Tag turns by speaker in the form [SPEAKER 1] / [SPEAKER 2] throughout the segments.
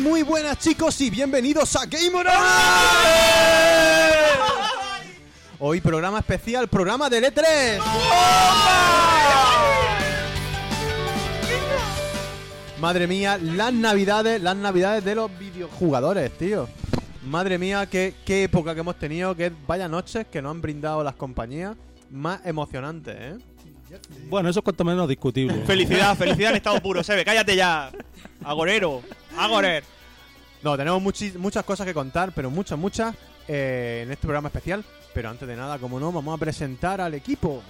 [SPEAKER 1] muy buenas chicos y bienvenidos a Game On. Hoy programa especial, programa de E E3. Madre mía, las navidades, las navidades de los videojugadores, tío. Madre mía, qué, qué época que hemos tenido, que vaya noches que nos han brindado las compañías. Más emocionantes, ¿eh?
[SPEAKER 2] Bueno, eso es cuanto menos discutible.
[SPEAKER 3] Felicidad, felicidad en estado puro, Sebe, cállate ya. Agorero, agorer.
[SPEAKER 1] No, tenemos muchis- muchas cosas que contar, pero muchas, muchas, eh, en este programa especial. Pero antes de nada, como no, vamos a presentar al equipo.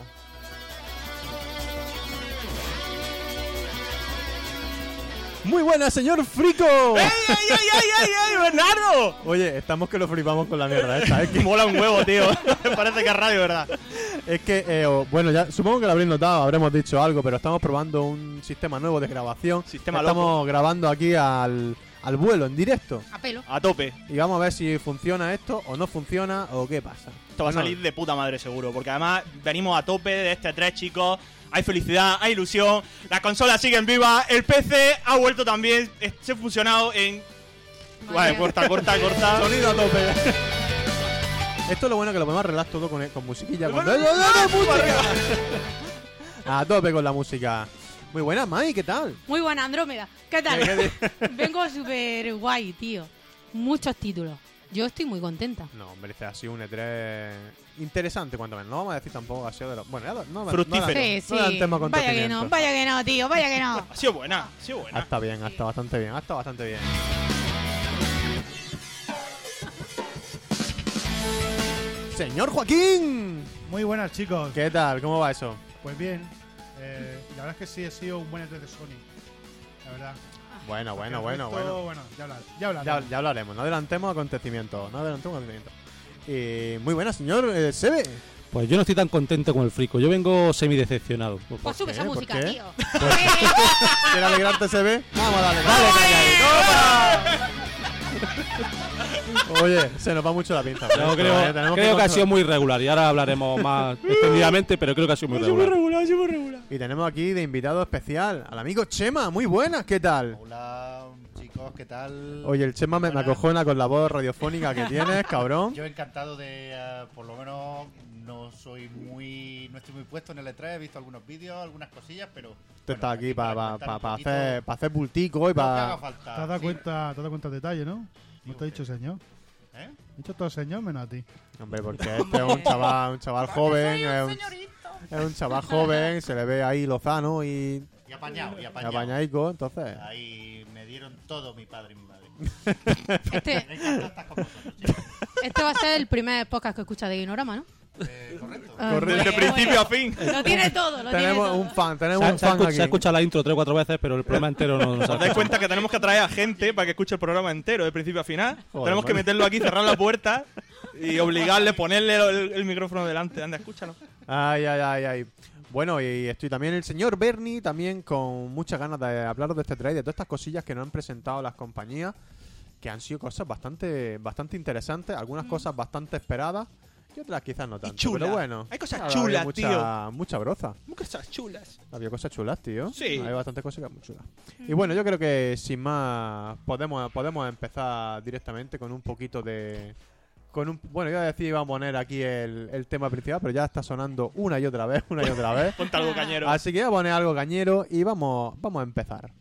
[SPEAKER 1] Muy buenas, señor Frico.
[SPEAKER 3] ¡Ey, ey, ey, ey, ey, ey, Bernardo!
[SPEAKER 1] Oye, estamos que lo flipamos con la mierda esta. Es que,
[SPEAKER 3] Mola un huevo, tío. Me Parece que es radio, ¿verdad?
[SPEAKER 1] es que, eh, o- bueno, ya supongo que lo habréis notado, habremos dicho algo, pero estamos probando un sistema nuevo de grabación.
[SPEAKER 3] Sistema
[SPEAKER 1] estamos grabando aquí al, al vuelo, en directo.
[SPEAKER 4] A pelo.
[SPEAKER 3] A tope.
[SPEAKER 1] Y vamos a ver si funciona esto o no funciona o qué pasa.
[SPEAKER 3] Esto va a
[SPEAKER 1] Bueno,
[SPEAKER 3] salir de puta madre seguro, porque además venimos a tope de este tres chicos. Hay felicidad, hay ilusión, las consolas siguen vivas, el PC ha vuelto también, eh, se ha fusionado en... Vale,
[SPEAKER 4] Madre.
[SPEAKER 3] corta, corta, corta.
[SPEAKER 1] Sonido a tope. Esto es lo bueno que lo podemos arreglar todo con, con musiquilla.
[SPEAKER 3] Lo
[SPEAKER 1] Cuando...
[SPEAKER 3] bueno-
[SPEAKER 1] ¡No, no, no, música! A tope con la música. Muy buena, Mai, ¿qué tal?
[SPEAKER 4] Muy buena, Andrómeda. ¿Qué tal? Vengo súper guay, tío. Muchos títulos. Yo estoy muy contenta.
[SPEAKER 1] No, hombre, este ha sido un E3 interesante, cuanto menos. No vamos a decir tampoco, ha sido de los. Bueno, ya lo- no,
[SPEAKER 3] Fructífero.
[SPEAKER 1] No,
[SPEAKER 4] sí,
[SPEAKER 1] dan-
[SPEAKER 4] sí.
[SPEAKER 1] no dan temas con
[SPEAKER 4] vaya que
[SPEAKER 1] tocimiento.
[SPEAKER 4] no, vaya que no, tío, vaya que no.
[SPEAKER 3] Ha sido buena, ha sido buena.
[SPEAKER 1] Ah, está bien, ha estado bastante bien, ha estado bastante bien. Señor Joaquín,
[SPEAKER 5] Muy buenas chicos,
[SPEAKER 1] ¿qué tal? ¿Cómo va eso?
[SPEAKER 5] pues bien, eh, la verdad es que sí he sido un buen E3 de Sony, la verdad.
[SPEAKER 4] Ah,
[SPEAKER 1] Bueno, bueno,
[SPEAKER 5] El
[SPEAKER 1] bueno,
[SPEAKER 5] resto,
[SPEAKER 1] bueno.
[SPEAKER 5] bueno, ya hablar, ya hablar.
[SPEAKER 1] Ya, ya hablaremos, no adelantemos acontecimientos. No adelantemos acontecimientos. Eh, muy buena, señor eh, Sebe.
[SPEAKER 2] Pues yo no estoy tan contento como el frico, yo vengo semi decepcionado.
[SPEAKER 4] Pues sube esa
[SPEAKER 1] ¿Por
[SPEAKER 4] música,
[SPEAKER 1] qué?
[SPEAKER 4] tío.
[SPEAKER 1] ¿Quieres alegrarte, Sebe? Vamos a darle. Dale, calla ahí. Oye, se nos va mucho la pinza.
[SPEAKER 2] No, creo,
[SPEAKER 1] Todavía tenemos
[SPEAKER 2] creo que ha
[SPEAKER 1] controlar-
[SPEAKER 2] sido muy regular y ahora hablaremos más extendidamente, pero creo que ha sido muy regular.
[SPEAKER 1] Y tenemos aquí de invitado especial al amigo Chema. Muy buenas, ¿qué tal?
[SPEAKER 6] Hola chicos, ¿qué tal?
[SPEAKER 1] Oye, el Chema me, me acojona con la voz radiofónica que tienes, cabrón.
[SPEAKER 6] Yo encantado de, eh, por lo menos, no soy muy, no estoy muy puesto en el E3, he visto algunos vídeos, algunas cosillas, pero...
[SPEAKER 1] Tú
[SPEAKER 6] bueno,
[SPEAKER 1] estás aquí para
[SPEAKER 6] comentar un poquito
[SPEAKER 1] hacer, pa hacer bultico y
[SPEAKER 6] lo que
[SPEAKER 1] para...
[SPEAKER 6] haga
[SPEAKER 5] ¿Te
[SPEAKER 6] falta.
[SPEAKER 5] has dado
[SPEAKER 6] Sí,
[SPEAKER 5] cuenta, te has dado cuenta del detalle, no? No te he dicho señor.
[SPEAKER 6] ¿eh?
[SPEAKER 5] He dicho todo señor menos a ti.
[SPEAKER 1] Hombre, porque este es un chaval, un chaval joven, es un, es un chaval joven, se le ve ahí lozano y
[SPEAKER 6] Y apañado, y apañado.
[SPEAKER 1] apañaico, entonces.
[SPEAKER 6] Ahí me dieron todo mi padre y mi madre.
[SPEAKER 4] Este,
[SPEAKER 6] Me encanta estar con vosotros, chicos.
[SPEAKER 4] este va a ser el primer podcast que escuchas de Ginorama, ¿no?
[SPEAKER 6] Eh, correcto.
[SPEAKER 4] Hombre,
[SPEAKER 3] De principio a
[SPEAKER 4] bueno.
[SPEAKER 3] fin.
[SPEAKER 4] Lo tiene todo, lo tiene
[SPEAKER 1] Tenemos
[SPEAKER 4] todo.
[SPEAKER 1] un fan,
[SPEAKER 2] Se
[SPEAKER 1] tenemos
[SPEAKER 2] ha,
[SPEAKER 1] un
[SPEAKER 2] se ha
[SPEAKER 1] fan
[SPEAKER 2] escu-
[SPEAKER 1] aquí.
[SPEAKER 2] se ha escuchado la intro tres o cuatro veces, pero el programa entero no nos ha
[SPEAKER 3] ¿Os dais
[SPEAKER 2] escuchado.
[SPEAKER 3] cuenta que tenemos que atraer a gente para que escuche el programa entero, de principio a final?
[SPEAKER 1] Joder,
[SPEAKER 3] tenemos que
[SPEAKER 1] madre.
[SPEAKER 3] meterlo aquí, cerrar la puerta y obligarle, ponerle el, el micrófono delante. Anda, escúchalo.
[SPEAKER 1] Ay, ay, ay, ay. Bueno, y estoy también el señor Bernie, también con muchas ganas de hablaros de este trade, de todas estas cosillas que nos han presentado las compañías, que han sido cosas bastante, bastante interesantes,
[SPEAKER 4] Mm.
[SPEAKER 1] algunas cosas bastante esperadas y otras quizás no tanto.
[SPEAKER 3] chulas.
[SPEAKER 1] Pero bueno,
[SPEAKER 3] Hay cosas
[SPEAKER 1] ha habido
[SPEAKER 3] chulas,
[SPEAKER 1] mucha, Mucha broza.
[SPEAKER 3] Cosas chulas.
[SPEAKER 1] Había cosas chulas, tío.
[SPEAKER 3] Sí.
[SPEAKER 1] Hay bastantes cosas muy chulas. Y
[SPEAKER 4] Mm.
[SPEAKER 1] bueno, yo creo que sin más podemos, podemos empezar directamente con un poquito de... Con un, bueno, yo decía iba a poner aquí el, el tema principal, pero ya está sonando una y otra vez, una y otra vez.
[SPEAKER 3] Ponte algo cañero.
[SPEAKER 1] Así que voy a poner algo cañero y vamos, vamos a empezar.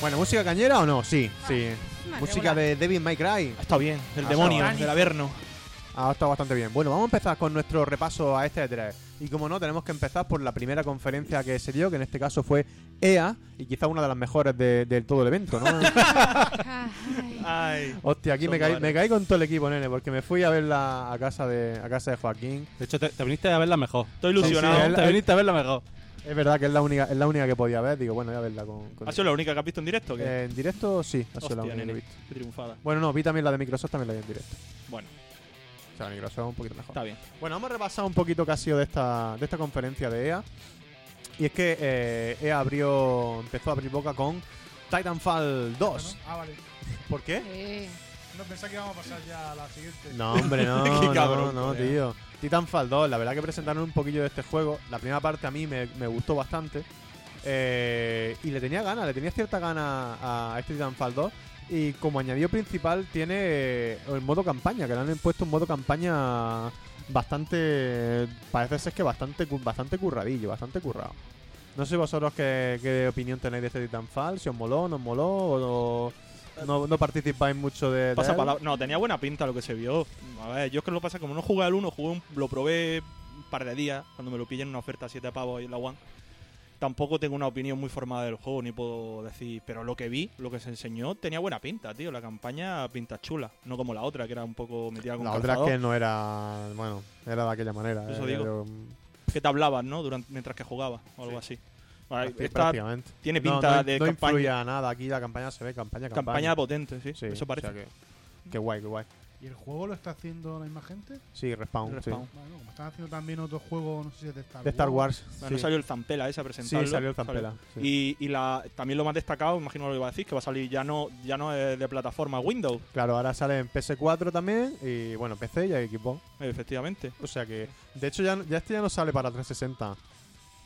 [SPEAKER 1] Bueno, ¿música cañera o no? Sí, sí.
[SPEAKER 4] Ah, Vale,
[SPEAKER 1] Música
[SPEAKER 4] hola.
[SPEAKER 1] de Devil May Cry.
[SPEAKER 3] Ha estado bien, del
[SPEAKER 1] Ha
[SPEAKER 3] demonio,
[SPEAKER 1] estado
[SPEAKER 5] bien.
[SPEAKER 3] del Averno.
[SPEAKER 1] Ha estado bastante bien. Bueno, vamos a empezar con nuestro repaso a este E3. Y como no, tenemos que empezar por la primera conferencia que se dio, que en este caso fue EA, y quizá una de las mejores de, de todo el evento, ¿no?
[SPEAKER 4] Ay.
[SPEAKER 3] Ay.
[SPEAKER 1] Hostia, aquí me
[SPEAKER 3] Son
[SPEAKER 1] caí,
[SPEAKER 3] varios.
[SPEAKER 1] me caí con todo el equipo, nene, porque me fui a verla a casa de, a casa de Joaquín.
[SPEAKER 2] De hecho, te, te viniste a verla mejor.
[SPEAKER 3] Estoy ilusionado.
[SPEAKER 1] Sí, sí, él-
[SPEAKER 2] te viniste a verla mejor.
[SPEAKER 1] Es verdad que es la única, es la única que podía ver, digo, bueno, voy a verla con. con-
[SPEAKER 3] ¿Ha sido la única que has visto en directo? o qué?
[SPEAKER 1] Eh, en directo sí, ha sido
[SPEAKER 3] Hostia,
[SPEAKER 1] la única que
[SPEAKER 3] nene,
[SPEAKER 1] he visto.
[SPEAKER 3] qué triunfada.
[SPEAKER 1] Bueno, no, vi también la de Microsoft, también la vi en directo.
[SPEAKER 3] Bueno,
[SPEAKER 1] O sea, la de Microsoft un poquito mejor.
[SPEAKER 3] está bien.
[SPEAKER 1] Bueno, vamos a repasar un poquito que ha sido de esta, de esta conferencia de EA. Y es que eh, EA abrió, empezó a abrir boca con Titanfall 2.
[SPEAKER 5] Ah, vale.
[SPEAKER 1] ¿Por qué?
[SPEAKER 4] Eh,
[SPEAKER 5] No pensaba que íbamos a pasar ya a la siguiente.
[SPEAKER 1] No, hombre, no,
[SPEAKER 3] Qué
[SPEAKER 1] no,
[SPEAKER 3] cabrón,
[SPEAKER 1] no,
[SPEAKER 3] colega.
[SPEAKER 1] tío. Titanfall 2, la verdad que presentaron un poquillo de este juego. La primera parte a mí me, me gustó bastante. Eh, y le tenía ganas, le tenía cierta gana a este Titanfall 2. Y como añadido principal tiene eh, el modo campaña, que le han puesto un modo campaña bastante... Parece ser que bastante, cu- bastante curradillo, bastante currado. No sé vosotros qué, qué opinión tenéis de este Titanfall, si os moló, no os moló, o no, no, no participáis mucho de... de
[SPEAKER 3] Pasa
[SPEAKER 1] él.
[SPEAKER 3] palabra- No, tenía buena pinta lo que se vio. A ver, yo es que lo que pasa es que como no jugué al 1, jugué un- lo probé un par de días cuando me lo pillé en una oferta a 7 pavos ahí en la One. Tampoco tengo una opinión muy formada del juego, ni puedo decir, pero lo que vi, lo que se enseñó, tenía buena pinta, tío. La campaña pinta chula, no como la otra, que era un poco metida con
[SPEAKER 1] La otra es
[SPEAKER 3] calzador.
[SPEAKER 1] que no era. Bueno, era de aquella manera.
[SPEAKER 3] Eso
[SPEAKER 1] eh,
[SPEAKER 3] digo.
[SPEAKER 1] pero,
[SPEAKER 3] que te hablaban, ¿no? Durante, mientras que jugabas o algo así. Vale,
[SPEAKER 1] prácti-
[SPEAKER 3] esta
[SPEAKER 1] mm, prácticamente.
[SPEAKER 3] tiene
[SPEAKER 1] No,
[SPEAKER 3] pinta
[SPEAKER 1] no-
[SPEAKER 3] de
[SPEAKER 1] no
[SPEAKER 3] campaña,
[SPEAKER 1] influye a nada. Aquí la campaña se ve campaña,
[SPEAKER 3] campaña
[SPEAKER 1] campaña.
[SPEAKER 3] potente, sí.
[SPEAKER 1] Sí,
[SPEAKER 3] Eso parece.
[SPEAKER 1] o sea que- qué guay, qué guay.
[SPEAKER 5] ¿Y el juego lo está haciendo la misma gente?
[SPEAKER 1] Sí, Respawn.
[SPEAKER 3] Respawn.
[SPEAKER 1] sí.
[SPEAKER 5] Bueno, como están haciendo también otros juegos, no sé si es de Star Wars.
[SPEAKER 1] De Star Wars.
[SPEAKER 3] Ah,
[SPEAKER 1] sí.
[SPEAKER 3] No salió el Zampela ese a presentarlo.
[SPEAKER 1] Sí, salió el Zampela,
[SPEAKER 3] Y, y la, también lo más destacado, imagino lo que iba a decir, que va a salir ya no, ya no es de plataforma Windows,
[SPEAKER 1] Claro, ahora sale en PS4 también. Y bueno, PC y equipo.
[SPEAKER 3] eh, efectivamente.
[SPEAKER 1] O sea que. De hecho, ya, ya este ya no sale para 360.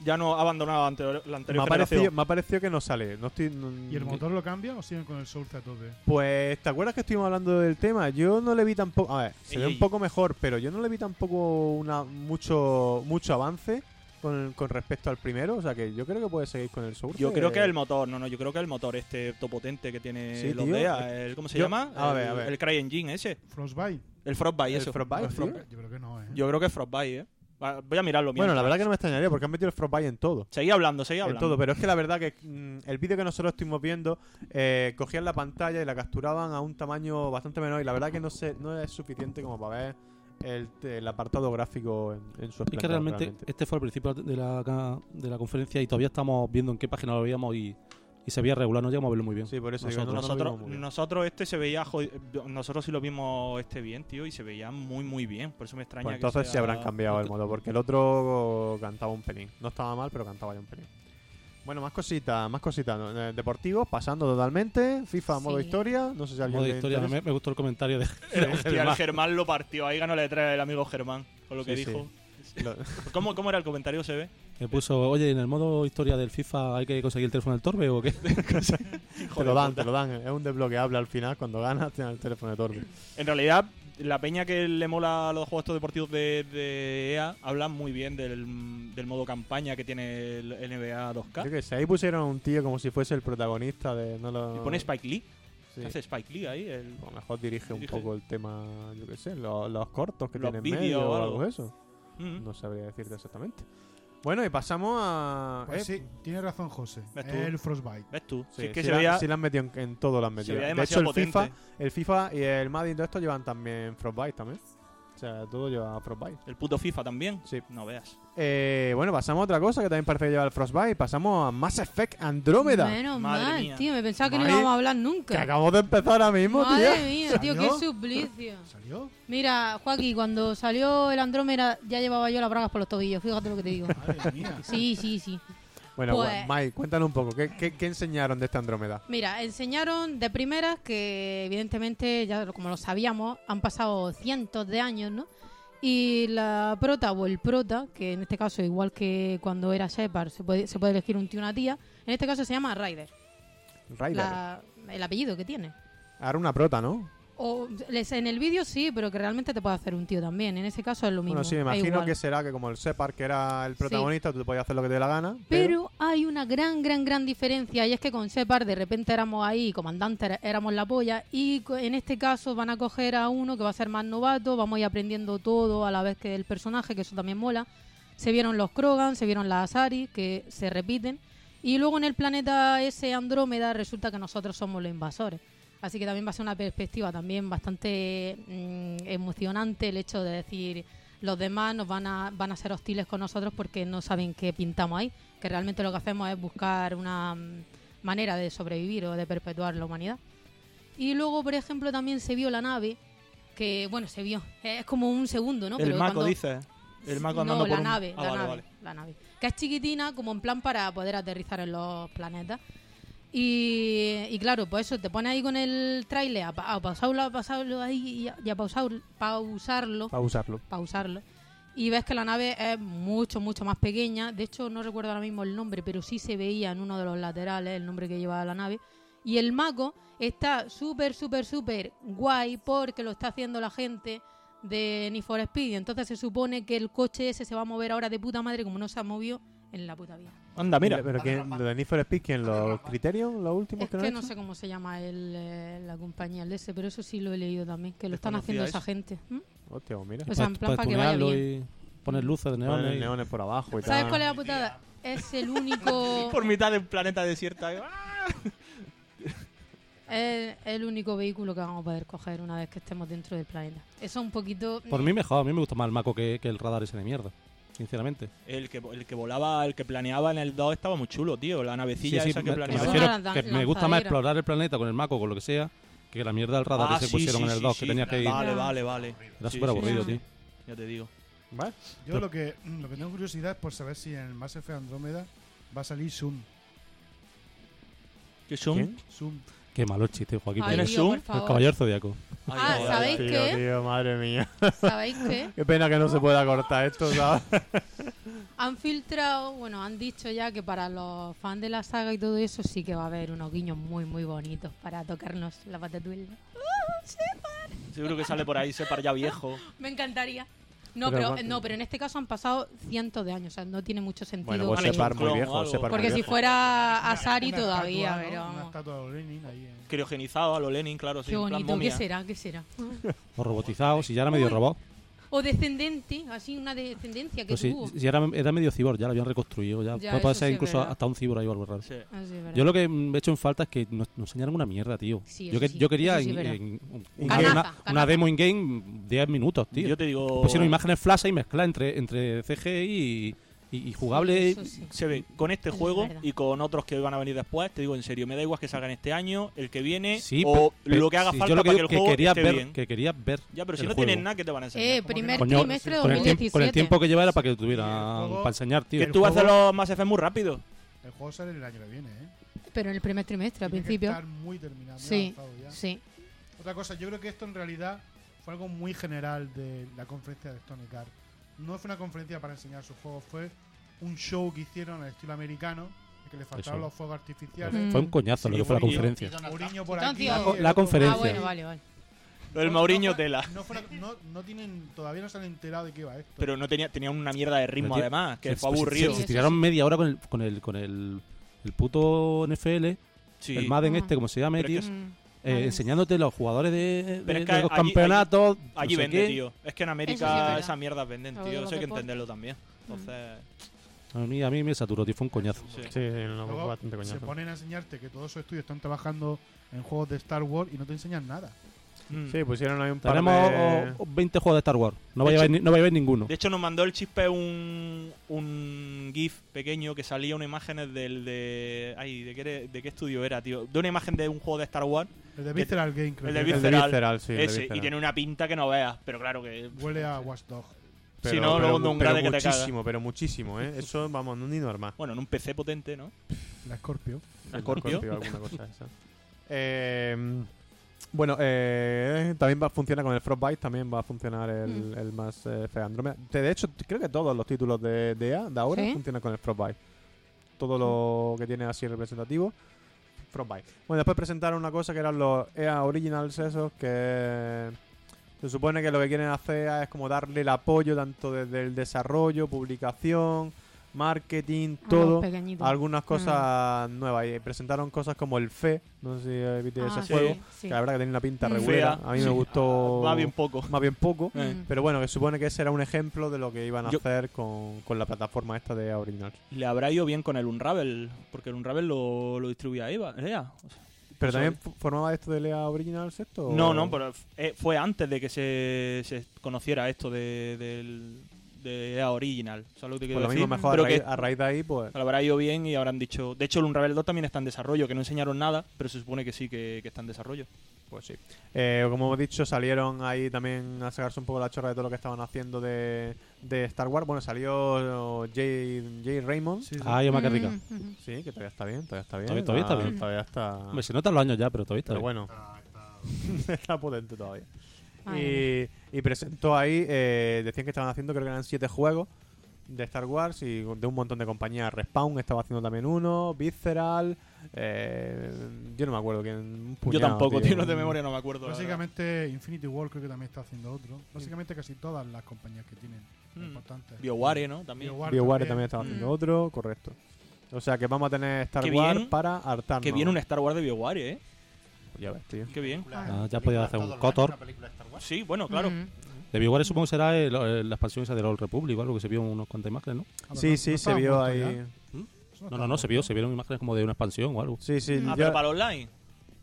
[SPEAKER 3] Ya no ha abandonado la anterior, la
[SPEAKER 1] Me
[SPEAKER 3] anterior
[SPEAKER 1] ha,
[SPEAKER 3] generación.
[SPEAKER 1] parecido, me ha parecido que no sale. No estoy, no-
[SPEAKER 5] ¿Y el motor lo cambian o siguen con el Source a tope?
[SPEAKER 1] Pues, ¿te acuerdas que estuvimos hablando del tema? Yo no le vi tampoco. A ver, se
[SPEAKER 3] Ey,
[SPEAKER 1] ve
[SPEAKER 3] ey.
[SPEAKER 1] un poco mejor, pero yo no le vi tampoco una, mucho, mucho avance con, con respecto al primero. O sea que yo creo que puede seguir con el Source.
[SPEAKER 3] Yo creo que el motor, no, no, yo creo que el motor este topotente que tiene
[SPEAKER 1] Sí,
[SPEAKER 3] los
[SPEAKER 1] tío.
[SPEAKER 3] DEA, el, ¿cómo se
[SPEAKER 1] Yo-
[SPEAKER 3] llama?
[SPEAKER 1] a ver,
[SPEAKER 3] el,
[SPEAKER 1] a ver.
[SPEAKER 3] el CryEngine ese,
[SPEAKER 5] Frostbite.
[SPEAKER 3] el Frostbite,
[SPEAKER 1] El
[SPEAKER 3] eso.
[SPEAKER 1] Frostbite,
[SPEAKER 3] El
[SPEAKER 1] tío.
[SPEAKER 3] Frostbite.
[SPEAKER 5] Yo creo que no, ¿eh?
[SPEAKER 3] Yo creo que es Frostbite, eh. Va- Voy a mirarlo bien.
[SPEAKER 1] Bueno, la verdad que no me extrañaría porque han metido el Frostbite en todo.
[SPEAKER 3] Seguí hablando, seguí hablando.
[SPEAKER 1] En todo, pero es que la verdad que mm, el vídeo que nosotros estuvimos viendo eh, cogían la pantalla y la capturaban a un tamaño bastante menor y la verdad que no se, no es suficiente como para ver el, el apartado gráfico en, en su
[SPEAKER 2] Es que
[SPEAKER 1] esplendor,
[SPEAKER 2] realmente, este fue el principio de la, ca- de la conferencia y todavía estamos viendo en qué página lo veíamos y, y se veía regular, no llegamos a verlo muy bien.
[SPEAKER 1] Sí, por eso digo,
[SPEAKER 2] Nosotros-
[SPEAKER 1] no, no lo
[SPEAKER 3] Nosotros,
[SPEAKER 1] vimos muy bien.
[SPEAKER 3] nosotros este se veía jod- nosotros sí lo vimos este bien, tío, y se veía muy muy bien, por eso me extraña
[SPEAKER 1] Pues
[SPEAKER 3] que
[SPEAKER 1] entonces
[SPEAKER 3] sea-
[SPEAKER 1] se habrán cambiado el modo, porque el otro cantaba un pelín. No estaba mal, pero cantaba ya un pelín. Bueno, más cositas, más cositas. ¿no? Eh, Deportivos, pasando totalmente. FIFA, modo
[SPEAKER 4] Sí.
[SPEAKER 1] historia. No sé si a alguien
[SPEAKER 2] Modo de
[SPEAKER 1] le
[SPEAKER 2] historia,
[SPEAKER 1] interesa.
[SPEAKER 2] me, me gustó el comentario de
[SPEAKER 3] Hostia, el Germán lo partió, ahí ganó la letra el amigo Germán, con lo que
[SPEAKER 1] Sí, sí.
[SPEAKER 3] dijo.
[SPEAKER 1] Lo-
[SPEAKER 3] ¿Cómo, ¿Cómo era el comentario, se ve?
[SPEAKER 2] Me puso, oye, en el modo historia del FIFA hay que conseguir el teléfono del Torbe o qué.
[SPEAKER 1] te lo dan, te lo dan. Es un desbloqueable al final. Cuando ganas, tienes el teléfono de Torbe.
[SPEAKER 3] En realidad, la peña que le mola a los juegos estos deportivos de, de EA hablan muy bien del, del modo campaña que tiene el NBA 2K.
[SPEAKER 1] Yo que sé, ahí pusieron a un tío como si fuese el protagonista de. No lo...
[SPEAKER 3] Y pone Spike Lee,
[SPEAKER 1] Sí.
[SPEAKER 3] ¿qué hace Spike Lee ahí? El-
[SPEAKER 1] A lo mejor dirige,
[SPEAKER 3] Dirige.
[SPEAKER 1] un poco el tema, yo que sé, lo- los cortos que
[SPEAKER 3] Los
[SPEAKER 1] tienen
[SPEAKER 3] vídeos
[SPEAKER 1] medio
[SPEAKER 3] o
[SPEAKER 1] o
[SPEAKER 3] algo.
[SPEAKER 1] algo de eso.
[SPEAKER 3] Mm.
[SPEAKER 1] No sabría decirte exactamente. Bueno, y pasamos a.
[SPEAKER 5] Pues
[SPEAKER 1] eh,
[SPEAKER 5] sí, tiene razón José.
[SPEAKER 3] ¿Ves tú?
[SPEAKER 5] El Frostbite.
[SPEAKER 3] ¿Ves tú?
[SPEAKER 1] Sí,
[SPEAKER 3] Si es que
[SPEAKER 1] sí
[SPEAKER 3] se
[SPEAKER 1] la,
[SPEAKER 3] veía,
[SPEAKER 1] sí la han metido en, en todo, la han
[SPEAKER 3] se
[SPEAKER 1] metido.
[SPEAKER 3] veía
[SPEAKER 1] De hecho,
[SPEAKER 3] demasiado
[SPEAKER 1] el
[SPEAKER 3] potente.
[SPEAKER 1] FIFA, el FIFA y el Madden y todo esto llevan también Frostbite también. O sea, todo lleva Frostbite.
[SPEAKER 3] El puto FIFA también.
[SPEAKER 1] Sí.
[SPEAKER 3] No veas.
[SPEAKER 1] Eh, bueno, pasamos a otra cosa que también parece que lleva el Frostbite. Pasamos a Mass Effect Andrómeda.
[SPEAKER 4] Menos
[SPEAKER 3] Madre
[SPEAKER 4] mal,
[SPEAKER 3] mía.
[SPEAKER 4] tío. Me pensaba que
[SPEAKER 1] Madre-
[SPEAKER 4] no íbamos a hablar
[SPEAKER 1] Que
[SPEAKER 4] nunca.
[SPEAKER 1] acabamos de empezar ahora mismo,
[SPEAKER 4] Madre
[SPEAKER 1] tío.
[SPEAKER 4] mía, tío, qué
[SPEAKER 5] ¿Salió?
[SPEAKER 4] suplicio.
[SPEAKER 5] ¿Salió?
[SPEAKER 4] Mira, Joaquín, cuando salió el Andrómeda ya llevaba yo las bragas por los tobillos. Fíjate lo que te digo.
[SPEAKER 5] Madre mía.
[SPEAKER 4] Sí, sí, sí.
[SPEAKER 1] Bueno,
[SPEAKER 4] Pues-
[SPEAKER 1] bueno, Mike, cuéntanos un poco. ¿qué, qué, qué enseñaron de esta Andrómeda?
[SPEAKER 4] Mira, enseñaron de primeras que evidentemente, ya lo- como lo sabíamos, han pasado cientos de años, ¿no? Y la prota o el prota, que en este caso, igual que cuando era Shepard, se puede, se puede elegir un tío o una tía, en este caso se llama Ryder,
[SPEAKER 1] Raider.
[SPEAKER 4] la- el apellido que tiene.
[SPEAKER 1] Ahora una prota, ¿no?
[SPEAKER 4] O, les- en el vídeo sí, pero que realmente te puede hacer un tío también. En ese caso es lo mismo.
[SPEAKER 1] Bueno, sí, me
[SPEAKER 4] da
[SPEAKER 1] imagino
[SPEAKER 4] igual.
[SPEAKER 1] que será que como el Separ, que era el protagonista, tú te podías hacer lo que te dé la gana.
[SPEAKER 4] Pero hay una gran, gran, gran diferencia y es que con Separ de repente éramos ahí, comandante era- éramos la polla y co- en este caso van a coger a uno que va a ser más novato, vamos a ir aprendiendo todo a la vez que el personaje, que eso también mola. Se vieron los Krogan, se vieron las Asari, que se repiten. Y luego en el planeta ese Andrómeda resulta que nosotros somos los invasores. Así que también va a ser una perspectiva también bastante mm, emocionante el hecho de decir los demás nos van a, van a ser hostiles con nosotros porque no saben qué pintamos ahí, que realmente lo que hacemos es buscar una mm, manera de sobrevivir o de perpetuar la humanidad. Y luego, por ejemplo, también se vio la nave, que bueno, se vio, es como un segundo, ¿no?
[SPEAKER 3] el
[SPEAKER 4] Pero
[SPEAKER 3] maco
[SPEAKER 4] cuando-
[SPEAKER 3] dice. El maco
[SPEAKER 4] no,
[SPEAKER 3] andando
[SPEAKER 4] la
[SPEAKER 3] por un-
[SPEAKER 4] nave,
[SPEAKER 3] Ah,
[SPEAKER 4] la
[SPEAKER 3] vale,
[SPEAKER 4] nave,
[SPEAKER 3] vale.
[SPEAKER 4] la nave. Que es chiquitina, como en plan para poder aterrizar en los planetas. Y, y claro, pues eso, te pones ahí con el trailer a, pa- a pausarlo, a pausarlo ahí y a, y a pausar- pausarlo,
[SPEAKER 1] Para usarlo.
[SPEAKER 4] pausarlo. Y ves que la nave es mucho, mucho más pequeña. De hecho, no recuerdo ahora mismo el nombre, pero sí se veía en uno de los laterales el nombre que llevaba la nave. Y el maco está súper, súper, súper guay porque lo está haciendo la gente de Need for Speed. Entonces se supone que el coche ese se va a mover ahora de puta madre como no se ha movido en la puta vida.
[SPEAKER 3] Anda, mira.
[SPEAKER 1] Pero ¿quién, lo de Need for Speed, ¿quién? ¿Los Criterion? ¿Los últimos
[SPEAKER 4] Es
[SPEAKER 1] que, han
[SPEAKER 4] que no
[SPEAKER 1] hecho?
[SPEAKER 4] sé cómo se llama el, eh, la compañía, el de ese, pero eso sí lo he leído también, que lo están
[SPEAKER 3] Desconocía
[SPEAKER 4] haciendo esa gente. ¿Mm?
[SPEAKER 1] Hostia, pues mira.
[SPEAKER 4] O sea, en plan para que vaya
[SPEAKER 2] tunearlo
[SPEAKER 4] bien. Mm.
[SPEAKER 2] y poner luces de
[SPEAKER 1] Ponen
[SPEAKER 2] neones. y-
[SPEAKER 1] neones por abajo y
[SPEAKER 4] ¿Sabes
[SPEAKER 1] tal.
[SPEAKER 4] cuál es la putada? Es el único...
[SPEAKER 3] Por mitad del planeta desierta. ¡ah!
[SPEAKER 4] Es el único vehículo que vamos a poder coger una vez que estemos dentro del planeta. Eso un poquito...
[SPEAKER 2] Por mí mejor, a mí me gusta más el maco que, que el radar ese de mierda, sinceramente.
[SPEAKER 3] El que, el que volaba, el que planeaba en el 2 estaba muy chulo, tío. La navecilla
[SPEAKER 2] Sí, sí,
[SPEAKER 3] esa que
[SPEAKER 2] me, me
[SPEAKER 3] planeaba.
[SPEAKER 2] refiero
[SPEAKER 4] Una
[SPEAKER 2] que me
[SPEAKER 4] lanzadera.
[SPEAKER 2] gusta más explorar el planeta con el maco, con lo que sea, que la mierda del radar
[SPEAKER 3] Ah,
[SPEAKER 2] que se
[SPEAKER 3] sí,
[SPEAKER 2] pusieron
[SPEAKER 3] sí,
[SPEAKER 2] en el
[SPEAKER 3] sí,
[SPEAKER 2] 2,
[SPEAKER 3] sí.
[SPEAKER 2] que tenía que ir.
[SPEAKER 3] Vale,
[SPEAKER 4] Ah.
[SPEAKER 3] vale, vale.
[SPEAKER 2] Era
[SPEAKER 3] Sí,
[SPEAKER 2] súper aburrido,
[SPEAKER 4] sí.
[SPEAKER 2] tío.
[SPEAKER 3] Ya te digo.
[SPEAKER 1] ¿Vale?
[SPEAKER 2] Pero-
[SPEAKER 5] Yo lo que, lo que tengo curiosidad es por saber si en el Mass Effect Andrómeda va a salir Zoom.
[SPEAKER 3] ¿Qué son?
[SPEAKER 1] ¿Quién?
[SPEAKER 5] Zoom.
[SPEAKER 2] Qué malo este el chiste, Joaquín.
[SPEAKER 4] Ay,
[SPEAKER 2] pero-
[SPEAKER 3] ¿Tienes
[SPEAKER 4] Dios,
[SPEAKER 3] Zoom?
[SPEAKER 4] por
[SPEAKER 3] El
[SPEAKER 2] el
[SPEAKER 4] favor.
[SPEAKER 2] caballero zodiaco.
[SPEAKER 3] Ay,
[SPEAKER 4] Ah,
[SPEAKER 3] joder.
[SPEAKER 4] ¿sabéis
[SPEAKER 1] Tío,
[SPEAKER 4] qué?
[SPEAKER 1] tío, madre mía.
[SPEAKER 4] ¿Sabéis qué?
[SPEAKER 1] Qué pena que no se pueda cortar esto, ¿sabes?
[SPEAKER 4] Han filtrado, bueno, han dicho ya que para los fans de la saga y todo eso sí que va a haber unos guiños muy, muy bonitos para tocarnos la patatuela.
[SPEAKER 3] Seguro que sale por ahí, separ ya viejo.
[SPEAKER 4] Me encantaría. No
[SPEAKER 1] Pero
[SPEAKER 4] pero,
[SPEAKER 1] aparte-
[SPEAKER 4] no, pero en este caso han pasado cientos de años, o sea, no tiene mucho sentido.
[SPEAKER 1] Bueno, pues
[SPEAKER 4] que-
[SPEAKER 3] Vale,
[SPEAKER 1] separ muy
[SPEAKER 3] clon o
[SPEAKER 1] viejo,
[SPEAKER 3] algo.
[SPEAKER 1] separ muy
[SPEAKER 4] porque si
[SPEAKER 1] viejo.
[SPEAKER 4] fuera Asari
[SPEAKER 5] Una
[SPEAKER 4] todavía,
[SPEAKER 5] estatua, ¿no?
[SPEAKER 4] pero
[SPEAKER 5] Una
[SPEAKER 4] vamos.
[SPEAKER 5] estatua de Lenin ahí. eh.
[SPEAKER 3] Criogenizado a lo Lenin, claro, sí.
[SPEAKER 4] Qué
[SPEAKER 3] en plan
[SPEAKER 4] bonito, ¿qué
[SPEAKER 3] momia.
[SPEAKER 4] será? ¿Qué será?
[SPEAKER 2] O robotizado, si ya era medio
[SPEAKER 4] Uy,
[SPEAKER 2] robot.
[SPEAKER 4] O descendente, así una descendencia que
[SPEAKER 2] Pero si,
[SPEAKER 4] tuvo.
[SPEAKER 2] si era, era medio cibor, ya lo habían reconstruido. Ya,
[SPEAKER 4] Ya,
[SPEAKER 2] puede- puede
[SPEAKER 4] eso
[SPEAKER 2] ser
[SPEAKER 4] sí es
[SPEAKER 2] incluso
[SPEAKER 4] verdad.
[SPEAKER 2] hasta un cibor ahí o algo raro.
[SPEAKER 3] Sí.
[SPEAKER 4] Ah, sí, es verdad.
[SPEAKER 2] Yo lo que mm, he hecho en falta es que nos, nos enseñaran una mierda, tío.
[SPEAKER 4] Sí,
[SPEAKER 2] yo,
[SPEAKER 4] eso
[SPEAKER 2] que,
[SPEAKER 4] sí,
[SPEAKER 2] yo quería
[SPEAKER 4] eso sí es
[SPEAKER 2] in-
[SPEAKER 4] verdad.
[SPEAKER 2] in- un- un-
[SPEAKER 4] Canaza,
[SPEAKER 2] una,
[SPEAKER 4] canaza.
[SPEAKER 2] una demo in-game 10 minutos, tío. Pues
[SPEAKER 3] Yo te digo.
[SPEAKER 2] Pusieron imágenes flash y mezcla entre, entre CGI y, y- y jugable.
[SPEAKER 4] Eso sí.
[SPEAKER 3] se ve con este
[SPEAKER 4] Eso es
[SPEAKER 3] juego
[SPEAKER 4] verdad.
[SPEAKER 3] y con otros que van a venir después, te digo en serio, me da igual que salgan este año, el que viene
[SPEAKER 2] Sí,
[SPEAKER 3] o
[SPEAKER 2] pe- pe-
[SPEAKER 3] lo que haga
[SPEAKER 2] sí,
[SPEAKER 3] falta
[SPEAKER 2] yo lo que,
[SPEAKER 3] para que
[SPEAKER 2] digo
[SPEAKER 3] el
[SPEAKER 2] que
[SPEAKER 3] juego
[SPEAKER 2] quería
[SPEAKER 3] esté
[SPEAKER 2] ver,
[SPEAKER 3] bien.
[SPEAKER 2] que quería ver.
[SPEAKER 3] Ya, pero si
[SPEAKER 2] el
[SPEAKER 3] no
[SPEAKER 2] juego.
[SPEAKER 3] tienen nada, ¿qué te van a enseñar?
[SPEAKER 4] Eh,
[SPEAKER 5] ¿Cómo que
[SPEAKER 4] primer
[SPEAKER 5] no?
[SPEAKER 2] Coño,
[SPEAKER 4] trimestre de
[SPEAKER 2] con el,
[SPEAKER 4] 2017.
[SPEAKER 2] tiempo, con el tiempo que lleva era para que
[SPEAKER 5] Sí,
[SPEAKER 2] tuviera
[SPEAKER 5] el juego-
[SPEAKER 2] para enseñar, tío.
[SPEAKER 3] que
[SPEAKER 5] el
[SPEAKER 3] tú vas a hacer
[SPEAKER 5] juego-
[SPEAKER 3] los Mass Effect muy rápido.
[SPEAKER 5] El juego sale el año que viene, ¿eh?
[SPEAKER 4] Pero en el primer trimestre, al
[SPEAKER 5] Tiene que
[SPEAKER 4] principio.
[SPEAKER 5] estar muy terminado, muy
[SPEAKER 4] Sí,
[SPEAKER 5] avanzado ya.
[SPEAKER 4] sí.
[SPEAKER 5] Otra cosa, yo creo que esto en realidad fue algo muy general de la conferencia de Electronic Arts. No fue una conferencia para enseñar sus juegos, fue un show que hicieron al estilo americano, en que le faltaron
[SPEAKER 2] Eso.
[SPEAKER 5] los fuegos artificiales.
[SPEAKER 4] Mm.
[SPEAKER 2] Fue un coñazo lo
[SPEAKER 5] Sí,
[SPEAKER 2] que fue la
[SPEAKER 5] muy
[SPEAKER 2] conferencia.
[SPEAKER 5] Mourinho por
[SPEAKER 4] Entonces,
[SPEAKER 5] aquí.
[SPEAKER 4] La
[SPEAKER 2] co-
[SPEAKER 5] el
[SPEAKER 2] la
[SPEAKER 5] otro-
[SPEAKER 2] conferencia.
[SPEAKER 4] Ah, bueno, vale, vale.
[SPEAKER 3] Lo
[SPEAKER 4] Pues
[SPEAKER 3] del
[SPEAKER 5] No,
[SPEAKER 3] Mauriño
[SPEAKER 5] no fue-
[SPEAKER 3] tela.
[SPEAKER 5] eh. No, fue una- no- no tienen, todavía no se han enterado de qué va eh. esto.
[SPEAKER 3] Pero no tenía, tenía una mierda de ritmo
[SPEAKER 2] Pero, tío,
[SPEAKER 3] además, que
[SPEAKER 2] Se-
[SPEAKER 3] fue
[SPEAKER 2] se-
[SPEAKER 3] aburrido.
[SPEAKER 2] Se,
[SPEAKER 4] Sí,
[SPEAKER 2] se
[SPEAKER 4] sí,
[SPEAKER 2] tiraron
[SPEAKER 4] sí.
[SPEAKER 2] media hora con el, con el, con el, el puto NFL,
[SPEAKER 3] Sí.
[SPEAKER 2] el Madden
[SPEAKER 4] Ah.
[SPEAKER 2] este, como se llame,
[SPEAKER 3] Pero
[SPEAKER 2] tío,
[SPEAKER 3] es que-
[SPEAKER 4] Mm.
[SPEAKER 2] eh,
[SPEAKER 4] Madden.
[SPEAKER 2] enseñándote los jugadores de,
[SPEAKER 3] Pero
[SPEAKER 2] de-
[SPEAKER 3] es que
[SPEAKER 2] de los
[SPEAKER 3] allí-
[SPEAKER 2] campeonatos. no
[SPEAKER 3] Allí
[SPEAKER 2] sé
[SPEAKER 3] vende,
[SPEAKER 2] qué.
[SPEAKER 3] tío. Es que en
[SPEAKER 4] Eso sí es
[SPEAKER 3] América
[SPEAKER 4] verdad.
[SPEAKER 3] esas mierdas venden,
[SPEAKER 4] Todo
[SPEAKER 3] tío. Eso
[SPEAKER 4] lo
[SPEAKER 3] hay que
[SPEAKER 4] deporte. Mm.
[SPEAKER 3] entenderlo también. Entonces,
[SPEAKER 2] A mí, a mí me saturó, tío, fue un coñazo.
[SPEAKER 3] sí.
[SPEAKER 1] Sí, sí, no,
[SPEAKER 5] Luego
[SPEAKER 1] fue bastante
[SPEAKER 5] se
[SPEAKER 1] coñazo.
[SPEAKER 5] ponen a enseñarte que todos esos estudios están trabajando en juegos de Star Wars y no te enseñan nada.
[SPEAKER 3] Mm.
[SPEAKER 1] Sí, pusieron ahí un par
[SPEAKER 2] Tenemos
[SPEAKER 1] de...
[SPEAKER 2] oh, oh, 20 juegos de Star Wars. No
[SPEAKER 3] De
[SPEAKER 2] va a llevar,
[SPEAKER 3] hecho-
[SPEAKER 2] ni- no va a llevar ninguno.
[SPEAKER 3] De hecho, nos mandó el chispe un, un GIF pequeño que salía una imagen del de. Ay, ¿de qué, era- de qué estudio era, tío? De una imagen de un juego de Star Wars,
[SPEAKER 5] El de
[SPEAKER 3] Que-
[SPEAKER 5] Visceral Game, creo.
[SPEAKER 3] el
[SPEAKER 5] que
[SPEAKER 3] de
[SPEAKER 5] era.
[SPEAKER 1] El de
[SPEAKER 3] Visceral.
[SPEAKER 1] Visceral, sí. el de
[SPEAKER 3] ese, y
[SPEAKER 1] Visceral.
[SPEAKER 3] tiene una pinta que no veas, pero claro que.
[SPEAKER 5] Huele a Watchdog.
[SPEAKER 1] Pero-
[SPEAKER 3] si no,
[SPEAKER 1] pero
[SPEAKER 3] luego de
[SPEAKER 1] mu-
[SPEAKER 3] un
[SPEAKER 1] pero
[SPEAKER 3] grade que te caga.
[SPEAKER 1] Muchísimo, pero muchísimo, ¿eh? Eso, vamos, no ni normal.
[SPEAKER 3] Bueno, en un PC potente, ¿no?
[SPEAKER 5] La Scorpio.
[SPEAKER 1] El
[SPEAKER 3] Scorpio.
[SPEAKER 1] Scorpio, alguna cosa de esa. Eh, bueno, eh, también va a funcionar con el Frostbite, también va a funcionar el, el más eh, Fe Andrómeda. Te- De hecho, t- creo que todos los títulos de, de EA de ahora
[SPEAKER 4] Sí.
[SPEAKER 1] funcionan con el Frostbite. Todo lo que tiene así representativo Frostbite. Bueno, después presentaron una cosa que eran los EA Originals esos que se supone que lo que quieren hacer es como darle el apoyo tanto desde el desarrollo, publicación, marketing,
[SPEAKER 4] A los
[SPEAKER 1] todo.
[SPEAKER 4] pequeñitos.
[SPEAKER 1] Algunas cosas nuevas y presentaron cosas como el FE, no sé si eh, viste
[SPEAKER 4] Ah,
[SPEAKER 1] ese
[SPEAKER 4] sí,
[SPEAKER 1] juego,
[SPEAKER 4] sí.
[SPEAKER 1] que la verdad que tiene una pinta
[SPEAKER 4] Mm.
[SPEAKER 1] regulera,
[SPEAKER 3] Fea.
[SPEAKER 1] a mí me
[SPEAKER 3] Sí.
[SPEAKER 1] gustó
[SPEAKER 3] Ah, Va bien poco.
[SPEAKER 1] más bien poco,
[SPEAKER 3] Eh.
[SPEAKER 4] Mm.
[SPEAKER 1] pero bueno, que supone que ese era un ejemplo de lo que iban a
[SPEAKER 3] Yo-
[SPEAKER 1] hacer con, con la plataforma esta de EA Originals.
[SPEAKER 3] Le habrá ido bien con el Unravel, porque el Unravel lo, lo distribuía Eva, EA. O sea,
[SPEAKER 1] ¿Pero
[SPEAKER 3] Eso
[SPEAKER 1] también fu- formaba esto de EA Originals esto?
[SPEAKER 3] No, no,
[SPEAKER 1] o-
[SPEAKER 3] pero f- eh, fue antes de que se, se conociera esto de, del de EA Original. ¿Sabes lo que te
[SPEAKER 1] Pues
[SPEAKER 3] quiero
[SPEAKER 1] lo mismo,
[SPEAKER 3] decir?
[SPEAKER 1] mejor a
[SPEAKER 3] Pero
[SPEAKER 1] raíz,
[SPEAKER 3] que
[SPEAKER 1] a raíz de ahí, pues.
[SPEAKER 3] lo habrá ido bien y habrán dicho... De hecho, el Unravel 2 también está en desarrollo, que no enseñaron nada, pero se supone que sí, que, que está en desarrollo.
[SPEAKER 1] Pues sí. Eh, como hemos dicho, salieron ahí también a sacarse un poco la chorra de todo lo que estaban haciendo de, de Star Wars. Bueno, salió Jay, Jay Raymond. Sí.
[SPEAKER 2] Ay, más que rica. Ah.
[SPEAKER 4] Mm, mm, mm.
[SPEAKER 1] que todavía está bien, todavía está bien.
[SPEAKER 2] Todavía- todavía está
[SPEAKER 1] Ah,
[SPEAKER 2] bien.
[SPEAKER 1] Todavía está.
[SPEAKER 2] Hombre, se notan los años ya, pero todavía está
[SPEAKER 1] Pero bueno,
[SPEAKER 2] bien.
[SPEAKER 5] Ah,
[SPEAKER 6] Está- está-
[SPEAKER 1] está potente todavía.
[SPEAKER 4] Ay,
[SPEAKER 1] Y, y presentó ahí, eh, decían que estaban haciendo, creo que eran siete juegos de Star Wars y de un montón de compañías. Respawn estaba haciendo también uno, Visceral. eh, yo no me acuerdo quién. un
[SPEAKER 3] Yo
[SPEAKER 1] puñado,
[SPEAKER 3] tampoco, tío,
[SPEAKER 1] tío.
[SPEAKER 3] no de memoria no me acuerdo. la
[SPEAKER 5] Básicamente, Infinity War creo que también está haciendo otro. Básicamente, casi todas las compañías que tienen
[SPEAKER 3] Mm.
[SPEAKER 5] importantes.
[SPEAKER 3] verdad. BioWare, ¿no? También.
[SPEAKER 5] BioWare
[SPEAKER 1] BioWare también estaba
[SPEAKER 4] Mm.
[SPEAKER 1] haciendo otro, correcto. O sea que vamos a tener Star
[SPEAKER 3] Qué
[SPEAKER 1] Wars
[SPEAKER 3] bien.
[SPEAKER 1] para hartarnos.
[SPEAKER 3] Que viene un Star Wars de BioWare, ¿eh?
[SPEAKER 1] Ya ves, tío.
[SPEAKER 3] Qué bien.
[SPEAKER 2] Ah, ya
[SPEAKER 6] películas,
[SPEAKER 2] podía hacer un
[SPEAKER 6] todos los
[SPEAKER 2] Kotor.
[SPEAKER 6] años una película de Star Wars.
[SPEAKER 3] Sí, bueno, claro.
[SPEAKER 4] mm.
[SPEAKER 2] De BioWare supongo que será el- el- la expansión esa de Old Republic o algo que se vio unos cuantas imágenes, ¿no?
[SPEAKER 5] Ah, pero
[SPEAKER 1] Sí, sí,
[SPEAKER 5] no- no
[SPEAKER 1] se
[SPEAKER 5] estaba
[SPEAKER 1] vio
[SPEAKER 5] muerto
[SPEAKER 1] ahí.
[SPEAKER 5] ya.
[SPEAKER 2] No, no, no, se vio, se vieron imágenes como de una expansión o algo.
[SPEAKER 1] Sí, sí.
[SPEAKER 4] Mm.
[SPEAKER 3] Ah,
[SPEAKER 1] ya-
[SPEAKER 3] pero para el online.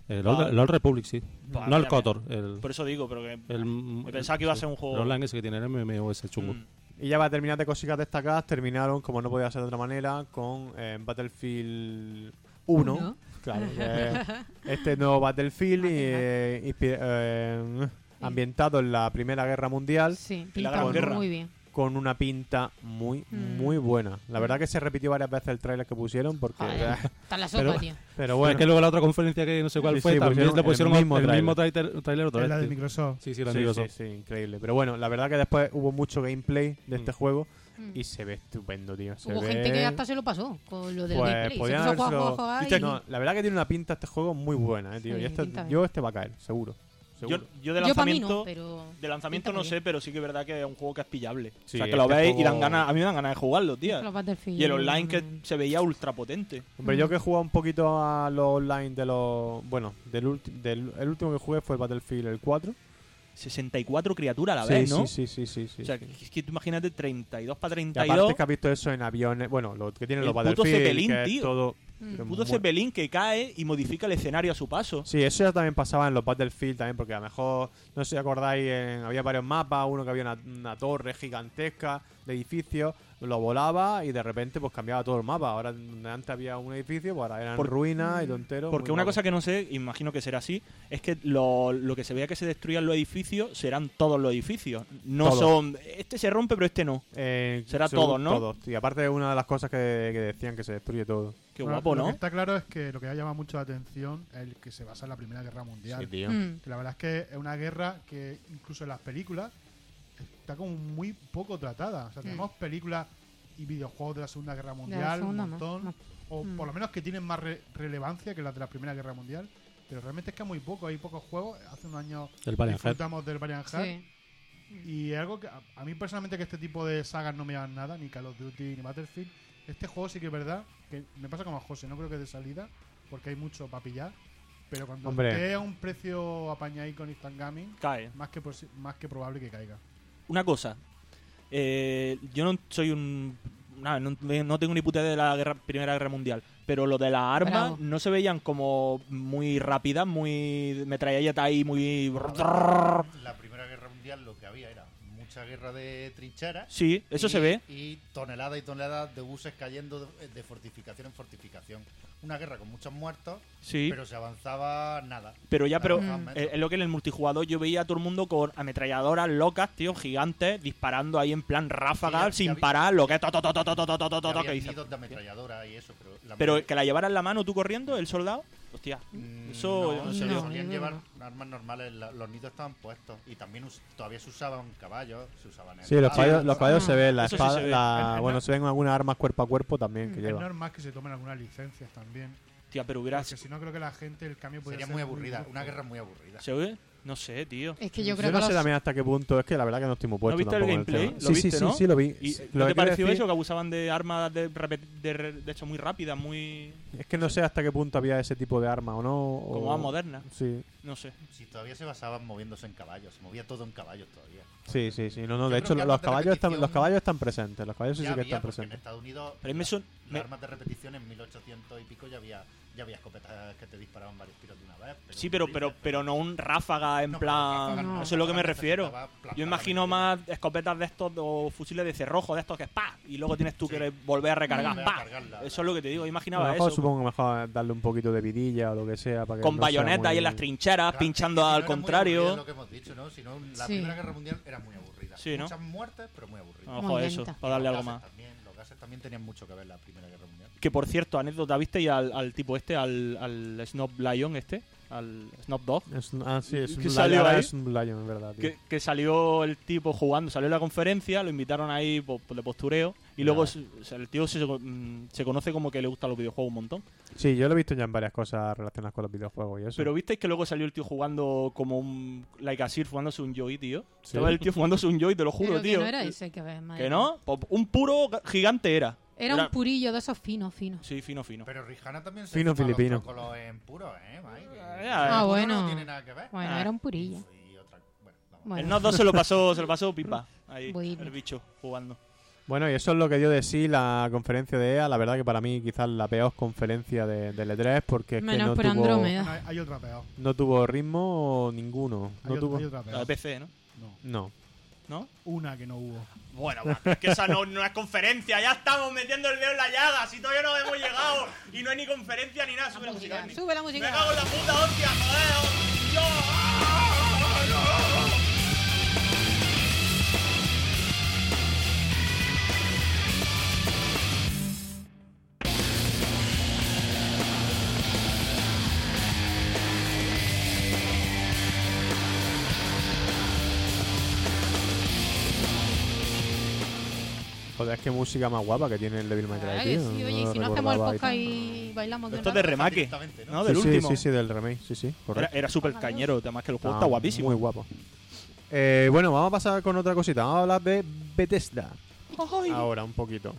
[SPEAKER 2] El Old, el Old Republic, sí.
[SPEAKER 3] Vale,
[SPEAKER 2] no el
[SPEAKER 3] vale.
[SPEAKER 2] Kotor, el...
[SPEAKER 3] Por eso digo, pero que...
[SPEAKER 2] el-
[SPEAKER 3] me pensaba que iba a
[SPEAKER 2] sí.
[SPEAKER 3] ser un juego...
[SPEAKER 2] El online ese que tiene el MMOS chungo.
[SPEAKER 3] Mm.
[SPEAKER 1] Y ya va a terminar de cositas destacadas. Terminaron, como no podía ser de otra manera, con eh, Battlefield 1.
[SPEAKER 4] Uno.
[SPEAKER 1] Claro. que este nuevo Battlefield
[SPEAKER 4] Ah,
[SPEAKER 1] eh, inspi- eh, ambientado en la Primera Guerra Mundial
[SPEAKER 4] Sí,
[SPEAKER 3] Y la
[SPEAKER 4] pinta
[SPEAKER 1] Gran
[SPEAKER 4] muy
[SPEAKER 1] Guerra.
[SPEAKER 4] muy bien.
[SPEAKER 1] con una pinta muy,
[SPEAKER 4] Mm.
[SPEAKER 1] muy buena. La verdad que se repitió varias veces el trailer que pusieron porque...
[SPEAKER 4] Joder, Está en la sopa,
[SPEAKER 2] Pero-
[SPEAKER 4] tío.
[SPEAKER 1] Pero
[SPEAKER 2] Bueno.
[SPEAKER 1] bueno,
[SPEAKER 2] Es que luego la otra conferencia que no sé cuál
[SPEAKER 1] Sí,
[SPEAKER 2] fue,
[SPEAKER 1] sí,
[SPEAKER 2] también
[SPEAKER 1] pusieron
[SPEAKER 2] le
[SPEAKER 1] el
[SPEAKER 2] pusieron
[SPEAKER 1] mismo
[SPEAKER 2] pues el
[SPEAKER 1] tráiler.
[SPEAKER 2] mismo trailer, trailer otra
[SPEAKER 5] Es
[SPEAKER 2] vez.
[SPEAKER 5] la de
[SPEAKER 2] tío.
[SPEAKER 1] este.
[SPEAKER 5] Microsoft.
[SPEAKER 2] Sí, sí, la de
[SPEAKER 1] sí, sí,
[SPEAKER 2] Microsoft.
[SPEAKER 1] sí, increíble. Pero bueno, la verdad que después hubo mucho gameplay de este
[SPEAKER 2] Mm.
[SPEAKER 1] juego
[SPEAKER 4] Mm.
[SPEAKER 1] y se ve estupendo, tío. Se
[SPEAKER 4] Hubo
[SPEAKER 1] ve-
[SPEAKER 4] gente que hasta se lo pasó con lo del
[SPEAKER 1] Pues,
[SPEAKER 4] gameplay. Se
[SPEAKER 1] podían
[SPEAKER 4] puso a jugar,
[SPEAKER 1] haberlo-
[SPEAKER 4] jugar, jugar
[SPEAKER 1] Viste,
[SPEAKER 4] y-
[SPEAKER 1] no, la verdad que tiene una pinta este juego muy buena, eh, tío.
[SPEAKER 4] Sí,
[SPEAKER 1] y este,
[SPEAKER 4] pinta bien.
[SPEAKER 1] yo este va a caer, seguro.
[SPEAKER 3] Yo,
[SPEAKER 1] seguro.
[SPEAKER 3] yo de
[SPEAKER 4] Yo para mí
[SPEAKER 3] lanzamiento...
[SPEAKER 4] no, pero...
[SPEAKER 3] De lanzamiento
[SPEAKER 4] Pinta
[SPEAKER 3] no
[SPEAKER 4] muy
[SPEAKER 3] sé, pero sí que es verdad que es un juego que es pillable.
[SPEAKER 1] Sí,
[SPEAKER 3] o sea, que lo
[SPEAKER 1] este
[SPEAKER 3] veis y
[SPEAKER 1] juego-
[SPEAKER 3] dan ganas, a mí me dan ganas de jugarlo, tía.
[SPEAKER 4] Los Battlefield,
[SPEAKER 3] Ah, Y el online que
[SPEAKER 4] mm,
[SPEAKER 3] se veía ultra potente.
[SPEAKER 1] Hombre, yo que he jugado un poquito a los online de los... Bueno, del, ulti- del el último que jugué fue el Battlefield el 4.
[SPEAKER 3] 64 criaturas a la
[SPEAKER 1] sí,
[SPEAKER 3] vez, ¿no?
[SPEAKER 1] sí, sí, sí, sí, sí.
[SPEAKER 3] O sea, que- es que tú imagínate 32 para
[SPEAKER 1] y aparte
[SPEAKER 3] 32.
[SPEAKER 1] que has visto eso en aviones, bueno, lo que tienen
[SPEAKER 3] El
[SPEAKER 1] los
[SPEAKER 3] puto
[SPEAKER 1] Battlefield,
[SPEAKER 3] Zeppelin,
[SPEAKER 1] que es
[SPEAKER 3] tío.
[SPEAKER 1] todo...
[SPEAKER 4] mm.
[SPEAKER 1] pero
[SPEAKER 3] Puto
[SPEAKER 1] muy-
[SPEAKER 3] Zeppelin que cae y modifica el escenario a su paso.
[SPEAKER 1] Sí, eso ya también pasaba en los Battlefield también, porque a lo mejor, no sé si acordáis, en- había varios mapas, uno que había una, una torre gigantesca de edificios, lo volaba y de repente pues cambiaba todo el mapa. Ahora donde antes había un edificio, pues ahora eran
[SPEAKER 3] Por-
[SPEAKER 1] ruinas y tontero.
[SPEAKER 3] Porque una cosa que no sé, imagino que será así, es que lo, lo que se vea que se destruyan los edificios serán todos los edificios. No
[SPEAKER 1] Todos.
[SPEAKER 3] son. Este se rompe, pero este no. será todo, ¿no?
[SPEAKER 1] Todos. Eh, Y aparte es una de las cosas que, que decían que se destruye todo.
[SPEAKER 3] Qué
[SPEAKER 5] Bueno,
[SPEAKER 3] guapo,
[SPEAKER 5] Lo
[SPEAKER 3] ¿no?
[SPEAKER 5] que está claro es que lo que ha llamado mucho la atención es el que se basa en la Primera Guerra Mundial.
[SPEAKER 1] tío.
[SPEAKER 4] Mm.
[SPEAKER 5] Que la verdad es que es una guerra que incluso en las películas está como muy poco tratada. O sea, tenemos películas y videojuegos de la Segunda Guerra
[SPEAKER 4] De la
[SPEAKER 5] Mundial,
[SPEAKER 4] segunda
[SPEAKER 5] un
[SPEAKER 4] más,
[SPEAKER 5] montón,
[SPEAKER 4] más.
[SPEAKER 5] o
[SPEAKER 4] Mm.
[SPEAKER 5] por lo menos que tienen más re- relevancia que las de la Primera Guerra Mundial. Pero realmente es que hay muy poco, hay pocos juegos. Hace unos años
[SPEAKER 2] El Valiant Heart.
[SPEAKER 5] disfrutamos del Valiant Heart.
[SPEAKER 4] Sí.
[SPEAKER 5] Y es algo que a, a mí personalmente que este tipo de sagas no me dan nada, ni Call of Duty ni Battlefield. Este juego sí que es verdad, que me pasa como a José, no creo que de salida, porque hay mucho para pillar. Pero cuando
[SPEAKER 1] Hombre.
[SPEAKER 5] esté a un precio apañáis con Instant Gaming,
[SPEAKER 3] Cae.
[SPEAKER 5] más que, posi- más que probable que caiga.
[SPEAKER 3] una cosa. Eh, yo no soy un. nada, no, no tengo ni puta idea de la guerra- Primera Guerra Mundial. Pero lo de las armas
[SPEAKER 4] Bravo.
[SPEAKER 3] no se veían como muy rápidas, muy. metralleta ahí, muy.
[SPEAKER 6] La Primera Guerra Mundial lo que había era mucha guerra de trincheras.
[SPEAKER 3] Sí, eso
[SPEAKER 6] y-
[SPEAKER 3] se ve.
[SPEAKER 6] Y toneladas y toneladas de buses cayendo de, de fortificación en fortificación. Una guerra con muchos muertos,
[SPEAKER 3] Sí. Pero,
[SPEAKER 6] pero se avanzaba nada.
[SPEAKER 3] ya, pero.
[SPEAKER 6] Avanzaban
[SPEAKER 4] Mm.
[SPEAKER 6] metros.
[SPEAKER 3] eh, Es lo que en el multijugador yo veía a todo el mundo con ametralladoras locas, tío, gigantes, disparando ahí en plan ráfaga,
[SPEAKER 6] Sí, ya-
[SPEAKER 3] sin
[SPEAKER 6] ya vi-
[SPEAKER 3] parar, lo que es to, to, to, to, to, to, to, to, to,
[SPEAKER 6] Ya
[SPEAKER 3] to, que
[SPEAKER 6] habían
[SPEAKER 3] dices.
[SPEAKER 6] nidos de ametralladora y eso, pero... la
[SPEAKER 3] Pero
[SPEAKER 6] mayoría-
[SPEAKER 3] que la llevara en la mano tú corriendo, el soldado, hostia.
[SPEAKER 6] Mm,
[SPEAKER 3] eso-
[SPEAKER 6] no,
[SPEAKER 3] no
[SPEAKER 6] se
[SPEAKER 4] sé.
[SPEAKER 6] solían
[SPEAKER 4] No,
[SPEAKER 6] llevar
[SPEAKER 4] no,
[SPEAKER 6] armas normales, la- los nidos estaban puestos y también us- todavía se usaban caballos, se usaban
[SPEAKER 1] Sí, los
[SPEAKER 6] espadas,
[SPEAKER 1] caballos, los
[SPEAKER 6] se
[SPEAKER 1] caballos
[SPEAKER 4] Ah.
[SPEAKER 1] se ven, la
[SPEAKER 3] Eso sí
[SPEAKER 1] espada,
[SPEAKER 3] se ve.
[SPEAKER 1] la-
[SPEAKER 5] En- en
[SPEAKER 1] bueno,
[SPEAKER 5] la-
[SPEAKER 1] se ven algunas armas cuerpo a cuerpo también que
[SPEAKER 5] Es
[SPEAKER 1] llevan.
[SPEAKER 5] normal que se tomen algunas licencias también.
[SPEAKER 3] Hostia, pero hubiera.
[SPEAKER 5] Porque si no, creo que la gente, el cambio puede
[SPEAKER 6] Sería
[SPEAKER 5] ser
[SPEAKER 6] muy aburrida,
[SPEAKER 5] brusco.
[SPEAKER 6] una guerra muy aburrida.
[SPEAKER 3] ¿Se oye? No sé, tío.
[SPEAKER 4] Es que yo creo
[SPEAKER 1] Yo no
[SPEAKER 4] que
[SPEAKER 1] sé
[SPEAKER 4] los-
[SPEAKER 1] también hasta qué punto, es que la verdad que no estoy muy puesto.
[SPEAKER 3] viste el
[SPEAKER 1] tampoco en el
[SPEAKER 3] gameplay?
[SPEAKER 1] tema.
[SPEAKER 3] ¿Lo
[SPEAKER 1] sí,
[SPEAKER 3] viste,
[SPEAKER 1] sí, sí,
[SPEAKER 3] no?
[SPEAKER 1] sí, lo vi.
[SPEAKER 3] ¿Y
[SPEAKER 1] Lo
[SPEAKER 3] ¿No
[SPEAKER 1] que
[SPEAKER 3] te
[SPEAKER 1] quiero
[SPEAKER 3] pareció
[SPEAKER 1] decir
[SPEAKER 3] eso? Que abusaban de armas de, repet- de, re- de hecho muy rápidas, muy.
[SPEAKER 1] Es que no sé hasta qué punto había ese tipo de arma o no. o-
[SPEAKER 3] como más modernas.
[SPEAKER 1] Sí,
[SPEAKER 3] No sé.
[SPEAKER 6] Si todavía se basaban moviéndose en caballos, se movía todo en caballos todavía.
[SPEAKER 1] sí, sí. sí. No, no, de
[SPEAKER 6] Yo creo
[SPEAKER 1] hecho,
[SPEAKER 6] que
[SPEAKER 1] los
[SPEAKER 6] armas de
[SPEAKER 1] caballos, están,
[SPEAKER 6] repetición-
[SPEAKER 1] los caballos están presentes. Los caballos sí,
[SPEAKER 6] Ya
[SPEAKER 1] sí que
[SPEAKER 6] había,
[SPEAKER 1] están
[SPEAKER 6] porque en
[SPEAKER 1] presentes.
[SPEAKER 6] Estados Unidos
[SPEAKER 3] Pero a mí eso
[SPEAKER 6] las
[SPEAKER 3] me-
[SPEAKER 6] armas de repetición en 1800 y pico ya había, ya había escopetas que te disparaban varios tiros de una vez.
[SPEAKER 3] Sí, pero, pero, pero no un ráfaga en
[SPEAKER 6] No, pero
[SPEAKER 3] plan.
[SPEAKER 6] ráfaga
[SPEAKER 4] no,
[SPEAKER 3] Eso es lo que me
[SPEAKER 6] ráfaga
[SPEAKER 3] refiero.
[SPEAKER 6] necesitaba plantar
[SPEAKER 3] Yo
[SPEAKER 6] la
[SPEAKER 3] imagino
[SPEAKER 6] mentira.
[SPEAKER 3] más escopetas de estos o fusiles de cerrojo de estos que es pa y luego tienes tú
[SPEAKER 6] Sí.
[SPEAKER 3] que volver a recargar
[SPEAKER 4] Mm.
[SPEAKER 6] Volver a
[SPEAKER 3] pa.
[SPEAKER 6] cargarla.
[SPEAKER 3] Eso es lo que te digo. yo
[SPEAKER 1] a lo
[SPEAKER 3] Imaginaba
[SPEAKER 1] mejor
[SPEAKER 3] eso.
[SPEAKER 1] supongo que mejor darle un poquito de vidilla o lo que sea. Para que
[SPEAKER 3] Con
[SPEAKER 1] no sea
[SPEAKER 3] bayoneta ahí
[SPEAKER 1] muy-
[SPEAKER 3] en las trincheras, pinchando al
[SPEAKER 6] Es
[SPEAKER 3] contrario.
[SPEAKER 6] lo que hemos dicho, ¿no? Si no, la
[SPEAKER 4] Sí.
[SPEAKER 6] Primera Guerra Mundial era muy aburrida.
[SPEAKER 3] Sí, ¿no?
[SPEAKER 6] Muchas muertes, pero muy aburrida.
[SPEAKER 3] A lo mejor
[SPEAKER 4] Muy
[SPEAKER 3] eso,
[SPEAKER 4] lenta.
[SPEAKER 3] para darle
[SPEAKER 6] Los
[SPEAKER 3] algo
[SPEAKER 6] gases
[SPEAKER 3] más.
[SPEAKER 6] También, los gases también tenían mucho que ver en la Primera Guerra Mundial.
[SPEAKER 3] Que por cierto, anécdota, ¿viste? Y al, al tipo este, al, al Snob Lion este, al Snob Dog,
[SPEAKER 1] Es un- ah, sí, es
[SPEAKER 3] ¿Qué
[SPEAKER 1] un,
[SPEAKER 3] salió
[SPEAKER 1] ahora
[SPEAKER 3] ahí?
[SPEAKER 1] es un lion, en verdad. tío.
[SPEAKER 3] que, que salió el tipo jugando, salió a la conferencia, lo invitaron ahí po- po- de postureo, y luego
[SPEAKER 1] Ah.
[SPEAKER 3] se- se- el tío se, mm, se conoce como que le gustan los videojuegos un montón.
[SPEAKER 1] Sí, yo lo he visto ya en varias cosas relacionadas con los videojuegos y eso.
[SPEAKER 3] Pero visteis que luego salió el tío jugando como un. Like Asir fumándose un Joy, tío.
[SPEAKER 1] Sí.
[SPEAKER 3] Estaba el tío fumándose un Joy, te lo
[SPEAKER 4] Pero
[SPEAKER 3] juro,
[SPEAKER 4] que
[SPEAKER 3] tío.
[SPEAKER 4] no era ese que ves, madre
[SPEAKER 3] ¿Que
[SPEAKER 4] mía.
[SPEAKER 3] no? Pues Un puro ga- gigante era.
[SPEAKER 4] Era
[SPEAKER 3] Era-
[SPEAKER 4] un purillo de esos finos, finos.
[SPEAKER 3] Sí, fino, fino.
[SPEAKER 6] Pero Rihanna también se
[SPEAKER 1] Fino
[SPEAKER 6] fuma los
[SPEAKER 1] filipino.
[SPEAKER 6] trócolos en puro, ¿eh? Mike? Que-
[SPEAKER 3] Ah, ah,
[SPEAKER 6] que en
[SPEAKER 4] ah,
[SPEAKER 6] puro
[SPEAKER 4] bueno.
[SPEAKER 6] No tiene nada que ver.
[SPEAKER 4] Bueno,
[SPEAKER 3] Ah.
[SPEAKER 4] era un purillo.
[SPEAKER 6] Y otra- bueno, vamos.
[SPEAKER 4] Bueno.
[SPEAKER 3] El Nos 2 se lo pasó, se lo pasó pipa. Ahí,
[SPEAKER 4] Bueno.
[SPEAKER 3] el bicho jugando.
[SPEAKER 1] Bueno, y eso es lo que dio de sí la conferencia de EA. La verdad que para mí quizás la peor conferencia de, del E3 porque es que
[SPEAKER 4] Menos
[SPEAKER 1] no
[SPEAKER 4] por
[SPEAKER 1] tuvo,
[SPEAKER 4] Andrómeda.
[SPEAKER 5] Hay, hay otra peor.
[SPEAKER 1] no tuvo ritmo ninguno.
[SPEAKER 5] Hay,
[SPEAKER 1] No
[SPEAKER 5] otra-
[SPEAKER 1] tuvo...
[SPEAKER 5] hay otra
[SPEAKER 3] La de
[SPEAKER 5] peor.
[SPEAKER 3] PC, ¿no?
[SPEAKER 5] No,
[SPEAKER 1] No.
[SPEAKER 3] ¿No?
[SPEAKER 5] una que no hubo.
[SPEAKER 3] Bueno, va, es que esa no, no es conferencia, ya estamos metiendo el dedo en la llaga, si todavía no hemos llegado y no hay ni conferencia ni nada, sube la música. Dani.
[SPEAKER 4] Sube la
[SPEAKER 3] Me cago
[SPEAKER 4] música.
[SPEAKER 3] en la puta hostia, joder. oh, Dios, ah, no.
[SPEAKER 1] Joder, es que música más guapa que tiene el Devil May Cry,
[SPEAKER 4] Ah, que
[SPEAKER 1] tío.
[SPEAKER 4] sí,
[SPEAKER 1] lo
[SPEAKER 4] oye, si no hacemos el
[SPEAKER 1] recordaba ahí
[SPEAKER 4] podcast y bailamos de
[SPEAKER 3] Esto es
[SPEAKER 4] una
[SPEAKER 3] de
[SPEAKER 4] vez.
[SPEAKER 3] remake,
[SPEAKER 6] Directamente, ¿no?
[SPEAKER 3] ah, ¿no?
[SPEAKER 1] tanto.
[SPEAKER 3] Del
[SPEAKER 1] sí,
[SPEAKER 3] último.
[SPEAKER 1] Sí, sí, del remake. Sí, sí, correcto.
[SPEAKER 3] Era, era súper cañero, además que el juego está
[SPEAKER 1] Ah,
[SPEAKER 3] guapísimo.
[SPEAKER 1] Muy guapo. Eh, bueno, vamos a pasar con otra cosita. Vamos a hablar de Bethesda. Ahora, un poquito.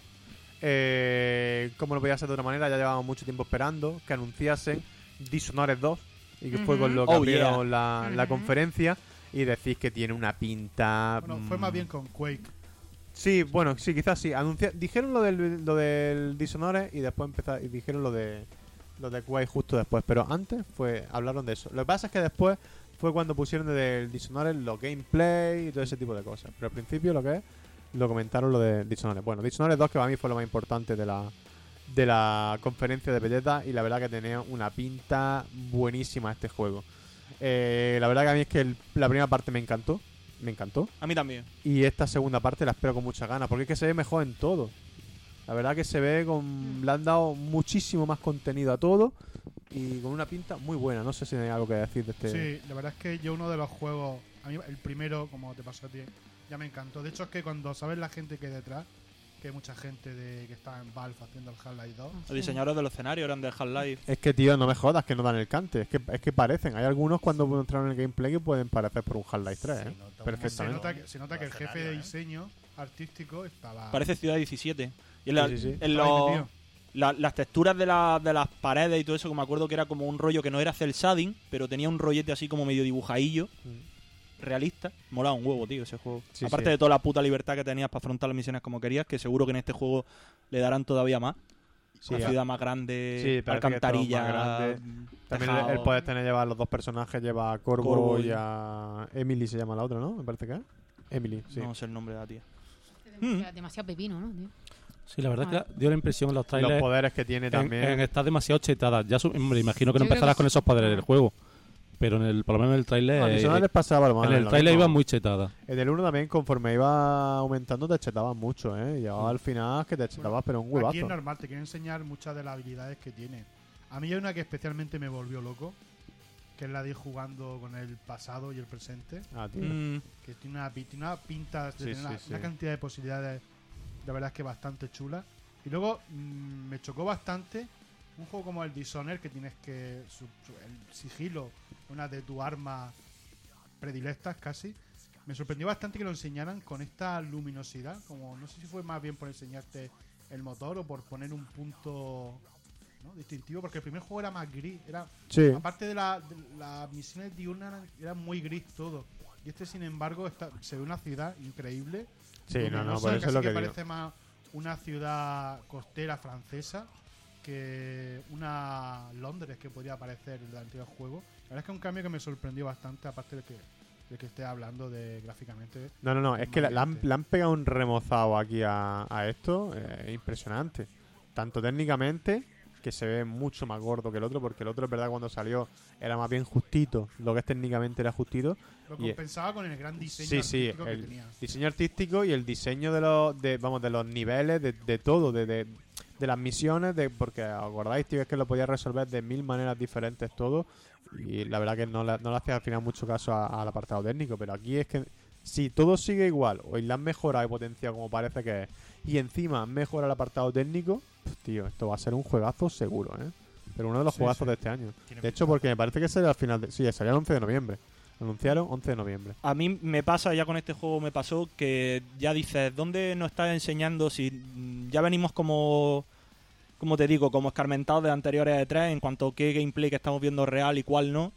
[SPEAKER 1] Eh, como lo podía hacer de otra manera, ya llevábamos mucho tiempo esperando que anunciasen Dishonored 2 y que fue
[SPEAKER 4] Ujú.
[SPEAKER 1] con lo que
[SPEAKER 3] Oh,
[SPEAKER 1] abrieron la, la
[SPEAKER 4] Ujú.
[SPEAKER 1] conferencia y decís que tiene una pinta...
[SPEAKER 5] Bueno, fue
[SPEAKER 1] mm,
[SPEAKER 5] más bien con Quake.
[SPEAKER 1] Sí, bueno, sí, quizás sí. Anuncia- dijeron lo del, lo del Dishonored y después empezar, y dijeron lo de lo de Quake justo después. Pero antes fue hablaron de eso. Lo que pasa es que después fue cuando pusieron del Dishonored los gameplay y todo ese tipo de cosas. Pero al principio lo que es, lo comentaron lo de Dishonored. Bueno, Dishonored 2 que para mí fue lo más importante de la de la conferencia de Bethesda y la verdad que tenía una pinta buenísima este juego. Eh, la verdad que a mí es que el- la primera parte me encantó. Me encantó.
[SPEAKER 3] A mí también.
[SPEAKER 1] Y esta segunda parte la espero con muchas ganas, porque es que se ve mejor en todo. La verdad que se ve con.
[SPEAKER 4] Mm.
[SPEAKER 1] Le han dado muchísimo más contenido a todo y con una pinta muy buena. No sé si hay algo que decir de este.
[SPEAKER 5] Sí, la verdad es que yo uno de los juegos, a mí el primero, como te pasó a ti, ya me encantó. De hecho es que cuando sabes la gente que hay detrás, que hay mucha gente de, que está en Valve haciendo el Half-Life 2,
[SPEAKER 3] Los diseñadores del escenario eran de Half-Life.
[SPEAKER 1] Es que, tío, no me jodas que no dan el cante. Es que, es que parecen. Hay algunos cuando entraron en el gameplay que pueden parecer por un Half-Life 3, ¿eh?
[SPEAKER 6] Se nota un
[SPEAKER 5] que se
[SPEAKER 1] Perfectamente.
[SPEAKER 5] nota, que, se nota que el jefe de
[SPEAKER 6] escenario, ¿eh?
[SPEAKER 5] diseño artístico estaba...
[SPEAKER 3] Parece Ciudad 17. Y en la-
[SPEAKER 1] Sí, sí, sí.
[SPEAKER 3] en
[SPEAKER 5] estaba ahí
[SPEAKER 3] los-
[SPEAKER 5] metido.
[SPEAKER 3] la- las texturas de, la- de las paredes y todo eso, que me acuerdo que era como un rollo que no era cel shading, pero tenía un rollete así como medio dibujadillo, realista. Molaba un huevo, tío, ese juego.
[SPEAKER 1] Mm. Sí,
[SPEAKER 3] Aparte
[SPEAKER 1] sí.
[SPEAKER 3] de toda la puta libertad que tenías para afrontar las misiones como querías, que seguro que en este juego le darán todavía más.
[SPEAKER 1] Sí,
[SPEAKER 3] Una
[SPEAKER 1] a-
[SPEAKER 3] ciudad más grande,
[SPEAKER 1] Sí, parece que
[SPEAKER 3] alcantarilla.
[SPEAKER 1] todo más grande. También el, el
[SPEAKER 3] tejado.
[SPEAKER 1] poder tener llevar a los dos personajes, lleva a Corvo,
[SPEAKER 3] Corvo y-
[SPEAKER 1] y a. Emily se llama la otra, ¿no? Me parece que es. Emily, sí.
[SPEAKER 3] No sé el nombre de la tía.
[SPEAKER 4] Demasiado-
[SPEAKER 3] Mm.
[SPEAKER 4] Demasiado pepino, ¿no? tío?
[SPEAKER 2] Sí, la verdad es que dio la impresión en los
[SPEAKER 1] los
[SPEAKER 2] trailers
[SPEAKER 1] poderes que tiene
[SPEAKER 2] en,
[SPEAKER 1] también.
[SPEAKER 2] en estar demasiado chetadas. Ya su- hombre, imagino que no
[SPEAKER 4] Yo creo
[SPEAKER 2] empezarás
[SPEAKER 4] que
[SPEAKER 2] con
[SPEAKER 4] sí.
[SPEAKER 2] esos poderes del juego. Pero en el, por lo menos en el trailer.
[SPEAKER 1] Ah,
[SPEAKER 2] eh,
[SPEAKER 1] No, Dishonored les pasaba lo
[SPEAKER 2] en
[SPEAKER 1] malo,
[SPEAKER 2] el
[SPEAKER 1] lo
[SPEAKER 2] trailer
[SPEAKER 1] mismo.
[SPEAKER 2] iban muy chetadas.
[SPEAKER 1] En el 1 también, conforme iba aumentando, te chetabas mucho, ¿eh? Llegaba al final que te chetabas, pero un
[SPEAKER 5] Aquí es
[SPEAKER 1] huevazo.
[SPEAKER 5] normal, te quieren enseñar muchas de las habilidades que tiene. A mí hay una que especialmente me volvió loco, que es la de ir jugando con el pasado y el presente,
[SPEAKER 1] Ah, tío.
[SPEAKER 3] Mm,
[SPEAKER 5] que tiene una, pi- tiene una pinta de
[SPEAKER 1] Sí,
[SPEAKER 5] tener
[SPEAKER 1] sí,
[SPEAKER 5] una,
[SPEAKER 1] sí.
[SPEAKER 5] una cantidad de posibilidades, la verdad es que bastante chula. Y luego mm, me chocó bastante Un juego como el Dishonored, que tienes que. su- su- el sigilo, una de tus armas predilectas casi. Me sorprendió bastante que lo enseñaran con esta luminosidad. Como no sé si fue más bien por enseñarte el motor o por poner un punto ¿no? distintivo, porque el primer juego era más gris. Era,
[SPEAKER 1] Sí.
[SPEAKER 5] Aparte de la- de las misiones diurnas, eran- era muy gris todo. Y este, sin embargo, está, se ve una ciudad increíble.
[SPEAKER 1] Sí, no, no,
[SPEAKER 5] luminosa,
[SPEAKER 1] por eso es
[SPEAKER 5] casi
[SPEAKER 1] lo que digo.
[SPEAKER 5] parece más una ciudad costera francesa que una Londres que podía aparecer en el anterior juego. La verdad es que es un cambio que me sorprendió bastante, aparte de que, de que esté hablando de gráficamente.
[SPEAKER 1] No, no, no, es que la- le han, le han pegado un remozado aquí a, a esto, eh, impresionante. Tanto técnicamente, que se ve mucho más gordo que el otro, porque el otro, es verdad, cuando salió era más bien justito, lo que es técnicamente era justito.
[SPEAKER 5] Lo
[SPEAKER 1] Y-
[SPEAKER 5] compensaba con el gran diseño
[SPEAKER 1] Sí, sí,
[SPEAKER 5] artístico
[SPEAKER 1] el
[SPEAKER 5] que tenía.
[SPEAKER 1] diseño artístico y el diseño de los, de, vamos, de los niveles, de, de todo, de, de, de las misiones, de porque acordáis, tío, es que lo podías resolver de mil maneras diferentes todo. Y la verdad que no, la- no le hacía al final mucho caso a- al apartado técnico, pero aquí es que si todo sigue igual, o la han mejorado y potenciado como parece que es, y encima mejora el apartado técnico, pf, tío, esto va a ser un juegazo seguro, ¿eh? Pero uno de los
[SPEAKER 5] Sí,
[SPEAKER 1] juegazos
[SPEAKER 5] sí.
[SPEAKER 1] de este año.
[SPEAKER 6] Tiene
[SPEAKER 1] De hecho,
[SPEAKER 6] pintaza.
[SPEAKER 1] porque me parece que será al final de... Sí, sería el 11 de noviembre. Anunciaron 11 de noviembre.
[SPEAKER 3] A mí me pasa, ya con este juego me pasó, que ya dices, ¿dónde nos estás enseñando si mm, ya venimos como, como te digo, como escarmentados de anteriores de tres en cuanto a qué gameplay que estamos viendo real y cuál no?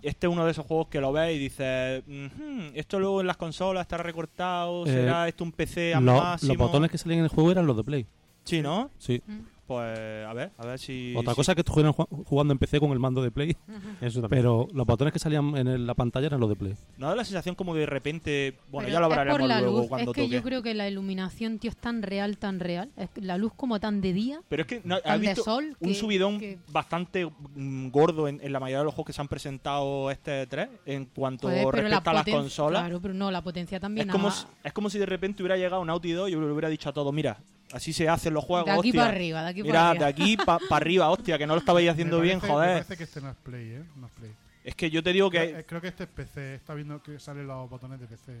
[SPEAKER 3] Este es uno de esos juegos que lo ves y dices, "Ujú, esto luego en las consolas estará recortado,
[SPEAKER 2] Eh,
[SPEAKER 3] será esto un PC a
[SPEAKER 2] Lo-
[SPEAKER 3] máximo.
[SPEAKER 2] los botones que salían en el juego eran los de Play.
[SPEAKER 3] Sí, ¿no?
[SPEAKER 2] Sí.
[SPEAKER 3] Pues a ver, a ver si...
[SPEAKER 2] Otra
[SPEAKER 3] si-
[SPEAKER 2] cosa es que estuvieran ju- jugando en PC con el mando de Play,
[SPEAKER 1] Eso también.
[SPEAKER 2] pero los botones que salían en el- la pantalla eran los de Play.
[SPEAKER 3] ¿No da la sensación como que de repente... Bueno,
[SPEAKER 4] Pero
[SPEAKER 3] ya lo
[SPEAKER 4] es
[SPEAKER 3] hablaremos
[SPEAKER 4] por la
[SPEAKER 3] luego
[SPEAKER 4] luz.
[SPEAKER 3] cuando
[SPEAKER 4] Es que
[SPEAKER 3] toque.
[SPEAKER 4] yo creo que la iluminación, tío, es tan real, tan real. Es que la luz como tan de día.
[SPEAKER 3] Pero es que no,
[SPEAKER 4] Tan
[SPEAKER 3] has
[SPEAKER 4] de
[SPEAKER 3] visto
[SPEAKER 4] sol
[SPEAKER 3] un
[SPEAKER 4] que-
[SPEAKER 3] subidón
[SPEAKER 4] que-
[SPEAKER 3] bastante mm, gordo en, en la mayoría de los juegos que se han presentado este 3 en cuanto
[SPEAKER 4] Joder, pues, pero la
[SPEAKER 3] respecta a las
[SPEAKER 4] poten-
[SPEAKER 3] consolas.
[SPEAKER 4] Claro, pero no, la potencia
[SPEAKER 3] Es
[SPEAKER 4] también.
[SPEAKER 3] como,
[SPEAKER 4] a-
[SPEAKER 3] si, es como si de repente hubiera llegado un Naughty 2 y le hubiera dicho a todos, mira, así se hacen los juegos,
[SPEAKER 4] de aquí
[SPEAKER 3] hostia.
[SPEAKER 4] para arriba, de aquí para
[SPEAKER 3] Mira,
[SPEAKER 4] arriba.
[SPEAKER 3] de aquí para arriba, hostia, que no lo estabais haciendo
[SPEAKER 5] Me
[SPEAKER 3] bien,
[SPEAKER 5] parece- Me
[SPEAKER 3] joder.
[SPEAKER 5] parece que este no es Play, ¿eh? No es Play.
[SPEAKER 3] Es que yo te digo
[SPEAKER 5] Creo,
[SPEAKER 3] que
[SPEAKER 5] eh, creo que este es PC. Está viendo que salen los botones de PC, ¿eh?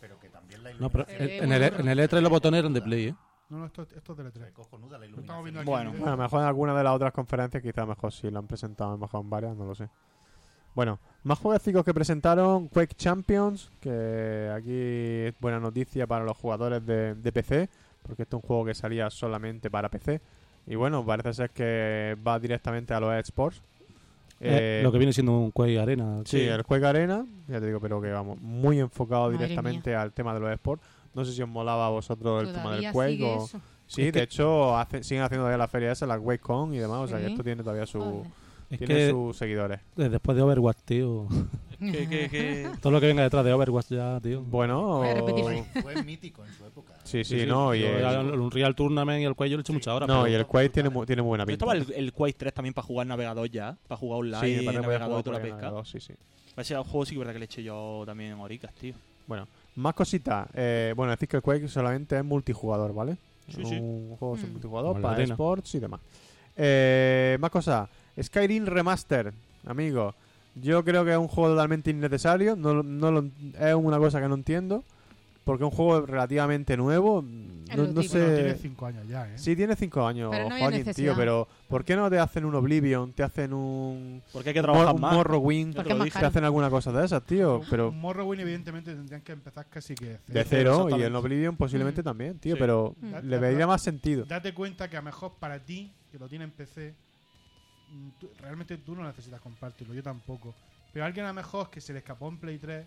[SPEAKER 6] Pero que también la
[SPEAKER 2] No, pero
[SPEAKER 6] iluminación.
[SPEAKER 4] Eh,
[SPEAKER 2] en, el,
[SPEAKER 4] bueno,
[SPEAKER 2] en el E3 los botones eran de Play, ¿eh?
[SPEAKER 5] No, no, esto, esto es de
[SPEAKER 6] es
[SPEAKER 5] L3.
[SPEAKER 6] cojonuda la
[SPEAKER 5] Estamos
[SPEAKER 6] iluminación.
[SPEAKER 5] viendo aquí
[SPEAKER 3] Bueno.
[SPEAKER 5] el vídeo.
[SPEAKER 1] Bueno, a lo mejor en alguna de las otras conferencias, quizá mejor si lo han presentado, a lo mejor en varias, no lo sé. Bueno, más jueguecitos que presentaron, Quake Champions, que aquí es buena noticia para los jugadores de, de PC, porque este es un juego que salía solamente para PC. Y bueno, parece ser que va directamente a los eSports.
[SPEAKER 2] Eh,
[SPEAKER 1] Eh,
[SPEAKER 2] lo que viene siendo un Quake Arena.
[SPEAKER 1] Sí, el Quake Arena, ya te digo, pero que vamos, muy enfocado
[SPEAKER 4] Madre
[SPEAKER 1] directamente al tema de los eSports. No sé si os molaba a vosotros el tema del
[SPEAKER 4] Todavía
[SPEAKER 1] Quake
[SPEAKER 4] sigue
[SPEAKER 1] o...
[SPEAKER 4] eso.
[SPEAKER 1] Sí,
[SPEAKER 2] Es
[SPEAKER 1] de
[SPEAKER 2] que-
[SPEAKER 1] hecho hace- siguen haciendo todavía la feria esa, la WakeCon y demás, o sea que
[SPEAKER 4] Sí.
[SPEAKER 1] esto tiene todavía su,
[SPEAKER 4] Joder.
[SPEAKER 2] Es
[SPEAKER 1] tiene
[SPEAKER 2] que
[SPEAKER 1] sus seguidores.
[SPEAKER 2] eh, después de Overwatch, tío.
[SPEAKER 3] que- que- que-
[SPEAKER 2] Todo lo que venga detrás de Overwatch ya, tío.
[SPEAKER 1] Bueno,
[SPEAKER 4] Voy a repetir.
[SPEAKER 6] Fue, fue mítico en su época. ¿eh?
[SPEAKER 1] sí, sí, no, y
[SPEAKER 2] yo
[SPEAKER 1] el,
[SPEAKER 2] ya el Unreal Tournament y el Quake yo le he hecho mucha hora.
[SPEAKER 1] no,
[SPEAKER 2] pero-
[SPEAKER 1] y el Quake tiene, mu- tiene muy buena
[SPEAKER 3] Yo
[SPEAKER 1] pinta.
[SPEAKER 3] estaba el, el Quake 3 también para jugar navegador ya, para jugar online,
[SPEAKER 1] sí, me parece que voy a
[SPEAKER 3] navegador
[SPEAKER 1] jugar
[SPEAKER 3] y toda la
[SPEAKER 1] por el
[SPEAKER 3] pesca.
[SPEAKER 1] navegador, sí, sí.
[SPEAKER 3] Ese juego sí que es verdad que le eché yo también horicas, tío.
[SPEAKER 1] Bueno, más cositas. Eh, bueno, decís que el Quake solamente es multijugador, ¿vale?
[SPEAKER 3] Sí, sí.
[SPEAKER 1] un juego sin
[SPEAKER 4] Mm.
[SPEAKER 1] multijugador
[SPEAKER 2] Como la
[SPEAKER 1] para
[SPEAKER 2] arena.
[SPEAKER 1] sports y demás. Eh, más cosas. Skyrim Remaster, amigo. Yo creo que es un juego totalmente innecesario. No, lo- no lo- es una cosa que no entiendo. Porque es un juego relativamente nuevo. Mm, No,
[SPEAKER 4] lo
[SPEAKER 1] no
[SPEAKER 4] típico.
[SPEAKER 5] Bueno, tiene
[SPEAKER 1] sé.
[SPEAKER 5] 5 años ya, ¿eh?
[SPEAKER 1] Sí, tiene 5 años,
[SPEAKER 4] Pero no había
[SPEAKER 1] Joaquín, tío.
[SPEAKER 4] necesidad.
[SPEAKER 1] Pero ¿por qué no te hacen un Oblivion? ¿Te hacen un.
[SPEAKER 3] Porque hay que trabajar
[SPEAKER 1] un
[SPEAKER 3] más.
[SPEAKER 1] Morrowind?
[SPEAKER 3] Yo te
[SPEAKER 4] Porque
[SPEAKER 3] lo
[SPEAKER 4] es más
[SPEAKER 3] dije.
[SPEAKER 1] ¿Te hacen alguna cosa de esas, tío? Pero.
[SPEAKER 5] Un Morrowind, evidentemente, tendrían que empezar casi que. de
[SPEAKER 1] De
[SPEAKER 5] cero.
[SPEAKER 1] cero. Y
[SPEAKER 3] Exactamente.
[SPEAKER 1] el Oblivion posiblemente
[SPEAKER 4] Mm.
[SPEAKER 1] también, tío.
[SPEAKER 3] Sí.
[SPEAKER 1] Pero
[SPEAKER 4] Mm.
[SPEAKER 5] Da-
[SPEAKER 1] le
[SPEAKER 5] da-
[SPEAKER 1] vería
[SPEAKER 5] da-
[SPEAKER 1] más sentido.
[SPEAKER 5] Date cuenta que a lo mejor para ti, que lo tiene en PC, mm, tú- realmente tú no necesitas compartirlo, yo tampoco. Pero a alguien a lo mejor que se le escapó en Play 3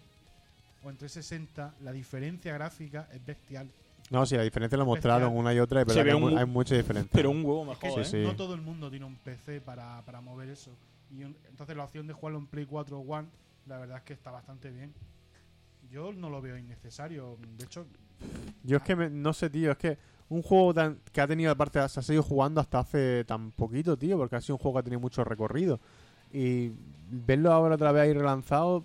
[SPEAKER 5] o en 360, la diferencia gráfica es bestial.
[SPEAKER 1] No, sí, la diferencia la mostraron
[SPEAKER 5] Especial.
[SPEAKER 1] una y otra, pero
[SPEAKER 3] Se ve
[SPEAKER 1] hay, mu-
[SPEAKER 3] un-
[SPEAKER 1] hay mucha diferencia.
[SPEAKER 3] Pero un huevo
[SPEAKER 5] Es que
[SPEAKER 3] mejor, ¿eh?
[SPEAKER 1] Sí, sí.
[SPEAKER 5] no todo el mundo tiene un PC para, para mover eso. Y un- entonces la opción de jugarlo en Play 4 o One, la verdad es que está bastante bien. Yo no lo veo innecesario. De hecho,
[SPEAKER 1] Yo es que me- no sé, tío, es que un juego tan- que ha tenido, aparte, se ha seguido jugando hasta hace tan poquito, tío, porque ha sido un juego que ha tenido mucho recorrido. Y verlo ahora otra vez ahí relanzado,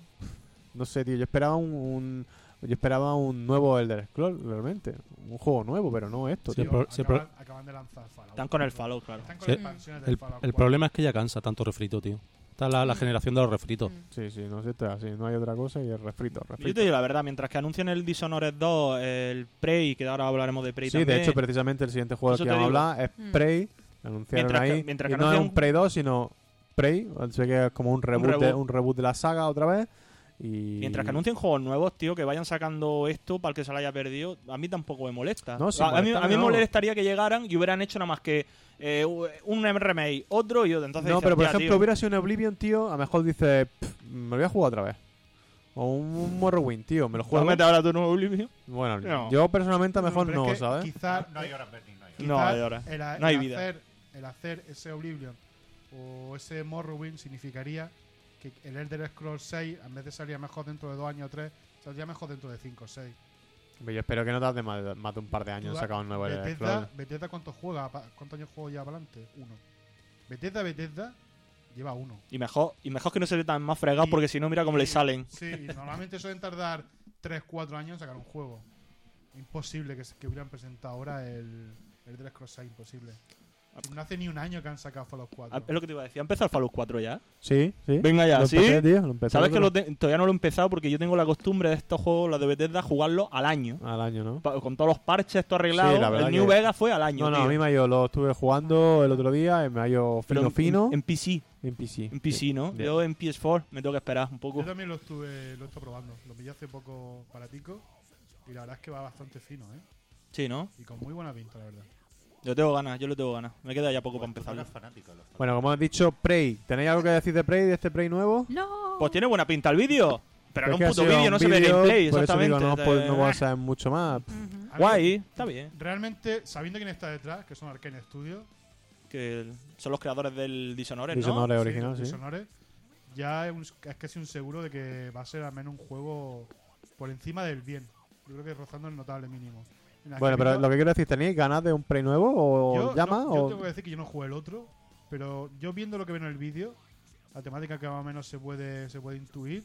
[SPEAKER 1] no sé, tío, yo esperaba un, un- yo esperaba un nuevo Elder Scrolls, realmente. Un juego nuevo, pero no esto, tío.
[SPEAKER 2] Sí,
[SPEAKER 5] tío,
[SPEAKER 2] pro-
[SPEAKER 5] acaban,
[SPEAKER 2] sí, pro-
[SPEAKER 5] acaban de lanzar Fallout.
[SPEAKER 3] Están con el Fallout, claro.
[SPEAKER 5] Están con
[SPEAKER 2] Sí.
[SPEAKER 5] las expansiones del
[SPEAKER 2] El,
[SPEAKER 5] Fallout
[SPEAKER 2] el
[SPEAKER 5] 4.
[SPEAKER 2] problema es que ya cansa tanto refrito, tío. Está la, la generación de los refritos.
[SPEAKER 4] Mm.
[SPEAKER 1] Sí, sí, no sé, esto es así, no hay otra cosa y es refrito,
[SPEAKER 3] Yo
[SPEAKER 1] refrito.
[SPEAKER 3] te digo la verdad, mientras que anuncian el Dishonored 2, el Prey, que ahora hablaremos de Prey
[SPEAKER 1] Sí,
[SPEAKER 3] también.
[SPEAKER 1] de hecho, precisamente el siguiente juego
[SPEAKER 3] Eso
[SPEAKER 1] del que
[SPEAKER 3] te
[SPEAKER 1] vamos a
[SPEAKER 3] digo.
[SPEAKER 1] hablar es
[SPEAKER 4] Mm.
[SPEAKER 1] Prey, Anunciaron
[SPEAKER 3] Mientras que-
[SPEAKER 1] ahí.
[SPEAKER 3] mientras
[SPEAKER 1] y
[SPEAKER 3] que
[SPEAKER 1] no es
[SPEAKER 3] anuncian-
[SPEAKER 1] un Prey 2, sino Prey. Sé que es como un reboot,
[SPEAKER 3] reboot.
[SPEAKER 1] De, un reboot de la saga otra vez. Y...
[SPEAKER 3] Mientras que anuncien juegos nuevos, tío, que vayan sacando esto para el que se lo haya perdido, a mí tampoco me molesta.
[SPEAKER 1] No, sí,
[SPEAKER 3] a, a mí,
[SPEAKER 1] molestarme
[SPEAKER 3] a mí me
[SPEAKER 1] no.
[SPEAKER 3] molestaría que llegaran y hubieran hecho nada más que eh, un remake, otro y otro. Entonces
[SPEAKER 1] no,
[SPEAKER 3] dices,
[SPEAKER 1] pero por
[SPEAKER 3] "Hostia,
[SPEAKER 1] ejemplo,
[SPEAKER 3] tío".
[SPEAKER 1] hubiera sido un Oblivion, tío. A lo mejor dice, "Pff, me lo voy a jugar otra vez. O un Morrowind, tío. Me lo
[SPEAKER 3] ¿Vas a
[SPEAKER 1] juego.
[SPEAKER 3] meter ahora tu nuevo Oblivion?
[SPEAKER 1] Bueno,
[SPEAKER 3] No.
[SPEAKER 1] yo personalmente a lo mejor
[SPEAKER 5] pero es
[SPEAKER 1] no,
[SPEAKER 5] que
[SPEAKER 1] ¿sabes?
[SPEAKER 5] Quizá,
[SPEAKER 6] No hay horas, Bernie, no hay horas.
[SPEAKER 5] quizá
[SPEAKER 3] No, hay horas.
[SPEAKER 5] el a-
[SPEAKER 3] No hay
[SPEAKER 5] el
[SPEAKER 3] vida.
[SPEAKER 5] Hacer, el hacer ese Oblivion o ese Morrowind significaría que el Elder Scrolls 6, en vez de salir mejor dentro de 2 años o 3, saldría mejor dentro de 5 o 6.
[SPEAKER 1] Pero Yo espero que no tarde más de, más de un par de años en
[SPEAKER 5] Tú,
[SPEAKER 1] sacar un nuevo Elder
[SPEAKER 5] Bethesda,
[SPEAKER 1] Scrolls.
[SPEAKER 5] Bethesda ¿cuánto juega? Pa- ¿Cuántos años juego ya para adelante? Uno. Bethesda, Bethesda lleva uno.
[SPEAKER 3] Y mejor, y mejor que no se le tan más fregados porque si no, mira cómo le salen.
[SPEAKER 5] Sí, y normalmente suelen tardar 3-4 años en sacar un juego. Imposible que, se- que hubieran presentado ahora el, el Dress Cross 6, imposible. No hace ni un año que han sacado Fallout
[SPEAKER 3] Ah,
[SPEAKER 5] 4.
[SPEAKER 3] Es lo que te iba a decir. ¿Ha empezado el Fallout 4 ya?
[SPEAKER 1] Sí, sí.
[SPEAKER 3] Venga ya,
[SPEAKER 1] Lo
[SPEAKER 3] ¿sí?
[SPEAKER 1] empecé, tío, lo empecé,
[SPEAKER 3] Sabes que
[SPEAKER 1] pero-
[SPEAKER 3] lo te- todavía no lo he empezado porque yo tengo la costumbre de estos juegos, los de Bethesda, jugarlos al año.
[SPEAKER 1] Al año, ¿no?
[SPEAKER 3] Pa- Con todos los parches, todo arreglado.
[SPEAKER 1] Sí, la verdad
[SPEAKER 3] el New
[SPEAKER 1] que-
[SPEAKER 3] Vegas fue al año.
[SPEAKER 1] No, no,
[SPEAKER 3] tío.
[SPEAKER 1] a mí me ha ido, lo estuve jugando el otro día, y me ha ido
[SPEAKER 3] Pero
[SPEAKER 1] fino,
[SPEAKER 3] en-
[SPEAKER 1] fino,
[SPEAKER 3] En, en PC.
[SPEAKER 1] en PC.
[SPEAKER 3] En PC, ¿no?
[SPEAKER 1] Bien.
[SPEAKER 3] Yo en PS4 me tengo que esperar un poco.
[SPEAKER 5] Yo también lo estuve, lo estuve probando. Lo pillé hace poco para Tico. Y la verdad es que va bastante fino, ¿eh?
[SPEAKER 3] Sí, ¿no?
[SPEAKER 5] Y con muy buena pinta, la verdad.
[SPEAKER 3] Yo tengo ganas, yo le tengo ganas. Me queda ya poco para
[SPEAKER 6] Pues tú
[SPEAKER 3] empezarlo.
[SPEAKER 6] no eres fanático de los Fallout.
[SPEAKER 1] Bueno, como has dicho, Prey. ¿Tenéis algo que decir de Prey, de este Prey nuevo?
[SPEAKER 4] No.
[SPEAKER 3] Pues tiene buena pinta el vídeo. Pero
[SPEAKER 1] Es
[SPEAKER 3] no
[SPEAKER 1] que
[SPEAKER 3] un
[SPEAKER 1] ha
[SPEAKER 3] puto
[SPEAKER 1] sido
[SPEAKER 3] vídeo,
[SPEAKER 1] un
[SPEAKER 3] no se ve
[SPEAKER 1] vídeo,
[SPEAKER 3] gameplay,
[SPEAKER 1] por eso
[SPEAKER 3] exactamente.
[SPEAKER 1] digo, no, pues, no
[SPEAKER 3] Eh,
[SPEAKER 1] voy a saber mucho más.
[SPEAKER 4] Ujú.
[SPEAKER 5] A mí,
[SPEAKER 3] Guay, está bien.
[SPEAKER 5] Realmente, sabiendo quién está detrás, que son Arkane Studios,
[SPEAKER 3] Que son los creadores del Dishonored, ¿no?
[SPEAKER 1] Dishonored original,
[SPEAKER 5] los
[SPEAKER 1] sí.
[SPEAKER 5] Dishonored, ya es, un- es casi un seguro de que va a ser al menos un juego por encima del bien. Yo creo que rozando el notable mínimo. En el
[SPEAKER 1] Bueno, pero
[SPEAKER 5] aspecto-
[SPEAKER 1] lo que quiero decir, ¿tenéis ganas de un Prey nuevo o
[SPEAKER 5] yo,
[SPEAKER 1] llama?
[SPEAKER 5] no- yo
[SPEAKER 1] o...
[SPEAKER 5] tengo que decir que yo no jugué el otro, pero yo viendo lo que veo en el vídeo, la temática que más o menos se puede, se puede intuir,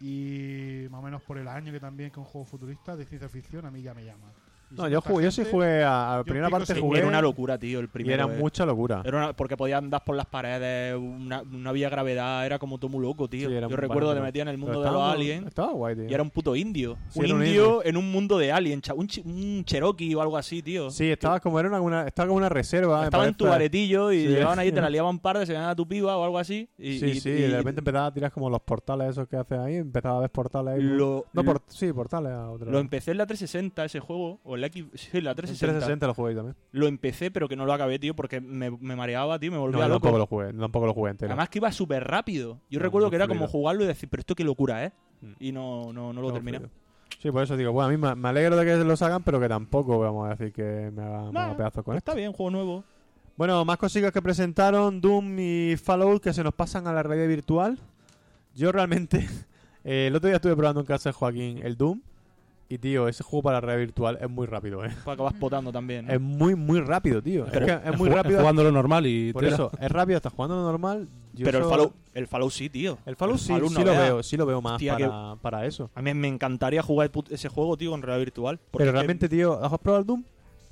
[SPEAKER 5] y más o menos por el año que también que es un juego futurista de ciencia ficción, a mí ya me llama. Y
[SPEAKER 1] No,
[SPEAKER 5] si
[SPEAKER 1] yo,
[SPEAKER 5] esta
[SPEAKER 1] jugué, yo sí
[SPEAKER 5] gente-
[SPEAKER 1] jugué a, a la
[SPEAKER 5] yo
[SPEAKER 1] primera
[SPEAKER 5] pico
[SPEAKER 1] parte
[SPEAKER 5] sí.
[SPEAKER 1] jugué
[SPEAKER 3] Era una locura, tío, el
[SPEAKER 1] y
[SPEAKER 3] primero.
[SPEAKER 1] era
[SPEAKER 3] eh.
[SPEAKER 1] mucha locura.
[SPEAKER 3] Era una- porque podía andar por las paredes, una, no había gravedad, era como todo muy loco, tío.
[SPEAKER 1] Sí, era
[SPEAKER 3] Yo
[SPEAKER 1] muy
[SPEAKER 3] recuerdo que
[SPEAKER 1] bárbaro.
[SPEAKER 3] te metía en el
[SPEAKER 1] Pero
[SPEAKER 3] mundo de
[SPEAKER 1] estaba-
[SPEAKER 3] los aliens
[SPEAKER 1] Estaba guay, tío.
[SPEAKER 3] y era un puto indio.
[SPEAKER 1] Sí,
[SPEAKER 3] un
[SPEAKER 1] era un
[SPEAKER 3] indio en un mundo de aliens, cha- un, chi- un cherokee o algo así, tío.
[SPEAKER 1] Sí, estaba como, era una, una- estaba como una reserva. me
[SPEAKER 3] Estaba en tu
[SPEAKER 1] parece.
[SPEAKER 3] baretillo y
[SPEAKER 1] Sí.
[SPEAKER 3] llegaban ahí, te la liaban parda, se ganaba tu piba o algo así. Y,
[SPEAKER 1] Sí,
[SPEAKER 3] y-
[SPEAKER 1] sí,
[SPEAKER 3] y-
[SPEAKER 1] de repente empezaba a tirar como los portales esos que haces ahí, empezaba a ver portales ahí.
[SPEAKER 3] Lo-
[SPEAKER 1] no, por, sí, portales a otro.
[SPEAKER 3] Lo empecé en la 360, ese juego, o en la, X- sí, en la
[SPEAKER 1] En
[SPEAKER 3] 360.
[SPEAKER 1] 360 lo jugué yo también.
[SPEAKER 3] Lo empecé, pero que no lo acabé, tío, porque me, me mareaba, tío, me volvía
[SPEAKER 1] no, yo
[SPEAKER 3] loco.
[SPEAKER 1] tampoco lo jugué, tampoco lo jugué entero.
[SPEAKER 3] Además que iba súper rápido. Yo
[SPEAKER 1] No,
[SPEAKER 3] recuerdo
[SPEAKER 1] no
[SPEAKER 3] que era como
[SPEAKER 1] fluido.
[SPEAKER 3] jugarlo y decir, pero esto qué locura, ¿eh?
[SPEAKER 1] Mm.
[SPEAKER 3] Y no, no, no lo
[SPEAKER 1] No,
[SPEAKER 3] terminé.
[SPEAKER 1] fluido. Sí, por eso digo, bueno, a mí me, me alegro de que los hagan, pero que tampoco vamos a decir que me haga, me
[SPEAKER 3] Nah,
[SPEAKER 1] haga pedazos con
[SPEAKER 3] Pues
[SPEAKER 1] esto.
[SPEAKER 3] está bien, juego nuevo.
[SPEAKER 1] Bueno, más cosillas que presentaron Doom y Fallout que se nos pasan a la realidad virtual. Yo realmente eh, el otro día estuve probando en casa de Joaquín el Doom y tío, ese juego para la realidad virtual es muy rápido, eh.
[SPEAKER 3] Para acabar potando también. ¿no?
[SPEAKER 1] Es muy muy rápido, tío. Es,
[SPEAKER 2] Pero-
[SPEAKER 1] que es muy
[SPEAKER 2] Ju-
[SPEAKER 1] rápido.
[SPEAKER 2] Jugando lo normal y
[SPEAKER 1] Por
[SPEAKER 2] tela.
[SPEAKER 1] eso, es rápido, estás jugando lo normal. Yo
[SPEAKER 3] pero el
[SPEAKER 1] eso-
[SPEAKER 3] Fallout, el Fallout sí, tío.
[SPEAKER 1] El Fallout sí, sí
[SPEAKER 3] no
[SPEAKER 1] lo
[SPEAKER 3] vea.
[SPEAKER 1] veo, sí lo veo más
[SPEAKER 3] Hostia,
[SPEAKER 1] para, para eso.
[SPEAKER 3] A mí me encantaría jugar put- ese juego, tío, en realidad virtual. porque
[SPEAKER 1] Pero
[SPEAKER 3] es que-
[SPEAKER 1] realmente, tío, ¿has probado el Doom?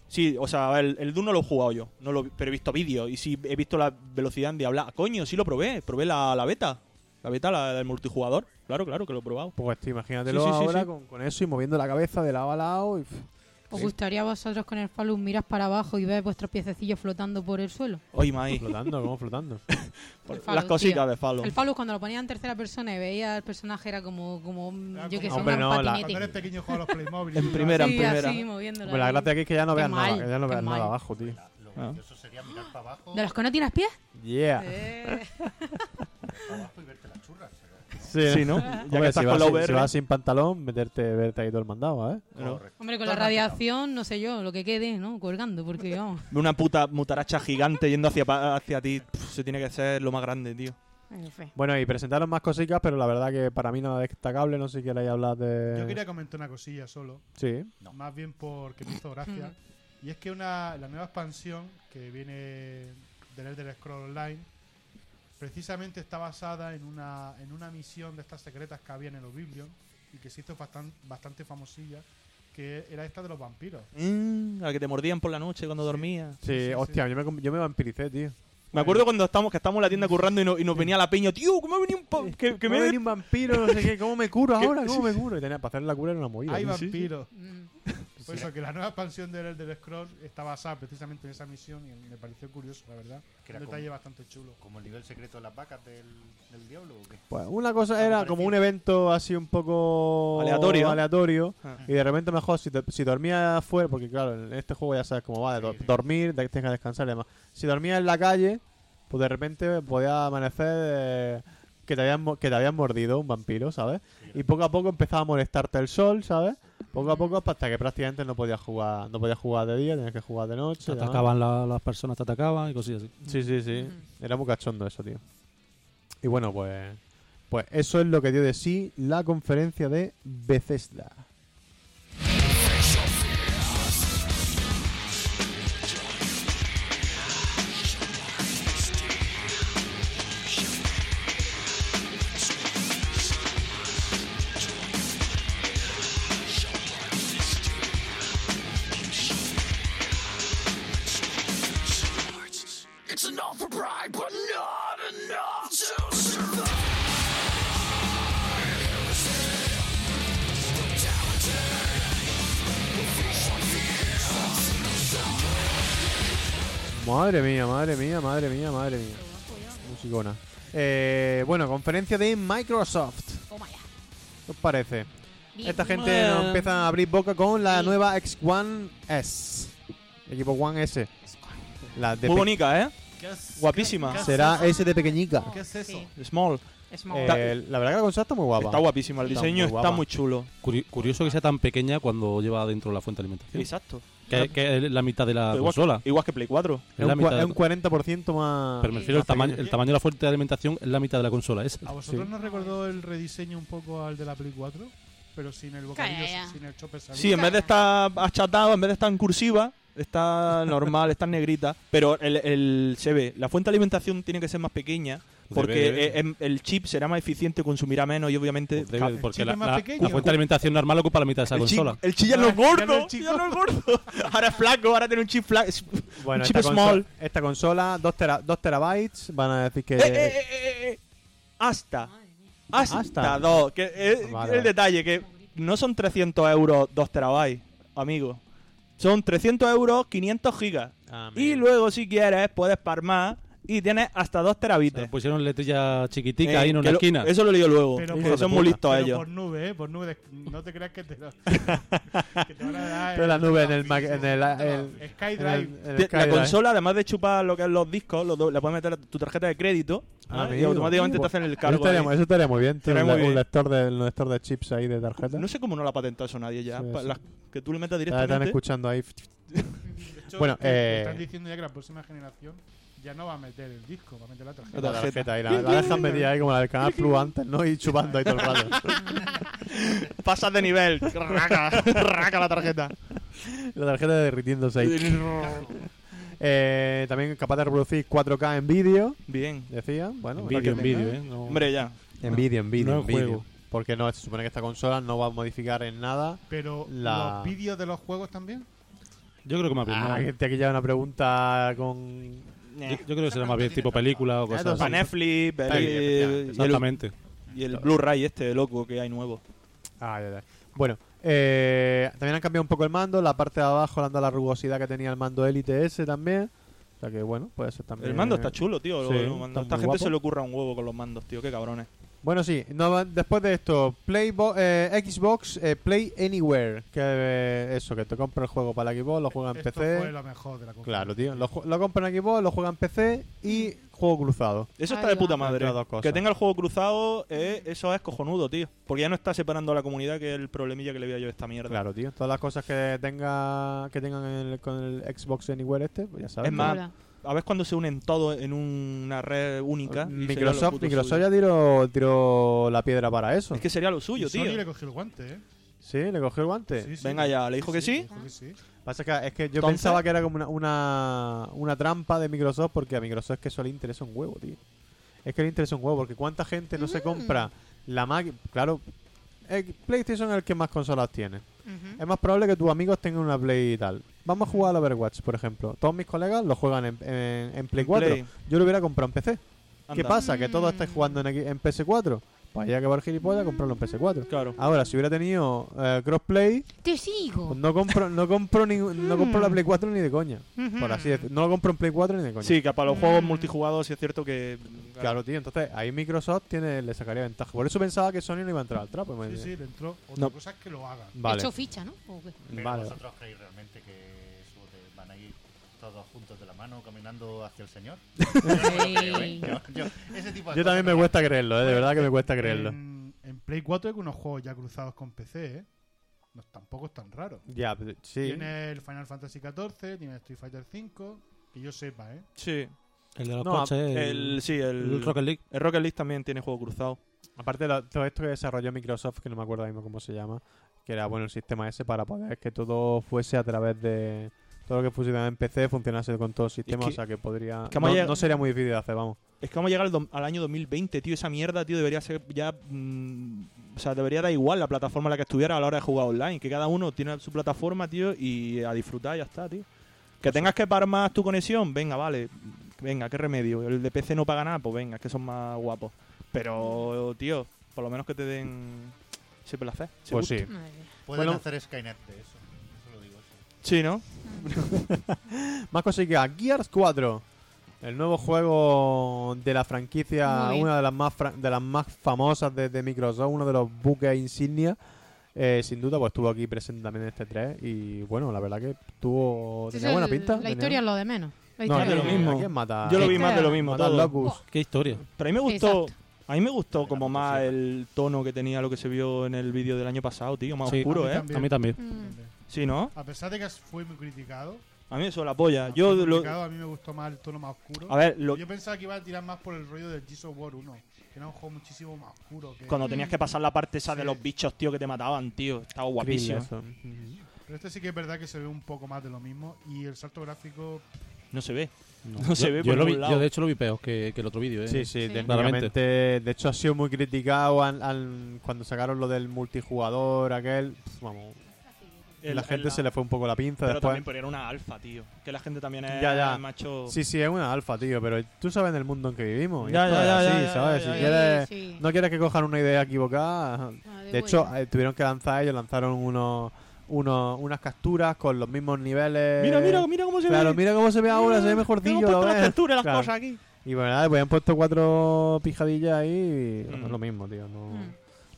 [SPEAKER 3] Sí, o sea, el, el Doom no lo he jugado yo, no lo, pero he visto vídeos y sí he visto la velocidad en diabla. Coño, sí lo probé, probé la, la beta. La beta, la del multijugador. Claro, claro que lo he probado.
[SPEAKER 1] Pues tío, imagínatelo
[SPEAKER 3] Sí, sí, sí,
[SPEAKER 1] ahora
[SPEAKER 3] sí.
[SPEAKER 1] Con, con eso y moviendo la cabeza de lado a lado. Y, pff,
[SPEAKER 4] ¿Os
[SPEAKER 1] sí,
[SPEAKER 4] gustaría a vosotros con el Fallout miras para abajo y ves vuestros piececillos flotando por el suelo?
[SPEAKER 3] Oye, maíz,
[SPEAKER 1] flotando, como flotando.
[SPEAKER 4] El Fallout,
[SPEAKER 3] las cositas
[SPEAKER 4] tío.
[SPEAKER 3] de Fallout.
[SPEAKER 4] El Fallout cuando lo ponía en tercera persona y veía al personaje era como, como mm,
[SPEAKER 5] Era
[SPEAKER 4] yo que
[SPEAKER 5] como-
[SPEAKER 4] sé,
[SPEAKER 1] Hombre,
[SPEAKER 4] un
[SPEAKER 1] no, la-
[SPEAKER 5] Cuando
[SPEAKER 4] patinete.
[SPEAKER 5] eres pequeño juegas a los Playmobil. y
[SPEAKER 3] En
[SPEAKER 5] tú vas-
[SPEAKER 3] primera.
[SPEAKER 4] sí,
[SPEAKER 3] primera.
[SPEAKER 4] así moviéndola.
[SPEAKER 1] Hombre, Pues la gracia aquí es que ya no
[SPEAKER 4] Qué
[SPEAKER 1] veas nada,
[SPEAKER 4] mal,
[SPEAKER 1] que ya no
[SPEAKER 4] qué
[SPEAKER 1] veas nada
[SPEAKER 4] mal.
[SPEAKER 1] abajo, tío.
[SPEAKER 6] ¿eh? Lo
[SPEAKER 3] Ah.
[SPEAKER 6] gracioso sería mirar para abajo,
[SPEAKER 4] ¿De los que no tienes pies?
[SPEAKER 1] Yeah.
[SPEAKER 4] Eh,
[SPEAKER 6] para abajo y verte las churras.
[SPEAKER 3] Sí, ¿no? Ya
[SPEAKER 1] Hombre,
[SPEAKER 3] que estás
[SPEAKER 1] si,
[SPEAKER 3] con
[SPEAKER 1] vas
[SPEAKER 3] la
[SPEAKER 1] sin, si
[SPEAKER 3] VR.
[SPEAKER 1] vas sin pantalón, meterte, verte ahí todo el mandado, ¿eh?
[SPEAKER 3] ¿no?
[SPEAKER 6] Correcto.
[SPEAKER 4] Hombre, con la radiación, no sé yo, lo que quede, ¿no? Colgando, porque vamos.
[SPEAKER 3] Ve Una puta mutaracha gigante yendo hacia, pa- hacia ti. Pff, Eso tiene que ser lo más grande, tío.
[SPEAKER 4] en fin.
[SPEAKER 1] Bueno, y presentaron más cositas, pero la verdad que para mí nada destacable, no sé si queréis hablar de...
[SPEAKER 5] Yo quería comentar una cosilla solo.
[SPEAKER 1] Sí.
[SPEAKER 6] No.
[SPEAKER 5] más bien porque me hizo gracia. y es que una, la nueva expansión que viene del Elder Scrolls Online precisamente está basada en una, en una misión de estas secretas que había en el Oblivion y que se hizo bastan- bastante famosilla, que era esta de los vampiros.
[SPEAKER 3] Mm, a que te mordían por la noche cuando dormías.
[SPEAKER 1] Sí,
[SPEAKER 5] sí,
[SPEAKER 1] hostia, Yo, me, com- yo me vampiricé, tío.
[SPEAKER 3] Me acuerdo cuando estamos, que estamos en la tienda currando y, no- y nos venía la peña, tío, que me ha venido un po- que, que
[SPEAKER 1] me
[SPEAKER 3] me
[SPEAKER 1] ha venido un vampiro, no sé qué, ¿cómo me curo
[SPEAKER 3] ¿Qué?
[SPEAKER 1] ahora? ¿Cómo me curo? Y tenía, para hacer la cura era una movida.
[SPEAKER 5] ¡Hay
[SPEAKER 1] tío.
[SPEAKER 5] vampiros!
[SPEAKER 4] Mm.
[SPEAKER 1] Pues
[SPEAKER 5] Por eso, que la nueva expansión del Elder Scrolls está basada precisamente en esa misión y me pareció curioso, la verdad.
[SPEAKER 6] Que
[SPEAKER 5] Un
[SPEAKER 6] era
[SPEAKER 5] detalle
[SPEAKER 6] como-
[SPEAKER 5] bastante chulo.
[SPEAKER 6] ¿Como el nivel secreto de las vacas del, del diablo o qué?
[SPEAKER 1] Pues una cosa
[SPEAKER 6] Algo
[SPEAKER 1] era como
[SPEAKER 6] parecido.
[SPEAKER 1] un evento así un poco
[SPEAKER 3] Aleatorio.
[SPEAKER 1] aleatorio,
[SPEAKER 3] Ah.
[SPEAKER 1] y de repente mejor si, te- si dormías fuera, porque claro, en este juego ya sabes cómo va, de do-
[SPEAKER 6] Sí, sí.
[SPEAKER 1] dormir, de que tienes que descansar y demás. Si dormías en la calle, pues de repente podía amanecer eh, que, te habían, mo- que te habían mordido un vampiro, ¿sabes? Y poco a poco empezaba a molestarte el sol, ¿sabes? Poco a poco hasta que prácticamente no podías jugar, no podías jugar de día, tenías que jugar de noche.
[SPEAKER 2] Te
[SPEAKER 1] y demás.
[SPEAKER 2] atacaban la- las personas, te atacaban y cosillas así.
[SPEAKER 1] Sí, sí, sí. Era muy cachondo eso, tío. Y bueno, pues. Pues eso es lo que dio de sí la conferencia de Bethesda. Madre mía, madre mía, madre mía, madre mía. Musicona. Eh, bueno, conferencia de Microsoft.
[SPEAKER 4] Toma ya.
[SPEAKER 1] ¿Qué os parece?
[SPEAKER 4] Bien.
[SPEAKER 1] Esta gente nos
[SPEAKER 2] Eh.
[SPEAKER 1] empieza a abrir boca con la
[SPEAKER 4] Sí.
[SPEAKER 1] nueva X1 S. Equipo One S. La de
[SPEAKER 3] Muy
[SPEAKER 1] pe-
[SPEAKER 3] bonita, ¿eh?
[SPEAKER 5] ¿Qué es-
[SPEAKER 3] Guapísima.
[SPEAKER 5] qué- qué es
[SPEAKER 1] Será
[SPEAKER 5] eso?
[SPEAKER 1] S de pequeñica.
[SPEAKER 5] ¿Qué es eso?
[SPEAKER 4] Sí.
[SPEAKER 3] Small.
[SPEAKER 4] Es
[SPEAKER 1] Eh,
[SPEAKER 4] móvil.
[SPEAKER 1] la verdad que la consola está muy guapa.
[SPEAKER 3] Está guapísima. El
[SPEAKER 1] Está
[SPEAKER 3] diseño
[SPEAKER 1] muy
[SPEAKER 3] está muy,
[SPEAKER 1] guapa.
[SPEAKER 3] chulo.
[SPEAKER 2] Curi- curioso que sea tan pequeña cuando lleva dentro la fuente de alimentación.
[SPEAKER 3] Exacto.
[SPEAKER 2] Que, que es la mitad de la
[SPEAKER 3] Igual-
[SPEAKER 2] consola.
[SPEAKER 3] Igual que Play 4.
[SPEAKER 1] es
[SPEAKER 2] Es la
[SPEAKER 1] un, cua-
[SPEAKER 2] mitad de
[SPEAKER 1] es
[SPEAKER 2] la-
[SPEAKER 1] un 40% más.
[SPEAKER 2] pero me refiero al
[SPEAKER 1] más
[SPEAKER 2] tamaño,
[SPEAKER 1] pequeña.
[SPEAKER 2] el tamaño de la fuente de alimentación es la mitad de la consola. Es
[SPEAKER 1] Ah,
[SPEAKER 5] ¿A vosotros nos recordó el rediseño un poco al de la Play 4? Pero sin el bocadillo,
[SPEAKER 4] Calla ya.
[SPEAKER 5] sin el chopper salud.
[SPEAKER 3] Sí, en vez de estar achatado, en vez de estar en cursiva, está normal, está en negrita. Pero el, el- se ve, la fuente de alimentación tiene que ser más pequeña. Porque
[SPEAKER 2] Debe-
[SPEAKER 3] eh, em- el chip será más eficiente, consumirá menos y obviamente.
[SPEAKER 2] Pues Debe-
[SPEAKER 3] ca-
[SPEAKER 2] porque
[SPEAKER 5] chip
[SPEAKER 2] la,
[SPEAKER 5] es más
[SPEAKER 2] la- la
[SPEAKER 5] pequeño.
[SPEAKER 2] fuente de alimentación normal ocupa la mitad de esa
[SPEAKER 3] el chip,
[SPEAKER 2] consola.
[SPEAKER 3] el chip ya
[SPEAKER 5] No,
[SPEAKER 3] no es
[SPEAKER 5] ya no es
[SPEAKER 3] gordo,
[SPEAKER 5] chico.
[SPEAKER 3] ya no es gordo. Ahora es flaco, ahora tiene un chip flaco. Es-
[SPEAKER 1] Bueno,
[SPEAKER 3] Un
[SPEAKER 1] esta,
[SPEAKER 3] chip
[SPEAKER 1] consola-
[SPEAKER 3] small.
[SPEAKER 1] esta consola, 2 terabytes, van a decir que.
[SPEAKER 3] Eh, eh, eh, eh, eh. Hasta. Hasta,
[SPEAKER 1] Hasta.
[SPEAKER 3] dos. Que, eh,
[SPEAKER 1] Vale.
[SPEAKER 3] El detalle, que no son 300 euros 2 terabytes, amigo. Son 300 euros 500 gigas.
[SPEAKER 1] Ah,
[SPEAKER 3] Y
[SPEAKER 1] mira.
[SPEAKER 3] luego, si quieres, puedes parmar y tienes hasta 2
[SPEAKER 2] O sea,
[SPEAKER 3] terabytes.
[SPEAKER 2] pusieron letrilla chiquitica
[SPEAKER 3] Eh,
[SPEAKER 2] ahí en
[SPEAKER 3] que
[SPEAKER 2] una
[SPEAKER 3] lo-
[SPEAKER 2] esquina.
[SPEAKER 3] Eso lo leí yo luego.
[SPEAKER 5] Pero
[SPEAKER 3] que
[SPEAKER 5] por-
[SPEAKER 3] son muy listos
[SPEAKER 5] Pero
[SPEAKER 3] ellos.
[SPEAKER 5] por nube, ¿eh? Por nube. de- No te creas que te, lo- que te van a dar.
[SPEAKER 1] Pero la nube en el. ma- en el, el- en
[SPEAKER 5] Skydrive.
[SPEAKER 1] el- en el
[SPEAKER 3] Te- La
[SPEAKER 1] Skydrive.
[SPEAKER 3] consola, además de chupar lo que es los discos, los do- le puedes meter tu tarjeta de crédito
[SPEAKER 1] Ah,
[SPEAKER 3] ¿vale? y
[SPEAKER 1] amigo.
[SPEAKER 3] automáticamente te
[SPEAKER 1] Pues,
[SPEAKER 3] hacen el
[SPEAKER 1] Eso
[SPEAKER 3] cargo.
[SPEAKER 1] estaría,
[SPEAKER 3] ahí.
[SPEAKER 1] eso estaría muy bien, tío.
[SPEAKER 3] Estaría
[SPEAKER 1] Un,
[SPEAKER 3] muy
[SPEAKER 1] le- un
[SPEAKER 3] bien.
[SPEAKER 1] lector de, un lector de chips ahí de tarjeta.
[SPEAKER 3] No sé cómo no la ha patentado eso nadie ya.
[SPEAKER 1] Sí,
[SPEAKER 3] pa-
[SPEAKER 1] sí.
[SPEAKER 3] las que tú le metas
[SPEAKER 1] Ya están
[SPEAKER 3] directamente.
[SPEAKER 1] escuchando ahí.
[SPEAKER 5] De hecho,
[SPEAKER 1] Bueno,
[SPEAKER 5] te- te
[SPEAKER 1] eh,
[SPEAKER 5] están diciendo ya que la próxima generación ya no va a meter el disco, va a meter la tarjeta.
[SPEAKER 1] La
[SPEAKER 3] tarjeta.
[SPEAKER 1] tarjeta ahí, la, la dejan medir ahí como la del canal Plus antes, ¿no? Y chupando ahí todo el rato.
[SPEAKER 3] Pasas de nivel. raca, raca la tarjeta.
[SPEAKER 1] La tarjeta derritiéndose ahí. Eh, también capaz de reproducir 4K en vídeo,
[SPEAKER 3] Bien.
[SPEAKER 1] decía. Bueno,
[SPEAKER 2] En
[SPEAKER 1] para
[SPEAKER 2] vídeo,
[SPEAKER 1] que
[SPEAKER 2] en
[SPEAKER 1] tenga.
[SPEAKER 2] vídeo, ¿eh? No-
[SPEAKER 3] Hombre, ya.
[SPEAKER 1] En vídeo, en vídeo, en
[SPEAKER 2] No en
[SPEAKER 1] vídeo.
[SPEAKER 2] juego.
[SPEAKER 1] Porque no, se supone que esta consola no va a modificar en nada.
[SPEAKER 5] Pero
[SPEAKER 1] La-
[SPEAKER 5] los vídeos de los juegos también.
[SPEAKER 2] Yo creo que más bien.
[SPEAKER 1] Ah,
[SPEAKER 2] no.
[SPEAKER 1] gente aquí ya una pregunta con...
[SPEAKER 2] Yo, yo creo que será más bien tipo película o cosas
[SPEAKER 1] dos
[SPEAKER 2] así.
[SPEAKER 3] Para Netflix, el-
[SPEAKER 1] bien, efectivamente.
[SPEAKER 3] y el,
[SPEAKER 2] Exactamente.
[SPEAKER 3] y el Blu-ray este loco que hay nuevo.
[SPEAKER 1] Ah, ya, ya. Bueno, eh, también han cambiado un poco el mando. La parte de abajo le han dado la rugosidad que tenía el mando Elite S también. O sea que, bueno, puede ser también... eh.
[SPEAKER 3] El mando está chulo, tío. lo-
[SPEAKER 1] Sí,
[SPEAKER 3] lo mando.
[SPEAKER 1] está
[SPEAKER 3] A Esta
[SPEAKER 1] muy
[SPEAKER 3] gente
[SPEAKER 1] guapo.
[SPEAKER 3] se le ocurra un huevo con los mandos, tío. Qué cabrones.
[SPEAKER 1] Bueno, sí. no va- después de esto, Playbo- eh, Xbox eh, Play Anywhere. Que eh, eso, que te compra el juego para la Xbox, lo juega en
[SPEAKER 5] Esto
[SPEAKER 1] PC.
[SPEAKER 5] fue lo mejor de la conferencia.
[SPEAKER 1] Claro, tío. Lo, ju- lo compra en Xbox, lo juega en PC y juego cruzado.
[SPEAKER 3] Eso
[SPEAKER 4] Ahí
[SPEAKER 3] está de
[SPEAKER 4] va.
[SPEAKER 3] puta madre.
[SPEAKER 1] Entre dos cosas.
[SPEAKER 3] Que tenga el juego cruzado, eh, eso es cojonudo, tío. Porque ya no está separando a la comunidad, que es el problemilla que le veía yo a esta mierda.
[SPEAKER 1] Claro, tío. Todas las cosas que tenga que tengan en el- con el Xbox Anywhere este, pues ya sabes.
[SPEAKER 3] Es
[SPEAKER 1] ¿no?
[SPEAKER 3] más,
[SPEAKER 4] Hola.
[SPEAKER 3] A ver cuando se unen todos en una red única. y sería lo
[SPEAKER 1] Microsoft,
[SPEAKER 3] puto
[SPEAKER 1] Microsoft
[SPEAKER 3] suyo.
[SPEAKER 1] ya tiró, tiró la piedra para eso.
[SPEAKER 3] Es que sería lo
[SPEAKER 5] Y
[SPEAKER 3] suyo,
[SPEAKER 5] Sony
[SPEAKER 3] tío.
[SPEAKER 5] le cogió el guante, ¿eh?
[SPEAKER 1] Sí, le cogió el guante.
[SPEAKER 5] Sí, sí.
[SPEAKER 3] Venga ya, ¿le dijo que sí?
[SPEAKER 5] dijo que sí.
[SPEAKER 1] Pasa que es que yo
[SPEAKER 3] Entonces-
[SPEAKER 1] pensaba que era como una, una, una trampa de Microsoft porque a Microsoft es que eso le interesa un huevo, tío. Es que le interesa un huevo porque cuánta gente no se compra la máquina. Claro, el PlayStation es el que más consolas tiene.
[SPEAKER 4] Ujú.
[SPEAKER 1] Es más probable que tus amigos tengan una Play y tal. Vamos a jugar al Overwatch, por ejemplo. Todos mis colegas lo juegan en, en- en Play
[SPEAKER 3] En
[SPEAKER 1] 4.
[SPEAKER 3] Play.
[SPEAKER 1] Yo lo hubiera comprado en PC. ¿Qué
[SPEAKER 3] Anda.
[SPEAKER 1] pasa? Que todos estáis jugando en, X- en PS4. pues había que por gilipollas comprarlo en PS4.
[SPEAKER 3] Claro.
[SPEAKER 1] Ahora, si hubiera tenido eh, crossplay,
[SPEAKER 4] Te
[SPEAKER 1] pues
[SPEAKER 4] sigo.
[SPEAKER 1] no compro, no compro ni- no compro la Play 4 ni de coña. Por así decirlo. No lo compro en Play 4 ni de coña.
[SPEAKER 3] Sí, que para los juegos
[SPEAKER 4] Mm.
[SPEAKER 3] multijugados sí es cierto que.
[SPEAKER 1] Claro, tío. Entonces, ahí Microsoft tiene, le sacaría ventaja. Por eso pensaba que Sony no iba a entrar al trapo. me-
[SPEAKER 5] Sí, sí, le entró. Otra
[SPEAKER 1] No.
[SPEAKER 5] cosa es que lo haga.
[SPEAKER 1] Vale.
[SPEAKER 4] Hecho ficha, ¿no? ¿O qué?
[SPEAKER 6] Pero
[SPEAKER 1] Vale.
[SPEAKER 6] vosotros creéis realmente que eso de- van a ir todos juntos de la mano caminando hacia el Señor.
[SPEAKER 4] Ey.
[SPEAKER 6] Yo, yo- ese tipo de
[SPEAKER 1] Yo
[SPEAKER 6] cosas
[SPEAKER 1] también me
[SPEAKER 6] no-
[SPEAKER 1] cuesta creerlo, eh, de verdad que me cuesta creerlo.
[SPEAKER 5] En, en Play 4 hay unos juegos ya cruzados con PC, ¿eh? No, tampoco es tan raro.
[SPEAKER 1] Ya, pero- sí.
[SPEAKER 5] Tiene el Final Fantasy XIV, tiene el Street Fighter V, que yo sepa, ¿eh?
[SPEAKER 3] Sí.
[SPEAKER 2] El de los
[SPEAKER 1] No,
[SPEAKER 2] coches.
[SPEAKER 3] El, sí, el,
[SPEAKER 2] el Rocket League.
[SPEAKER 3] el Rocket League también tiene juego cruzado.
[SPEAKER 1] Aparte de lo- todo esto que desarrolló Microsoft, que no me acuerdo ahora mismo cómo se llama, que era bueno el sistema ese para poder que todo fuese a través de todo lo que funcionaba en PC funcionase con todo el sistema,
[SPEAKER 3] que-
[SPEAKER 1] o sea que podría
[SPEAKER 3] que hemos
[SPEAKER 1] no,
[SPEAKER 3] llegado-
[SPEAKER 1] no sería muy difícil de hacer, vamos.
[SPEAKER 3] Es que vamos a llegar al, dom- al año 2020, tío. Esa mierda, tío, debería ser ya. mm, o sea, debería dar igual la plataforma en la que estuviera a la hora de jugar online. Que cada uno tiene su plataforma, tío, y a disfrutar, ya está, tío. Que tengas que pagar más tu conexión, venga, vale. Venga, qué remedio. El de PC no paga nada, pues venga, es que son más guapos. Pero, tío, por lo menos que te den ese placer. ese
[SPEAKER 1] Pues
[SPEAKER 3] gusto.
[SPEAKER 1] sí.
[SPEAKER 4] Madre mía.
[SPEAKER 6] Pueden
[SPEAKER 1] Bueno.
[SPEAKER 6] hacer Skynet de eso. Eso lo digo. sí.
[SPEAKER 3] Sí, ¿no?
[SPEAKER 1] Más cosas que a Gears 4, el nuevo juego de la franquicia,
[SPEAKER 4] Muy bien.
[SPEAKER 1] una de las más fra- de las más famosas de, de Microsoft, uno de los buques insignia. eh, sin duda, pues estuvo aquí presente también en este 3 y bueno, la verdad que tuvo Pues
[SPEAKER 4] Sí,
[SPEAKER 1] tenía
[SPEAKER 4] sí,
[SPEAKER 1] buena
[SPEAKER 4] el-
[SPEAKER 1] pinta.
[SPEAKER 4] La
[SPEAKER 1] tenía-
[SPEAKER 4] historia es lo de menos.
[SPEAKER 1] No,
[SPEAKER 4] La historia
[SPEAKER 3] es de lo
[SPEAKER 4] de-
[SPEAKER 3] mismo.
[SPEAKER 1] ¿a quién mata?
[SPEAKER 3] Yo lo vi
[SPEAKER 4] Este-
[SPEAKER 3] más de lo mismo,
[SPEAKER 1] Mata al
[SPEAKER 3] todo.
[SPEAKER 1] Locust.
[SPEAKER 4] Buah.
[SPEAKER 2] Qué historia.
[SPEAKER 3] Pero a mí me gustó.
[SPEAKER 4] Exacto.
[SPEAKER 3] A mí me gustó como
[SPEAKER 6] La
[SPEAKER 3] más
[SPEAKER 6] proporción.
[SPEAKER 3] el tono que tenía lo que se vio en el vídeo del año pasado, tío. Más
[SPEAKER 2] Sí.
[SPEAKER 3] oscuro,
[SPEAKER 5] A mí
[SPEAKER 3] ¿eh?
[SPEAKER 5] también.
[SPEAKER 2] A mí también.
[SPEAKER 4] Mm.
[SPEAKER 3] Sí, ¿no?
[SPEAKER 5] A pesar de que fue muy criticado,
[SPEAKER 3] A mí eso la polla.
[SPEAKER 5] fue
[SPEAKER 3] Ah, Yo
[SPEAKER 5] muy
[SPEAKER 3] lo-
[SPEAKER 5] criticado, a mí me gustó más el tono más oscuro.
[SPEAKER 3] a ver, lo-
[SPEAKER 5] Yo pensaba que iba a tirar más por el rollo del Gears of War 1, que era un juego muchísimo más oscuro.
[SPEAKER 1] pues,
[SPEAKER 5] Que...
[SPEAKER 3] cuando tenías que pasar la parte esa de
[SPEAKER 5] Sí.
[SPEAKER 3] los bichos, tío, que te mataban, tío. Estaba guapísimo.
[SPEAKER 5] Pero este sí que es verdad que se ve un poco más de lo mismo y el salto gráfico
[SPEAKER 3] No se ve.
[SPEAKER 2] No,
[SPEAKER 3] No se
[SPEAKER 2] yo,
[SPEAKER 3] ve
[SPEAKER 2] yo
[SPEAKER 3] por
[SPEAKER 2] lo vi-
[SPEAKER 3] ningún lado.
[SPEAKER 2] yo de hecho lo vi peor que, que el otro vídeo. ¿eh?
[SPEAKER 1] Sí, sí,
[SPEAKER 4] Sí.
[SPEAKER 1] técnicamente. De hecho, ha sido muy criticado al- al- cuando sacaron lo del multijugador, aquel. Pf, Vamos, la gente se le fue un poco la pinza
[SPEAKER 3] Pero
[SPEAKER 1] después.
[SPEAKER 3] también ponían una alfa, tío. Que la gente también es
[SPEAKER 1] Ya, ya.
[SPEAKER 3] macho.
[SPEAKER 1] Sí, sí, es una alfa, tío, pero tú sabes el mundo en que vivimos. y
[SPEAKER 3] Ya,
[SPEAKER 1] esto
[SPEAKER 3] ya,
[SPEAKER 1] es
[SPEAKER 3] ya,
[SPEAKER 1] así,
[SPEAKER 3] ya,
[SPEAKER 1] ¿sabes?
[SPEAKER 3] ya,
[SPEAKER 1] Si
[SPEAKER 3] ya,
[SPEAKER 1] quieres-
[SPEAKER 4] Sí, sí.
[SPEAKER 1] No quieres que cojan una idea equivocada. ajá.
[SPEAKER 4] Ah,
[SPEAKER 1] De hecho, eh, tuvieron que lanzar ellos, lanzaron unos, unos, unas capturas con los mismos niveles.
[SPEAKER 3] Mira, mira, mira cómo se
[SPEAKER 1] eh, Claro,
[SPEAKER 3] ve.
[SPEAKER 1] mira cómo se ve ahora, se ve mejorcillo.
[SPEAKER 3] Hemos puesto
[SPEAKER 1] ¿lo
[SPEAKER 3] las
[SPEAKER 1] ves?
[SPEAKER 3] texturas, las
[SPEAKER 1] Claro.
[SPEAKER 3] cosas aquí.
[SPEAKER 1] Y bueno, nada, pues han puesto cuatro pijadillas ahí y
[SPEAKER 3] Mm.
[SPEAKER 1] no es lo mismo, tío. No,
[SPEAKER 4] Mm.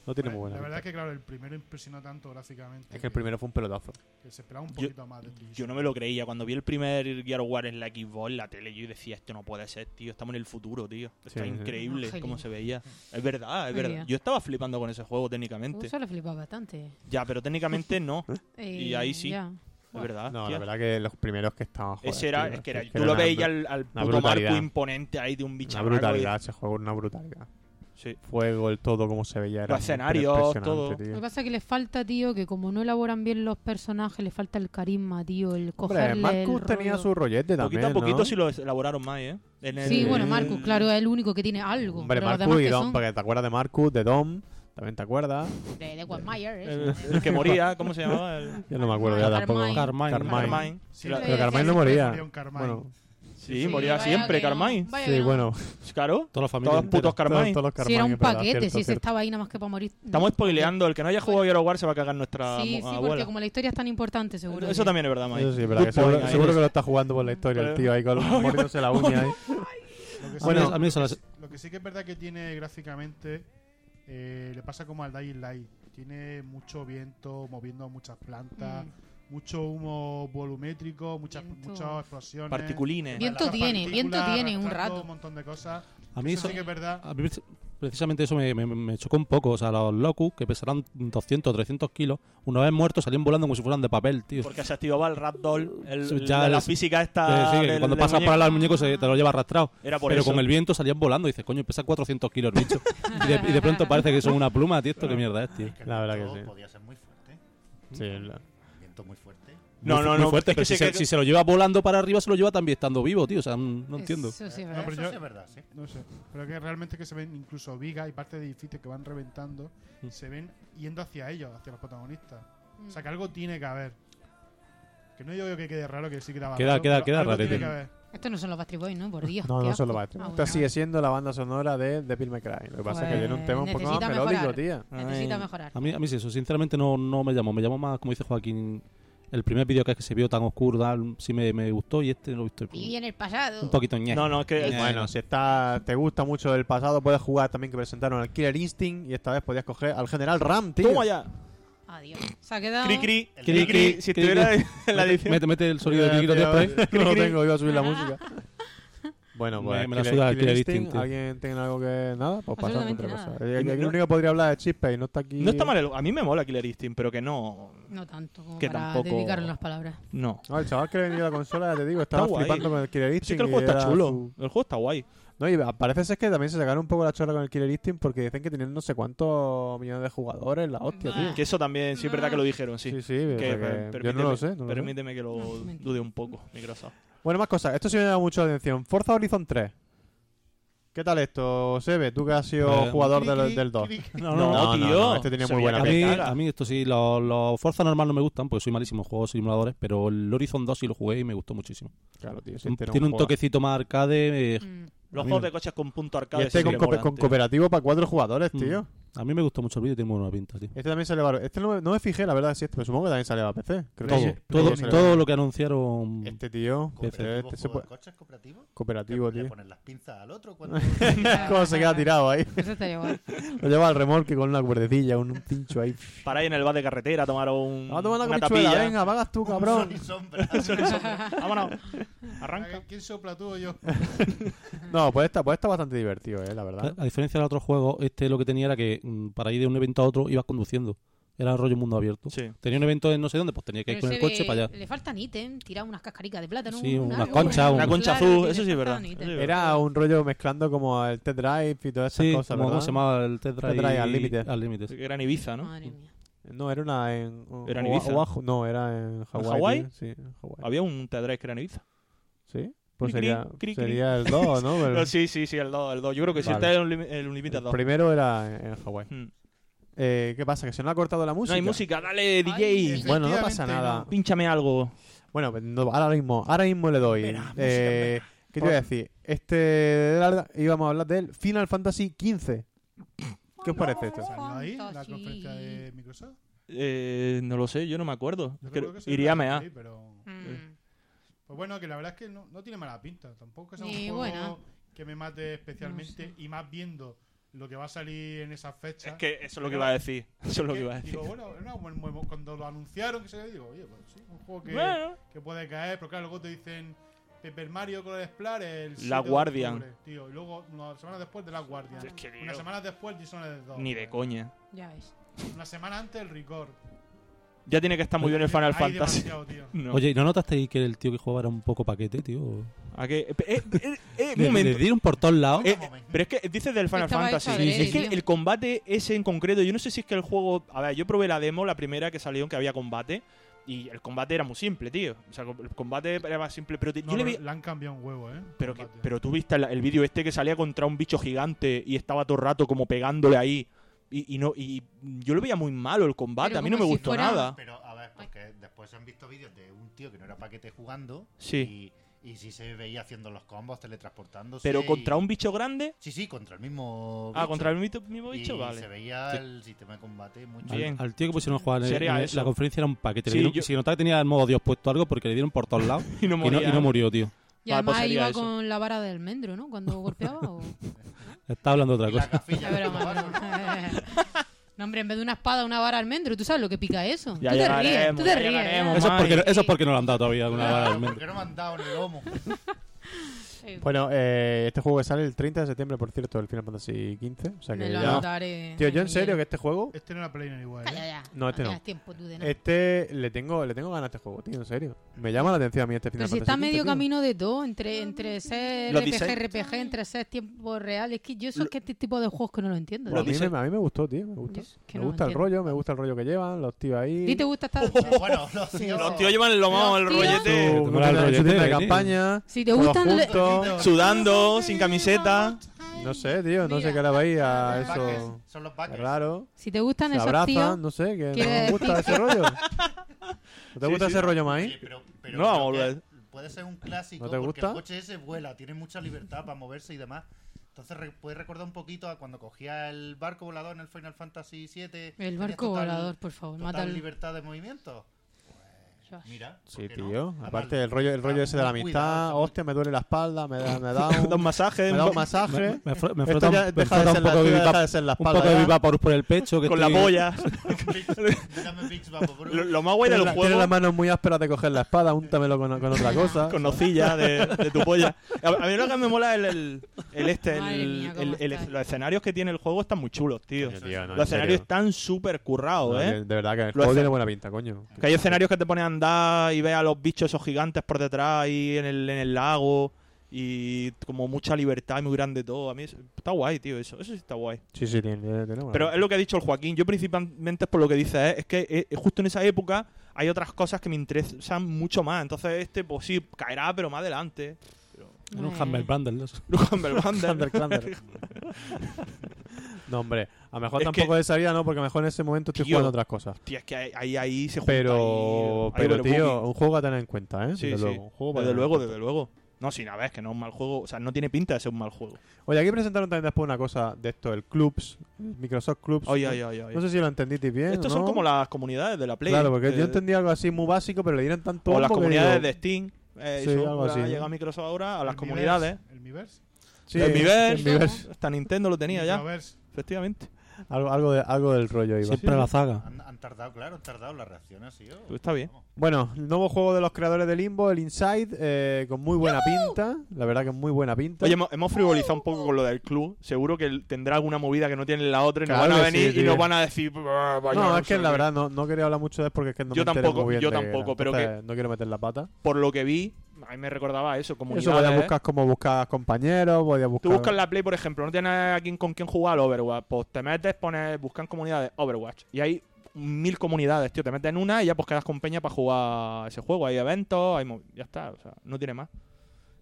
[SPEAKER 1] no tiene muy buena.
[SPEAKER 5] Bueno, La
[SPEAKER 3] este.
[SPEAKER 5] verdad es
[SPEAKER 1] pinta.
[SPEAKER 5] que, claro, el primero impresionó tanto gráficamente.
[SPEAKER 1] Es que el primero fue un pelotazo.
[SPEAKER 5] que se esperaba un
[SPEAKER 3] Yo-
[SPEAKER 5] poquito más de ti.
[SPEAKER 3] Yo no me lo creía. Cuando vi el primer Gear of War en la Xbox, en la tele, yo decía, esto no puede ser, tío. Estamos en el futuro, tío. Está
[SPEAKER 1] Sí, sí.
[SPEAKER 3] increíble
[SPEAKER 4] Ángel.
[SPEAKER 3] cómo se veía. Es verdad, es
[SPEAKER 4] Ay,
[SPEAKER 3] verdad.
[SPEAKER 4] Dios.
[SPEAKER 3] Yo estaba flipando con ese juego técnicamente.
[SPEAKER 4] Eso le flipaba bastante.
[SPEAKER 3] Ya, pero técnicamente no.
[SPEAKER 4] Eh,
[SPEAKER 3] ahí sí.
[SPEAKER 4] ya.
[SPEAKER 3] Es verdad.
[SPEAKER 1] No,
[SPEAKER 3] Ah, hostia.
[SPEAKER 1] la verdad que los primeros que estaban joder,
[SPEAKER 3] Ese era,
[SPEAKER 1] tío,
[SPEAKER 3] es que era,
[SPEAKER 1] es
[SPEAKER 3] tú lo
[SPEAKER 1] una
[SPEAKER 3] veis
[SPEAKER 1] bru-
[SPEAKER 3] al,
[SPEAKER 1] una
[SPEAKER 3] al puto marco
[SPEAKER 1] brutalidad.
[SPEAKER 3] imponente ahí de un bicho.
[SPEAKER 1] Una brutalidad, ese juego era una brutalidad.
[SPEAKER 3] Sí.
[SPEAKER 1] Fuego, el todo, como se veía. Era
[SPEAKER 3] Los escenarios,
[SPEAKER 1] impresionante,
[SPEAKER 3] todo.
[SPEAKER 1] tío.
[SPEAKER 4] Lo que pasa es que les falta, tío, que como no elaboran bien los personajes, les falta el carisma, tío, el
[SPEAKER 1] Hombre,
[SPEAKER 4] cogerle
[SPEAKER 1] Marcus
[SPEAKER 4] el
[SPEAKER 1] tenía
[SPEAKER 4] rollo.
[SPEAKER 1] su rollete también.
[SPEAKER 3] Poquito a poquito
[SPEAKER 1] ¿no?
[SPEAKER 3] sí lo elaboraron más, ¿eh? En el-
[SPEAKER 4] Sí, bueno,
[SPEAKER 1] Eh,
[SPEAKER 4] Marcus, claro, es el único que tiene algo.
[SPEAKER 1] Hombre,
[SPEAKER 4] pero los
[SPEAKER 1] Marcus y
[SPEAKER 4] demás
[SPEAKER 1] Dom,
[SPEAKER 4] que son
[SPEAKER 1] porque te acuerdas de Marcus, de Dom, también te acuerdas.
[SPEAKER 4] de, de Guadmire, ¿eh?
[SPEAKER 3] El, el que moría, ¿cómo se llamaba? El
[SPEAKER 1] Yo no me acuerdo ya
[SPEAKER 4] Carmine.
[SPEAKER 1] tampoco.
[SPEAKER 2] Carmine.
[SPEAKER 1] Carmine.
[SPEAKER 3] Carmine.
[SPEAKER 5] Sí,
[SPEAKER 3] Pero
[SPEAKER 5] sí,
[SPEAKER 1] Carmine
[SPEAKER 5] sí,
[SPEAKER 1] no
[SPEAKER 5] sí,
[SPEAKER 1] moría.
[SPEAKER 5] murió en Carmine.
[SPEAKER 1] Bueno,
[SPEAKER 3] Sí, moría siempre, Carmine. Pues
[SPEAKER 1] sí, bueno.
[SPEAKER 3] Claro,
[SPEAKER 2] Toda la familia.
[SPEAKER 3] todos los putos Carmine.
[SPEAKER 1] Todos- todos los
[SPEAKER 4] Si era
[SPEAKER 1] Carmine,
[SPEAKER 4] un
[SPEAKER 1] es verdad,
[SPEAKER 4] paquete,
[SPEAKER 1] cierto,
[SPEAKER 4] si se
[SPEAKER 1] cierto.
[SPEAKER 4] estaba ahí nada más que para morir.
[SPEAKER 3] Estamos spoileando. El que no haya jugado Gear of War se va a cagar nuestra
[SPEAKER 4] Sí, sí,
[SPEAKER 3] mu-
[SPEAKER 4] porque
[SPEAKER 3] abuela.
[SPEAKER 4] como la historia es tan importante, seguro.
[SPEAKER 3] Eso
[SPEAKER 4] que-
[SPEAKER 3] también es verdad, Mike.
[SPEAKER 1] Eso sí, es verdad,
[SPEAKER 3] Good
[SPEAKER 1] que seguro,
[SPEAKER 3] point, ahí.
[SPEAKER 1] seguro que lo está jugando por la historia el tío ahí con mordiéndose la uña ¿eh? ahí.
[SPEAKER 5] Lo que sí-
[SPEAKER 2] Bueno,
[SPEAKER 1] Bueno,
[SPEAKER 2] a mí eso las-
[SPEAKER 5] Lo que sí que es verdad que tiene gráficamente, eh, le pasa como al Dying Light. Tiene mucho viento, moviendo muchas plantas,
[SPEAKER 4] Mm.
[SPEAKER 5] mucho humo volumétrico, muchas,
[SPEAKER 4] Viento.
[SPEAKER 5] muchas explosiones.
[SPEAKER 3] Particulines.
[SPEAKER 4] Bien. Viento
[SPEAKER 5] Las
[SPEAKER 4] tiene,
[SPEAKER 5] partículas
[SPEAKER 4] viento tiene, un
[SPEAKER 5] arrastrando
[SPEAKER 4] rato.
[SPEAKER 5] Un montón de cosas.
[SPEAKER 2] a mí
[SPEAKER 5] eso
[SPEAKER 2] eso, Ah.
[SPEAKER 5] sí que es verdad.
[SPEAKER 2] a mí preci- precisamente eso me, me- me chocó un poco. O sea, los locus que pesarán 200 o 300 kilos, una vez muertos salían volando como si fueran de papel, tío.
[SPEAKER 3] Porque se activaba el Ragdoll, el,
[SPEAKER 2] Ya
[SPEAKER 3] la, la
[SPEAKER 2] es-
[SPEAKER 3] física
[SPEAKER 2] Eh,
[SPEAKER 3] esta.
[SPEAKER 2] sí, que
[SPEAKER 3] del-
[SPEAKER 2] cuando
[SPEAKER 3] del
[SPEAKER 2] pasas por
[SPEAKER 3] muñeco.
[SPEAKER 2] el muñeco se te lo lleva arrastrado.
[SPEAKER 3] Era por
[SPEAKER 2] pero
[SPEAKER 3] eso.
[SPEAKER 2] con el viento salían volando y dices, coño, pesa 400 kilos el bicho. y, de, y de pronto parece que son una pluma, tío. Esto qué mierda es, tío.
[SPEAKER 6] Es que el
[SPEAKER 1] La verdad que
[SPEAKER 6] viento
[SPEAKER 1] sí.
[SPEAKER 6] Podía ser muy fuerte.
[SPEAKER 1] Sí, la-
[SPEAKER 6] Viento muy fuerte.
[SPEAKER 3] No,
[SPEAKER 2] Muy fu-
[SPEAKER 3] no,
[SPEAKER 2] muy
[SPEAKER 3] no,
[SPEAKER 2] fuerte. Es
[SPEAKER 3] pero
[SPEAKER 2] que
[SPEAKER 3] sí
[SPEAKER 2] si, se,
[SPEAKER 3] que-
[SPEAKER 2] si se lo lleva volando para arriba, se lo lleva también estando vivo, tío. O sea, mm, no entiendo.
[SPEAKER 4] Eso sí es
[SPEAKER 5] No,
[SPEAKER 4] verdad.
[SPEAKER 5] pero
[SPEAKER 6] eso
[SPEAKER 5] yo-
[SPEAKER 6] sí es verdad, sí.
[SPEAKER 5] No sé, pero que realmente que se ven incluso vigas y partes de edificios que van reventando,
[SPEAKER 2] Mm.
[SPEAKER 5] se ven yendo hacia ellos, hacia los protagonistas.
[SPEAKER 4] Mm.
[SPEAKER 5] O sea que algo tiene que haber. Que no digo yo que quede raro, que sí quedaba
[SPEAKER 2] Queda-
[SPEAKER 5] raro,
[SPEAKER 2] queda-
[SPEAKER 5] pero
[SPEAKER 2] queda
[SPEAKER 5] algo
[SPEAKER 2] rarete.
[SPEAKER 5] tiene que haber.
[SPEAKER 4] Esto no son los Backstreet Boys, ¿no? Por Dios.
[SPEAKER 1] No,
[SPEAKER 4] qué
[SPEAKER 1] no solo
[SPEAKER 4] asco.
[SPEAKER 1] va a
[SPEAKER 4] Ah,
[SPEAKER 1] Esta
[SPEAKER 4] bueno.
[SPEAKER 1] sigue siendo la banda sonora de Devil May Cry. Lo que pasa es que
[SPEAKER 4] Pues,
[SPEAKER 1] tiene un tema un poco más
[SPEAKER 4] necesita
[SPEAKER 1] melódico,
[SPEAKER 4] mejorar.
[SPEAKER 1] tía.
[SPEAKER 4] Necesita
[SPEAKER 3] Ay.
[SPEAKER 4] mejorar.
[SPEAKER 2] A mí, a mí sí, eso sinceramente no, no me llamó. Me llamó más, como dice Joaquín, el primer vídeo que, es que se vio tan oscuro, tal, sí me, me gustó y este lo he visto
[SPEAKER 4] Viví en el
[SPEAKER 2] un
[SPEAKER 4] pasado.
[SPEAKER 2] poquito ñe.
[SPEAKER 3] No, no, es que.
[SPEAKER 4] Eh,
[SPEAKER 1] Bueno, si está, te gusta mucho del pasado, puedes jugar también que presentaron al Killer Instinct y esta vez podías coger al General Ram, tío.
[SPEAKER 3] ¡Toma ya!
[SPEAKER 4] Adiós. Se ha quedado.
[SPEAKER 3] Cri cri,
[SPEAKER 6] El
[SPEAKER 3] cri
[SPEAKER 2] cri,
[SPEAKER 3] cri. Si
[SPEAKER 2] cri,
[SPEAKER 3] estuviera
[SPEAKER 2] cri.
[SPEAKER 3] en la edición.
[SPEAKER 2] Mete, mete el sonido
[SPEAKER 1] Eh,
[SPEAKER 2] de Kikiro
[SPEAKER 1] tío,
[SPEAKER 2] otra vez.
[SPEAKER 1] no lo tengo, iba a subir la música. Bueno,
[SPEAKER 2] Me-
[SPEAKER 1] pues.
[SPEAKER 2] me la
[SPEAKER 1] Killer-
[SPEAKER 2] suda
[SPEAKER 1] Killer
[SPEAKER 2] el Killer
[SPEAKER 1] Instinct,
[SPEAKER 2] Instinct, tío.
[SPEAKER 1] ¿Alguien tiene algo que.? Nada, pues pasamos a otra
[SPEAKER 4] Absolutamente
[SPEAKER 1] cosa.
[SPEAKER 4] nada.
[SPEAKER 1] El, el
[SPEAKER 3] No-
[SPEAKER 1] único que podría hablar es Chispe y no está aquí.
[SPEAKER 3] No está mal, el- a mí me mola Killer Instinct, pero que no.
[SPEAKER 4] No tanto como
[SPEAKER 3] Que
[SPEAKER 4] para
[SPEAKER 3] tampoco-
[SPEAKER 4] dedicarle unas palabras.
[SPEAKER 3] No.
[SPEAKER 1] No, el chaval que le venía a la consola, ya te digo, estaba
[SPEAKER 3] guay.
[SPEAKER 1] flipando con el Killer Instinct.
[SPEAKER 3] Sí que el
[SPEAKER 1] y
[SPEAKER 3] juego está
[SPEAKER 1] era
[SPEAKER 3] chulo.
[SPEAKER 1] su-
[SPEAKER 3] El juego está guay.
[SPEAKER 1] No, y a- parece ser que también se sacaron un poco la chorra con el Killer Instinct porque dicen que tienen no sé cuántos millones de jugadores, la hostia, tío.
[SPEAKER 4] Bah.
[SPEAKER 3] Que eso también, sí, es verdad que lo dijeron, sí.
[SPEAKER 1] Sí, sí,
[SPEAKER 3] Que,
[SPEAKER 1] o sea que
[SPEAKER 3] per-
[SPEAKER 1] yo no
[SPEAKER 3] permíteme-
[SPEAKER 1] lo sé. no lo sé.
[SPEAKER 3] permíteme que
[SPEAKER 4] No,
[SPEAKER 3] lo
[SPEAKER 4] mentira.
[SPEAKER 3] dude un poco, Microsoft.
[SPEAKER 1] Bueno, más cosas. Esto sí me llama mucho la atención. Forza Horizon 3. ¿Qué tal esto, Sebe? Tú que has sido
[SPEAKER 2] Eh,
[SPEAKER 1] jugador del,
[SPEAKER 5] Cric,
[SPEAKER 1] del 2.
[SPEAKER 5] cric, cric.
[SPEAKER 3] No, tío.
[SPEAKER 1] este tenía
[SPEAKER 3] Se
[SPEAKER 1] muy
[SPEAKER 3] veía
[SPEAKER 1] buena
[SPEAKER 2] A
[SPEAKER 3] que
[SPEAKER 1] pinta.
[SPEAKER 2] mí,
[SPEAKER 3] caga.
[SPEAKER 2] a mí esto sí, los, los Forza normal no me gustan porque soy malísimo en juegos simuladores, pero el Horizon 2 sí lo jugué y me gustó muchísimo.
[SPEAKER 1] Claro, tío. sí,
[SPEAKER 2] Un-
[SPEAKER 1] tiene un
[SPEAKER 2] tiene un
[SPEAKER 1] juego.
[SPEAKER 2] toquecito más arcade. eh,
[SPEAKER 4] Mm.
[SPEAKER 3] Los
[SPEAKER 2] A mí
[SPEAKER 3] juegos
[SPEAKER 2] no.
[SPEAKER 3] de coches con punto
[SPEAKER 1] Y
[SPEAKER 3] arcade.
[SPEAKER 1] este
[SPEAKER 3] sí
[SPEAKER 1] con,
[SPEAKER 3] que
[SPEAKER 1] cope-
[SPEAKER 3] molan,
[SPEAKER 1] con
[SPEAKER 3] tío.
[SPEAKER 1] cooperativo para cuatro jugadores,
[SPEAKER 2] Mm.
[SPEAKER 1] tío.
[SPEAKER 2] A mí me gustó mucho el vídeo, tiene muy buena pinta, tío.
[SPEAKER 1] Este también sale para... Este no me, no me fijé, la verdad, si este. Pero supongo que también sale para PC. Creo que
[SPEAKER 2] Todo,
[SPEAKER 1] sí.
[SPEAKER 2] todo,
[SPEAKER 1] Creo que sale
[SPEAKER 2] todo lo que anunciaron.
[SPEAKER 1] para- Este tío.
[SPEAKER 2] Cooperativo,
[SPEAKER 1] Este se
[SPEAKER 6] ¿Juego
[SPEAKER 1] puede...
[SPEAKER 6] de coches cooperativo?
[SPEAKER 1] Cooperativo,
[SPEAKER 6] ¿Le
[SPEAKER 1] tío.
[SPEAKER 6] pones las pinzas al otro? cuando-
[SPEAKER 1] ¿Cómo se queda tirado ahí?
[SPEAKER 4] Eso estaría guay.
[SPEAKER 1] Lo lleva al remolque con una cuerdecilla, un, un pincho ahí.
[SPEAKER 3] Paráis en el bar de carretera a tomar
[SPEAKER 2] Mm,
[SPEAKER 3] un,
[SPEAKER 1] Vamos a tomar una
[SPEAKER 3] una
[SPEAKER 1] copichuela,
[SPEAKER 3] tapilla.
[SPEAKER 1] venga, pagas tú, cabrón.
[SPEAKER 6] Sol y sombra.
[SPEAKER 3] Vámonos. Arranca.
[SPEAKER 5] ¿Quién sopla tú o yo?
[SPEAKER 1] No, pues está, pues está bastante divertido, eh, la verdad.
[SPEAKER 2] A, a diferencia de otros juegos, este lo que tenía era que mm, para ir de un evento a otro ibas conduciendo. Era rollo mundo abierto.
[SPEAKER 3] Sí.
[SPEAKER 2] Tenía un evento en no sé dónde, pues tenía que ir
[SPEAKER 4] Pero
[SPEAKER 2] con el
[SPEAKER 4] se
[SPEAKER 2] coche
[SPEAKER 4] ve-
[SPEAKER 2] para allá.
[SPEAKER 4] Le faltan ítems, tirar unas cascaricas de plátano.
[SPEAKER 2] Sí,
[SPEAKER 4] un
[SPEAKER 2] una
[SPEAKER 4] algo,
[SPEAKER 2] concha,
[SPEAKER 4] un-
[SPEAKER 2] una
[SPEAKER 3] concha
[SPEAKER 4] claro,
[SPEAKER 3] azul,
[SPEAKER 4] que
[SPEAKER 3] eso
[SPEAKER 4] le
[SPEAKER 3] sí es verdad.
[SPEAKER 4] faltan ítems.
[SPEAKER 3] Eso sí es verdad.
[SPEAKER 1] Era un rollo mezclando como el T-Drive y todas esas
[SPEAKER 2] Sí,
[SPEAKER 1] cosas,
[SPEAKER 2] como, ¿cómo
[SPEAKER 1] ¿verdad?
[SPEAKER 2] se llamaba el Tetra
[SPEAKER 1] Tetra y al límite.
[SPEAKER 2] Al límite.
[SPEAKER 3] Gran Ibiza, ¿no?
[SPEAKER 4] Madre mía.
[SPEAKER 1] No, era una en... o-
[SPEAKER 3] Era en
[SPEAKER 1] o-
[SPEAKER 3] Ibiza.
[SPEAKER 1] o- o- no, era en Hawái.
[SPEAKER 3] Hawái?
[SPEAKER 1] tío. Sí, en Hawái.
[SPEAKER 3] Había un T3 que era en Ibiza.
[SPEAKER 1] ¿Sí? Pues
[SPEAKER 3] Cri, cri,
[SPEAKER 1] sería,
[SPEAKER 3] cri, cri.
[SPEAKER 1] sería el 2, ¿no? El,
[SPEAKER 3] No, sí, sí, sí, el 2, el 2. Yo creo que sí,
[SPEAKER 1] Vale.
[SPEAKER 3] este es el, Unlim- el Unlimited
[SPEAKER 1] el
[SPEAKER 3] 2.
[SPEAKER 1] primero era en, en Hawái.
[SPEAKER 3] Mm.
[SPEAKER 1] Eh, ¿Qué pasa? ¿Que se nos ha cortado la música?
[SPEAKER 3] No hay música, dale, DJ.
[SPEAKER 5] Ay,
[SPEAKER 1] Bueno, no pasa
[SPEAKER 5] Efectivamente,
[SPEAKER 1] nada.
[SPEAKER 5] no.
[SPEAKER 3] Pínchame algo.
[SPEAKER 1] Bueno, pues no, ahora mismo, ahora mismo le doy.
[SPEAKER 6] Venga,
[SPEAKER 1] Eh, ¿Qué te
[SPEAKER 3] Por-
[SPEAKER 1] iba a decir? Este, la verdad, íbamos a hablar del Final Fantasy XV. ¿Qué os parece esto?
[SPEAKER 5] ¿Salió ahí la
[SPEAKER 4] Fantasy.
[SPEAKER 5] conferencia de Microsoft?
[SPEAKER 3] Eh, no lo sé, yo no me acuerdo.
[SPEAKER 5] Yo
[SPEAKER 3] Creo-
[SPEAKER 5] recuerdo que sí,
[SPEAKER 3] iría a
[SPEAKER 5] salió
[SPEAKER 3] mea.
[SPEAKER 5] ahí, pero-
[SPEAKER 4] Mm.
[SPEAKER 5] Pues bueno, que la verdad es que no, no tiene mala pinta. Tampoco es un
[SPEAKER 4] Ni
[SPEAKER 5] juego
[SPEAKER 4] buena.
[SPEAKER 5] que me mate especialmente
[SPEAKER 4] No
[SPEAKER 5] y más viendo lo que va a salir en esas fechas.
[SPEAKER 3] Es que eso es lo que iba a decir. Eso es lo que iba a decir.
[SPEAKER 5] Digo, bueno, era un buen juego. cuando lo anunciaron, que se digo, oye, pues sí, un juego que,
[SPEAKER 3] Bueno,
[SPEAKER 5] que puede caer, pero claro, luego te dicen Paper Mario Color Splash el 7 de
[SPEAKER 3] Guardian.
[SPEAKER 5] octubre, tío, y luego unas semanas después de La Guardian.
[SPEAKER 3] Es que, tío.
[SPEAKER 5] unas semanas después Dishonored 2.
[SPEAKER 3] ni de coña.
[SPEAKER 4] Ya ves.
[SPEAKER 5] Una semana antes el Record.
[SPEAKER 3] Ya tiene que estar muy bien el Final
[SPEAKER 5] Hay
[SPEAKER 3] Fantasy.
[SPEAKER 5] demasiado, tío.
[SPEAKER 3] No.
[SPEAKER 2] Oye, ¿y ¿no notasteis que el tío que jugaba era un poco paquete, tío?
[SPEAKER 3] ¿A qué? Eh, eh, eh, eh,
[SPEAKER 2] Le, le
[SPEAKER 3] momento.
[SPEAKER 2] dieron por todos lados.
[SPEAKER 3] Eh, pero es que dices del Final
[SPEAKER 4] Estaba
[SPEAKER 3] Fantasy.
[SPEAKER 4] hecho adrede,
[SPEAKER 3] Es que
[SPEAKER 4] tío.
[SPEAKER 3] el combate ese en concreto, yo no sé si es que el juego. A ver, yo probé la demo, la primera que salió, que había combate. Y el combate era muy simple, tío. O sea, el combate era más simple. Pero te-
[SPEAKER 5] No,
[SPEAKER 3] yo le
[SPEAKER 5] pero
[SPEAKER 3] vi.
[SPEAKER 5] le han cambiado un huevo, ¿eh?
[SPEAKER 3] Pero, que-
[SPEAKER 5] Combate.
[SPEAKER 3] pero tú viste el, el vídeo este que salía contra un bicho gigante y estaba todo el rato como pegándole ahí. Y, y no y yo lo veía muy malo el combate.
[SPEAKER 4] Pero
[SPEAKER 3] a mí no me
[SPEAKER 4] como si
[SPEAKER 3] gustó
[SPEAKER 4] fuera-
[SPEAKER 3] nada.
[SPEAKER 6] Pero a ver, porque después se han visto vídeos de un tío que no era paquete jugando.
[SPEAKER 3] Sí.
[SPEAKER 6] Y, y sí se veía haciendo los combos, teletransportándose.
[SPEAKER 3] Pero
[SPEAKER 6] y-
[SPEAKER 3] contra un bicho grande.
[SPEAKER 6] Sí, sí, contra el mismo.
[SPEAKER 3] Ah,
[SPEAKER 6] bicho.
[SPEAKER 3] contra el mito- mismo
[SPEAKER 6] Y
[SPEAKER 3] bicho,
[SPEAKER 6] Se
[SPEAKER 3] vale.
[SPEAKER 6] veía
[SPEAKER 2] Sí.
[SPEAKER 6] el sistema de combate muy
[SPEAKER 2] Al-
[SPEAKER 3] Bien.
[SPEAKER 2] Al, tío que pusieron a jugar en,
[SPEAKER 3] Sería
[SPEAKER 2] en- en
[SPEAKER 3] eso.
[SPEAKER 2] la conferencia era un paquete.
[SPEAKER 3] Sí,
[SPEAKER 2] Le dieron-
[SPEAKER 3] yo-
[SPEAKER 2] Se notaba que tenía el modo Dios puesto algo porque le dieron por todos lados
[SPEAKER 3] Y no
[SPEAKER 2] y, no,
[SPEAKER 3] moría.
[SPEAKER 2] y no murió, tío.
[SPEAKER 4] Y
[SPEAKER 3] Vale, pues
[SPEAKER 4] además
[SPEAKER 3] sería
[SPEAKER 4] iba
[SPEAKER 3] eso.
[SPEAKER 4] con la vara del mendro, ¿no? Cuando golpeaba. O...
[SPEAKER 2] Estaba hablando de
[SPEAKER 6] Y
[SPEAKER 2] otra
[SPEAKER 6] la
[SPEAKER 2] cosa.
[SPEAKER 6] gafilla
[SPEAKER 4] Ya
[SPEAKER 6] que
[SPEAKER 4] verás,
[SPEAKER 6] llevaba, ¿no?
[SPEAKER 4] no, hombre, en vez de una espada, una vara al mendro. ¿Tú sabes lo que pica eso?
[SPEAKER 3] Ya
[SPEAKER 4] tú te
[SPEAKER 3] llegaremos,
[SPEAKER 4] ríes, tú
[SPEAKER 3] ya
[SPEAKER 4] te ríes. ¿eh?
[SPEAKER 3] llegaremos.
[SPEAKER 2] Eso es, porque,
[SPEAKER 3] Ay.
[SPEAKER 2] eso es porque no lo han dado todavía una
[SPEAKER 6] Claro,
[SPEAKER 2] vara al menos.
[SPEAKER 6] porque no me han dado en el lomo.
[SPEAKER 4] Eh,
[SPEAKER 1] Bueno, eh, este juego que sale el 30 de septiembre, por cierto, el Final Fantasy XV. O sea
[SPEAKER 4] me
[SPEAKER 1] que
[SPEAKER 4] lo
[SPEAKER 1] ya...
[SPEAKER 4] anotaré.
[SPEAKER 1] Tío, yo
[SPEAKER 4] Eso
[SPEAKER 1] en serio
[SPEAKER 4] quiero.
[SPEAKER 1] que este juego...
[SPEAKER 5] Este no era Player igual,
[SPEAKER 4] Calla
[SPEAKER 5] ¿eh?
[SPEAKER 4] ya.
[SPEAKER 1] No, este no.
[SPEAKER 4] tengas tiempo tú de nada.
[SPEAKER 1] Este, le tengo, le tengo ganas a este juego, tío, en serio. Me llama la atención a mí este Final
[SPEAKER 4] Pero si
[SPEAKER 1] Fantasy
[SPEAKER 4] está medio
[SPEAKER 1] XV, tío.
[SPEAKER 4] camino de todo, entre, entre ser
[SPEAKER 3] Los
[SPEAKER 4] RPG,
[SPEAKER 3] diseños-
[SPEAKER 4] RPG, entre ser tiempo real. Es que yo eso es que este tipo de juegos que no lo entiendo.
[SPEAKER 1] Pues a,
[SPEAKER 3] Los
[SPEAKER 4] tío.
[SPEAKER 1] mí
[SPEAKER 3] diseños-
[SPEAKER 1] me, a mí me gustó, tío, me gusta.
[SPEAKER 4] Yo es que
[SPEAKER 1] me
[SPEAKER 4] no
[SPEAKER 1] gusta el
[SPEAKER 4] entiendo.
[SPEAKER 1] rollo, me gusta el rollo que llevan, los tíos ahí.
[SPEAKER 4] ¿A ti te gusta estar...?
[SPEAKER 6] bueno, los tíos.
[SPEAKER 3] Los tíos llevan el lomón, el
[SPEAKER 4] Los tíos-
[SPEAKER 3] rollete.
[SPEAKER 1] Su-
[SPEAKER 2] Como
[SPEAKER 1] su
[SPEAKER 2] la
[SPEAKER 1] tienda- su
[SPEAKER 2] rollete,
[SPEAKER 1] tienda de
[SPEAKER 2] tío.
[SPEAKER 1] campaña,
[SPEAKER 4] Si te
[SPEAKER 1] todos
[SPEAKER 4] gustan... le-
[SPEAKER 1] juntos.
[SPEAKER 3] Sudando, sin camiseta.
[SPEAKER 1] No sé, tío, no sé
[SPEAKER 4] Mira.
[SPEAKER 1] qué le vais a
[SPEAKER 6] Los backers,
[SPEAKER 1] eso.
[SPEAKER 6] Son los backers.
[SPEAKER 1] Claro.
[SPEAKER 4] Si te
[SPEAKER 1] Se
[SPEAKER 4] gustan esos tíos...
[SPEAKER 1] abrazan, no sé, que no
[SPEAKER 4] quiere
[SPEAKER 1] me gusta ese rollo. ¿No te
[SPEAKER 3] Sí,
[SPEAKER 1] gusta
[SPEAKER 3] sí.
[SPEAKER 1] ese rollo,
[SPEAKER 6] Sí,
[SPEAKER 1] Maíz?
[SPEAKER 6] pero, pero
[SPEAKER 3] No, vamos a
[SPEAKER 6] creo que
[SPEAKER 3] volver.
[SPEAKER 6] puede ser un clásico
[SPEAKER 1] ¿No te
[SPEAKER 6] porque
[SPEAKER 1] gusta?
[SPEAKER 6] el coche ese vuela, tiene mucha libertad para moverse y demás. Entonces re- puede recordar un poquito a cuando cogía el barco volador en el Final Fantasy VII.
[SPEAKER 4] El
[SPEAKER 6] tenías
[SPEAKER 4] barco
[SPEAKER 6] total-
[SPEAKER 4] volador, por favor,
[SPEAKER 6] total
[SPEAKER 4] mata el...
[SPEAKER 6] libertad de movimiento. Mira. ¿por
[SPEAKER 1] Sí,
[SPEAKER 6] qué no?
[SPEAKER 1] tío.
[SPEAKER 6] Además,
[SPEAKER 1] Aparte, el rollo, el rollo
[SPEAKER 6] está
[SPEAKER 1] ese de la
[SPEAKER 6] muy
[SPEAKER 1] amistad.
[SPEAKER 6] cuidado, está muy-
[SPEAKER 1] Hostia, me duele la espalda, me da, me da
[SPEAKER 3] Me da un
[SPEAKER 1] un,
[SPEAKER 3] masaje,
[SPEAKER 1] me da un masaje.
[SPEAKER 2] Me, fro- me
[SPEAKER 1] Esto
[SPEAKER 2] frota,
[SPEAKER 1] ya
[SPEAKER 2] me
[SPEAKER 1] deja
[SPEAKER 2] frota
[SPEAKER 1] de
[SPEAKER 2] un
[SPEAKER 1] ser la-
[SPEAKER 2] poco
[SPEAKER 1] esto
[SPEAKER 2] de
[SPEAKER 1] ya
[SPEAKER 2] Viva-
[SPEAKER 1] deja de ser la
[SPEAKER 2] un
[SPEAKER 1] espalda,
[SPEAKER 2] poco de
[SPEAKER 1] ya.
[SPEAKER 2] Vivaporus por el pecho. Que
[SPEAKER 3] con la
[SPEAKER 2] estoy-
[SPEAKER 3] polla.
[SPEAKER 6] Dame Bix, vamos, por-
[SPEAKER 3] Lo, lo más guay del
[SPEAKER 1] Tiene la- tiene
[SPEAKER 3] juego
[SPEAKER 1] las manos muy ásperas de coger la espada, úntamelo con, con otra cosa.
[SPEAKER 3] con nocilla de, de tu polla. A, a mí lo que me mola es el, el, el este, el-
[SPEAKER 4] Madre mía, cómo
[SPEAKER 3] el- el-
[SPEAKER 4] está.
[SPEAKER 3] los escenarios que tiene el juego están muy chulos, tío.
[SPEAKER 1] Coño, tío, no, en
[SPEAKER 3] Los escenarios
[SPEAKER 1] serio.
[SPEAKER 3] están súper currados,
[SPEAKER 1] No,
[SPEAKER 3] ¿eh?
[SPEAKER 1] De de verdad que el
[SPEAKER 3] Lo
[SPEAKER 1] juego
[SPEAKER 3] hace-
[SPEAKER 1] tiene buena pinta, coño.
[SPEAKER 3] Que hay escenarios que te pones a andar y ves a los bichos esos gigantes por detrás y en el, en el lago y como mucha libertad y muy grande todo. A mí es- está guay, tío, eso. Eso sí está guay.
[SPEAKER 1] Sí, sí, tiene, tiene- tiene buena
[SPEAKER 3] Pero
[SPEAKER 1] pinta.
[SPEAKER 3] es lo que ha dicho el Joaquín. Yo principalmente es por lo que dice, ¿eh? es que eh, justo en esa época hay otras cosas que me interesan mucho más. Entonces este, pues sí, caerá, pero más adelante.
[SPEAKER 2] Era un
[SPEAKER 4] Eh,
[SPEAKER 2] Humble Bundle. ¿no?
[SPEAKER 3] Humble Bundle.
[SPEAKER 1] Thunder Clander. No, hombre, a lo mejor
[SPEAKER 3] Es
[SPEAKER 1] tampoco
[SPEAKER 3] que-
[SPEAKER 1] de salida, no, porque a lo mejor en ese momento estoy
[SPEAKER 3] Tío.
[SPEAKER 1] jugando otras cosas.
[SPEAKER 3] Tío, es que ahí, ahí, ahí se junta
[SPEAKER 1] Pero,
[SPEAKER 3] ahí- ahí
[SPEAKER 1] pero
[SPEAKER 3] el
[SPEAKER 1] tío,
[SPEAKER 3] booking.
[SPEAKER 1] un juego a tener en cuenta, ¿eh?
[SPEAKER 3] Sí,
[SPEAKER 1] desde
[SPEAKER 3] sí.
[SPEAKER 1] luego. un juego para
[SPEAKER 3] desde
[SPEAKER 1] tener en
[SPEAKER 3] luego,
[SPEAKER 1] cuenta.
[SPEAKER 3] desde luego. No, sin nada, es que no es un mal juego. O sea, no tiene pinta de ser un mal juego.
[SPEAKER 1] Oye, aquí presentaron también después una cosa de esto, el Clubs, el Microsoft Clubs.
[SPEAKER 3] Oye, oye, oye. oye.
[SPEAKER 1] No sé si lo entendisteis bien.
[SPEAKER 3] Estos
[SPEAKER 1] ¿no?
[SPEAKER 3] son como las comunidades de la Play.
[SPEAKER 1] Claro, porque
[SPEAKER 3] de-
[SPEAKER 1] yo entendí algo así muy básico, pero le dieron tanto.
[SPEAKER 3] O las
[SPEAKER 1] bombo que
[SPEAKER 3] comunidades
[SPEAKER 1] digo,
[SPEAKER 3] de Steam. Eh,
[SPEAKER 1] Sí,
[SPEAKER 3] eso
[SPEAKER 1] algo
[SPEAKER 3] ahora
[SPEAKER 1] así,
[SPEAKER 3] Ha
[SPEAKER 1] ¿no?
[SPEAKER 3] llegado Microsoft ahora a las
[SPEAKER 5] El
[SPEAKER 3] comunidades. eh.
[SPEAKER 5] Miiverse, El Miiverse.
[SPEAKER 1] Sí,
[SPEAKER 3] el Miiverse.
[SPEAKER 1] el Miiverse.
[SPEAKER 3] Hasta Nintendo lo tenía ya,
[SPEAKER 5] Microverse.
[SPEAKER 3] efectivamente.
[SPEAKER 1] Algo, algo, de- algo del rollo iba.
[SPEAKER 2] Siempre a la zaga.
[SPEAKER 6] Han, han tardado, claro, han tardado. La reacción ha sido.
[SPEAKER 3] Pues está bien.
[SPEAKER 6] vamos.
[SPEAKER 1] Bueno, el nuevo juego de los creadores de Limbo, el Inside, eh, con muy buena pinta. La verdad que muy buena pinta.
[SPEAKER 3] Oye, hemos, hemos frivolizado un poco con lo del club. Seguro que el- tendrá alguna movida que no tiene la otra y
[SPEAKER 1] Claro
[SPEAKER 3] nos van a
[SPEAKER 1] que sí,
[SPEAKER 3] venir y
[SPEAKER 1] tío.
[SPEAKER 3] nos van a decir. "Bah, vaya,
[SPEAKER 1] no, es
[SPEAKER 3] sé
[SPEAKER 1] que la
[SPEAKER 3] qué".
[SPEAKER 1] verdad no, no quería hablar mucho de él porque es que no
[SPEAKER 3] Yo
[SPEAKER 1] me enteré
[SPEAKER 3] tampoco,
[SPEAKER 1] muy bien
[SPEAKER 3] yo
[SPEAKER 1] de qué era.
[SPEAKER 3] tampoco, pero
[SPEAKER 1] Entonces, no quiero meter la pata.
[SPEAKER 3] Por lo que vi, a mí me recordaba eso. Comunidades.
[SPEAKER 1] Eso pues, podías buscar como buscar compañeros, podías buscar.
[SPEAKER 3] ¿eh? Tú buscas la Play, por ejemplo, no tienes a quien, con quién jugar al Overwatch. Pues te metes, pones, buscan comunidades Overwatch. Y hay mil comunidades, tío. Te metes en una y ya pues quedas con peña para jugar ese juego. Hay eventos, hay mov- ya está. O sea, no tiene más.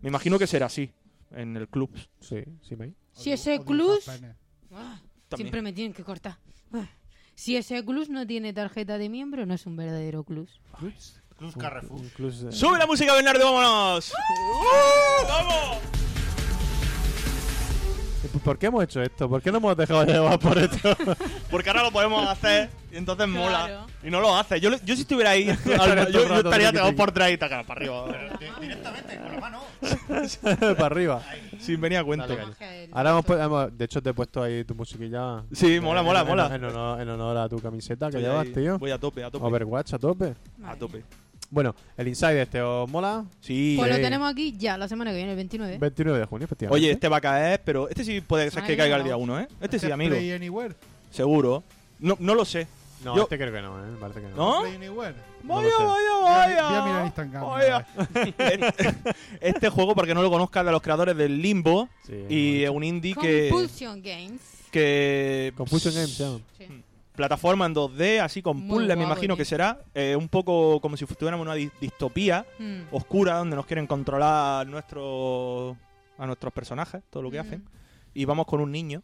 [SPEAKER 3] Me imagino que será así en el club.
[SPEAKER 1] Sí, sí, me.
[SPEAKER 5] O
[SPEAKER 4] Si
[SPEAKER 5] dibu-
[SPEAKER 4] ese
[SPEAKER 5] o dibujar
[SPEAKER 4] Clues-
[SPEAKER 5] penes.
[SPEAKER 4] ah,
[SPEAKER 3] También.
[SPEAKER 4] siempre me tienen que cortar. Ah, Si ese club no tiene tarjeta de miembro, no es un verdadero club.
[SPEAKER 6] Club Carrefour.
[SPEAKER 1] Incluso. eh,
[SPEAKER 3] ¡Sube la música, Bernardo! ¡Vámonos! ¡Uh! ¡Vamos!
[SPEAKER 1] Eh, pues, ¿Por qué hemos hecho esto? ¿Por qué no hemos dejado de llevar por esto?
[SPEAKER 3] Porque ahora lo podemos hacer y entonces
[SPEAKER 4] Claro.
[SPEAKER 3] mola. Y no lo hace. Yo, lo- yo si estuviera ahí, al-
[SPEAKER 1] Estaría todo
[SPEAKER 3] yo,
[SPEAKER 1] el
[SPEAKER 3] yo
[SPEAKER 1] rato
[SPEAKER 3] estaría
[SPEAKER 1] triqui,
[SPEAKER 3] pegado
[SPEAKER 1] triqui.
[SPEAKER 3] por detrás y taca, para arriba.
[SPEAKER 6] Pero di- directamente, con la mano.
[SPEAKER 1] Para arriba.
[SPEAKER 3] Sin venir a cuento.
[SPEAKER 1] Dale, Ahora hemos, pu- hemos- De hecho, te he puesto ahí tu musiquilla.
[SPEAKER 3] Sí, mola,
[SPEAKER 1] En-
[SPEAKER 3] mola,
[SPEAKER 1] en-
[SPEAKER 3] mola.
[SPEAKER 1] En honor, en honor a tu camiseta que
[SPEAKER 3] Estoy
[SPEAKER 1] llevas,
[SPEAKER 3] ahí.
[SPEAKER 1] tío.
[SPEAKER 3] Voy a tope, a tope.
[SPEAKER 1] Overwatch a tope.
[SPEAKER 3] A tope.
[SPEAKER 1] Bueno, el Inside este, ¿os mola?
[SPEAKER 3] Sí.
[SPEAKER 4] Pues lo
[SPEAKER 1] Sí.
[SPEAKER 4] tenemos ¿eh? aquí ya, la semana que viene, el 29.
[SPEAKER 1] 29 de junio, efectivamente.
[SPEAKER 3] Oye, este va a caer, pero este sí puede ser
[SPEAKER 4] Madre
[SPEAKER 3] que caiga el
[SPEAKER 4] mía.
[SPEAKER 3] día 1, ¿eh? Este sí,
[SPEAKER 5] es
[SPEAKER 3] amigo.
[SPEAKER 5] Play Anywhere.
[SPEAKER 3] Seguro. No, no lo sé.
[SPEAKER 1] No,
[SPEAKER 3] yo-
[SPEAKER 1] este creo que no, ¿eh? Me parece que no.
[SPEAKER 3] ¿No?
[SPEAKER 5] Play Anywhere.
[SPEAKER 1] No lo
[SPEAKER 3] vaya,
[SPEAKER 1] sé.
[SPEAKER 3] vaya,
[SPEAKER 5] Voy a mirar
[SPEAKER 3] vaya.
[SPEAKER 5] Instagram.
[SPEAKER 3] Vaya. Este, este juego, para que no lo conozca, es de los creadores del Limbo
[SPEAKER 1] Sí,
[SPEAKER 3] y
[SPEAKER 1] hemos
[SPEAKER 3] es
[SPEAKER 1] dicho.
[SPEAKER 3] un indie que.
[SPEAKER 4] Compulsion Games.
[SPEAKER 3] que
[SPEAKER 1] Confusion Games, se llama.
[SPEAKER 4] Sí.
[SPEAKER 3] plataforma en 2D, así con
[SPEAKER 4] Muy
[SPEAKER 3] puzzle, me
[SPEAKER 4] guapo,
[SPEAKER 3] imagino
[SPEAKER 4] tío.
[SPEAKER 3] que será. eh, un poco como si estuviéramos en una di- distopía
[SPEAKER 4] Mm.
[SPEAKER 3] oscura donde nos quieren controlar nuestro, a nuestros personajes, todo lo que
[SPEAKER 4] Ujú.
[SPEAKER 3] hacen. Y vamos con un niño.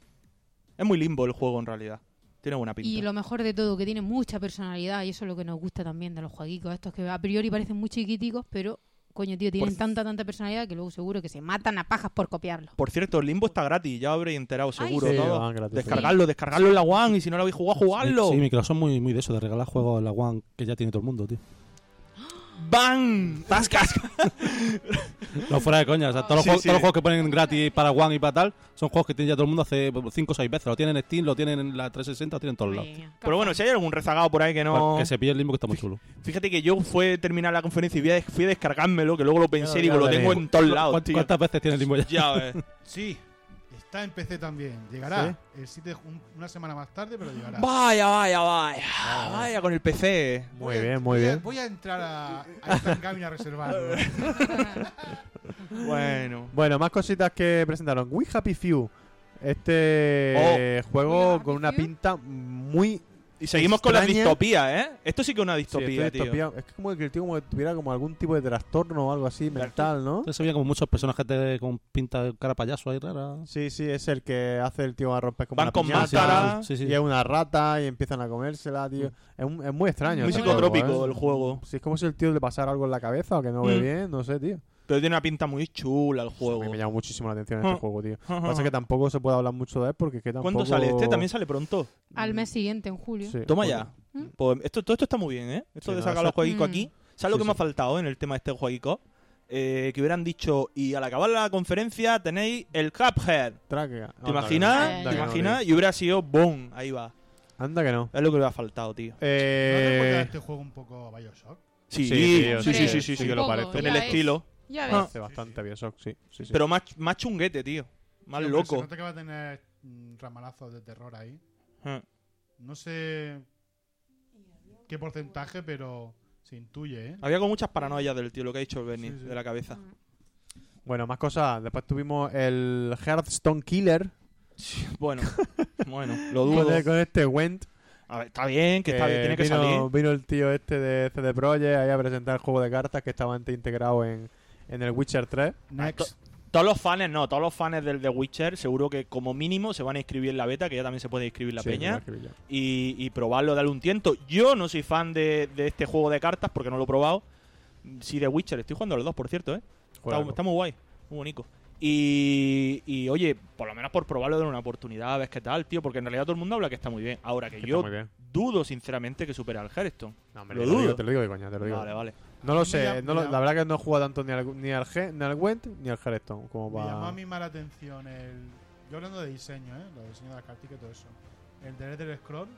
[SPEAKER 3] Es muy limbo el juego en realidad. Tiene buena pinta.
[SPEAKER 4] Y lo mejor de todo, que tiene mucha personalidad, y eso es lo que nos gusta también de los jueguicos estos, que a priori parecen muy chiquiticos, pero, coño, tío, tienen
[SPEAKER 3] Por-
[SPEAKER 4] tanta, tanta personalidad que luego seguro que se matan a pajas por copiarlo.
[SPEAKER 3] Por cierto, el limbo está gratis, ya habréis enterado seguro
[SPEAKER 1] Sí,
[SPEAKER 3] todo.
[SPEAKER 1] van gratis.
[SPEAKER 3] Descargarlo, descargarlo en la One y si no lo habéis jugado, jugarlo.
[SPEAKER 2] Sí, Microsoft muy, muy de eso, de regalar juegos a la One que ya tiene todo el mundo, tío.
[SPEAKER 3] ¡Bam! ¡Tascas!
[SPEAKER 2] No fuera de coña, o sea, todos, los
[SPEAKER 3] Sí,
[SPEAKER 2] juegos,
[SPEAKER 3] sí.
[SPEAKER 2] todos los juegos que ponen gratis para One y para tal son juegos que tiene ya todo el mundo hace 5 o 6 veces. Lo tienen en Steam, lo tienen en la 360, lo tienen en todos lados.
[SPEAKER 4] Venga.
[SPEAKER 3] Pero bueno, si hay algún rezagado por ahí que no.
[SPEAKER 2] Que se pille el limbo que está muy chulo.
[SPEAKER 3] Fíjate que yo fue terminar la conferencia y vi a- fui a descargármelo, que luego lo pensé
[SPEAKER 1] Ya,
[SPEAKER 3] y digo,
[SPEAKER 1] ya
[SPEAKER 3] lo
[SPEAKER 1] lo
[SPEAKER 3] tengo
[SPEAKER 1] tenéis.
[SPEAKER 3] en todos
[SPEAKER 2] ¿Cuán-
[SPEAKER 3] lados, tío.
[SPEAKER 2] ¿Cuántas veces tiene el limbo ya?
[SPEAKER 3] Ya ves.
[SPEAKER 5] Sí, está en PC también. Llegará el 7 de ju- un- una semana más tarde, pero llegará.
[SPEAKER 3] Vaya, vaya, vaya. Vaya con el PC.
[SPEAKER 5] Voy
[SPEAKER 1] Muy
[SPEAKER 5] a-
[SPEAKER 1] bien, muy
[SPEAKER 5] voy a-
[SPEAKER 1] bien.
[SPEAKER 5] Voy a entrar a, a Instagram y a reservarlo.
[SPEAKER 3] Bueno.
[SPEAKER 1] Bueno, más cositas que presentaron. We Happy Few. Este juego
[SPEAKER 4] We
[SPEAKER 1] con
[SPEAKER 4] Happy
[SPEAKER 1] una
[SPEAKER 4] Few.
[SPEAKER 1] pinta muy,
[SPEAKER 3] Oh. Y seguimos con las
[SPEAKER 1] extraña-
[SPEAKER 3] distopías, ¿eh? Esto sí que es una
[SPEAKER 1] Sí, estoy
[SPEAKER 3] distopía, tío.
[SPEAKER 1] distopía. Es que como que el tío como que tuviera como algún tipo de trastorno o algo así
[SPEAKER 3] Claro.
[SPEAKER 1] mental, ¿no?
[SPEAKER 2] Entonces había como muchos personajes de- con pinta de cara payaso ahí rara.
[SPEAKER 1] Sí, sí, es el que hace el tío a romper como
[SPEAKER 3] Van
[SPEAKER 1] una
[SPEAKER 3] con
[SPEAKER 1] piñata,
[SPEAKER 3] máscara.
[SPEAKER 2] Sí, sí.
[SPEAKER 1] Y es una rata y empiezan a comérsela, tío. Es, un- es muy extraño.
[SPEAKER 3] Muy
[SPEAKER 1] el
[SPEAKER 3] psicotrópico
[SPEAKER 1] juego, ¿eh?
[SPEAKER 3] el juego.
[SPEAKER 1] Sí, es como si el tío le pasara algo en la cabeza o que no ve
[SPEAKER 3] Mm.
[SPEAKER 1] bien, no sé, tío.
[SPEAKER 3] Pero tiene una pinta muy chula el
[SPEAKER 1] A mí
[SPEAKER 3] juego.
[SPEAKER 1] me llama muchísimo la atención este
[SPEAKER 3] Ah.
[SPEAKER 1] juego, tío. Pasa que tampoco se puede hablar mucho de él porque es que tampoco...
[SPEAKER 3] ¿Cuándo sale este? También sale pronto.
[SPEAKER 4] Al mes siguiente, en julio.
[SPEAKER 1] Sí,
[SPEAKER 3] Toma
[SPEAKER 1] porque-
[SPEAKER 3] ya.
[SPEAKER 4] Mm.
[SPEAKER 3] Pues esto, todo esto está muy bien, ¿eh? Esto
[SPEAKER 1] Sí,
[SPEAKER 3] de
[SPEAKER 1] no,
[SPEAKER 3] sacar
[SPEAKER 1] eso-
[SPEAKER 3] los jueguicos
[SPEAKER 4] Mm.
[SPEAKER 3] aquí. ¿Sabes lo
[SPEAKER 1] Sí,
[SPEAKER 3] que me
[SPEAKER 1] sí.
[SPEAKER 3] ha faltado en el tema de este jueguico? Eh, que hubieran dicho, y al acabar la conferencia tenéis el Cuphead.
[SPEAKER 1] Traca.
[SPEAKER 3] ¿Te
[SPEAKER 1] Anda que
[SPEAKER 3] imaginas?
[SPEAKER 1] no,
[SPEAKER 4] Eh,
[SPEAKER 1] anda
[SPEAKER 3] ¿Te
[SPEAKER 1] que no,
[SPEAKER 3] imaginas? Y hubiera sido boom. Ahí va.
[SPEAKER 1] tío. Anda que no.
[SPEAKER 3] Es lo que le ha faltado, tío.
[SPEAKER 5] te acuerdas de
[SPEAKER 1] Eh...
[SPEAKER 5] este juego un poco a Bioshock?
[SPEAKER 1] Sí,
[SPEAKER 3] Sí, sí,
[SPEAKER 1] tío,
[SPEAKER 3] sí, sí,
[SPEAKER 4] sí,
[SPEAKER 3] sí,
[SPEAKER 4] sí,
[SPEAKER 3] sí,
[SPEAKER 1] que lo
[SPEAKER 4] poco,
[SPEAKER 1] parece.
[SPEAKER 4] ya
[SPEAKER 3] En el
[SPEAKER 4] es.
[SPEAKER 3] estilo.
[SPEAKER 4] Ya ves.
[SPEAKER 3] Ah.
[SPEAKER 1] Hace bastante Bioshock, sí. sí, sí.
[SPEAKER 3] Pero más, más chunguete, tío. Más
[SPEAKER 5] Tío, pero Se
[SPEAKER 3] loco.
[SPEAKER 5] nota que va a tener mm, ramalazos de terror ahí.
[SPEAKER 3] Ah.
[SPEAKER 5] No sé qué porcentaje, pero se intuye, ¿eh?
[SPEAKER 3] Había con muchas paranoias del tío, lo que ha dicho el Benny,
[SPEAKER 5] Sí, sí.
[SPEAKER 3] de la cabeza.
[SPEAKER 1] Bueno, más cosas. Después tuvimos el Hearthstone Killer
[SPEAKER 3] Bueno, bueno, lo dudo.
[SPEAKER 1] con, con este Went.
[SPEAKER 3] A ver, está bien, que está bien, tiene que
[SPEAKER 1] vino,
[SPEAKER 3] salir.
[SPEAKER 1] vino el tío este de CD Projekt ahí a presentar el juego de cartas que estaba antes integrado en, en el Witcher 3.
[SPEAKER 3] ah,
[SPEAKER 5] Next.
[SPEAKER 3] Todos los fans, no, todos los fans del The Witcher, seguro que como mínimo se van a inscribir en la beta, que ya también se puede inscribir la
[SPEAKER 1] Sí,
[SPEAKER 3] peña,
[SPEAKER 1] que lo escribí yo.
[SPEAKER 3] y, y probarlo, darle un tiento. Yo no soy fan de, de este juego de cartas porque no lo he probado. Sí, The Witcher, estoy jugando a los dos, por cierto, ¿eh? Está,
[SPEAKER 1] Juegazo.
[SPEAKER 3] está muy guay, muy bonito. Y, y, oye, por lo menos por probarlo, dar una oportunidad, a ver qué tal, tío, porque en realidad todo el mundo habla que está muy bien. Ahora que,
[SPEAKER 1] Que está
[SPEAKER 3] yo
[SPEAKER 1] muy bien.
[SPEAKER 3] dudo sinceramente que supera al Hearthstone.
[SPEAKER 1] No, hombre,
[SPEAKER 3] lo
[SPEAKER 1] te, lo digo,
[SPEAKER 3] dudo.
[SPEAKER 1] te lo digo de coña, te lo digo.
[SPEAKER 3] Vale, vale.
[SPEAKER 1] No lo
[SPEAKER 5] Me
[SPEAKER 1] sé,
[SPEAKER 5] llama-
[SPEAKER 1] no lo-
[SPEAKER 5] me
[SPEAKER 1] la
[SPEAKER 5] llama-
[SPEAKER 1] verdad que no he jugado tanto ni al, ni al, G- ni al Went ni al Hearthstone. Como
[SPEAKER 5] Me llamó
[SPEAKER 1] para...
[SPEAKER 5] a mí más la atención el. Yo hablando de diseño, ¿eh? Lo de diseño de las cartas y todo eso. El de Elder Scroll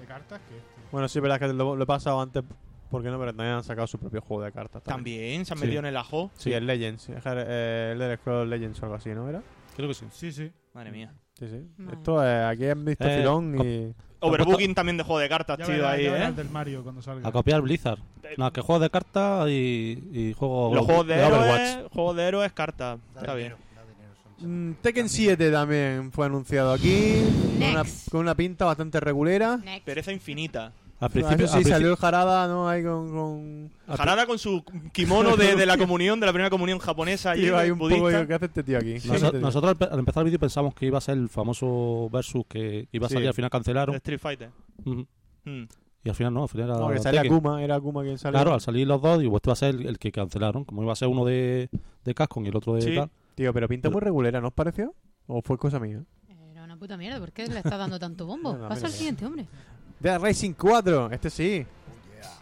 [SPEAKER 5] de cartas que este.
[SPEAKER 1] Bueno, sí, verdad que lo, lo he pasado antes porque no, pero también han sacado su propio juego de cartas. También.
[SPEAKER 3] También se han
[SPEAKER 1] Sí.
[SPEAKER 3] metido en el ajo.
[SPEAKER 1] Sí, el Legends, el Hear- eh, Elder Scrolls Legends o algo así, ¿no era?
[SPEAKER 3] Pues
[SPEAKER 2] Creo que sí.
[SPEAKER 5] Sí, sí.
[SPEAKER 3] Madre mía.
[SPEAKER 1] Sí, sí. oh.
[SPEAKER 4] Madre.
[SPEAKER 1] Esto es, aquí es Mr.
[SPEAKER 2] Eh,
[SPEAKER 1] Filón
[SPEAKER 2] com-
[SPEAKER 1] y...
[SPEAKER 3] Overbooking también de juego de cartas,
[SPEAKER 5] Ya
[SPEAKER 3] tío,
[SPEAKER 5] verás-
[SPEAKER 3] ahí,
[SPEAKER 5] ya
[SPEAKER 3] ¿eh?
[SPEAKER 5] verás del Mario cuando salga.
[SPEAKER 2] A copiar Blizzard. No, que juegos de cartas y, y juegos.
[SPEAKER 3] Los juegos de,
[SPEAKER 2] Overwatch.
[SPEAKER 3] héroes, juegos de héroes, cartas.
[SPEAKER 6] Da
[SPEAKER 3] Está bien.
[SPEAKER 6] dinero, da dinero, son
[SPEAKER 1] Mm, Tekken 7 también fue anunciado aquí, con una,
[SPEAKER 4] Next.
[SPEAKER 1] con una pinta bastante regulera.
[SPEAKER 4] Next.
[SPEAKER 3] Pereza infinita.
[SPEAKER 2] Al
[SPEAKER 1] Principio,
[SPEAKER 2] principio,
[SPEAKER 1] sí,
[SPEAKER 2] al principio-
[SPEAKER 1] salió el Jarada, ¿no? Ahí con... con...
[SPEAKER 2] al pri-
[SPEAKER 3] Jarada con su kimono de, de la comunión, de la primera comunión japonesa. y
[SPEAKER 1] Tío, hay un poco...
[SPEAKER 3] budista.
[SPEAKER 1] de- ¿Qué hace este tío aquí? ¿Qué hace
[SPEAKER 2] Noso-
[SPEAKER 1] este tío?
[SPEAKER 2] nosotros al pe- al empezar el vídeo pensamos que iba a ser el famoso versus que iba a
[SPEAKER 1] Sí.
[SPEAKER 2] salir al final
[SPEAKER 3] de
[SPEAKER 2] cancelaron
[SPEAKER 3] Street Fighter.
[SPEAKER 2] Ujú.
[SPEAKER 3] Mm.
[SPEAKER 2] y al final no, al final era
[SPEAKER 1] No, que sale
[SPEAKER 2] Tekken.
[SPEAKER 1] Akuma, era Akuma quien salió.
[SPEAKER 2] Claro, al salir los dos, digo, este va a ser el, el que cancelaron. Como iba a ser uno de, de Cascon y el otro de
[SPEAKER 3] Sí.
[SPEAKER 2] tal.
[SPEAKER 1] Tío, pero pinta muy regulera, ¿no os pareció? ¿O fue cosa mía?
[SPEAKER 4] Era una puta mierda, ¿por qué le estás dando tanto bombo?
[SPEAKER 1] No, no,
[SPEAKER 4] Pasa
[SPEAKER 1] mira,
[SPEAKER 4] al siguiente, hombre.
[SPEAKER 1] The Racing 4, este sí.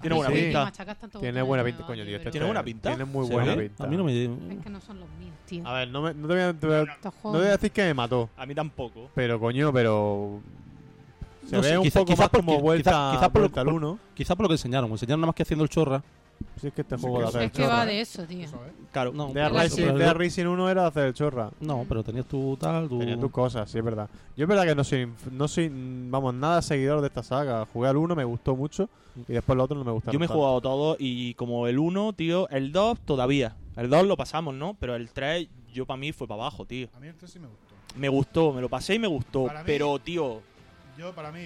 [SPEAKER 3] Tiene buena
[SPEAKER 1] Sí.
[SPEAKER 4] ¿Por qué
[SPEAKER 3] pinta.
[SPEAKER 4] machacas tanto
[SPEAKER 1] Tiene
[SPEAKER 4] botón
[SPEAKER 1] buena
[SPEAKER 4] de
[SPEAKER 1] pinta,
[SPEAKER 4] nuevo
[SPEAKER 1] coño,
[SPEAKER 4] aquí,
[SPEAKER 1] tío. este
[SPEAKER 4] pero
[SPEAKER 3] ¿Tiene
[SPEAKER 1] tío-
[SPEAKER 3] buena pinta?
[SPEAKER 1] Tiene muy
[SPEAKER 2] Sí,
[SPEAKER 1] buena
[SPEAKER 2] a mí-
[SPEAKER 1] pinta.
[SPEAKER 2] A mí no me.
[SPEAKER 4] Es que no son los míos, tío.
[SPEAKER 1] A ver, no, me- no te voy a, te voy a-
[SPEAKER 4] Estos
[SPEAKER 1] no
[SPEAKER 4] juegos-
[SPEAKER 1] te voy a decir que me mató,
[SPEAKER 3] A mí tampoco.
[SPEAKER 1] pero coño, pero... Se
[SPEAKER 2] No
[SPEAKER 1] ve
[SPEAKER 2] sé,
[SPEAKER 1] un
[SPEAKER 2] quizá-
[SPEAKER 1] poco
[SPEAKER 2] quizá
[SPEAKER 1] más como
[SPEAKER 2] porque-
[SPEAKER 1] vuelta,
[SPEAKER 2] quizá- quizá por lo-
[SPEAKER 1] vuelta al
[SPEAKER 2] por-
[SPEAKER 1] 1.
[SPEAKER 2] Quizá por lo que enseñaron. Enseñaron nada más que haciendo el chorra.
[SPEAKER 1] Si es que este juego de hacer
[SPEAKER 4] Es
[SPEAKER 1] el
[SPEAKER 4] que va
[SPEAKER 1] chorra.
[SPEAKER 4] de eso, tío.
[SPEAKER 5] Eso, ¿eh?
[SPEAKER 3] Claro.
[SPEAKER 2] No,
[SPEAKER 1] Dead
[SPEAKER 4] Pero-
[SPEAKER 1] Rising,
[SPEAKER 2] pero-
[SPEAKER 1] Dead Rising 1 era hacer el chorra.
[SPEAKER 2] No, pero tenías tu tal. Tu...
[SPEAKER 1] Tenía tus cosas, sí, es verdad. Yo es verdad que no soy, no soy, mm, vamos, nada seguidor de esta saga. Jugué al 1, me gustó mucho, y después el otro no me gustaron.
[SPEAKER 3] Yo me he
[SPEAKER 1] tanto.
[SPEAKER 3] jugado todo y como el 1, tío, el 2 todavía. El 2 lo pasamos, ¿no? Pero el 3, yo para mí fue para abajo, tío.
[SPEAKER 5] A mí este sí me gustó.
[SPEAKER 3] Me gustó, me lo pasé y me gustó.
[SPEAKER 5] Para mí-
[SPEAKER 3] Pero, tío,
[SPEAKER 5] Yo, para mí,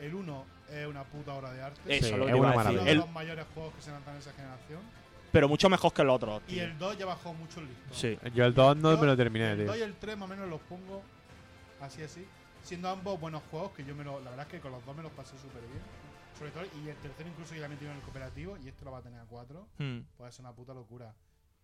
[SPEAKER 5] el 1 es una puta obra de arte.
[SPEAKER 3] eso
[SPEAKER 1] Sí,
[SPEAKER 3] es lo que
[SPEAKER 1] es
[SPEAKER 3] te iba
[SPEAKER 1] una
[SPEAKER 3] a decir.
[SPEAKER 5] Es uno
[SPEAKER 1] maravilla.
[SPEAKER 5] de
[SPEAKER 3] El-
[SPEAKER 5] los mayores juegos que se lanzan en esa generación.
[SPEAKER 3] pero mucho mejor que el otro,
[SPEAKER 5] Y
[SPEAKER 3] tío.
[SPEAKER 5] el 2 ya bajó mucho el listo.
[SPEAKER 3] Sí.
[SPEAKER 1] Yo el 2 no
[SPEAKER 5] Yo
[SPEAKER 1] me lo terminé,
[SPEAKER 5] El
[SPEAKER 1] tío.
[SPEAKER 5] 2 y el 3 más o menos los pongo así, así. Siendo ambos buenos juegos que yo me lo. La verdad es que con los dos me los pasé súper bien. Sobre todo, y el tercero incluso ya me he metido en el cooperativo y este lo va a tener a 4.
[SPEAKER 3] Mm.
[SPEAKER 5] Puede ser una puta locura.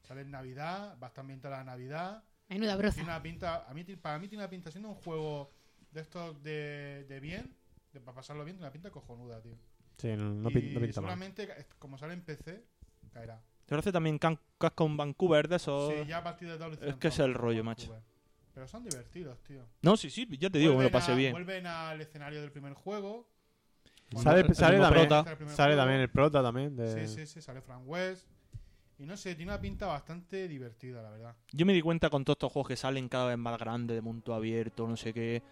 [SPEAKER 5] Sale en Navidad, va a estar ambientada la Navidad.
[SPEAKER 4] Menuda
[SPEAKER 5] Tiene
[SPEAKER 4] broza.
[SPEAKER 5] una pinta. A mí, ti- para mí tiene una pinta siendo un juego de estos de, de bien, de, para pasarlo bien, tiene una pinta cojonuda, tío.
[SPEAKER 1] Sí, no, no
[SPEAKER 5] y
[SPEAKER 1] pin- no pinta mal.
[SPEAKER 5] seguramente, ca- como sale en PC, caerá.
[SPEAKER 3] Pero hace también can- casco en Vancouver de esos.
[SPEAKER 5] Sí, ya a partir de tal
[SPEAKER 3] Oh. es que es el rollo, macho.
[SPEAKER 5] Pero son divertidos, tío.
[SPEAKER 3] No, sí, sí, ya te digo, me lo
[SPEAKER 5] Vuelven
[SPEAKER 3] pasé
[SPEAKER 5] a-
[SPEAKER 3] bien.
[SPEAKER 5] Vuelven al escenario del primer juego.
[SPEAKER 1] Sale-
[SPEAKER 5] Cuando-
[SPEAKER 1] sale
[SPEAKER 5] cuando
[SPEAKER 1] también-
[SPEAKER 5] empieza el primer
[SPEAKER 1] Sale
[SPEAKER 5] juego.
[SPEAKER 1] también el prota también. De...
[SPEAKER 5] Sí, sí, sí, sale Frank West. Y no sé, tiene una pinta bastante divertida, la verdad.
[SPEAKER 3] Yo me di cuenta con todos estos juegos que salen cada vez más grandes, de mundo abierto, no sé qué.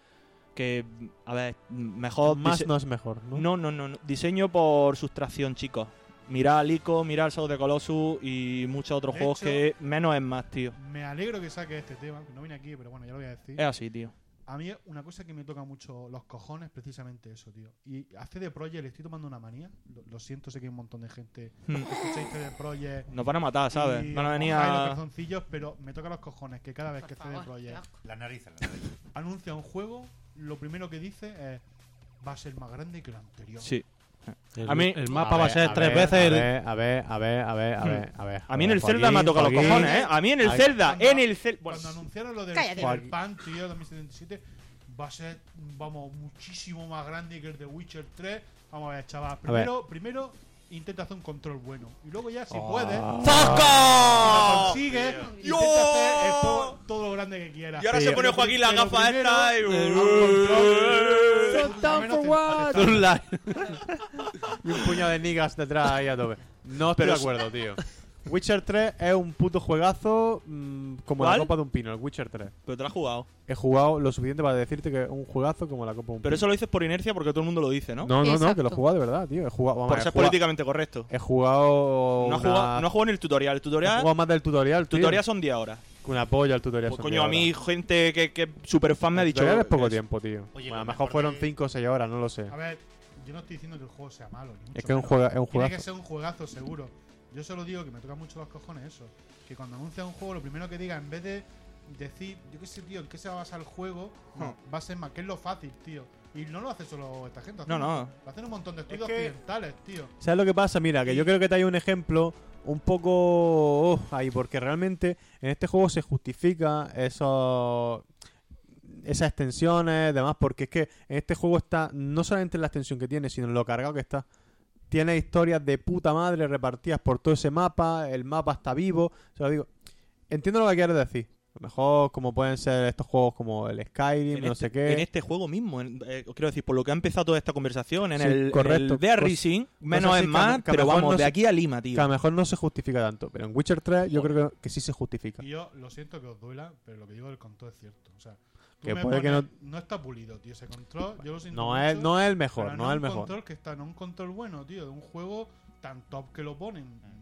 [SPEAKER 3] Que, a ver, mejor.
[SPEAKER 1] Más
[SPEAKER 3] dise-
[SPEAKER 1] no es mejor, ¿no?
[SPEAKER 3] No, no, no, no. Diseño por sustracción, chicos. Mirá al ICO, mirá al Shadow de Colossus y muchos otros
[SPEAKER 5] De
[SPEAKER 3] juegos
[SPEAKER 5] hecho-
[SPEAKER 3] que menos es más, tío. Eh.
[SPEAKER 5] Me alegro que saque este tema. No vine aquí, pero bueno, ya lo voy a decir.
[SPEAKER 3] Es así, tío.
[SPEAKER 5] A mí una cosa que me toca mucho los cojones precisamente eso, tío. Y a CD Projekt le estoy tomando una manía. Lo, lo siento, sé que hay un montón de gente que escucháis CD Projekt.
[SPEAKER 3] Nos van a matar, Hmm. ¿sabes?
[SPEAKER 5] y
[SPEAKER 3] Van a venir
[SPEAKER 5] os bajáis los
[SPEAKER 3] a...
[SPEAKER 5] calzoncillos, pero me toca los cojones que cada vez que CD Projekt
[SPEAKER 6] Las narices, las narices.
[SPEAKER 5] anuncia un juego, lo primero que dice es va a ser más grande que el anterior.
[SPEAKER 3] Sí.
[SPEAKER 2] El,
[SPEAKER 3] A mí-
[SPEAKER 2] el mapa va a ser tres
[SPEAKER 1] ver,
[SPEAKER 2] veces.
[SPEAKER 1] A
[SPEAKER 2] el-
[SPEAKER 1] ver, a ver, a ver, a ver, a ver. A, ver,
[SPEAKER 3] A mí en el
[SPEAKER 1] Joaquín,
[SPEAKER 3] Zelda me ha tocado los
[SPEAKER 1] Joaquín.
[SPEAKER 3] cojones, ¿eh? A mí en el
[SPEAKER 1] Ay.
[SPEAKER 3] Zelda,
[SPEAKER 5] Cuando-
[SPEAKER 3] en el Zelda... Bueno,
[SPEAKER 5] Cuando anunciaron lo del
[SPEAKER 4] Cállate.
[SPEAKER 5] Cyberpunk, tío, 2077, va a ser, vamos, muchísimo más grande que el de Witcher 3. Vamos a ver, chaval. Primero, primero intenta hacer un control bueno. Y luego ya, si
[SPEAKER 1] Ah.
[SPEAKER 5] puedes, lo
[SPEAKER 3] ¡Zasca!
[SPEAKER 5] consigues,
[SPEAKER 3] Yo.
[SPEAKER 5] intenta hacer el juego todo lo grande que quieras.
[SPEAKER 3] Y ahora se
[SPEAKER 5] Pero
[SPEAKER 3] pone
[SPEAKER 5] pri-
[SPEAKER 3] Joaquín la
[SPEAKER 5] pero
[SPEAKER 3] gafa
[SPEAKER 5] primero,
[SPEAKER 3] esta y-
[SPEAKER 5] haz un control.
[SPEAKER 3] So
[SPEAKER 5] Por lo menos
[SPEAKER 4] down for
[SPEAKER 5] te-
[SPEAKER 4] what?
[SPEAKER 5] te-
[SPEAKER 1] Y un puño de niggas detrás ahí a tope. No estoy
[SPEAKER 3] Pero
[SPEAKER 1] de
[SPEAKER 3] es-
[SPEAKER 1] acuerdo, tío. Witcher 3 es un puto juegazo mm, como la
[SPEAKER 3] ¿Cuál?
[SPEAKER 1] copa de un pino, el Witcher 3.
[SPEAKER 3] Pero te la has jugado.
[SPEAKER 1] He jugado lo suficiente para decirte que es un juegazo como la copa de un pino.
[SPEAKER 3] Pero eso lo dices por inercia porque todo el mundo lo dice, ¿no?
[SPEAKER 1] No, no, no, que
[SPEAKER 4] Exacto.
[SPEAKER 1] lo he jugado de verdad, tío. He jugado, vamos,
[SPEAKER 3] Por
[SPEAKER 1] he
[SPEAKER 3] ser
[SPEAKER 1] jugado-
[SPEAKER 3] políticamente correcto.
[SPEAKER 1] He jugado.
[SPEAKER 3] No ha
[SPEAKER 1] una-
[SPEAKER 3] jugado, no ha jugado en el tutorial. El
[SPEAKER 1] he
[SPEAKER 3] tutorial,
[SPEAKER 1] jugado más del tutorial, tío.
[SPEAKER 3] tutorial son 10 horas.
[SPEAKER 1] Una polla el tutorial.
[SPEAKER 3] Pues
[SPEAKER 1] son
[SPEAKER 3] coño,
[SPEAKER 1] diez
[SPEAKER 3] a mí
[SPEAKER 1] horas.
[SPEAKER 3] gente que, que super fan me ha
[SPEAKER 1] El
[SPEAKER 3] dicho. eh,
[SPEAKER 1] tutorial es poco
[SPEAKER 3] que
[SPEAKER 1] tiempo, tío. Bueno, a
[SPEAKER 6] Oye, que
[SPEAKER 1] lo
[SPEAKER 6] me
[SPEAKER 1] mejor
[SPEAKER 6] acordé-
[SPEAKER 1] fueron 5 o 6 horas, no lo sé.
[SPEAKER 5] A ver, yo no estoy diciendo que el juego sea malo. ni mucho
[SPEAKER 1] Es que es un,
[SPEAKER 5] menos.
[SPEAKER 1] juega, es un
[SPEAKER 5] Tiene que
[SPEAKER 1] juegazo.
[SPEAKER 5] ser un juegazo, seguro. Yo solo digo que me toca mucho los cojones eso. Que cuando anuncia un juego, lo primero que diga, en vez de decir, yo qué sé, tío, en qué se va a basar el juego,
[SPEAKER 1] Hmm.
[SPEAKER 5] no, va a ser más, que es lo fácil, tío. Y no lo hace solo esta gente.
[SPEAKER 3] No,
[SPEAKER 5] hacen-
[SPEAKER 3] no.
[SPEAKER 5] Lo hacen un montón de estudios
[SPEAKER 1] que-
[SPEAKER 5] occidentales, tío.
[SPEAKER 1] ¿Sabes lo que pasa? Mira, que yo creo que te hay un ejemplo un poco oh, ahí, porque realmente en este juego se justifica eso, esas extensiones, demás, porque es que en este juego está no solamente la extensión que tiene, sino en lo cargado que está. Tiene historias de puta madre repartidas por todo ese mapa, el mapa está vivo, se lo digo. Entiendo lo que quieres decir. A lo mejor como pueden ser estos juegos como el Skyrim,
[SPEAKER 3] En
[SPEAKER 1] no
[SPEAKER 3] este,
[SPEAKER 1] sé qué.
[SPEAKER 3] en este juego mismo, en- eh, quiero decir, por lo que ha empezado toda esta conversación, en
[SPEAKER 1] Sí,
[SPEAKER 3] el,
[SPEAKER 1] correcto. Pues
[SPEAKER 3] de
[SPEAKER 1] Cos-
[SPEAKER 3] Racing, menos
[SPEAKER 1] así
[SPEAKER 3] es
[SPEAKER 1] que a-
[SPEAKER 3] más,
[SPEAKER 1] que a
[SPEAKER 3] pero
[SPEAKER 1] mejor
[SPEAKER 3] vamos,
[SPEAKER 1] no
[SPEAKER 3] de
[SPEAKER 1] se-
[SPEAKER 3] aquí a Lima, tío.
[SPEAKER 1] que a lo mejor no se justifica tanto, pero en Witcher 3 yo creo que, que sí se justifica.
[SPEAKER 5] Y yo lo siento que os duela, pero lo que digo del control es cierto. O sea, tú
[SPEAKER 1] Que
[SPEAKER 5] me
[SPEAKER 1] puede que
[SPEAKER 5] pones- no está pulido, tío, ese control. Yo lo siento
[SPEAKER 1] No es,
[SPEAKER 5] mucho.
[SPEAKER 1] no es el
[SPEAKER 5] Pero
[SPEAKER 1] mejor, no es el
[SPEAKER 5] un
[SPEAKER 1] mejor.
[SPEAKER 5] control que está, no un control bueno, tío, de un juego tan top que lo ponen.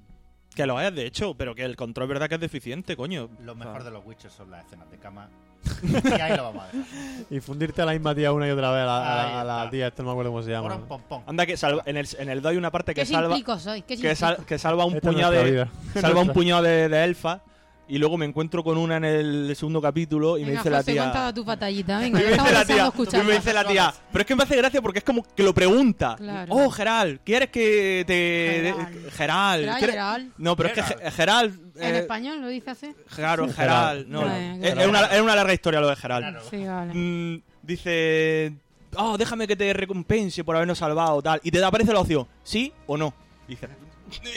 [SPEAKER 3] Que lo es, de hecho, pero que el control es verdad que es deficiente, coño.
[SPEAKER 6] Lo
[SPEAKER 3] Ah.
[SPEAKER 6] mejor de los Witcher son las escenas de cama. y ahí lo vamos a dejar.
[SPEAKER 1] Y fundirte a la misma tía una y otra vez a la, a la- a la
[SPEAKER 6] Ahí está.
[SPEAKER 1] tía, esto no me acuerdo cómo se
[SPEAKER 6] Ahora
[SPEAKER 1] llama.
[SPEAKER 6] un pompón.
[SPEAKER 3] Anda, que salva- en el, en el 2 hay una parte
[SPEAKER 4] ¿Qué
[SPEAKER 3] que salva,
[SPEAKER 4] simplico soy? ¿Qué
[SPEAKER 3] que, sal- que salva un
[SPEAKER 1] Esta es
[SPEAKER 3] puñado
[SPEAKER 1] nuestra
[SPEAKER 3] de,
[SPEAKER 1] vida.
[SPEAKER 3] salva un puñado de, de elfas y luego me encuentro con una en el segundo capítulo y me dice la tía.
[SPEAKER 4] contaba tu batallita.
[SPEAKER 3] Y
[SPEAKER 4] Venga,
[SPEAKER 3] me
[SPEAKER 4] ya
[SPEAKER 3] dice
[SPEAKER 4] estamos
[SPEAKER 3] la
[SPEAKER 4] deseando
[SPEAKER 3] tía, y
[SPEAKER 4] escucharla.
[SPEAKER 3] me dice la tía, pero es que me hace gracia porque es como que lo pregunta.
[SPEAKER 4] Claro.
[SPEAKER 3] Oh, Gerald, ¿quieres que te.
[SPEAKER 4] Gerald.
[SPEAKER 3] Gerald.
[SPEAKER 4] Gerald,
[SPEAKER 3] ¿quieres-
[SPEAKER 4] Gerald.
[SPEAKER 3] No, pero es que
[SPEAKER 6] Gerald.
[SPEAKER 3] Ge- Gerald.
[SPEAKER 4] ¿En
[SPEAKER 3] eh,
[SPEAKER 4] español lo dice así?
[SPEAKER 3] Gerald,
[SPEAKER 1] Sí,
[SPEAKER 3] Gerald.
[SPEAKER 1] Gerald.
[SPEAKER 3] No,
[SPEAKER 4] Bueno,
[SPEAKER 3] es,
[SPEAKER 4] Gerald.
[SPEAKER 3] es una, es una larga historia lo de Gerald.
[SPEAKER 6] Claro.
[SPEAKER 4] Sí, vale.
[SPEAKER 3] Mm, dice, oh, déjame que te recompense por habernos salvado, tal. Y te aparece la opción, ¿sí o no? Dice,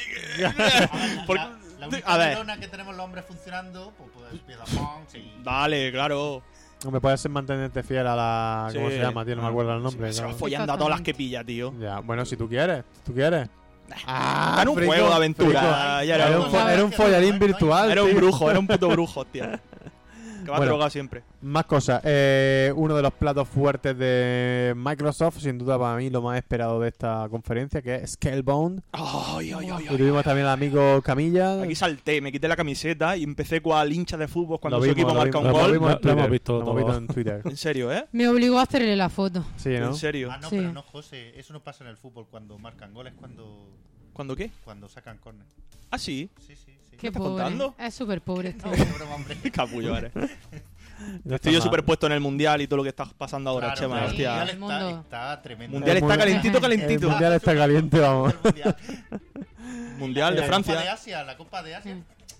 [SPEAKER 3] Porque-
[SPEAKER 6] La, la
[SPEAKER 3] a
[SPEAKER 6] única
[SPEAKER 3] ver.
[SPEAKER 6] neurona que tenemos los hombres funcionando, pues, pues empieza Monks y.
[SPEAKER 3] vale, claro.
[SPEAKER 1] No me puedes mantenerte fiel a la. ¿Cómo
[SPEAKER 3] Sí. Ah.
[SPEAKER 1] se llama, tío? No me acuerdo el nombre.
[SPEAKER 3] Se va
[SPEAKER 1] ¿no? Ah,
[SPEAKER 3] follando a todas las que pilla, tío.
[SPEAKER 1] Ya, bueno, si tú quieres, si tú quieres. Ah,
[SPEAKER 3] Era un
[SPEAKER 1] frico,
[SPEAKER 3] juego de aventura.
[SPEAKER 1] frico.
[SPEAKER 3] ya
[SPEAKER 1] Era,
[SPEAKER 3] era,
[SPEAKER 1] un,
[SPEAKER 3] un,
[SPEAKER 1] fo- era un follarín virtual.
[SPEAKER 3] Ah, era un
[SPEAKER 1] tío.
[SPEAKER 3] brujo, era un puto brujo, hostia. Que va
[SPEAKER 1] Bueno.
[SPEAKER 3] drogado siempre.
[SPEAKER 1] Más cosas. Eh, uno de los platos fuertes de Microsoft, sin duda para mí lo más esperado de esta conferencia, que es Scalebound.
[SPEAKER 3] Ay, ay, ay,
[SPEAKER 1] Y
[SPEAKER 3] ay.
[SPEAKER 1] tuvimos también al amigo Camilla.
[SPEAKER 3] Aquí salté, me quité la camiseta y empecé cual hincha de fútbol cuando
[SPEAKER 1] Lo
[SPEAKER 3] su
[SPEAKER 1] vimos,
[SPEAKER 3] equipo
[SPEAKER 1] lo
[SPEAKER 3] marca un
[SPEAKER 1] vimos,
[SPEAKER 3] gol.
[SPEAKER 1] Lo vimos en
[SPEAKER 2] Lo- lo hemos
[SPEAKER 1] Twitter,
[SPEAKER 2] visto todo.
[SPEAKER 1] en Twitter.
[SPEAKER 3] En serio, ¿eh?
[SPEAKER 4] Me obligó a hacerle la foto.
[SPEAKER 1] Sí, ¿no?
[SPEAKER 3] En serio.
[SPEAKER 6] Ah, no,
[SPEAKER 4] Sí.
[SPEAKER 6] pero no, José. Eso no pasa en el fútbol cuando marcan goles, cuando,
[SPEAKER 3] ¿Cuándo qué?
[SPEAKER 6] cuando sacan córner.
[SPEAKER 3] Ah, sí.
[SPEAKER 6] Sí, sí, sí.
[SPEAKER 4] Qué
[SPEAKER 3] estás
[SPEAKER 4] pobre.
[SPEAKER 3] contando?
[SPEAKER 4] Es súper pobre este.
[SPEAKER 6] No, qué broma, hombre.
[SPEAKER 3] Qué capullo eres.
[SPEAKER 1] No está
[SPEAKER 3] Estoy yo
[SPEAKER 1] mal.
[SPEAKER 3] superpuesto en el mundial y todo lo que está pasando ahora,
[SPEAKER 6] Claro,
[SPEAKER 3] Chema,
[SPEAKER 6] claro.
[SPEAKER 3] hostia.
[SPEAKER 6] El
[SPEAKER 4] El
[SPEAKER 6] mundial
[SPEAKER 4] mundo.
[SPEAKER 6] está, está tremendo.
[SPEAKER 3] Mundial
[SPEAKER 1] El
[SPEAKER 3] está
[SPEAKER 1] mundial-
[SPEAKER 3] calentito,
[SPEAKER 1] El
[SPEAKER 3] calentito.
[SPEAKER 1] mundial está caliente, vamos.
[SPEAKER 6] El mundial.
[SPEAKER 3] Mundial de
[SPEAKER 6] La Copa de
[SPEAKER 3] Francia.
[SPEAKER 6] Asia, la Copa de Asia.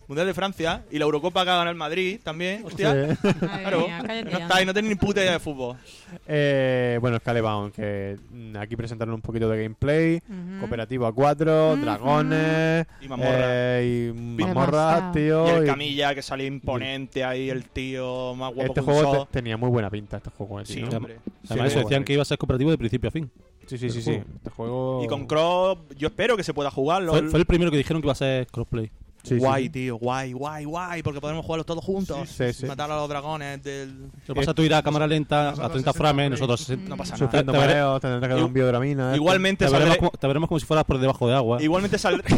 [SPEAKER 3] Mundial de Francia. Y la Eurocopa que ha ganado el Madrid también. Hostia.
[SPEAKER 1] Sí.
[SPEAKER 4] Madre
[SPEAKER 3] Claro.
[SPEAKER 4] mía, cállate
[SPEAKER 3] No
[SPEAKER 4] ya.
[SPEAKER 3] estáis, no tenéis ni puta idea de fútbol.
[SPEAKER 1] Eh, bueno, Scalebound, que mm, aquí presentaron un poquito de gameplay.
[SPEAKER 3] Mm.
[SPEAKER 4] Ujú.
[SPEAKER 1] Cooperativo a cuatro,
[SPEAKER 4] Ujú.
[SPEAKER 1] dragones.
[SPEAKER 3] Y mamorra.
[SPEAKER 1] eh, y
[SPEAKER 4] Demasiado.
[SPEAKER 1] mazmorras, tío.
[SPEAKER 3] y el
[SPEAKER 1] y-
[SPEAKER 3] Camilla que sale imponente ahí, el tío más guapo
[SPEAKER 1] este
[SPEAKER 3] que un
[SPEAKER 1] juego
[SPEAKER 3] sol.
[SPEAKER 1] te- tenía muy buena pinta, este juego. eh,
[SPEAKER 3] Sí,
[SPEAKER 1] tío, ¿no?
[SPEAKER 3] hombre.
[SPEAKER 1] Sí,
[SPEAKER 2] Además, eso
[SPEAKER 1] muy
[SPEAKER 2] decían
[SPEAKER 1] bueno.
[SPEAKER 2] que iba a ser cooperativo de principio a fin.
[SPEAKER 1] sí, sí, sí,
[SPEAKER 2] Este
[SPEAKER 1] sí.
[SPEAKER 2] juego.
[SPEAKER 1] Este juego.
[SPEAKER 3] Y con Cross, yo espero que se pueda jugarlo.
[SPEAKER 2] Fue, fue el primero que dijeron que iba a ser crossplay.
[SPEAKER 1] Sí, sí,
[SPEAKER 3] guay,
[SPEAKER 1] sí.
[SPEAKER 3] tío, guay, guay, guay, porque podremos jugarlos todos juntos.
[SPEAKER 1] Sí, sí.
[SPEAKER 3] Matar a los dragones del.
[SPEAKER 2] Lo que pasa, tú irás a cámara lenta a
[SPEAKER 5] Nosotros
[SPEAKER 2] 30
[SPEAKER 5] 60
[SPEAKER 2] frames,
[SPEAKER 5] frames.
[SPEAKER 2] nosotros 60.
[SPEAKER 3] No pasa nada.
[SPEAKER 1] Sufriendo
[SPEAKER 2] Te- te veré-
[SPEAKER 1] mareos, tendrás que dar un
[SPEAKER 3] Igu-
[SPEAKER 1] biodramina.
[SPEAKER 3] Igualmente
[SPEAKER 2] Te veremos,
[SPEAKER 3] saldré,
[SPEAKER 2] como, te veremos como si fueras por debajo de agua.
[SPEAKER 3] igualmente saldré.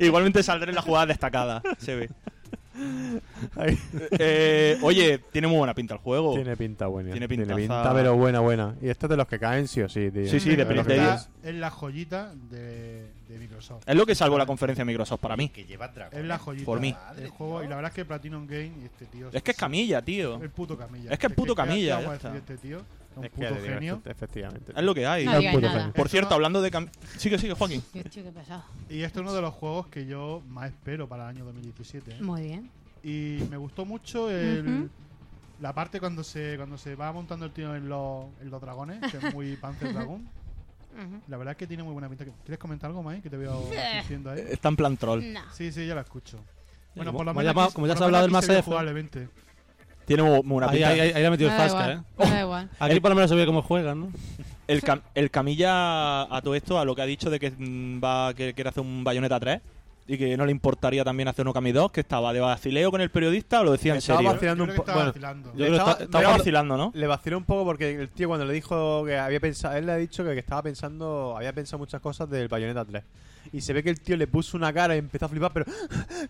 [SPEAKER 3] igualmente saldré en la jugada destacada, se ve.
[SPEAKER 1] Ahí.
[SPEAKER 3] Eh, oye, tiene muy buena pinta el juego.
[SPEAKER 1] Tiene pinta buena.
[SPEAKER 3] Oh. Tiene
[SPEAKER 1] Tiene
[SPEAKER 3] pintaza.
[SPEAKER 1] pinta, pero buena, buena. Y este es de los que caen sí o sí, tío.
[SPEAKER 3] Sí, sí, de
[SPEAKER 1] los que
[SPEAKER 3] Play
[SPEAKER 5] Esta
[SPEAKER 3] de
[SPEAKER 1] caen.
[SPEAKER 3] Dead.
[SPEAKER 5] Es la joyita de, de Microsoft.
[SPEAKER 3] Es lo que salvó la conferencia de Microsoft para mí.
[SPEAKER 6] Que lleva dragón. ¿eh?
[SPEAKER 5] Es la joyita.
[SPEAKER 3] Por mí.
[SPEAKER 5] El juego, y la verdad es que Platinum Game y este tío.
[SPEAKER 3] Es que es Camilla, tío.
[SPEAKER 5] El puto Camilla.
[SPEAKER 3] Es que es puto
[SPEAKER 5] ¿qué- qué
[SPEAKER 3] Camilla,
[SPEAKER 5] vamos a
[SPEAKER 3] ya está.
[SPEAKER 5] decir de este tío? Es un
[SPEAKER 1] Es que,
[SPEAKER 5] puto
[SPEAKER 1] digo,
[SPEAKER 5] genio.
[SPEAKER 1] este- efectivamente.
[SPEAKER 3] Es lo que hay.
[SPEAKER 4] No
[SPEAKER 1] Es un
[SPEAKER 4] digáis
[SPEAKER 1] puto
[SPEAKER 4] nada.
[SPEAKER 1] genio.
[SPEAKER 3] Por cierto, hablando de Cam... Sigue, sigue, Joaquín.
[SPEAKER 4] Qué chico pesado.
[SPEAKER 5] Y este es uno de los juegos que yo más espero para el año 2017. ¿eh?
[SPEAKER 4] Muy bien.
[SPEAKER 5] Y me gustó mucho el-
[SPEAKER 4] Ujú.
[SPEAKER 5] la parte cuando se cuando se va montando el tío en los, en los dragones, que es muy Panzer Dragon.
[SPEAKER 4] Ujú.
[SPEAKER 5] La verdad es que tiene muy buena pinta. ¿Quieres comentar algo, Mike? Que te veo diciendo ahí.
[SPEAKER 3] Está en plan troll.
[SPEAKER 4] No.
[SPEAKER 5] Sí, sí, ya la escucho. Bueno,
[SPEAKER 2] como-
[SPEAKER 5] por lo
[SPEAKER 2] como
[SPEAKER 5] menos.
[SPEAKER 2] ya-
[SPEAKER 5] aquí-
[SPEAKER 2] como ya
[SPEAKER 5] por
[SPEAKER 2] se ha
[SPEAKER 5] lo
[SPEAKER 2] hablado
[SPEAKER 5] menos
[SPEAKER 2] del
[SPEAKER 5] aquí
[SPEAKER 2] Mass
[SPEAKER 5] se ve
[SPEAKER 2] Effect.
[SPEAKER 5] jugablemente.
[SPEAKER 3] Tiene muy muy buena
[SPEAKER 2] Ahí,
[SPEAKER 3] pinta.
[SPEAKER 2] ahí, ahí le ha metido el
[SPEAKER 4] da
[SPEAKER 2] Fasca, ¿eh?
[SPEAKER 4] Ah, igual. Da
[SPEAKER 3] Oh.
[SPEAKER 4] igual.
[SPEAKER 2] Aquí por lo menos se ve cómo juegan, ¿no?
[SPEAKER 3] El, Cam- el Camilla a todo esto, a lo que ha dicho de que mm, va que quiere hacer un Bayonetta 3 y que no le importaría también hacer un Okami 2, que estaba de vacileo con el periodista, lo decía en
[SPEAKER 1] Estaba
[SPEAKER 3] serio.
[SPEAKER 1] vacilando un
[SPEAKER 5] Yo creo que
[SPEAKER 1] po-
[SPEAKER 5] estaba
[SPEAKER 1] bueno,
[SPEAKER 5] vacilando.
[SPEAKER 2] Yo creo que
[SPEAKER 1] Estaba-
[SPEAKER 2] está- está
[SPEAKER 3] Estaba
[SPEAKER 1] Pero-
[SPEAKER 3] vacilando, ¿no?
[SPEAKER 1] Le vaciló un poco porque el tío cuando le dijo que había pensado, él le ha dicho que, que estaba pensando, había pensado muchas cosas del Bayonetta 3. Y se ve que el tío le puso una cara y empezó a flipar, pero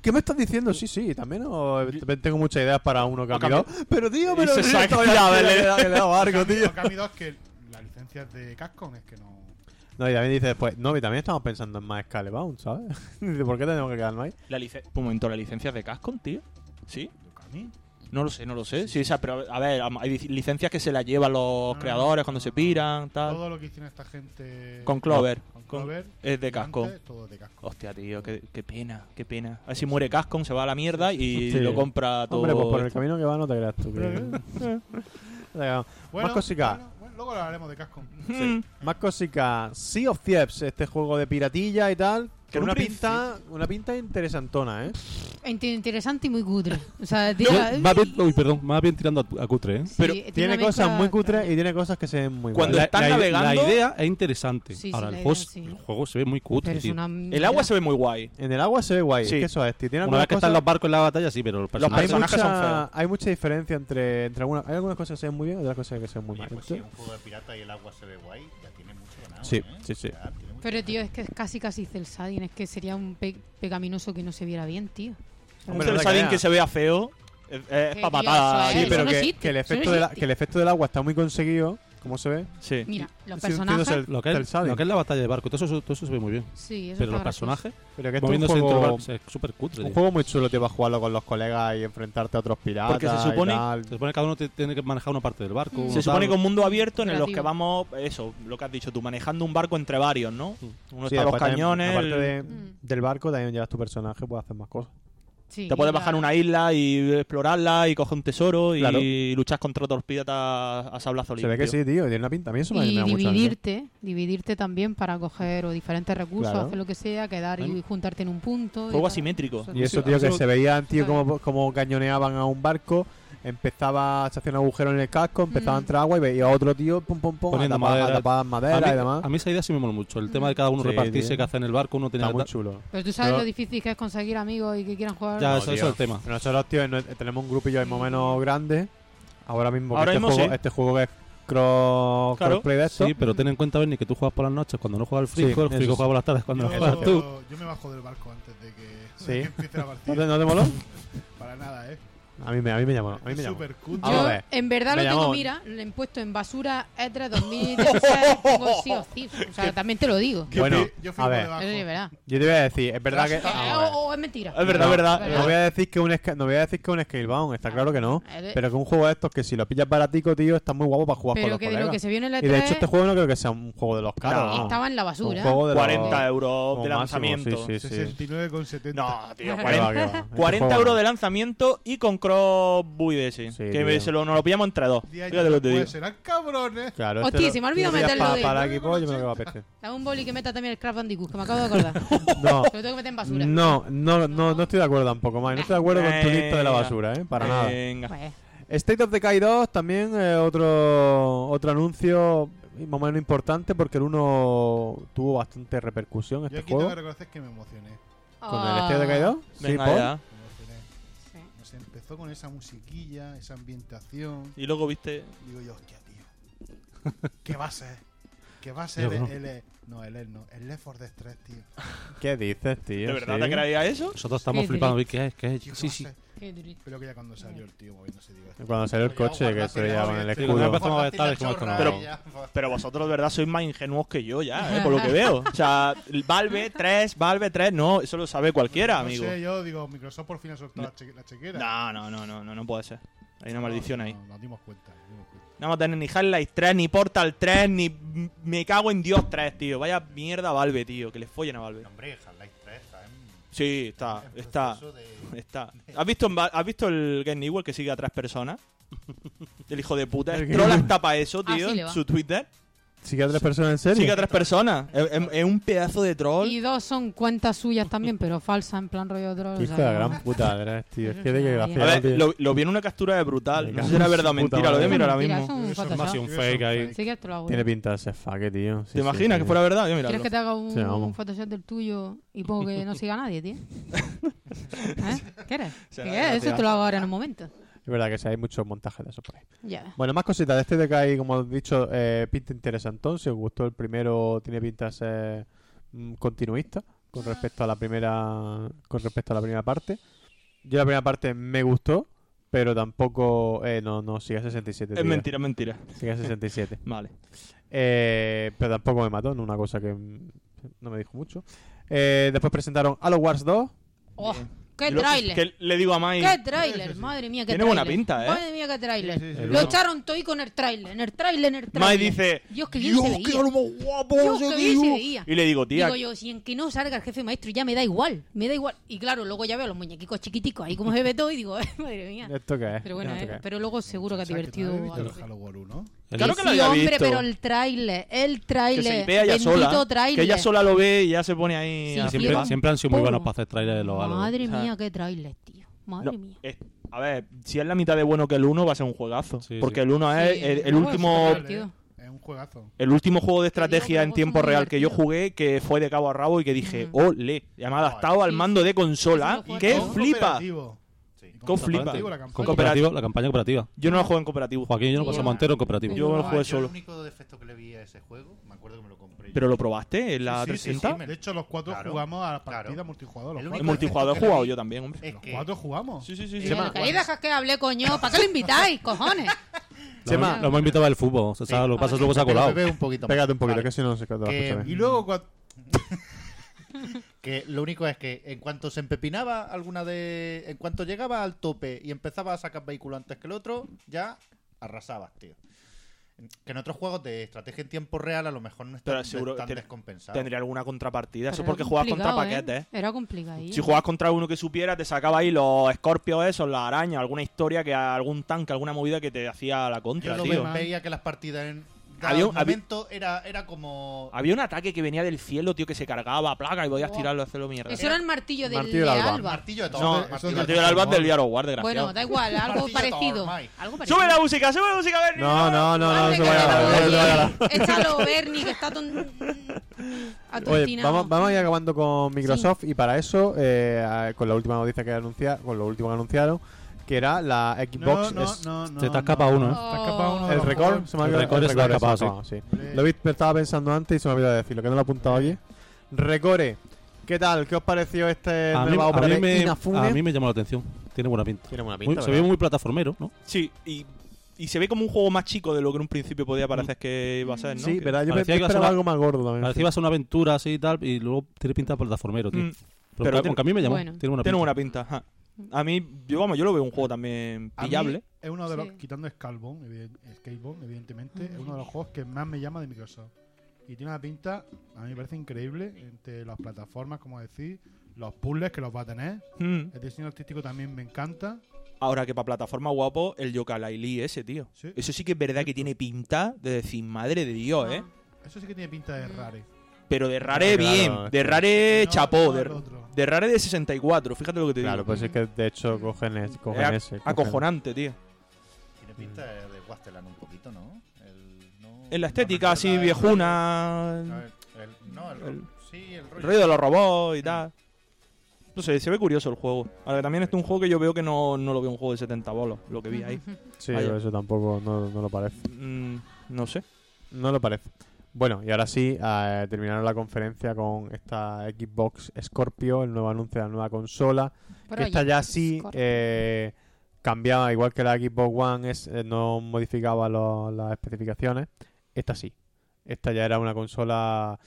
[SPEAKER 1] ¿qué me estás diciendo? Sí, sí, también oh, tengo muchas ideas para uno que ha
[SPEAKER 3] Okami-
[SPEAKER 1] mirado. Pero tío, pero
[SPEAKER 3] se
[SPEAKER 1] tío,
[SPEAKER 3] saca-
[SPEAKER 1] todavía
[SPEAKER 3] ya,
[SPEAKER 1] le-
[SPEAKER 3] vale.
[SPEAKER 1] le da- le da barco, tío.
[SPEAKER 5] Okami 2 que las licencias de Capcom es que no.
[SPEAKER 1] No, y también dice después, no, y también estamos pensando en más Scalebound, ¿sabes? Dice, ¿por qué tenemos que quedarnos ahí?
[SPEAKER 3] La lice- un momento, ¿la licencia es de Cascon, tío? ¿Sí?
[SPEAKER 5] Okami.
[SPEAKER 3] No lo sé, no lo sé. Sí, esa- pero a ver, am- hay lic- licencias que se las llevan los
[SPEAKER 5] Ah.
[SPEAKER 3] creadores cuando se piran,
[SPEAKER 1] Ah.
[SPEAKER 3] tal.
[SPEAKER 5] Todo lo que hicieron esta gente.
[SPEAKER 3] Con Clover.
[SPEAKER 5] con
[SPEAKER 3] Con-
[SPEAKER 5] Clover,
[SPEAKER 3] es de
[SPEAKER 5] y antes,
[SPEAKER 3] Capcom.
[SPEAKER 5] Todo de Capcom.
[SPEAKER 3] Hostia, tío, qué, qué pena, qué pena. A ver si muere Cascon, se va a la mierda y
[SPEAKER 1] Sí.
[SPEAKER 3] lo compra todo.
[SPEAKER 1] Hombre, pues por el camino que va no te creas tú. que- O sea,
[SPEAKER 5] Bueno,
[SPEAKER 1] más cositas.
[SPEAKER 5] bueno, bueno, luego hablaremos de Capcom.
[SPEAKER 3] Mm.
[SPEAKER 1] Más cositas. Sea of Thieves, este juego de piratilla y tal.
[SPEAKER 3] Que
[SPEAKER 1] Con
[SPEAKER 3] en un
[SPEAKER 1] una pinta, una pinta interesantona, ¿eh?
[SPEAKER 4] Int- Interesante y muy cutre. O sea,
[SPEAKER 2] Yo-
[SPEAKER 4] tira-
[SPEAKER 2] más bien, uy, perdón, más bien tirando a, a cutre, ¿eh?
[SPEAKER 4] Sí,
[SPEAKER 3] pero
[SPEAKER 1] Tiene
[SPEAKER 4] una
[SPEAKER 1] cosas
[SPEAKER 4] mezcla
[SPEAKER 1] muy cutres
[SPEAKER 4] extraña.
[SPEAKER 1] y tiene cosas que se ven muy
[SPEAKER 3] Cuando
[SPEAKER 1] guays.
[SPEAKER 3] están
[SPEAKER 2] la,
[SPEAKER 3] navegando-
[SPEAKER 2] La idea es interesante.
[SPEAKER 4] Sí, sí,
[SPEAKER 2] Ahora,
[SPEAKER 4] la
[SPEAKER 2] el,
[SPEAKER 4] idea,
[SPEAKER 2] juego,
[SPEAKER 4] sí.
[SPEAKER 2] el juego se ve muy cutre,
[SPEAKER 4] Pero es
[SPEAKER 2] tío.
[SPEAKER 4] una
[SPEAKER 3] El agua se ve muy guay.
[SPEAKER 1] En el agua se ve guay.
[SPEAKER 3] Sí.
[SPEAKER 1] es que eso es, tío. Tiene
[SPEAKER 2] Una
[SPEAKER 1] algunas
[SPEAKER 2] vez que están los
[SPEAKER 1] cosas-
[SPEAKER 2] barcos en la batalla, sí, pero los personajes...
[SPEAKER 1] hay,
[SPEAKER 3] personajes son
[SPEAKER 1] mucha,
[SPEAKER 3] feos.
[SPEAKER 1] hay mucha diferencia entre, entre algunas. Hay algunas cosas que se ven muy bien y otras cosas que se ven muy
[SPEAKER 6] Oye,
[SPEAKER 1] mal.
[SPEAKER 6] pues si es un juego de pirata y el agua se ve guay, ya tiene mucho ganado.
[SPEAKER 1] Sí,
[SPEAKER 6] ¿eh?
[SPEAKER 1] sí, sí.
[SPEAKER 6] Ya tiene mucho
[SPEAKER 4] Pero tío,
[SPEAKER 6] ganado.
[SPEAKER 4] es que es casi casi cel shading, es que sería un pe- pecaminoso que no se viera bien, tío.
[SPEAKER 3] Un
[SPEAKER 1] Hombre, no
[SPEAKER 3] cel
[SPEAKER 1] te
[SPEAKER 3] shading
[SPEAKER 1] creas.
[SPEAKER 3] que se vea feo es,
[SPEAKER 4] Qué
[SPEAKER 3] para
[SPEAKER 4] tío,
[SPEAKER 3] patada.
[SPEAKER 4] eso
[SPEAKER 1] Sí,
[SPEAKER 4] Eh,
[SPEAKER 1] pero
[SPEAKER 4] no
[SPEAKER 1] que,
[SPEAKER 4] existe,
[SPEAKER 1] que el
[SPEAKER 4] eso no
[SPEAKER 1] efecto de la-
[SPEAKER 4] existe.
[SPEAKER 1] que el efecto del agua está muy conseguido. ¿Cómo se ve?
[SPEAKER 3] Sí.
[SPEAKER 4] Mira, los
[SPEAKER 1] Sí, entiendo
[SPEAKER 4] personajes,
[SPEAKER 1] ser-
[SPEAKER 2] Lo que,
[SPEAKER 1] cel
[SPEAKER 2] es,
[SPEAKER 1] shading.
[SPEAKER 2] lo que es la batalla de barco, todo eso, todo eso se ve muy bien.
[SPEAKER 4] sí, eso
[SPEAKER 2] Pero los
[SPEAKER 4] está gracioso.
[SPEAKER 2] personajes,
[SPEAKER 1] Pero que esto es un
[SPEAKER 2] moviéndose dentro del
[SPEAKER 1] juego,
[SPEAKER 2] barco, es súper cutre.
[SPEAKER 1] un
[SPEAKER 2] tío.
[SPEAKER 1] juego muy chulo, tío, para jugarlo con los colegas y enfrentarte a otros piratas.
[SPEAKER 3] Porque se
[SPEAKER 1] y
[SPEAKER 3] supone-
[SPEAKER 1] tal.
[SPEAKER 2] Se supone que cada uno te- tiene que manejar una parte del barco.
[SPEAKER 4] Mm.
[SPEAKER 2] o
[SPEAKER 3] Se
[SPEAKER 2] tal.
[SPEAKER 3] supone que un mundo abierto en el los
[SPEAKER 4] Relativo.
[SPEAKER 3] que vamos, eso, lo que has dicho tú, manejando un barco entre varios, ¿no? Uno
[SPEAKER 1] Sí,
[SPEAKER 3] está a los
[SPEAKER 1] después también,
[SPEAKER 3] cañones,
[SPEAKER 1] aparte
[SPEAKER 3] el-
[SPEAKER 1] de-
[SPEAKER 4] Mm.
[SPEAKER 1] del barco, también llevas tu personaje, puedes hacer más cosas.
[SPEAKER 4] Sí,
[SPEAKER 3] te puedes
[SPEAKER 4] la-
[SPEAKER 3] bajar en una isla y explorarla y coger un tesoro y
[SPEAKER 1] Claro.
[SPEAKER 3] luchar contra otros piratas a sablazo
[SPEAKER 1] Se ve que
[SPEAKER 3] limpio.
[SPEAKER 1] sí, tío, tiene una pinta. A mí eso me, me
[SPEAKER 4] Y
[SPEAKER 1] da mucha gracia.
[SPEAKER 4] dividirte, dividirte también para coger o diferentes recursos,
[SPEAKER 1] Claro.
[SPEAKER 4] hacer lo que sea, quedar y
[SPEAKER 2] Bueno.
[SPEAKER 4] juntarte en un punto. y
[SPEAKER 3] Juego
[SPEAKER 4] tal.
[SPEAKER 3] asimétrico.
[SPEAKER 1] Y eso,
[SPEAKER 2] Sí,
[SPEAKER 1] tío, que
[SPEAKER 2] eso-
[SPEAKER 1] se veían, tío,
[SPEAKER 4] Está
[SPEAKER 1] como, como cañoneaban a un barco, empezaba, se hacía un agujero en el casco, empezaba a
[SPEAKER 4] Mm.
[SPEAKER 1] entrar agua y veía a otro tío, pum, pum, pum,
[SPEAKER 2] Poniendo
[SPEAKER 1] a tapar-
[SPEAKER 2] madera.
[SPEAKER 1] a tapar madera
[SPEAKER 2] a mí,
[SPEAKER 1] y demás.
[SPEAKER 2] a mí esa idea sí me mola mucho. El tema de cada uno
[SPEAKER 1] Sí,
[SPEAKER 2] repartirse,
[SPEAKER 1] tío.
[SPEAKER 2] qué hacer en el barco, uno tenía
[SPEAKER 1] Está
[SPEAKER 2] que
[SPEAKER 1] muy
[SPEAKER 2] ta-
[SPEAKER 1] chulo.
[SPEAKER 4] Pero tú sabes
[SPEAKER 1] Pero-
[SPEAKER 4] lo difícil que es conseguir amigos y que quieran jugar.
[SPEAKER 2] Ya,
[SPEAKER 1] No,
[SPEAKER 2] eso, eso
[SPEAKER 1] tío.
[SPEAKER 2] es el tema.
[SPEAKER 1] Nosotros, tío, en- tenemos un grupillo ahí más o
[SPEAKER 4] Mm.
[SPEAKER 1] menos grande. Ahora mismo, que
[SPEAKER 3] Ahora
[SPEAKER 1] este,
[SPEAKER 3] mismo
[SPEAKER 1] juego,
[SPEAKER 3] sí.
[SPEAKER 1] este juego que es cross,
[SPEAKER 3] Claro.
[SPEAKER 1] crossplay de esto.
[SPEAKER 2] Sí, pero ten en cuenta, Bernie, que tú juegas por las noches cuando no juega el
[SPEAKER 1] Sí,
[SPEAKER 2] frico, el
[SPEAKER 1] eso
[SPEAKER 2] frico
[SPEAKER 1] sí.
[SPEAKER 2] juega por las tardes cuando no
[SPEAKER 5] yo,
[SPEAKER 2] juegas tú.
[SPEAKER 5] yo me bajo del barco antes de que,
[SPEAKER 1] Sí.
[SPEAKER 5] de que empiece la
[SPEAKER 1] ¿No,
[SPEAKER 5] partida.
[SPEAKER 1] te, ¿No te moló?
[SPEAKER 5] Para nada, eh.
[SPEAKER 1] A mí me, a mí me llamó. A mí me Ah,
[SPEAKER 5] Es
[SPEAKER 1] llamó.
[SPEAKER 5] súper cutre.
[SPEAKER 1] Vamos a
[SPEAKER 4] Yo,
[SPEAKER 1] ver.
[SPEAKER 4] en verdad,
[SPEAKER 1] Me
[SPEAKER 4] lo tengo,
[SPEAKER 1] llamó-
[SPEAKER 4] mira, le he puesto en basura E E3 2016. tengo sí o sí. O sea, también te lo digo.
[SPEAKER 5] Yo
[SPEAKER 1] Bueno,
[SPEAKER 5] fui- yo fui
[SPEAKER 1] a
[SPEAKER 5] por
[SPEAKER 1] ver.
[SPEAKER 5] debajo.
[SPEAKER 4] Eso es verdad.
[SPEAKER 1] Yo te voy a decir, es verdad Ah, que.
[SPEAKER 4] Eh,
[SPEAKER 1] vamos a ver.
[SPEAKER 4] o, o es mentira.
[SPEAKER 3] Es verdad,
[SPEAKER 1] No,
[SPEAKER 3] verdad.
[SPEAKER 1] No voy a decir que un esca- no voy a decir que un scalebound, está claro que no.
[SPEAKER 4] Eh,
[SPEAKER 1] Pero que un juego de estos que si lo pillas baratico, tío, está muy guapo para jugar con
[SPEAKER 4] Pero
[SPEAKER 1] los
[SPEAKER 4] que de
[SPEAKER 1] colegas.
[SPEAKER 4] lo que se vio en el E3
[SPEAKER 1] y de hecho este juego no creo que sea un juego de los caros.
[SPEAKER 3] No,
[SPEAKER 1] vamos.
[SPEAKER 4] estaba en la
[SPEAKER 1] Es un
[SPEAKER 4] basura.
[SPEAKER 1] juego de los-
[SPEAKER 3] 40 euros
[SPEAKER 1] como
[SPEAKER 3] de
[SPEAKER 1] máximo,
[SPEAKER 3] lanzamiento.
[SPEAKER 1] Sí, sí, sí.
[SPEAKER 5] 69,70.
[SPEAKER 3] No, tío,
[SPEAKER 4] Qué
[SPEAKER 3] 40,
[SPEAKER 1] Qué va, qué va. Este
[SPEAKER 3] 40
[SPEAKER 1] juego
[SPEAKER 3] euros
[SPEAKER 1] no.
[SPEAKER 3] de lanzamiento y con cross buy de ese.
[SPEAKER 1] Sí,
[SPEAKER 3] que
[SPEAKER 1] tío.
[SPEAKER 3] se lo, nos lo pillamos entre dos.
[SPEAKER 5] Día
[SPEAKER 3] Fíjate lo que te digo.
[SPEAKER 5] después serán cabrones.
[SPEAKER 1] Claro, este
[SPEAKER 4] Hostia, se me ha olvidado meterlo
[SPEAKER 1] para,
[SPEAKER 4] de-
[SPEAKER 1] para equipo, yo me lo que va a pescar.
[SPEAKER 4] Dame un boli que meta también el Crash Bandicoot, que me acabo de acordar.
[SPEAKER 1] No.
[SPEAKER 4] Se lo tengo que meter en basura.
[SPEAKER 1] No, no, no, no estoy de acuerdo tampoco, Mike. No estoy de acuerdo con tu lista de la basura, ¿eh? Para nada.
[SPEAKER 3] Venga.
[SPEAKER 4] Pues,
[SPEAKER 1] State of Decay 2 también eh, otro otro anuncio más o menos importante porque el 1 tuvo bastante repercusión
[SPEAKER 5] Yo
[SPEAKER 1] este
[SPEAKER 5] aquí tengo
[SPEAKER 1] juego
[SPEAKER 5] que reconocer que me emocioné.
[SPEAKER 1] con el State of Decay 2.
[SPEAKER 3] Ah. Venga,
[SPEAKER 1] Paul.
[SPEAKER 3] ya.
[SPEAKER 5] Me emocioné.
[SPEAKER 4] Ah, Sí.
[SPEAKER 5] No sé, empezó con esa musiquilla, esa ambientación.
[SPEAKER 3] Y luego viste.
[SPEAKER 5] Digo yo, hostia, tío. ¿Qué va a ser? que va a ser
[SPEAKER 2] Yo no.
[SPEAKER 5] el, el- No, el el no. El Left 4 Dead 3, tío.
[SPEAKER 1] Ah, ¿Qué dices, tío?
[SPEAKER 3] ¿De verdad
[SPEAKER 1] Sí.
[SPEAKER 3] te creías eso?
[SPEAKER 2] Nosotros estamos
[SPEAKER 4] Qué
[SPEAKER 2] flipando.
[SPEAKER 4] triste.
[SPEAKER 2] ¿Qué es? ¿Qué
[SPEAKER 5] Tío,
[SPEAKER 2] es? Sí,
[SPEAKER 5] va a
[SPEAKER 2] sí.
[SPEAKER 5] ser-
[SPEAKER 4] Qué triste.
[SPEAKER 5] Pero que ya cuando salió el tío moviéndose, digo. este-
[SPEAKER 1] Cuando salió el coche que se veía con el
[SPEAKER 2] Sí,
[SPEAKER 1] escudo.
[SPEAKER 2] cuando empezó- empezamos a ver tal, como esto no-
[SPEAKER 3] Pero- Pero vosotros de verdad sois más ingenuos que yo ya, ¿eh? por lo que veo. O sea, Valve 3, Valve 3, no, eso lo sabe cualquiera,
[SPEAKER 5] no
[SPEAKER 3] amigo.
[SPEAKER 5] sé, yo digo, Microsoft por fin ha soltado la, cheque- la chequera.
[SPEAKER 3] No, no, no, no, no, no puede ser. Hay una maldición ahí.
[SPEAKER 5] No, nos dimos cuenta. nos dimos cuenta.
[SPEAKER 3] No vamos a tener ni Half-Life 3, ni Portal 3, ni Me Cago en Dios 3, tío. Vaya mierda a Valve, tío. Que les follen a Valve.
[SPEAKER 6] Hombre, Half-Life 3 está en.
[SPEAKER 3] Sí, está,
[SPEAKER 6] en
[SPEAKER 3] está.
[SPEAKER 6] proceso de-
[SPEAKER 3] Está. ¿Has visto, en Val- ¿Has visto el Game Newell que sigue a tres personas? El hijo de puta. Es
[SPEAKER 1] El
[SPEAKER 3] troll
[SPEAKER 1] Gabe-
[SPEAKER 3] hasta pa' eso, tío,
[SPEAKER 4] Así le
[SPEAKER 3] en
[SPEAKER 4] va.
[SPEAKER 3] su Twitter.
[SPEAKER 1] ¿Sigue a tres personas en
[SPEAKER 3] Sigue a
[SPEAKER 1] serio?
[SPEAKER 3] tres personas. Es, es- es un pedazo de troll.
[SPEAKER 4] Y dos son cuentas suyas también, pero falsas, en plan rollo troll. o sea,
[SPEAKER 1] Hijo de la
[SPEAKER 4] que no.
[SPEAKER 1] gran puta, Andrés, tío. Es que de
[SPEAKER 3] A
[SPEAKER 1] desgraciado,
[SPEAKER 3] ver,
[SPEAKER 1] tío.
[SPEAKER 3] lo, lo vi en una captura de brutal.
[SPEAKER 1] Me
[SPEAKER 3] No sé
[SPEAKER 1] cago
[SPEAKER 3] si era
[SPEAKER 1] en su
[SPEAKER 3] verdad o
[SPEAKER 1] puta
[SPEAKER 3] mentira, lo voy a
[SPEAKER 1] madre.
[SPEAKER 3] mirar ahora
[SPEAKER 4] Mentira,
[SPEAKER 3] mismo.
[SPEAKER 4] Es un
[SPEAKER 5] Eso es
[SPEAKER 2] más
[SPEAKER 4] Photoshop.
[SPEAKER 2] un fake ahí.
[SPEAKER 4] Sí que esto lo hago.
[SPEAKER 1] Tiene pinta de ser faque, tío. Sí,
[SPEAKER 3] ¿Te
[SPEAKER 1] sí,
[SPEAKER 3] imaginas
[SPEAKER 1] sí.
[SPEAKER 3] que fuera verdad? Yo
[SPEAKER 4] ¿Quieres que te haga un,
[SPEAKER 1] Sí, vamos.
[SPEAKER 4] un Photoshop del tuyo y pongo que no siga nadie, tío? ¿Eh? ¿Quieres?
[SPEAKER 3] sea,
[SPEAKER 4] ¿Qué?
[SPEAKER 3] gracias.
[SPEAKER 4] Eso te lo hago ahora en un momento.
[SPEAKER 1] Es verdad que sí, hay muchos montajes de eso por ahí.
[SPEAKER 4] Ya.
[SPEAKER 1] Bueno, más cositas. Este de Kai, como he dicho, eh, pinta interesantón. Si os gustó el primero, tiene pinta de ser mm, continuista con respecto a la primera con respecto a la primera parte. Yo la primera parte me gustó, pero tampoco eh, no no sigue a 67.
[SPEAKER 3] Es
[SPEAKER 1] tío.
[SPEAKER 3] mentira, es mentira.
[SPEAKER 1] Sigue a 67.
[SPEAKER 3] Vale.
[SPEAKER 1] Eh, pero tampoco me mató, no una cosa que mm, no me dijo mucho. Eh, después presentaron Halo Wars 2.
[SPEAKER 4] ¡Oh! ¡Qué
[SPEAKER 3] Lo-
[SPEAKER 4] trailer!
[SPEAKER 3] que le digo a Mai?
[SPEAKER 4] ¡Qué trailer! Madre mía, qué
[SPEAKER 3] Tiene
[SPEAKER 4] trailer.
[SPEAKER 3] buena pinta, ¿eh?
[SPEAKER 4] Madre mía, qué trailer.
[SPEAKER 5] Sí, sí, sí.
[SPEAKER 1] El
[SPEAKER 4] Lo
[SPEAKER 1] uno.
[SPEAKER 4] echaron todo con el trailer, en el trailer, en el trailer.
[SPEAKER 3] Mai dice.
[SPEAKER 4] Dios, qué bien se
[SPEAKER 3] "Dios, qué
[SPEAKER 4] veía".
[SPEAKER 3] algo más guapo,
[SPEAKER 4] Dios,
[SPEAKER 3] yo
[SPEAKER 4] qué
[SPEAKER 3] qué
[SPEAKER 4] bien se
[SPEAKER 3] digo".
[SPEAKER 4] veía.
[SPEAKER 3] Y le digo, tía.
[SPEAKER 4] Digo yo, si en que no salga el jefe maestro ya me da igual, me da igual. Y claro, luego ya veo los muñequicos chiquiticos ahí como se ve todo y digo, madre mía.
[SPEAKER 1] ¿Esto qué es?
[SPEAKER 4] Pero bueno,
[SPEAKER 1] ¿Esto qué
[SPEAKER 4] eh,
[SPEAKER 1] es?
[SPEAKER 4] pero luego seguro que ha
[SPEAKER 5] O sea,
[SPEAKER 4] divertido.
[SPEAKER 5] tú no habías
[SPEAKER 4] algo.
[SPEAKER 5] visto el Halo War 1.
[SPEAKER 2] El-
[SPEAKER 3] Claro que lo
[SPEAKER 4] sí,
[SPEAKER 3] había
[SPEAKER 4] hombre,
[SPEAKER 3] visto.
[SPEAKER 4] pero el tráiler, el
[SPEAKER 3] que se
[SPEAKER 4] tráiler,
[SPEAKER 3] vipea ella
[SPEAKER 4] bendito
[SPEAKER 3] sola.
[SPEAKER 4] tráiler.
[SPEAKER 3] Que ella sola lo ve y ya se pone ahí.
[SPEAKER 4] Sí,
[SPEAKER 3] a
[SPEAKER 4] sí,
[SPEAKER 2] Siempre,
[SPEAKER 3] flipar.
[SPEAKER 4] flipa.
[SPEAKER 2] siempre han sido muy
[SPEAKER 4] Puro.
[SPEAKER 2] buenos para hacer trailers de los Halo.
[SPEAKER 4] Madre
[SPEAKER 3] O sea,
[SPEAKER 4] mía, qué tráiler, tío. Madre
[SPEAKER 3] No,
[SPEAKER 4] mía.
[SPEAKER 3] es- a ver, si es la mitad de bueno que el 1, va a ser un juegazo.
[SPEAKER 2] Sí,
[SPEAKER 3] porque
[SPEAKER 2] sí.
[SPEAKER 3] el 1 es
[SPEAKER 4] Sí,
[SPEAKER 3] el, el
[SPEAKER 4] no,
[SPEAKER 3] último
[SPEAKER 4] es divertido.
[SPEAKER 5] Es un juegazo.
[SPEAKER 3] el último juego de
[SPEAKER 4] digo,
[SPEAKER 3] estrategia
[SPEAKER 4] pero
[SPEAKER 3] en
[SPEAKER 4] vos
[SPEAKER 3] tiempo
[SPEAKER 4] sos muy
[SPEAKER 3] real que yo
[SPEAKER 4] divertido.
[SPEAKER 3] jugué que fue de cabo a rabo y que dije,
[SPEAKER 4] Ujú.
[SPEAKER 3] ole, ya me ha adaptado al
[SPEAKER 4] Sí,
[SPEAKER 3] mando de
[SPEAKER 4] sí,
[SPEAKER 3] consola.
[SPEAKER 4] sí, lo
[SPEAKER 3] ¡Qué
[SPEAKER 4] juego.
[SPEAKER 3] flipa!
[SPEAKER 5] Cooperativo.
[SPEAKER 6] Sí.
[SPEAKER 5] Y
[SPEAKER 3] Con flipa.
[SPEAKER 5] cooperativo, la
[SPEAKER 2] Con
[SPEAKER 5] campaña.
[SPEAKER 2] cooperativo, la campaña cooperativa.
[SPEAKER 3] Yo no lo juego en cooperativo,
[SPEAKER 2] Joaquín y yo lo
[SPEAKER 4] Sí.
[SPEAKER 2] pasamos entero en cooperativo.
[SPEAKER 3] Yo lo
[SPEAKER 6] Ah,
[SPEAKER 3] jugué
[SPEAKER 6] yo el
[SPEAKER 3] solo.
[SPEAKER 6] único defecto que le vi a ese juego, me acuerdo que me lo compré. yo.
[SPEAKER 3] ¿Pero lo probaste en la
[SPEAKER 6] Sí, sí, sí,
[SPEAKER 3] 360?
[SPEAKER 6] sí, me-
[SPEAKER 5] De hecho, los cuatro
[SPEAKER 6] Claro,
[SPEAKER 5] jugamos a la
[SPEAKER 6] claro.
[SPEAKER 5] partida multijugador. Los
[SPEAKER 6] El
[SPEAKER 5] cuatro,
[SPEAKER 3] En
[SPEAKER 6] único
[SPEAKER 3] multijugador he
[SPEAKER 6] Perfecto,
[SPEAKER 3] jugado
[SPEAKER 6] que-
[SPEAKER 3] yo también, hombre.
[SPEAKER 6] es
[SPEAKER 5] los
[SPEAKER 6] que
[SPEAKER 5] cuatro jugamos.
[SPEAKER 3] Sí, sí, sí.
[SPEAKER 4] Eh,
[SPEAKER 3] sí.
[SPEAKER 1] Chema.
[SPEAKER 4] que ahí dejas que hable, coño. ¿Para qué lo invitáis, cojones?
[SPEAKER 2] Lo hemos-
[SPEAKER 1] Chema.
[SPEAKER 2] Lo hemos invitado al fútbol. O sea,
[SPEAKER 6] Sí.
[SPEAKER 2] lo pasas luego se ha
[SPEAKER 6] Pero
[SPEAKER 2] colado.
[SPEAKER 6] bebe un poquito más.
[SPEAKER 1] Pégate un poquito,
[SPEAKER 6] Vale.
[SPEAKER 1] que si no se queda la
[SPEAKER 6] Que-
[SPEAKER 1] cosa bien.
[SPEAKER 5] Y luego, cua-
[SPEAKER 1] Mm.
[SPEAKER 6] Que lo único es que en cuanto se empepinaba alguna de. En cuanto llegaba al tope y empezaba a sacar vehículo antes que el otro, ya arrasabas, tío. Que en otros juegos de estrategia en tiempo real a lo mejor no
[SPEAKER 3] Pero
[SPEAKER 6] están,
[SPEAKER 3] seguro
[SPEAKER 6] están
[SPEAKER 3] ten-
[SPEAKER 6] descompensados.
[SPEAKER 3] Tendría alguna contrapartida. Eso
[SPEAKER 4] Pero
[SPEAKER 3] porque
[SPEAKER 4] ¿eh? era
[SPEAKER 3] jugabas contra
[SPEAKER 4] complicado, ¿eh?
[SPEAKER 3] paquetes.
[SPEAKER 4] Era complicado.
[SPEAKER 3] Si jugabas contra uno que supiera, te sacaba ahí los escorpios esos, las arañas, alguna historia, que algún tanque, alguna movida que te hacía la
[SPEAKER 6] Yo
[SPEAKER 3] contra,
[SPEAKER 6] lo
[SPEAKER 3] tío.
[SPEAKER 6] ve- veía que las partidas en.
[SPEAKER 3] Había
[SPEAKER 6] Había
[SPEAKER 3] un-
[SPEAKER 6] un
[SPEAKER 3] había-
[SPEAKER 6] momento era, era como.
[SPEAKER 3] Había un ataque que venía del cielo, tío, que se cargaba a placa y podías
[SPEAKER 4] Buah.
[SPEAKER 3] tirarlo a hacerlo mierda.
[SPEAKER 4] Eso era el martillo del
[SPEAKER 1] Martillo
[SPEAKER 4] de
[SPEAKER 1] de
[SPEAKER 4] Alba.
[SPEAKER 1] Alba.
[SPEAKER 6] Martillo de todo.
[SPEAKER 3] No,
[SPEAKER 5] eso
[SPEAKER 6] martillo
[SPEAKER 3] el
[SPEAKER 5] es
[SPEAKER 6] de
[SPEAKER 3] martillo del Alba es del Villar Guard,
[SPEAKER 4] Bueno, da
[SPEAKER 3] desgraciado.
[SPEAKER 4] igual, algo
[SPEAKER 6] Martillo
[SPEAKER 4] parecido.
[SPEAKER 6] Tormai.
[SPEAKER 4] Algo parecido.
[SPEAKER 3] ¡Sube la música! ¡Sube la música, Bernie!
[SPEAKER 1] No, no, no, no, no
[SPEAKER 4] Hombre,
[SPEAKER 1] se
[SPEAKER 4] que
[SPEAKER 1] vaya a
[SPEAKER 4] te
[SPEAKER 1] la- no se vaya a la-
[SPEAKER 4] oye, Échalo, Bernie, que está ton...
[SPEAKER 1] Oye,
[SPEAKER 4] atontinado.
[SPEAKER 1] vamos, vamos a ir acabando con Microsoft y para eso, eh, a- con la última noticia que anuncia, con lo último que anunciaron, que era la Xbox. es-
[SPEAKER 5] no, no,
[SPEAKER 2] se te
[SPEAKER 5] no,
[SPEAKER 2] escapa
[SPEAKER 5] no.
[SPEAKER 2] uno, ¿eh?
[SPEAKER 4] Oh.
[SPEAKER 5] Se te escapa uno. de
[SPEAKER 1] El
[SPEAKER 5] los
[SPEAKER 1] récord
[SPEAKER 5] juegos.
[SPEAKER 1] se me ha
[SPEAKER 2] El
[SPEAKER 1] olvidado-
[SPEAKER 2] récord está
[SPEAKER 1] récord,
[SPEAKER 2] escapado,
[SPEAKER 1] se me ha escapado, sí. Lo vi- me estaba pensando antes y se me ha olvidado decirlo, que no lo he apuntado allí. Recore, ¿qué tal? ¿Qué os pareció este
[SPEAKER 2] A mí,
[SPEAKER 1] nueva
[SPEAKER 2] a
[SPEAKER 1] obra
[SPEAKER 2] mí
[SPEAKER 1] de
[SPEAKER 2] me,
[SPEAKER 1] Inafune?
[SPEAKER 2] a mí me llamó la atención. Tiene buena pinta.
[SPEAKER 1] Tiene buena
[SPEAKER 2] Muy-
[SPEAKER 1] pinta.
[SPEAKER 2] se ve
[SPEAKER 1] ¿verdad?
[SPEAKER 2] muy plataformero, ¿no?
[SPEAKER 3] Sí, y, y se ve como un juego más chico de lo que en un principio podía parecer que iba a ser, ¿no?
[SPEAKER 1] Sí,
[SPEAKER 3] Que-
[SPEAKER 1] verdad, yo
[SPEAKER 2] Parecía
[SPEAKER 1] pensé
[SPEAKER 2] que iba a ser
[SPEAKER 1] esperaba
[SPEAKER 2] una-
[SPEAKER 1] algo más gordo también.
[SPEAKER 2] Parecía que iba a ser una aventura así y tal, y luego tiene pinta de plataformero, tío.
[SPEAKER 3] Mm,
[SPEAKER 2] pero
[SPEAKER 3] pero
[SPEAKER 2] aunque- aunque a mí me llamó.
[SPEAKER 4] Bueno.
[SPEAKER 2] Tiene buena
[SPEAKER 3] tiene
[SPEAKER 2] pinta.
[SPEAKER 3] buena pinta. ajá. A mí, yo, vamos, yo lo veo un juego también
[SPEAKER 5] A mí
[SPEAKER 3] pillable.
[SPEAKER 5] Es uno de los,
[SPEAKER 4] Sí.
[SPEAKER 5] quitando Scalbone, evident- Scalebone, evidentemente, es
[SPEAKER 4] Madre
[SPEAKER 5] uno de los
[SPEAKER 4] mía.
[SPEAKER 5] juegos que más me llama de Microsoft. Y tiene una pinta, a mí me parece increíble, entre las plataformas, como decir, los puzzles que los va a tener.
[SPEAKER 3] Mm.
[SPEAKER 5] El diseño artístico también me encanta.
[SPEAKER 3] Ahora que para plataforma guapo, el Yokalaili ese, tío.
[SPEAKER 5] Sí.
[SPEAKER 3] Eso sí que es verdad que tiene pinta de decir, madre de Dios, ¿eh?
[SPEAKER 4] Ah.
[SPEAKER 5] Eso sí que tiene pinta de
[SPEAKER 4] Mm.
[SPEAKER 5] rare.
[SPEAKER 3] Pero de Rare
[SPEAKER 1] Claro,
[SPEAKER 3] bien,
[SPEAKER 1] claro.
[SPEAKER 3] de Rare
[SPEAKER 5] No,
[SPEAKER 3] chapó,
[SPEAKER 5] no
[SPEAKER 3] de,
[SPEAKER 5] el otro.
[SPEAKER 3] de Rare de 64, fíjate lo que te
[SPEAKER 1] Claro,
[SPEAKER 3] digo.
[SPEAKER 1] pues es que de hecho cogen, es- cogen
[SPEAKER 5] Eh,
[SPEAKER 3] Es ac-
[SPEAKER 1] ese. cogen-
[SPEAKER 3] acojonante, tío.
[SPEAKER 6] Tiene pinta de, de Wasteland un poquito, ¿no? El- no-
[SPEAKER 3] En
[SPEAKER 6] no
[SPEAKER 3] la estética
[SPEAKER 6] recuerda
[SPEAKER 3] así
[SPEAKER 6] el- A
[SPEAKER 3] viejuna,
[SPEAKER 6] ver, el- no, el, ro-
[SPEAKER 3] El-
[SPEAKER 6] sí, el
[SPEAKER 3] el
[SPEAKER 6] rollo.
[SPEAKER 3] rollo de los robots y tal. No sé, se ve curioso el juego. Ahora que también este es un juego que yo veo que no, no lo veo un juego de 70 bolos, lo que vi ahí.
[SPEAKER 1] Sí,
[SPEAKER 3] Vaya.
[SPEAKER 1] eso tampoco no, no lo parece.
[SPEAKER 3] Mm, no sé.
[SPEAKER 1] No lo parece. Bueno, y ahora sí, eh, terminaron la conferencia con esta Xbox Scorpio, el nuevo anuncio de la nueva consola. que esta ya sí eh, cambiaba, igual que la Xbox One es, eh, no modificaba lo- las especificaciones. Esta sí. Esta ya era una consola.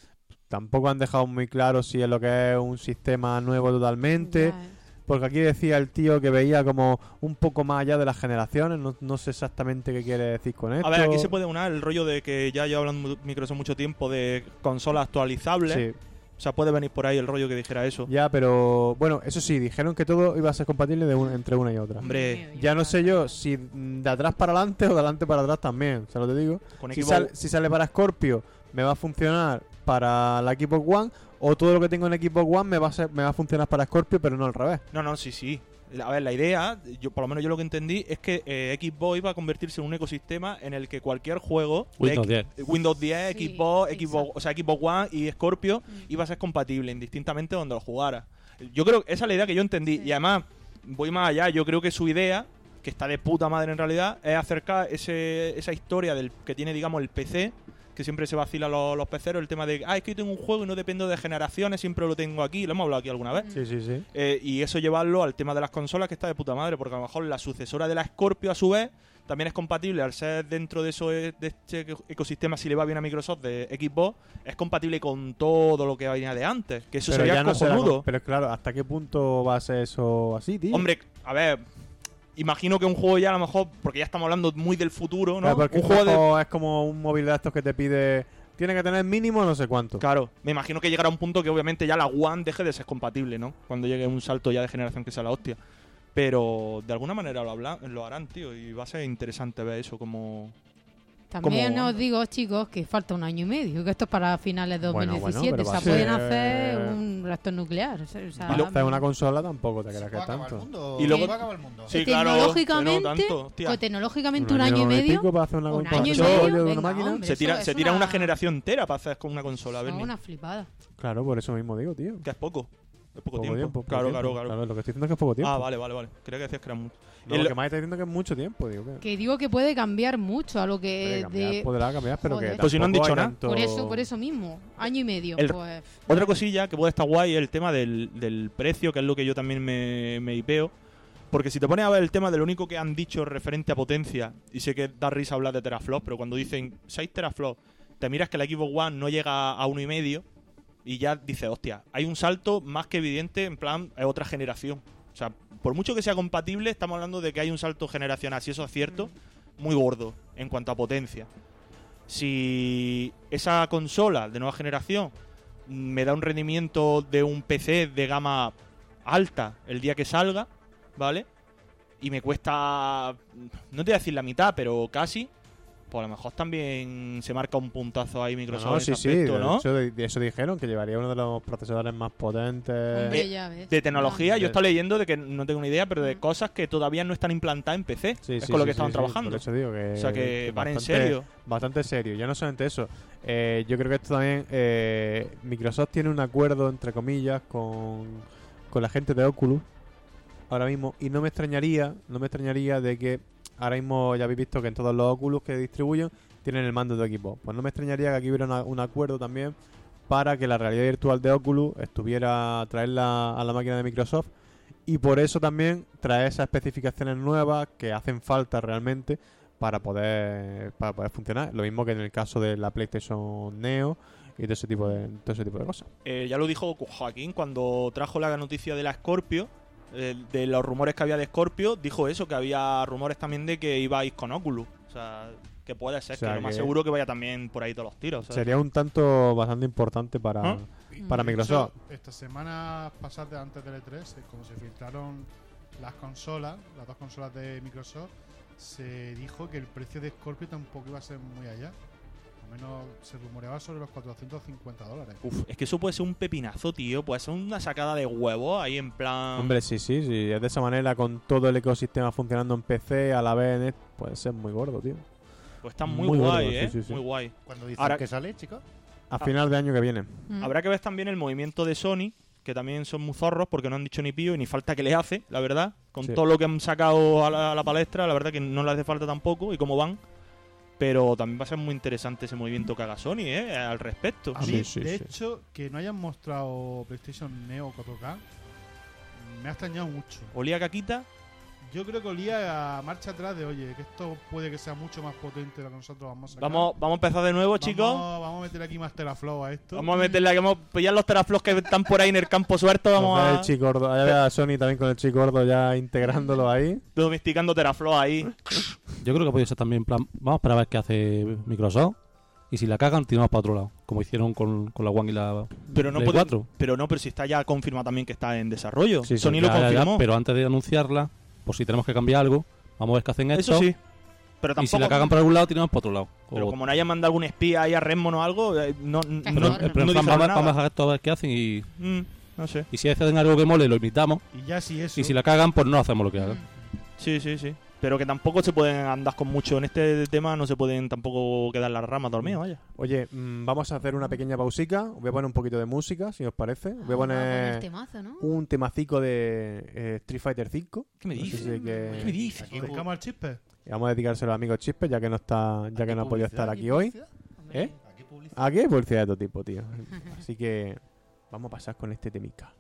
[SPEAKER 1] Tampoco han dejado muy claro si es lo que es un sistema nuevo totalmente.
[SPEAKER 4] Ya, eh.
[SPEAKER 1] Porque aquí decía el tío que veía como un poco más allá de las generaciones. No, no sé exactamente qué quiere decir con esto.
[SPEAKER 3] A ver, aquí se puede unar el rollo de que ya lleva hablando Microsoft mucho tiempo de consolas actualizables.
[SPEAKER 1] Sí.
[SPEAKER 3] O sea, puede venir por ahí el rollo que dijera eso.
[SPEAKER 1] Ya, pero bueno, eso sí, dijeron que todo iba a ser compatible de un- entre una y otra.
[SPEAKER 3] Hombre,
[SPEAKER 1] Ya no sé yo si mm, de atrás para adelante o de adelante para atrás también, se lo te digo.
[SPEAKER 3] con
[SPEAKER 1] Si,
[SPEAKER 3] Xbox
[SPEAKER 1] sal- si sale para Scorpio, me va a funcionar para la Xbox One o todo lo que tengo en Xbox One me va a, ser- me va a funcionar para Scorpio, pero no al revés.
[SPEAKER 3] No, no, sí, sí. La- A ver, la idea, yo por lo menos yo lo que entendí es que eh, Xbox iba a convertirse en un ecosistema en el que cualquier juego de
[SPEAKER 2] Windows
[SPEAKER 3] X-
[SPEAKER 2] 10.
[SPEAKER 3] eh, Windows 10,
[SPEAKER 4] Sí,
[SPEAKER 3] Xbox, Xbox,
[SPEAKER 4] exacto.
[SPEAKER 3] o sea, Xbox One y Scorpio
[SPEAKER 4] Mm.
[SPEAKER 3] iba a ser compatible indistintamente donde lo jugara. Yo creo que esa es la idea que yo entendí
[SPEAKER 4] Sí.
[SPEAKER 3] y además voy más allá, yo creo que su idea, que está de puta madre en realidad, es acercar ese, esa historia del que tiene digamos el PC que siempre se vacila los, los peceros, el tema de, ah, es que yo tengo un juego y no dependo de generaciones, siempre lo tengo aquí, lo hemos hablado aquí alguna vez.
[SPEAKER 1] Sí, sí, sí.
[SPEAKER 3] Eh, y eso llevarlo al tema de las consolas que está de puta madre, porque a lo mejor la sucesora de la Scorpio a su vez también es compatible, al ser dentro de, eso, de este ecosistema, si le va bien a Microsoft de Xbox, es compatible con todo lo que venía de antes, que eso
[SPEAKER 1] pero
[SPEAKER 3] sería
[SPEAKER 1] ya no será
[SPEAKER 3] cojonudo.
[SPEAKER 1] con- Pero claro, ¿hasta qué punto va a ser eso así, tío?
[SPEAKER 3] Hombre, a ver, imagino que un juego ya a lo mejor, porque ya estamos hablando muy del futuro, ¿no?
[SPEAKER 1] Claro, porque
[SPEAKER 3] un juego de...
[SPEAKER 1] es como un móvil de estos que te pide... Tiene que tener mínimo no sé cuánto.
[SPEAKER 3] Claro, me imagino que llegará un punto que obviamente ya la One deje de ser compatible, ¿no? Cuando llegue un salto ya de generación que sea la hostia. Pero de alguna manera lo, habla- lo harán, tío, y va a ser interesante ver eso como...
[SPEAKER 4] También
[SPEAKER 3] ¿Cómo?
[SPEAKER 4] os digo, chicos, que falta un año y medio, que esto es para finales de
[SPEAKER 1] Bueno, bueno,
[SPEAKER 4] 2017.
[SPEAKER 1] pero va
[SPEAKER 4] o
[SPEAKER 1] a
[SPEAKER 4] sea, pueden
[SPEAKER 1] ser-
[SPEAKER 4] hacer un reactor nuclear. O sea, o sea,
[SPEAKER 1] Y lo- una consola tampoco te creas Ah, que
[SPEAKER 6] Se va a acabar el
[SPEAKER 1] tanto.
[SPEAKER 6] mundo.
[SPEAKER 3] Y luego-
[SPEAKER 6] se va a acabar el mundo.
[SPEAKER 3] Sí, claro,
[SPEAKER 4] Pues tecnológicamente,
[SPEAKER 3] que no tanto, hostia.
[SPEAKER 4] pues, tecnológicamente un año y medio.
[SPEAKER 1] pico para hacer una
[SPEAKER 4] un
[SPEAKER 1] consola.
[SPEAKER 4] año
[SPEAKER 3] y
[SPEAKER 1] Yo,
[SPEAKER 3] medio,
[SPEAKER 1] yo de una
[SPEAKER 4] venga,
[SPEAKER 1] máquina.
[SPEAKER 4] hombre.
[SPEAKER 3] Se
[SPEAKER 4] eso
[SPEAKER 3] tira,
[SPEAKER 4] es
[SPEAKER 3] se tira
[SPEAKER 4] una-
[SPEAKER 3] una... generación entera para hacer con una consola,
[SPEAKER 4] son
[SPEAKER 3] Bernie.
[SPEAKER 4] una flipada.
[SPEAKER 1] Claro, por eso mismo digo, tío.
[SPEAKER 3] Que es poco. Es poco,
[SPEAKER 1] Poco
[SPEAKER 3] tiempo.
[SPEAKER 1] tiempo, poco
[SPEAKER 3] claro,
[SPEAKER 1] tiempo.
[SPEAKER 3] claro, claro,
[SPEAKER 1] Lo que estoy diciendo es que es poco tiempo.
[SPEAKER 3] Ah, vale, vale, vale. Creía que decías que era mucho.
[SPEAKER 1] No,
[SPEAKER 3] Y
[SPEAKER 1] lo
[SPEAKER 3] lo-
[SPEAKER 1] que más está diciendo es que es mucho tiempo, digo. Que,
[SPEAKER 4] Que digo que puede cambiar mucho a lo
[SPEAKER 1] Puede
[SPEAKER 4] que...
[SPEAKER 1] cambiar,
[SPEAKER 4] de-
[SPEAKER 1] podrá cambiar, pero que.
[SPEAKER 4] Joder.
[SPEAKER 3] Pues si no han
[SPEAKER 1] tampoco
[SPEAKER 3] dicho
[SPEAKER 1] hay
[SPEAKER 3] nada.
[SPEAKER 1] tanto-
[SPEAKER 4] Por eso, por eso mismo. Año y medio.
[SPEAKER 3] El-
[SPEAKER 4] pues,
[SPEAKER 3] Otra cosilla que puede estar guay es el tema del, del precio, que es lo que yo también me, me hipeo. Porque si te pones a ver el tema de lo único que han dicho referente a potencia, y sé que da risa hablar de teraflops, pero cuando dicen 6 teraflops, te miras que la Xbox One no llega a uno y medio y ya dices, hostia, hay un salto más que evidente, en plan, es otra generación. O sea, por mucho que sea compatible, estamos hablando de que hay un salto generacional, si eso es cierto, muy gordo en cuanto a potencia. Si esa consola de nueva generación me da un rendimiento de un PC de gama alta el día que salga, ¿vale? Y me cuesta, no te voy a decir la mitad, pero casi. Pues a lo mejor también se marca un puntazo ahí
[SPEAKER 1] No,
[SPEAKER 3] Microsoft
[SPEAKER 1] no,
[SPEAKER 3] en
[SPEAKER 1] sí,
[SPEAKER 3] ese
[SPEAKER 1] sí.
[SPEAKER 3] aspecto,
[SPEAKER 1] de
[SPEAKER 3] ¿no?
[SPEAKER 1] hecho, de- de eso dijeron que llevaría uno de los procesadores más potentes.
[SPEAKER 4] hombre,
[SPEAKER 3] eh,
[SPEAKER 4] ya ves.
[SPEAKER 3] de tecnología,
[SPEAKER 1] Ah.
[SPEAKER 3] yo estaba leyendo de que no tengo ni idea, pero de
[SPEAKER 4] Mm.
[SPEAKER 3] cosas que todavía no están implantadas en PC.
[SPEAKER 1] Sí,
[SPEAKER 3] es
[SPEAKER 1] sí,
[SPEAKER 3] con lo
[SPEAKER 1] sí, sí,
[SPEAKER 3] que estaban
[SPEAKER 1] sí,
[SPEAKER 3] trabajando.
[SPEAKER 1] Por eso digo que.
[SPEAKER 3] o sea que van en
[SPEAKER 1] bastante-
[SPEAKER 3] serio.
[SPEAKER 1] Bastante serio. Ya no solamente eso. eh, yo creo que esto también. eh, Microsoft tiene un acuerdo, entre comillas, con, con la gente de Oculus. Ahora mismo. Y no me extrañaría. No me extrañaría de que. Ahora mismo ya habéis visto que en todos los Oculus que distribuyen tienen el mando de equipo. Pues no me extrañaría que aquí hubiera una- un acuerdo también para que la realidad virtual de Oculus estuviera traerla a la máquina de Microsoft y por eso también trae esas especificaciones nuevas que hacen falta realmente para poder para poder funcionar lo mismo que en el caso de la PlayStation Neo y todo ese tipo de todo ese tipo de cosas
[SPEAKER 3] Eh, ya lo dijo Joaquín cuando trajo la noticia de la Scorpio, eh, de los rumores que había de Scorpio, dijo eso, que había rumores también de que iba a ir con Oculus. O sea, que puede ser,
[SPEAKER 1] O sea,
[SPEAKER 3] que lo más
[SPEAKER 1] que-
[SPEAKER 3] seguro que vaya también por ahí todos los tiros. ¿sabes?
[SPEAKER 1] sería un tanto bastante importante para
[SPEAKER 3] ¿Ah?
[SPEAKER 1] para
[SPEAKER 5] De hecho,
[SPEAKER 1] Microsoft
[SPEAKER 5] Estas semanas pasadas de antes del E3, eh, como se filtraron las consolas, las dos consolas de Microsoft, se dijo que el precio de Scorpio tampoco iba a ser muy allá. Al menos se rumoreaba sobre los 450 dólares.
[SPEAKER 3] Uf, es que eso puede ser un pepinazo, tío. Puede ser una sacada de huevo ahí en plan.
[SPEAKER 1] hombre sí sí sí es de esa manera con todo el ecosistema funcionando en PC a la vez en- puede ser muy gordo tío
[SPEAKER 3] pues está muy,
[SPEAKER 1] muy
[SPEAKER 3] guay,
[SPEAKER 1] gordo,
[SPEAKER 3] ¿eh?
[SPEAKER 1] sí, sí, sí.
[SPEAKER 3] Muy guay.
[SPEAKER 6] Cuando dicen
[SPEAKER 3] Ahora-
[SPEAKER 6] que sale, chicos.
[SPEAKER 3] Ah.
[SPEAKER 1] a final de año que viene
[SPEAKER 4] Mm.
[SPEAKER 3] Habrá que ver también el movimiento de Sony, que también son muy zorros porque no han dicho ni pío y ni falta que les hace, la verdad. Con
[SPEAKER 1] Sí.
[SPEAKER 3] todo lo que han sacado a la, a la palestra, la verdad que no les hace falta tampoco y cómo van. Pero también va a ser muy interesante ese movimiento que haga Sony, ¿eh? Al respecto.
[SPEAKER 5] A
[SPEAKER 2] Sí,
[SPEAKER 5] mí,
[SPEAKER 2] sí,
[SPEAKER 5] de
[SPEAKER 2] sí.
[SPEAKER 5] hecho, que no hayan mostrado PlayStation Neo 4K me ha extrañado mucho.
[SPEAKER 3] Olía caquita.
[SPEAKER 5] Yo creo que olía a marcha atrás de, oye, que esto puede que sea mucho más potente de lo que nosotros vamos a sacar.
[SPEAKER 3] Vamos, vamos a empezar de nuevo, chicos.
[SPEAKER 5] Vamos, vamos a meter aquí más teraflow a esto.
[SPEAKER 3] Vamos a meterle, que vamos a pillar los teraflops que están por ahí en el campo suelto. Vamos
[SPEAKER 1] Con el
[SPEAKER 3] a.
[SPEAKER 1] chico gordo. Ahí ve a Sony también con el chico gordo ya integrándolo ahí.
[SPEAKER 3] Domesticando teraflops ahí.
[SPEAKER 2] Yo creo que podría ser también en plan, vamos para ver qué hace Microsoft y si la cagan tiramos para otro lado, como hicieron con, con la One y la
[SPEAKER 3] Pero no
[SPEAKER 2] Play
[SPEAKER 3] puede-
[SPEAKER 2] 4.
[SPEAKER 3] Pero no, pero si está ya confirmado también que está en desarrollo.
[SPEAKER 1] Sí, sí,
[SPEAKER 3] Sony
[SPEAKER 2] Ya,
[SPEAKER 3] lo
[SPEAKER 2] ya, ya,
[SPEAKER 3] confirmó.
[SPEAKER 2] pero antes de anunciarla, por si tenemos que cambiar algo, vamos a ver qué hacen esto.
[SPEAKER 3] Eso sí. Pero tampoco.
[SPEAKER 2] y si la cagan por algún lado, tiramos para otro lado.
[SPEAKER 3] Pero
[SPEAKER 2] O-
[SPEAKER 3] como no hayan mandado algún espía ahí a Redmond o algo, eh, no, no,
[SPEAKER 2] pero
[SPEAKER 3] no,
[SPEAKER 2] en- pero en
[SPEAKER 3] no
[SPEAKER 2] plan,
[SPEAKER 3] dijeron
[SPEAKER 2] vamos, a-
[SPEAKER 3] nada.
[SPEAKER 2] vamos a dejar esto a ver qué hacen y,
[SPEAKER 3] Mm, no sé.
[SPEAKER 2] y si hacen algo que mole, lo imitamos.
[SPEAKER 5] Y ya si eso.
[SPEAKER 2] Y si la cagan, pues no hacemos lo
[SPEAKER 4] Mm.
[SPEAKER 2] que hagan.
[SPEAKER 3] Sí, sí, sí. Pero que tampoco se pueden andar con mucho en este tema, no se pueden tampoco quedar las ramas dormidas, vaya.
[SPEAKER 1] Oye, mm, vamos a hacer una pequeña pausica. Voy a poner un poquito de música, si os parece. Voy a poner
[SPEAKER 4] temazo, ¿no?
[SPEAKER 1] un temacico de eh, Street Fighter 5.
[SPEAKER 3] ¿Qué me
[SPEAKER 1] No sé
[SPEAKER 3] dices?
[SPEAKER 1] si que-
[SPEAKER 3] ¿Qué me dices?
[SPEAKER 6] Aquí,
[SPEAKER 5] ¿Dedicamos al chispe?
[SPEAKER 1] Y Vamos a dedicárselo al amigo Chispe, ya que no está, ya que no ha podido estar aquí hoy. ¿Eh?
[SPEAKER 6] aquí publicidad.
[SPEAKER 1] Aquí hay publicidad de todo tipo, tío. Así que vamos a pasar con este temica.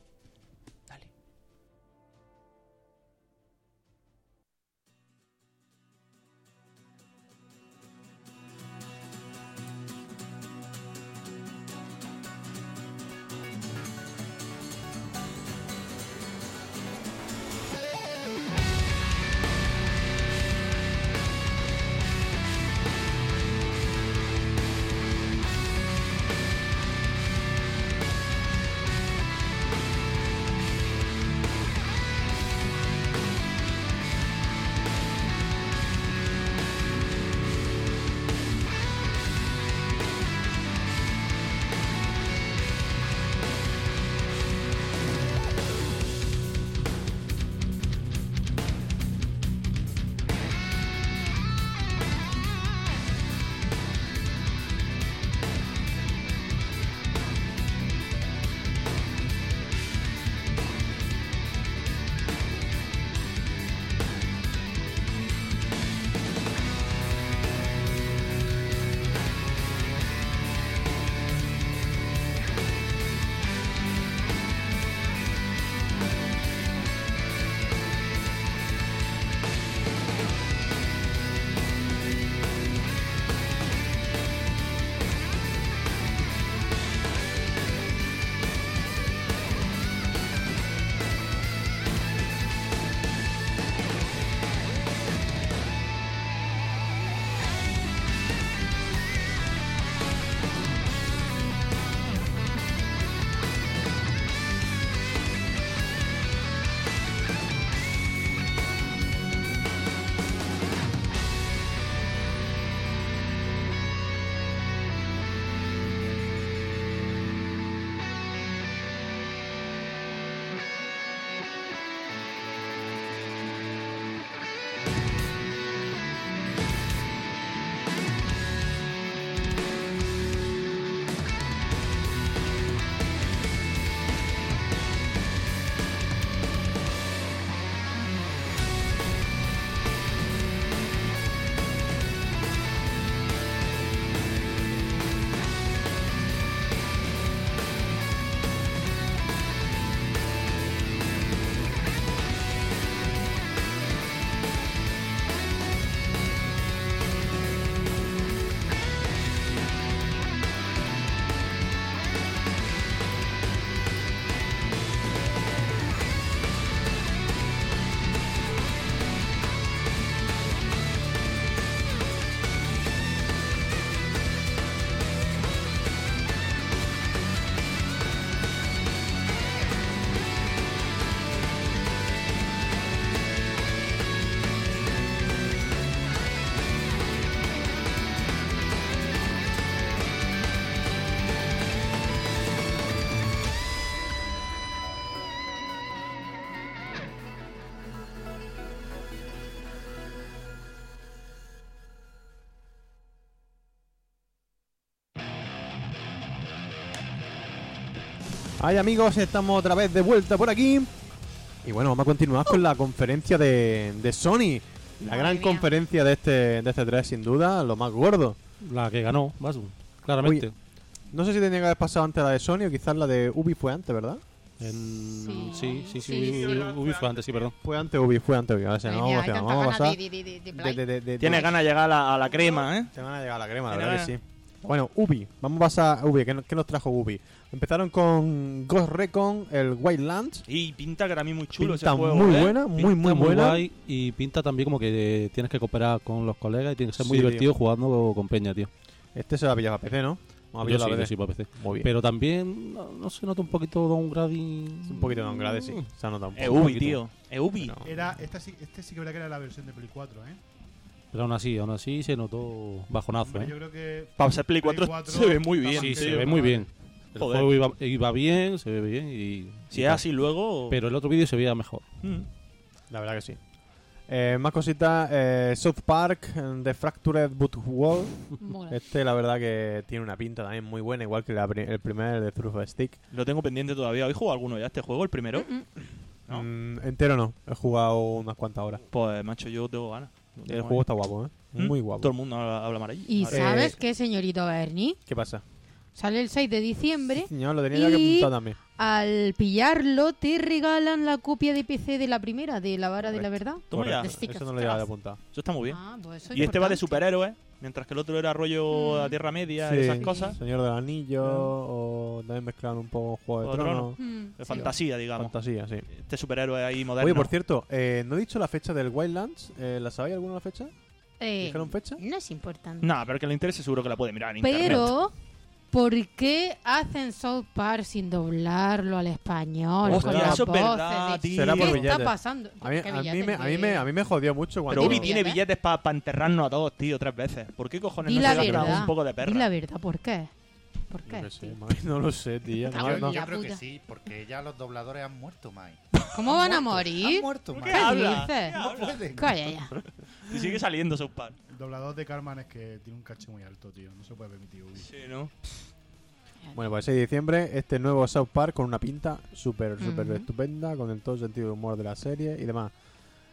[SPEAKER 1] Ay amigos, estamos otra vez de vuelta por aquí. Y bueno, vamos a continuar con la conferencia de, de Sony. La
[SPEAKER 4] Madre
[SPEAKER 1] gran
[SPEAKER 4] mía.
[SPEAKER 1] conferencia de este, de este 3, sin duda, lo más gordo.
[SPEAKER 2] La que ganó, Basum, claramente.
[SPEAKER 1] No sé si tenía que haber pasado antes la de Sony o quizás la de Ubi fue antes, ¿verdad?
[SPEAKER 2] En-
[SPEAKER 4] Sí.
[SPEAKER 2] Sí, sí, sí,
[SPEAKER 4] Sí,
[SPEAKER 2] Ubi-
[SPEAKER 4] sí.
[SPEAKER 2] Ubi- Ubi fue antes, sí, perdón.
[SPEAKER 1] Fue antes Ubi, fue antes Ubi. A ver, si
[SPEAKER 4] Madre
[SPEAKER 1] no,
[SPEAKER 4] mía,
[SPEAKER 1] vamos, a
[SPEAKER 4] hay
[SPEAKER 1] hacer-
[SPEAKER 4] tantas
[SPEAKER 1] vamos a
[SPEAKER 4] ganas
[SPEAKER 1] pasar.
[SPEAKER 4] de- de- de- de
[SPEAKER 1] de-
[SPEAKER 4] play.
[SPEAKER 1] de- de- de-
[SPEAKER 3] Tiene
[SPEAKER 1] de-
[SPEAKER 3] ganas de llegar a la, a la crema, ¿eh?
[SPEAKER 1] Se van a llegar a la crema, la
[SPEAKER 3] Tiene
[SPEAKER 1] verdad que sí.
[SPEAKER 3] ganas.
[SPEAKER 1] Bueno, Ubi, vamos a pasar a Ubi. ¿Qué, no- qué nos trajo Ubi? Empezaron con Ghost Recon, el Wildlands.
[SPEAKER 3] Y pinta que era a mí muy chulo
[SPEAKER 1] Pinta
[SPEAKER 3] ese juego.
[SPEAKER 1] muy
[SPEAKER 3] ¿eh?
[SPEAKER 1] buena, muy,
[SPEAKER 2] Pinta
[SPEAKER 1] muy buena.
[SPEAKER 2] guay y pinta también como que eh, tienes que cooperar con los colegas y tiene que ser muy
[SPEAKER 1] Sí,
[SPEAKER 2] divertido jugando con Peña, tío.
[SPEAKER 1] Este se la pillaba a PC, ¿no? Vamos a
[SPEAKER 2] Yo
[SPEAKER 1] pillar
[SPEAKER 2] sí,
[SPEAKER 1] la
[SPEAKER 2] yo
[SPEAKER 1] PC.
[SPEAKER 2] sí, para PC.
[SPEAKER 1] Muy bien.
[SPEAKER 2] Pero también, no, no se nota un poquito downgrading.
[SPEAKER 1] un poquito de downgrade, sí. Se ha notado un
[SPEAKER 3] Eh,
[SPEAKER 1] poco.
[SPEAKER 3] Ubi, tío. Eh, Ubi.
[SPEAKER 1] Pero-
[SPEAKER 5] Era, esta sí- este sí que verdad que era la versión de Play 4, ¿eh?
[SPEAKER 2] Pero aún así, aún así se notó bajonazo,
[SPEAKER 3] Ah,
[SPEAKER 5] Hombre,
[SPEAKER 2] ¿eh?
[SPEAKER 5] yo creo que.
[SPEAKER 3] Para ser Play 4, se ve muy bien.
[SPEAKER 5] está
[SPEAKER 2] Sí,
[SPEAKER 5] bastante
[SPEAKER 2] se
[SPEAKER 3] tío.
[SPEAKER 2] ve muy bien. El
[SPEAKER 3] Joder.
[SPEAKER 2] juego iba, iba bien, se ve bien y...
[SPEAKER 3] Si
[SPEAKER 2] y
[SPEAKER 3] es
[SPEAKER 2] tal.
[SPEAKER 3] así luego.
[SPEAKER 2] Pero el otro vídeo se veía mejor.
[SPEAKER 3] Mm.
[SPEAKER 1] La verdad que sí. Eh, más cositas, eh, South Park, eh, The Fractured But Wall.
[SPEAKER 4] Mola.
[SPEAKER 1] Este, la verdad, que tiene una pinta también muy buena, igual que la pri- el primer de Truth of Stick.
[SPEAKER 3] Lo tengo pendiente todavía. ¿Habéis jugado alguno ya este juego, el primero? No.
[SPEAKER 1] Mm, entero no, he jugado unas cuantas horas.
[SPEAKER 3] Pues, macho, yo tengo ganas. Lo
[SPEAKER 1] El
[SPEAKER 3] tengo
[SPEAKER 1] juego
[SPEAKER 3] ahí.
[SPEAKER 1] está guapo, ¿eh?
[SPEAKER 3] Mm.
[SPEAKER 1] Muy guapo.
[SPEAKER 3] Todo el mundo habla, habla amarillo.
[SPEAKER 4] ¿Y
[SPEAKER 3] Madre-
[SPEAKER 1] Eh,
[SPEAKER 4] sabes qué, señorito Bernie?
[SPEAKER 1] ¿Qué pasa?
[SPEAKER 4] Sale el 6 de diciembre.
[SPEAKER 1] Señor, lo tenía ya que
[SPEAKER 4] Y-
[SPEAKER 1] apuntar también.
[SPEAKER 4] Al pillarlo, te regalan la copia de PC de la primera, de la vara de la verdad.
[SPEAKER 3] Toma ya.
[SPEAKER 1] Correcto. Eso no lo llevaba de apuntar.
[SPEAKER 3] Eso está muy bien.
[SPEAKER 4] Ah, pues eso
[SPEAKER 3] y este va de
[SPEAKER 4] importante.
[SPEAKER 3] superhéroes, mientras que el otro era rollo
[SPEAKER 4] Mm.
[SPEAKER 3] a Tierra Media
[SPEAKER 1] Sí.
[SPEAKER 3] y esas cosas.
[SPEAKER 1] Señor del Anillo, o también mezclaron un poco Juego de
[SPEAKER 3] Juego de
[SPEAKER 1] Tronos.
[SPEAKER 4] Mm,
[SPEAKER 3] De
[SPEAKER 4] sí.
[SPEAKER 3] fantasía, digamos.
[SPEAKER 1] Fantasía, sí.
[SPEAKER 3] Este superhéroe ahí moderno.
[SPEAKER 1] Oye, por cierto, eh, no he dicho la fecha del Wildlands. Eh, ¿La sabéis alguna la fecha?
[SPEAKER 4] Eh,
[SPEAKER 1] ¿Dijeron fecha?
[SPEAKER 4] no es importante.
[SPEAKER 3] Nah, pero que le interese seguro que la puede mirar en internet.
[SPEAKER 4] Pero, ¿por qué hacen South Park sin doblarlo al español?
[SPEAKER 1] Hostia,
[SPEAKER 4] con las
[SPEAKER 3] eso es
[SPEAKER 4] voces
[SPEAKER 3] verdad,
[SPEAKER 4] de-
[SPEAKER 3] tío.
[SPEAKER 1] Será por
[SPEAKER 4] ¿Qué está
[SPEAKER 1] billetes.
[SPEAKER 4] pasando?
[SPEAKER 1] A mí,
[SPEAKER 4] ¿Qué
[SPEAKER 1] a, mí
[SPEAKER 4] billetes?
[SPEAKER 1] me, a, mí me, a mí me jodió mucho cuando...
[SPEAKER 3] Pero Ubi tiene
[SPEAKER 4] billetes?
[SPEAKER 3] billetes para enterrarnos a todos, tío, tres veces. ¿Por qué cojones
[SPEAKER 4] Di
[SPEAKER 3] no
[SPEAKER 4] la
[SPEAKER 3] se gasta
[SPEAKER 4] verdad.
[SPEAKER 3] un poco de perra?
[SPEAKER 4] Di la verdad, ¿por qué? ¿Por
[SPEAKER 1] No,
[SPEAKER 4] qué?
[SPEAKER 1] que sé,
[SPEAKER 4] tío?
[SPEAKER 1] mami, no lo sé, tío.
[SPEAKER 4] Está
[SPEAKER 1] No,
[SPEAKER 6] Yo,
[SPEAKER 4] bueno.
[SPEAKER 1] no.
[SPEAKER 6] yo
[SPEAKER 4] la
[SPEAKER 6] creo que
[SPEAKER 4] puta.
[SPEAKER 6] sí, porque ya los dobladores han muerto, Mike.
[SPEAKER 4] ¿Cómo van a
[SPEAKER 6] Han
[SPEAKER 4] morir?
[SPEAKER 6] muerto,
[SPEAKER 3] ¿Por
[SPEAKER 6] Mike.
[SPEAKER 3] qué
[SPEAKER 4] ¿Qué
[SPEAKER 3] habla?
[SPEAKER 4] dices?
[SPEAKER 3] ¿Qué
[SPEAKER 6] No
[SPEAKER 3] habla?
[SPEAKER 6] pueden.
[SPEAKER 4] Calla ya.
[SPEAKER 3] Y sigue saliendo South Park.
[SPEAKER 5] El doblador de Carman es que tiene un caché muy alto, tío. No se puede permitir, Ubi.
[SPEAKER 3] Sí, ¿no?
[SPEAKER 1] Bueno, pues el 6 de diciembre, este nuevo South Park con una pinta súper, súper
[SPEAKER 4] Ujú.
[SPEAKER 1] estupenda, con el todo sentido de humor de la serie y demás.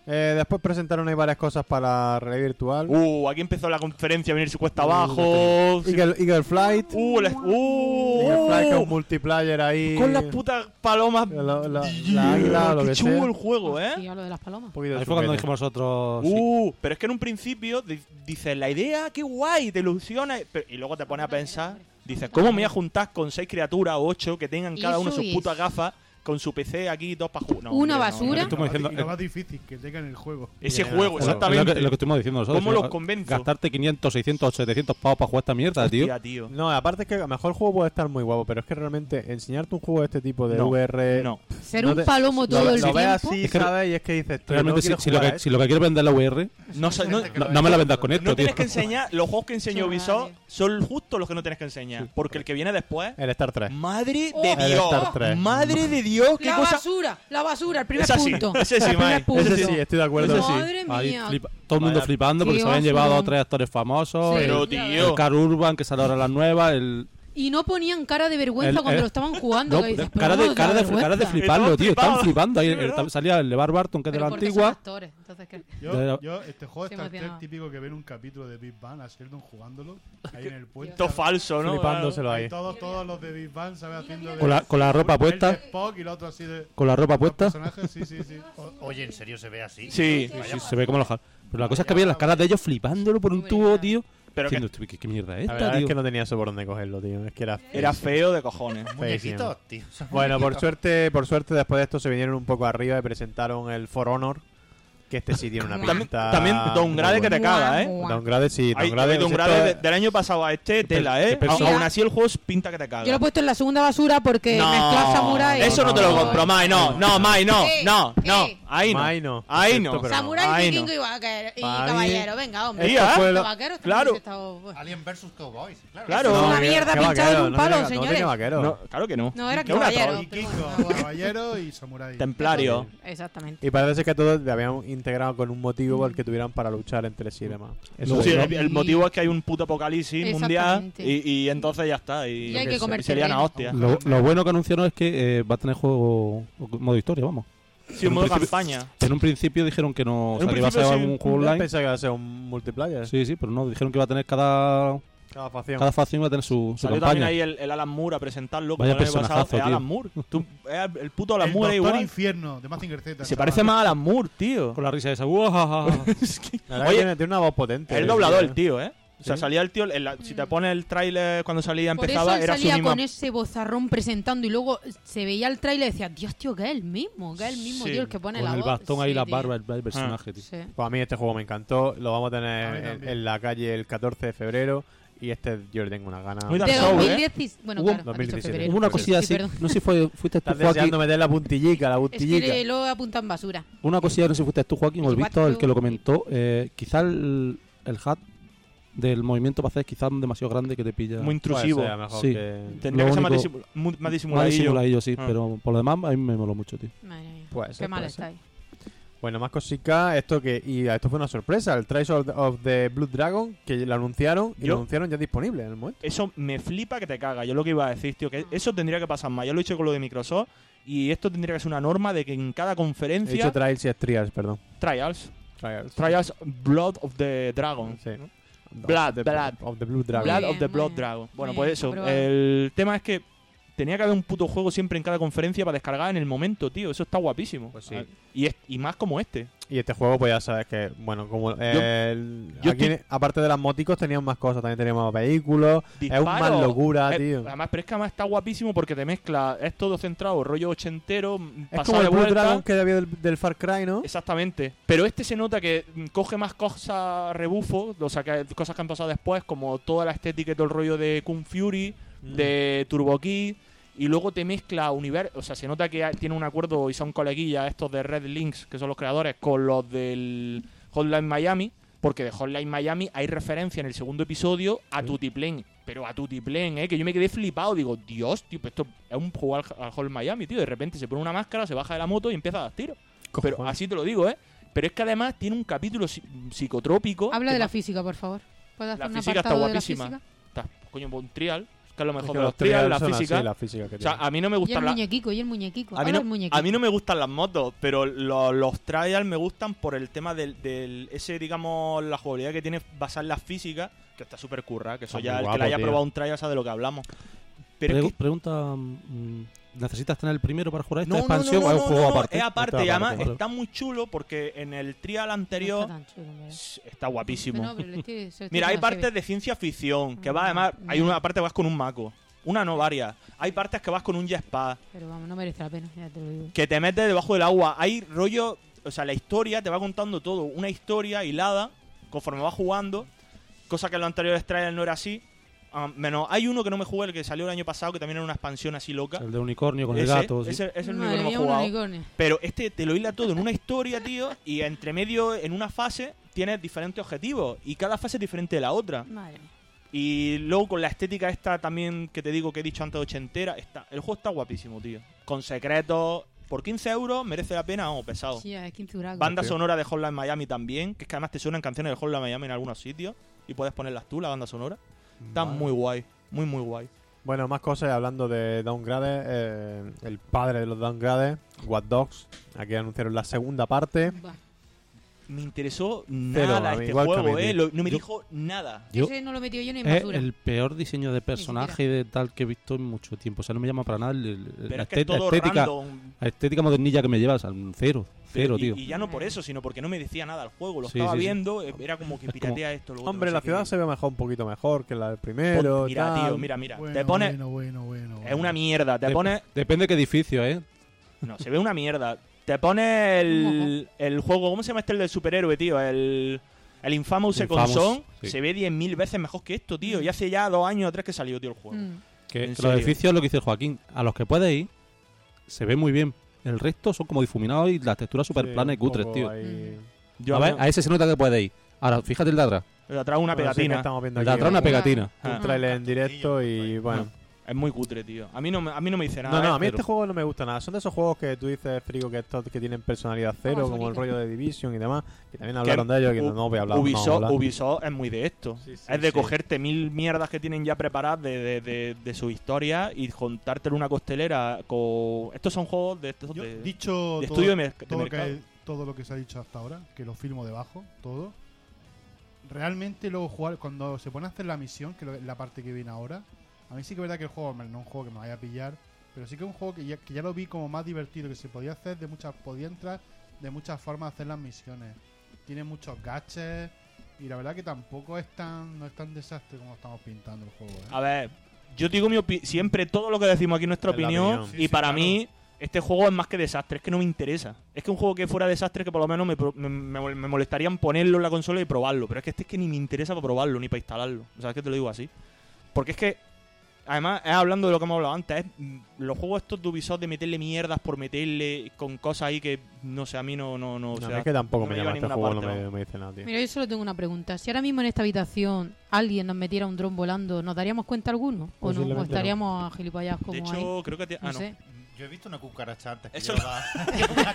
[SPEAKER 1] Eh, después presentaron ahí varias cosas para la realidad virtual.
[SPEAKER 3] Uh, aquí empezó la conferencia a venir su
[SPEAKER 1] Uh,
[SPEAKER 3] cuesta abajo. Sí.
[SPEAKER 1] Eagle, Eagle Flight.
[SPEAKER 3] Uh, la- uh,
[SPEAKER 1] Eagle Flight con
[SPEAKER 3] uh,
[SPEAKER 1] multiplayer ahí.
[SPEAKER 3] con las putas palomas.
[SPEAKER 1] La- la- la
[SPEAKER 3] Yeah,
[SPEAKER 1] águila, lo
[SPEAKER 3] qué
[SPEAKER 1] que
[SPEAKER 3] chulo
[SPEAKER 1] sea.
[SPEAKER 3] el juego, ¿eh?
[SPEAKER 4] Hostia, lo de las palomas.
[SPEAKER 1] Un poquito de
[SPEAKER 2] Ahí fue cuando
[SPEAKER 1] chupete.
[SPEAKER 2] dijimos nosotros... Oh, sí,
[SPEAKER 3] Uh, pero es que en un principio di- dices, la idea, qué guay, te ilusiona. pero- y luego te pones a pensar, dices, ¿cómo me voy a juntar con seis criaturas o ocho que tengan cada uno
[SPEAKER 4] Eso
[SPEAKER 3] sus
[SPEAKER 4] es.
[SPEAKER 3] putas gafas con su PC aquí dos para jugar? No,
[SPEAKER 4] Una
[SPEAKER 3] hombre, no, eh.
[SPEAKER 4] basura.
[SPEAKER 2] Tú
[SPEAKER 5] Y
[SPEAKER 2] me
[SPEAKER 5] lo
[SPEAKER 2] diciendo-
[SPEAKER 5] más- y lo más difícil que tengan el juego.
[SPEAKER 3] Ese
[SPEAKER 1] Ya,
[SPEAKER 3] juego,
[SPEAKER 1] claro.
[SPEAKER 2] Es lo
[SPEAKER 3] exactamente.
[SPEAKER 2] que, lo que estuvimos diciendo nosotros.
[SPEAKER 3] ¿Cómo
[SPEAKER 2] tío.
[SPEAKER 3] los convenzo?
[SPEAKER 2] Gastarte 500, 600, 700 pavos para jugar esta mierda, tío.
[SPEAKER 3] Hostia, tío.
[SPEAKER 1] No, aparte es que a lo mejor el juego puede estar muy guapo, pero es que realmente enseñarte un juego de este tipo de
[SPEAKER 3] No,
[SPEAKER 1] VR.
[SPEAKER 3] No.
[SPEAKER 4] Ser
[SPEAKER 1] no
[SPEAKER 4] un
[SPEAKER 1] te-
[SPEAKER 4] palomo todo
[SPEAKER 1] lo,
[SPEAKER 4] el
[SPEAKER 1] lo
[SPEAKER 4] tiempo.
[SPEAKER 1] ves así,
[SPEAKER 2] Es que
[SPEAKER 1] ¿sabes? Y es que dices, tío,
[SPEAKER 2] Realmente,
[SPEAKER 1] no
[SPEAKER 2] si,
[SPEAKER 1] quiero
[SPEAKER 2] si lo
[SPEAKER 1] jugar
[SPEAKER 2] que,
[SPEAKER 1] a
[SPEAKER 2] si lo que quieres vender la VR,
[SPEAKER 3] No, sa- no-
[SPEAKER 2] no, no me la vendas con esto,
[SPEAKER 3] no
[SPEAKER 2] tío.
[SPEAKER 3] tienes que enseñar, los juegos que enseñó Ubisoft
[SPEAKER 4] Chorradio.
[SPEAKER 3] son justo los que no tienes que enseñar. Porque el que viene después.
[SPEAKER 1] esto. El Star
[SPEAKER 2] Eh.
[SPEAKER 1] 3.
[SPEAKER 3] Madre
[SPEAKER 4] Oh.
[SPEAKER 3] de
[SPEAKER 1] El Star
[SPEAKER 3] Dios.
[SPEAKER 1] Trek.
[SPEAKER 3] Madre de Dios, qué
[SPEAKER 4] La
[SPEAKER 3] cosa.
[SPEAKER 4] basura, la basura, el primer
[SPEAKER 3] Ese sí,
[SPEAKER 4] punto.
[SPEAKER 3] ese sí,
[SPEAKER 4] el primer
[SPEAKER 3] Mike,
[SPEAKER 4] punto.
[SPEAKER 1] Ese sí, estoy de acuerdo.
[SPEAKER 3] Ese sí.
[SPEAKER 4] Madre
[SPEAKER 2] Ahí
[SPEAKER 4] mía.
[SPEAKER 2] flipa- todo el mundo
[SPEAKER 1] Vaya.
[SPEAKER 2] flipando porque
[SPEAKER 4] Qué
[SPEAKER 2] se habían
[SPEAKER 4] basura.
[SPEAKER 2] llevado a tres actores famosos.
[SPEAKER 4] Sí.
[SPEAKER 3] Pero,
[SPEAKER 2] El,
[SPEAKER 3] tío.
[SPEAKER 2] el Car Urban, que sale ahora la nueva. El,
[SPEAKER 4] Y no ponían cara de vergüenza
[SPEAKER 2] El-
[SPEAKER 4] cuando
[SPEAKER 2] el-
[SPEAKER 4] lo estaban jugando.
[SPEAKER 2] no,
[SPEAKER 4] que dices,
[SPEAKER 2] cara,
[SPEAKER 4] pero
[SPEAKER 2] de,
[SPEAKER 4] no,
[SPEAKER 2] cara,
[SPEAKER 4] da
[SPEAKER 2] de, cara de
[SPEAKER 4] vergüenza.
[SPEAKER 2] fliparlo, tío.
[SPEAKER 3] Estaban
[SPEAKER 2] Están flipando. Ahí,
[SPEAKER 3] flipados, sí,
[SPEAKER 2] eh,
[SPEAKER 3] ¿verdad?
[SPEAKER 2] salía el Levar Barton, que es de
[SPEAKER 4] Pero
[SPEAKER 2] la
[SPEAKER 4] porque son
[SPEAKER 2] antigua.
[SPEAKER 4] actores, entonces que-
[SPEAKER 2] De
[SPEAKER 5] Yo,
[SPEAKER 2] la-
[SPEAKER 5] yo, este juego
[SPEAKER 4] Se
[SPEAKER 5] está el
[SPEAKER 4] emocionaba.
[SPEAKER 5] típico que ver un capítulo de Big Bang a Sheldon jugándolo ahí en el puente.
[SPEAKER 3] Esto falso, ¿no?
[SPEAKER 1] Flipándoselo
[SPEAKER 5] Ahí
[SPEAKER 1] ahí.
[SPEAKER 5] todos, todos los de Big Bang, ¿sabes? Haciendo de-
[SPEAKER 2] Con la, con la ropa
[SPEAKER 5] el de
[SPEAKER 2] puesta.
[SPEAKER 5] Spock y el otro así de.
[SPEAKER 2] Con la ropa puesta.
[SPEAKER 5] Personajes, sí, sí, sí. O-
[SPEAKER 6] Oye, ¿en serio se ve así?
[SPEAKER 3] Sí.
[SPEAKER 2] Sí, se ve como los jar- Pero la cosa es que veía las caras de ellos flipándolo por un tubo, tío.
[SPEAKER 3] Pero que
[SPEAKER 2] diciendo, "Esto, ¿qué, qué mierda es
[SPEAKER 1] La
[SPEAKER 2] esta,
[SPEAKER 1] verdad es
[SPEAKER 2] tío?
[SPEAKER 1] que no tenía eso por dónde cogerlo, tío. Es que era.
[SPEAKER 3] era feo de cojones.
[SPEAKER 6] Muñequitos, tío. son
[SPEAKER 1] Bueno, por
[SPEAKER 6] muñequitos.
[SPEAKER 1] suerte, por suerte, después de esto se vinieron un poco arriba y presentaron el For Honor. Que este sí tiene una
[SPEAKER 4] También-
[SPEAKER 1] pinta.
[SPEAKER 3] también downgrade que te caga, ¿eh?
[SPEAKER 4] Mua, mua.
[SPEAKER 1] Downgrade sí,
[SPEAKER 3] Hay,
[SPEAKER 1] downgrade.
[SPEAKER 3] hay downgrade
[SPEAKER 1] esto-
[SPEAKER 3] de- del año pasado a este, tela, ¿eh?
[SPEAKER 2] pero-
[SPEAKER 3] Aún así el juego pinta que te caga.
[SPEAKER 4] Yo lo he puesto en la segunda basura porque
[SPEAKER 3] No,
[SPEAKER 4] mezclar samurai.
[SPEAKER 3] Eso no te lo
[SPEAKER 1] No,
[SPEAKER 3] compro, Mai, no, no, Mai, no,
[SPEAKER 4] Eh,
[SPEAKER 3] no, no,
[SPEAKER 4] eh.
[SPEAKER 3] ahí no.
[SPEAKER 1] Mai no.
[SPEAKER 3] Ahí
[SPEAKER 1] Perfecto,
[SPEAKER 3] no.
[SPEAKER 1] pero
[SPEAKER 4] Samurai,
[SPEAKER 3] Ahí no.
[SPEAKER 4] vikingo y, vaquero- y
[SPEAKER 1] Ahí-
[SPEAKER 4] caballero. Venga, hombre. Este
[SPEAKER 3] Esto fue
[SPEAKER 1] lo-
[SPEAKER 4] Los vaqueros también
[SPEAKER 3] Claro.
[SPEAKER 4] se estaba- bueno.
[SPEAKER 6] Alien vs Cowboys, claro.
[SPEAKER 3] Claro.
[SPEAKER 4] Es una
[SPEAKER 1] que-
[SPEAKER 4] mierda
[SPEAKER 1] que
[SPEAKER 4] pinchada de
[SPEAKER 1] vaquero,
[SPEAKER 4] un
[SPEAKER 1] no
[SPEAKER 4] palo,
[SPEAKER 1] tenía- No
[SPEAKER 4] señores.
[SPEAKER 1] tenía vaquero.
[SPEAKER 3] No, claro que no.
[SPEAKER 4] No, era
[SPEAKER 3] Que una
[SPEAKER 4] caballero.
[SPEAKER 3] troll.
[SPEAKER 5] Vikingo,
[SPEAKER 4] Pero bueno.
[SPEAKER 5] caballero y samurái.
[SPEAKER 3] Templario.
[SPEAKER 4] Exactamente.
[SPEAKER 1] Y parece que a todos le habían integrado con un motivo por el que tuvieran para luchar entre sí y demás. Eso
[SPEAKER 2] Luego-
[SPEAKER 1] sí.
[SPEAKER 3] Sí,
[SPEAKER 2] ¿no?
[SPEAKER 3] el, el motivo es que hay un puto apocalipsis mundial
[SPEAKER 4] Exactamente.
[SPEAKER 3] y, y entonces ya está. Y,
[SPEAKER 4] Y hay que comer
[SPEAKER 3] serían a
[SPEAKER 4] terreno.
[SPEAKER 3] hostia.
[SPEAKER 2] Lo, lo bueno que anunciaron es que eh, va a tener juego modo historia, vamos.
[SPEAKER 3] Sí, en modo campaña.
[SPEAKER 2] En un principio dijeron que no. O
[SPEAKER 1] En
[SPEAKER 2] sea, que iba a ser
[SPEAKER 1] principio sí,
[SPEAKER 2] un juego
[SPEAKER 1] yo
[SPEAKER 2] online.
[SPEAKER 1] Pensé que iba a ser un multiplayer.
[SPEAKER 2] Sí, sí, pero no. Dijeron que iba a tener cada.
[SPEAKER 1] Cada facción.
[SPEAKER 2] Cada facción iba a tener su, su
[SPEAKER 3] Salió
[SPEAKER 2] campaña.
[SPEAKER 3] también ahí el, el Alan Moore a presentarlo.
[SPEAKER 2] Vaya
[SPEAKER 3] como el año pasado.
[SPEAKER 2] personajazo,
[SPEAKER 3] Es Alan
[SPEAKER 2] tío.
[SPEAKER 3] Moore. Tú- es el puto Alan
[SPEAKER 5] El
[SPEAKER 3] Moore
[SPEAKER 5] Doctor
[SPEAKER 3] es igual.
[SPEAKER 5] Infierno de Mazinger Z.
[SPEAKER 3] Se
[SPEAKER 5] chaval.
[SPEAKER 3] parece más a Alan Moore, tío.
[SPEAKER 2] Con la risa esa. ¡Uajaja!
[SPEAKER 3] Es que-
[SPEAKER 1] La verdad
[SPEAKER 3] Oye,
[SPEAKER 1] que tiene, tiene una voz potente.
[SPEAKER 3] el doblador, el tío, ¿eh? O sea,
[SPEAKER 2] Sí.
[SPEAKER 3] salía el tío. en la- si te
[SPEAKER 4] Mm.
[SPEAKER 3] pones el tráiler cuando salía,
[SPEAKER 4] Por eso
[SPEAKER 3] empezaba,
[SPEAKER 4] él
[SPEAKER 3] era su
[SPEAKER 4] salía
[SPEAKER 3] misma.
[SPEAKER 4] con ese bozarrón presentando y luego se veía el trailer y decía, Dios, tío, que es el mismo, que es el mismo,
[SPEAKER 3] Sí,
[SPEAKER 4] tío, el que pone
[SPEAKER 2] Con
[SPEAKER 4] la
[SPEAKER 2] el
[SPEAKER 4] voz.
[SPEAKER 2] bastón
[SPEAKER 4] Sí,
[SPEAKER 2] ahí, la
[SPEAKER 4] tío. Ah.
[SPEAKER 2] barba, el, el personaje, tío.
[SPEAKER 4] Sí.
[SPEAKER 1] Pues a mí este juego me encantó. Lo vamos a
[SPEAKER 5] A mí
[SPEAKER 1] tener en,
[SPEAKER 5] también.
[SPEAKER 1] en la calle el 14 de febrero. Y este yo le tengo unas ganas.
[SPEAKER 3] Muy Dark
[SPEAKER 4] De
[SPEAKER 3] Souls, ¿eh?
[SPEAKER 4] 2010, bueno,
[SPEAKER 2] Hubo-
[SPEAKER 4] claro, has dicho
[SPEAKER 1] 2017.
[SPEAKER 4] febrero.
[SPEAKER 2] Hubo una
[SPEAKER 4] Sí,
[SPEAKER 2] cosilla
[SPEAKER 4] sí,
[SPEAKER 2] así.
[SPEAKER 4] perdón.
[SPEAKER 2] no sé si fue, fuiste tú,
[SPEAKER 1] Estás
[SPEAKER 2] Joaquín.
[SPEAKER 1] deseando meter la puntillica, la
[SPEAKER 4] Es que
[SPEAKER 1] puntillica.
[SPEAKER 4] le- lo apuntan basura.
[SPEAKER 2] Una cosilla, no sé si fuiste tú, Joaquín, o el
[SPEAKER 4] Cuatro.
[SPEAKER 2] Víctor, el que lo comentó. Eh, quizá el, el hat del movimiento para hacer es quizá demasiado grande que te pilla.
[SPEAKER 3] Muy
[SPEAKER 1] Puede
[SPEAKER 3] intrusivo.
[SPEAKER 1] ser, a lo mejor
[SPEAKER 2] Sí.
[SPEAKER 1] que-
[SPEAKER 3] Tendría
[SPEAKER 2] Lo
[SPEAKER 3] que ser más,
[SPEAKER 2] único-
[SPEAKER 3] disimula- mu- más
[SPEAKER 2] Más
[SPEAKER 3] disimuladillo.
[SPEAKER 2] disimuladillo, sí,
[SPEAKER 3] Ah.
[SPEAKER 2] pero por lo demás a mí me moló mucho, tío.
[SPEAKER 4] Madre mía.
[SPEAKER 1] Puede
[SPEAKER 4] Qué
[SPEAKER 1] ser,
[SPEAKER 4] mal
[SPEAKER 1] puede ser.
[SPEAKER 4] está ahí.
[SPEAKER 1] Bueno, más cositas. Esto que. Y esto fue una sorpresa. El Trials of the, of the Blue Dragon. Que lo anunciaron. Y
[SPEAKER 3] Yo-
[SPEAKER 1] lo anunciaron ya disponible en el momento.
[SPEAKER 3] Eso me flipa que te caga. Yo lo que iba a decir, tío, que eso tendría que pasar más. Yo lo he hecho con lo de Microsoft y esto tendría que ser una norma de que en cada
[SPEAKER 1] He dicho
[SPEAKER 3] conferencia.
[SPEAKER 1] Trials y es Trials, perdón.
[SPEAKER 3] Trials.
[SPEAKER 1] Trials.
[SPEAKER 3] Trials Blood of the Dragon.
[SPEAKER 1] Sí.
[SPEAKER 3] ¿no?
[SPEAKER 1] Blood,
[SPEAKER 3] Blood,
[SPEAKER 1] Blood.
[SPEAKER 3] Blood.
[SPEAKER 1] Of the Blue Dragon.
[SPEAKER 3] Blood
[SPEAKER 4] Muy
[SPEAKER 3] of the
[SPEAKER 4] bien,
[SPEAKER 3] Blood
[SPEAKER 4] muy bien.
[SPEAKER 3] Dragon. Bueno,
[SPEAKER 4] Muy
[SPEAKER 3] pues
[SPEAKER 4] bien,
[SPEAKER 3] eso.
[SPEAKER 4] aprobado.
[SPEAKER 3] El tema es que tenía que haber un puto juego siempre en cada conferencia para descargar en el momento, tío. Eso está guapísimo.
[SPEAKER 1] Pues sí.
[SPEAKER 3] Ah, Y, es- y más como este.
[SPEAKER 1] Y este juego, pues ya sabes que, bueno, como el-
[SPEAKER 3] yo
[SPEAKER 1] aquí, aparte de las moticos, tenían más cosas, también teníamos vehículos. Es un más
[SPEAKER 3] Disparos.
[SPEAKER 1] locura,
[SPEAKER 3] Eh,
[SPEAKER 1] tío.
[SPEAKER 3] Además, pero es que además está guapísimo porque te mezcla. Es todo centrado, rollo ochentero.
[SPEAKER 1] Es
[SPEAKER 3] pasado
[SPEAKER 1] como
[SPEAKER 3] de
[SPEAKER 1] el Blue
[SPEAKER 3] vuelta.
[SPEAKER 1] Dragon que había del, del Far Cry, ¿no?
[SPEAKER 3] Exactamente. Pero este se nota que mm, coge más cosas a rebufo, o sea, que cosas que han pasado después, como toda la estética y todo el rollo de Kung Fury,
[SPEAKER 1] Mm.
[SPEAKER 3] de Turbo Kid, y luego te mezcla universo. O sea, se nota que ha- tiene un acuerdo y son coleguillas estos de Red Links, que son los creadores, con los del Hotline Miami, porque de Hotline Miami hay referencia en el segundo episodio a
[SPEAKER 1] Sí.
[SPEAKER 3] Tutiplén. Pero a Tutiplén, ¿eh? que yo me quedé flipado. Digo, Dios, tío, pues esto es un juego al, al Hotline Miami, tío. De repente se pone una máscara, se baja de la moto y empieza a dar tiros.
[SPEAKER 1] Cojones.
[SPEAKER 3] Pero así te lo digo, ¿eh? Pero es que además tiene un capítulo si- psicotrópico.
[SPEAKER 4] Habla
[SPEAKER 3] que
[SPEAKER 4] de la
[SPEAKER 3] más-
[SPEAKER 4] física, por favor. ¿Puedes hacer
[SPEAKER 3] La
[SPEAKER 4] un
[SPEAKER 3] física está
[SPEAKER 4] apartado de la
[SPEAKER 3] guapísima.
[SPEAKER 4] física?
[SPEAKER 3] Está, coño, un trial. Que es lo mejor
[SPEAKER 1] Es que
[SPEAKER 3] de los
[SPEAKER 1] trials
[SPEAKER 3] trial, la
[SPEAKER 1] son así,
[SPEAKER 3] física.
[SPEAKER 1] la física que
[SPEAKER 3] O sea, ah,
[SPEAKER 1] tiene.
[SPEAKER 3] a mí no me
[SPEAKER 4] Y el
[SPEAKER 3] gustan las.
[SPEAKER 4] muñequico, y el muñequico.
[SPEAKER 3] A mí,
[SPEAKER 4] Ahora el
[SPEAKER 3] no,
[SPEAKER 4] muñequico.
[SPEAKER 3] a mí no me gustan las motos, pero lo- los trials me gustan por el tema del, del- ese, digamos, la jugabilidad que tiene basada en la física, que está súper curra, que eso
[SPEAKER 1] Está
[SPEAKER 3] ya
[SPEAKER 1] muy
[SPEAKER 3] el
[SPEAKER 1] guapo,
[SPEAKER 3] que la haya
[SPEAKER 1] tío.
[SPEAKER 3] probado un trial sabe de lo que hablamos. Pero es
[SPEAKER 2] Pregu-
[SPEAKER 3] que-
[SPEAKER 2] Pregunta: mm, ¿necesitas tener el primero para jugar este? esta
[SPEAKER 3] no, no, no,
[SPEAKER 2] expansión
[SPEAKER 3] no,
[SPEAKER 2] o es
[SPEAKER 3] no,
[SPEAKER 2] un juego
[SPEAKER 3] no,
[SPEAKER 2] aparte?
[SPEAKER 3] Es
[SPEAKER 1] Está
[SPEAKER 3] aparte, y
[SPEAKER 1] aparte,
[SPEAKER 3] además
[SPEAKER 2] vale.
[SPEAKER 3] está muy chulo porque en el trial
[SPEAKER 4] No está
[SPEAKER 3] anterior
[SPEAKER 4] tan chulo, en verdad.
[SPEAKER 3] s- está guapísimo.
[SPEAKER 4] No, pero le estoy- se lo estoy
[SPEAKER 3] Mira, hay
[SPEAKER 4] diciendo a
[SPEAKER 3] partes de ciencia ficción que va además.
[SPEAKER 4] Mm.
[SPEAKER 3] Hay una parte que vas con un maco. Una no, varias. Hay partes que vas con un jetpack.
[SPEAKER 4] Xavi, Pero vamos, no merece la pena, ya te lo digo.
[SPEAKER 3] Que te metes debajo del agua. Hay rollo. O sea, la historia te va contando todo. Una historia hilada conforme vas jugando. Cosa que en los anteriores trailers no era así. Ah, menos, hay uno que no me jugué, el que salió el año pasado, que también era una expansión así loca.
[SPEAKER 2] El de unicornio con el
[SPEAKER 3] Ese-
[SPEAKER 2] gato. sí.
[SPEAKER 3] ese, ese es el único
[SPEAKER 4] Madre
[SPEAKER 3] que no me he
[SPEAKER 4] mía, un
[SPEAKER 3] jugado.
[SPEAKER 4] unicornio.
[SPEAKER 3] Pero este te lo hila todo en una historia, tío. Y entre medio, en una fase, tienes diferentes objetivos. Y cada fase es diferente de la otra.
[SPEAKER 4] Madre mía.
[SPEAKER 3] Y luego con la estética esta también que te digo que he dicho antes ochentera, está, el juego está guapísimo, tío. Con secretos, por 15 euros merece la pena, vamos, pesado.
[SPEAKER 4] Sí, es 15 durazos.
[SPEAKER 3] Banda
[SPEAKER 1] tío.
[SPEAKER 3] sonora de Hotline Miami también, que es que además te suenan canciones de Hotline Miami en algunos sitios y puedes ponerlas tú, la banda sonora. Está
[SPEAKER 1] Vale.
[SPEAKER 3] muy guay, muy, muy guay.
[SPEAKER 1] Bueno, más cosas hablando de Downgrades. eh, el padre de los Downgrades, Watch Dogs. Aquí anunciaron la segunda parte.
[SPEAKER 4] Buah,
[SPEAKER 3] Me interesó
[SPEAKER 1] Cero,
[SPEAKER 3] nada
[SPEAKER 1] a mí,
[SPEAKER 3] este
[SPEAKER 1] igual que a
[SPEAKER 3] juego,
[SPEAKER 1] mí, tío.
[SPEAKER 3] eh. lo- no me
[SPEAKER 2] Yo-
[SPEAKER 3] dijo nada.
[SPEAKER 2] Yo-
[SPEAKER 4] Ese no lo he metido yo ni en
[SPEAKER 2] es
[SPEAKER 4] basura.
[SPEAKER 2] Eh, el peor diseño de personaje de tal que he visto en mucho tiempo. O sea, no me llama para nada el- el-
[SPEAKER 3] Pero
[SPEAKER 2] la,
[SPEAKER 3] es que es
[SPEAKER 2] estet- la
[SPEAKER 3] todo
[SPEAKER 2] estética,
[SPEAKER 3] random.
[SPEAKER 2] la estética modernilla que me llevas. al cero, cero,
[SPEAKER 3] y,
[SPEAKER 2] tío.
[SPEAKER 3] y ya no por eso, sino porque no me decía nada el juego. Lo
[SPEAKER 2] Sí,
[SPEAKER 3] estaba
[SPEAKER 2] sí, sí.
[SPEAKER 3] viendo, eh, era como que
[SPEAKER 2] Es como-
[SPEAKER 3] piratea esto. lo otro,
[SPEAKER 1] Hombre,
[SPEAKER 3] no sé
[SPEAKER 1] la
[SPEAKER 3] qué.
[SPEAKER 1] ciudad se ve mejor, un poquito mejor que la del
[SPEAKER 3] Pon-
[SPEAKER 1] primero.
[SPEAKER 3] mira,
[SPEAKER 1] tal.
[SPEAKER 3] tío, mira, mira.
[SPEAKER 5] Bueno,
[SPEAKER 3] te pones.
[SPEAKER 5] Bueno, bueno, bueno,
[SPEAKER 3] Es una
[SPEAKER 5] bueno.
[SPEAKER 3] mierda. Te
[SPEAKER 2] Dep-
[SPEAKER 3] pones.
[SPEAKER 2] Depende de qué edificio, ¿eh?
[SPEAKER 3] No, se ve una mierda. Te pones el, el juego. ¿Cómo se llama este el del superhéroe, tío? El. El Infamous Second
[SPEAKER 2] Infamous,
[SPEAKER 3] Son
[SPEAKER 2] sí.
[SPEAKER 3] se ve 10.000 veces mejor que esto, tío. Y hace ya dos años o tres que salió, tío, el juego.
[SPEAKER 4] Mm.
[SPEAKER 2] Que,
[SPEAKER 3] ¿En
[SPEAKER 2] que los
[SPEAKER 3] serio?
[SPEAKER 2] edificios, lo que dice Joaquín, a los que puedes ir, se ve muy bien. El resto son como difuminados y las texturas super
[SPEAKER 1] Sí,
[SPEAKER 2] planas y
[SPEAKER 1] un poco
[SPEAKER 2] cutres, tío.
[SPEAKER 1] ahí.
[SPEAKER 3] Yo
[SPEAKER 2] a, ver, a ese se nota que puede ir. Ahora, fíjate el de atrás.
[SPEAKER 3] le atrás una
[SPEAKER 1] Bueno, sí que
[SPEAKER 3] pegatina.
[SPEAKER 1] estamos viendo
[SPEAKER 2] El de
[SPEAKER 1] aquí
[SPEAKER 2] atrás una
[SPEAKER 1] un-
[SPEAKER 2] pegatina.
[SPEAKER 3] Ah.
[SPEAKER 1] Un trailer en directo y bueno.
[SPEAKER 3] Es muy cutre, tío. A mí no, me- a mí no me dice nada.
[SPEAKER 1] No, no,
[SPEAKER 3] ¿eh?
[SPEAKER 1] a mí
[SPEAKER 3] Pero-
[SPEAKER 1] este juego no me gusta nada. Son de esos juegos que tú dices, Frigo, que, estos que tienen personalidad cero,
[SPEAKER 4] Vamos,
[SPEAKER 1] como el
[SPEAKER 4] Frigo.
[SPEAKER 1] rollo de Division y demás, que también hablaron de ellos y que
[SPEAKER 3] U-
[SPEAKER 1] no, no voy a hablar. no vamos a
[SPEAKER 3] Ubisoft,
[SPEAKER 1] hablar.
[SPEAKER 3] Ubisoft es muy de esto.
[SPEAKER 1] Sí, sí,
[SPEAKER 3] es de
[SPEAKER 1] sí.
[SPEAKER 3] cogerte mil mierdas que tienen ya preparadas de, de, de- de su historia y juntártelo en una costelera con... Estos son juegos de... estos
[SPEAKER 5] Yo,
[SPEAKER 3] de-
[SPEAKER 5] dicho
[SPEAKER 3] de
[SPEAKER 5] todo,
[SPEAKER 3] estudio de merc- de
[SPEAKER 5] todo lo que
[SPEAKER 3] mercado.
[SPEAKER 5] hay- todo lo que se ha dicho hasta ahora, que lo filmo debajo, todo. Realmente luego jugar, cuando se pone a hacer la misión, que lo- la parte que viene ahora, a mí sí que es verdad que el juego, hombre, no es un juego que me vaya a pillar, pero sí que es un juego que ya, que ya lo vi como más divertido, que se podía hacer de muchas, podía entrar de muchas formas a hacer las misiones. Tiene muchos gaches y la verdad que tampoco es tan, no es tan desastre como estamos pintando el juego. ¿eh?
[SPEAKER 3] A ver, yo digo mi opi- siempre todo lo que decimos aquí es nuestra
[SPEAKER 1] Es la
[SPEAKER 3] opinión,
[SPEAKER 1] opinión.
[SPEAKER 3] y
[SPEAKER 5] Sí, sí,
[SPEAKER 3] para
[SPEAKER 5] claro.
[SPEAKER 3] mí este juego es más que desastre, es que no me interesa. Es que un juego que fuera desastre que por lo menos me, pro- me, me mol- me molestaría en ponerlo en la consola y probarlo, pero es que este es que ni me interesa para probarlo ni para instalarlo. O sea, es que te lo digo así. Porque es que además es hablando de lo que hemos hablado antes, es, mm, los juegos estos de Ubisoft de meterle mierdas por meterle con cosas ahí que no sé, a mí no no no, o
[SPEAKER 1] No, a mí
[SPEAKER 3] sea,
[SPEAKER 1] es que tampoco
[SPEAKER 3] no
[SPEAKER 1] me
[SPEAKER 3] lleva
[SPEAKER 1] llama
[SPEAKER 3] a
[SPEAKER 1] este
[SPEAKER 3] ninguna
[SPEAKER 1] juego, no
[SPEAKER 3] parte,
[SPEAKER 1] me,
[SPEAKER 3] vamos.
[SPEAKER 1] me dice nada, tío.
[SPEAKER 4] Mira, yo solo tengo una pregunta. Si ahora mismo en esta habitación alguien nos metiera un dron volando, ¿nos daríamos cuenta alguno? ¿O, no?
[SPEAKER 2] Posiblemente
[SPEAKER 4] ¿O
[SPEAKER 2] no.
[SPEAKER 4] estaríamos a gilipollas como
[SPEAKER 3] De
[SPEAKER 4] ahí?
[SPEAKER 3] hecho, creo que ti- ah,
[SPEAKER 4] No
[SPEAKER 3] no.
[SPEAKER 4] sé.
[SPEAKER 6] Yo he visto una cucaracha antes que
[SPEAKER 3] Eso-
[SPEAKER 6] llevaba una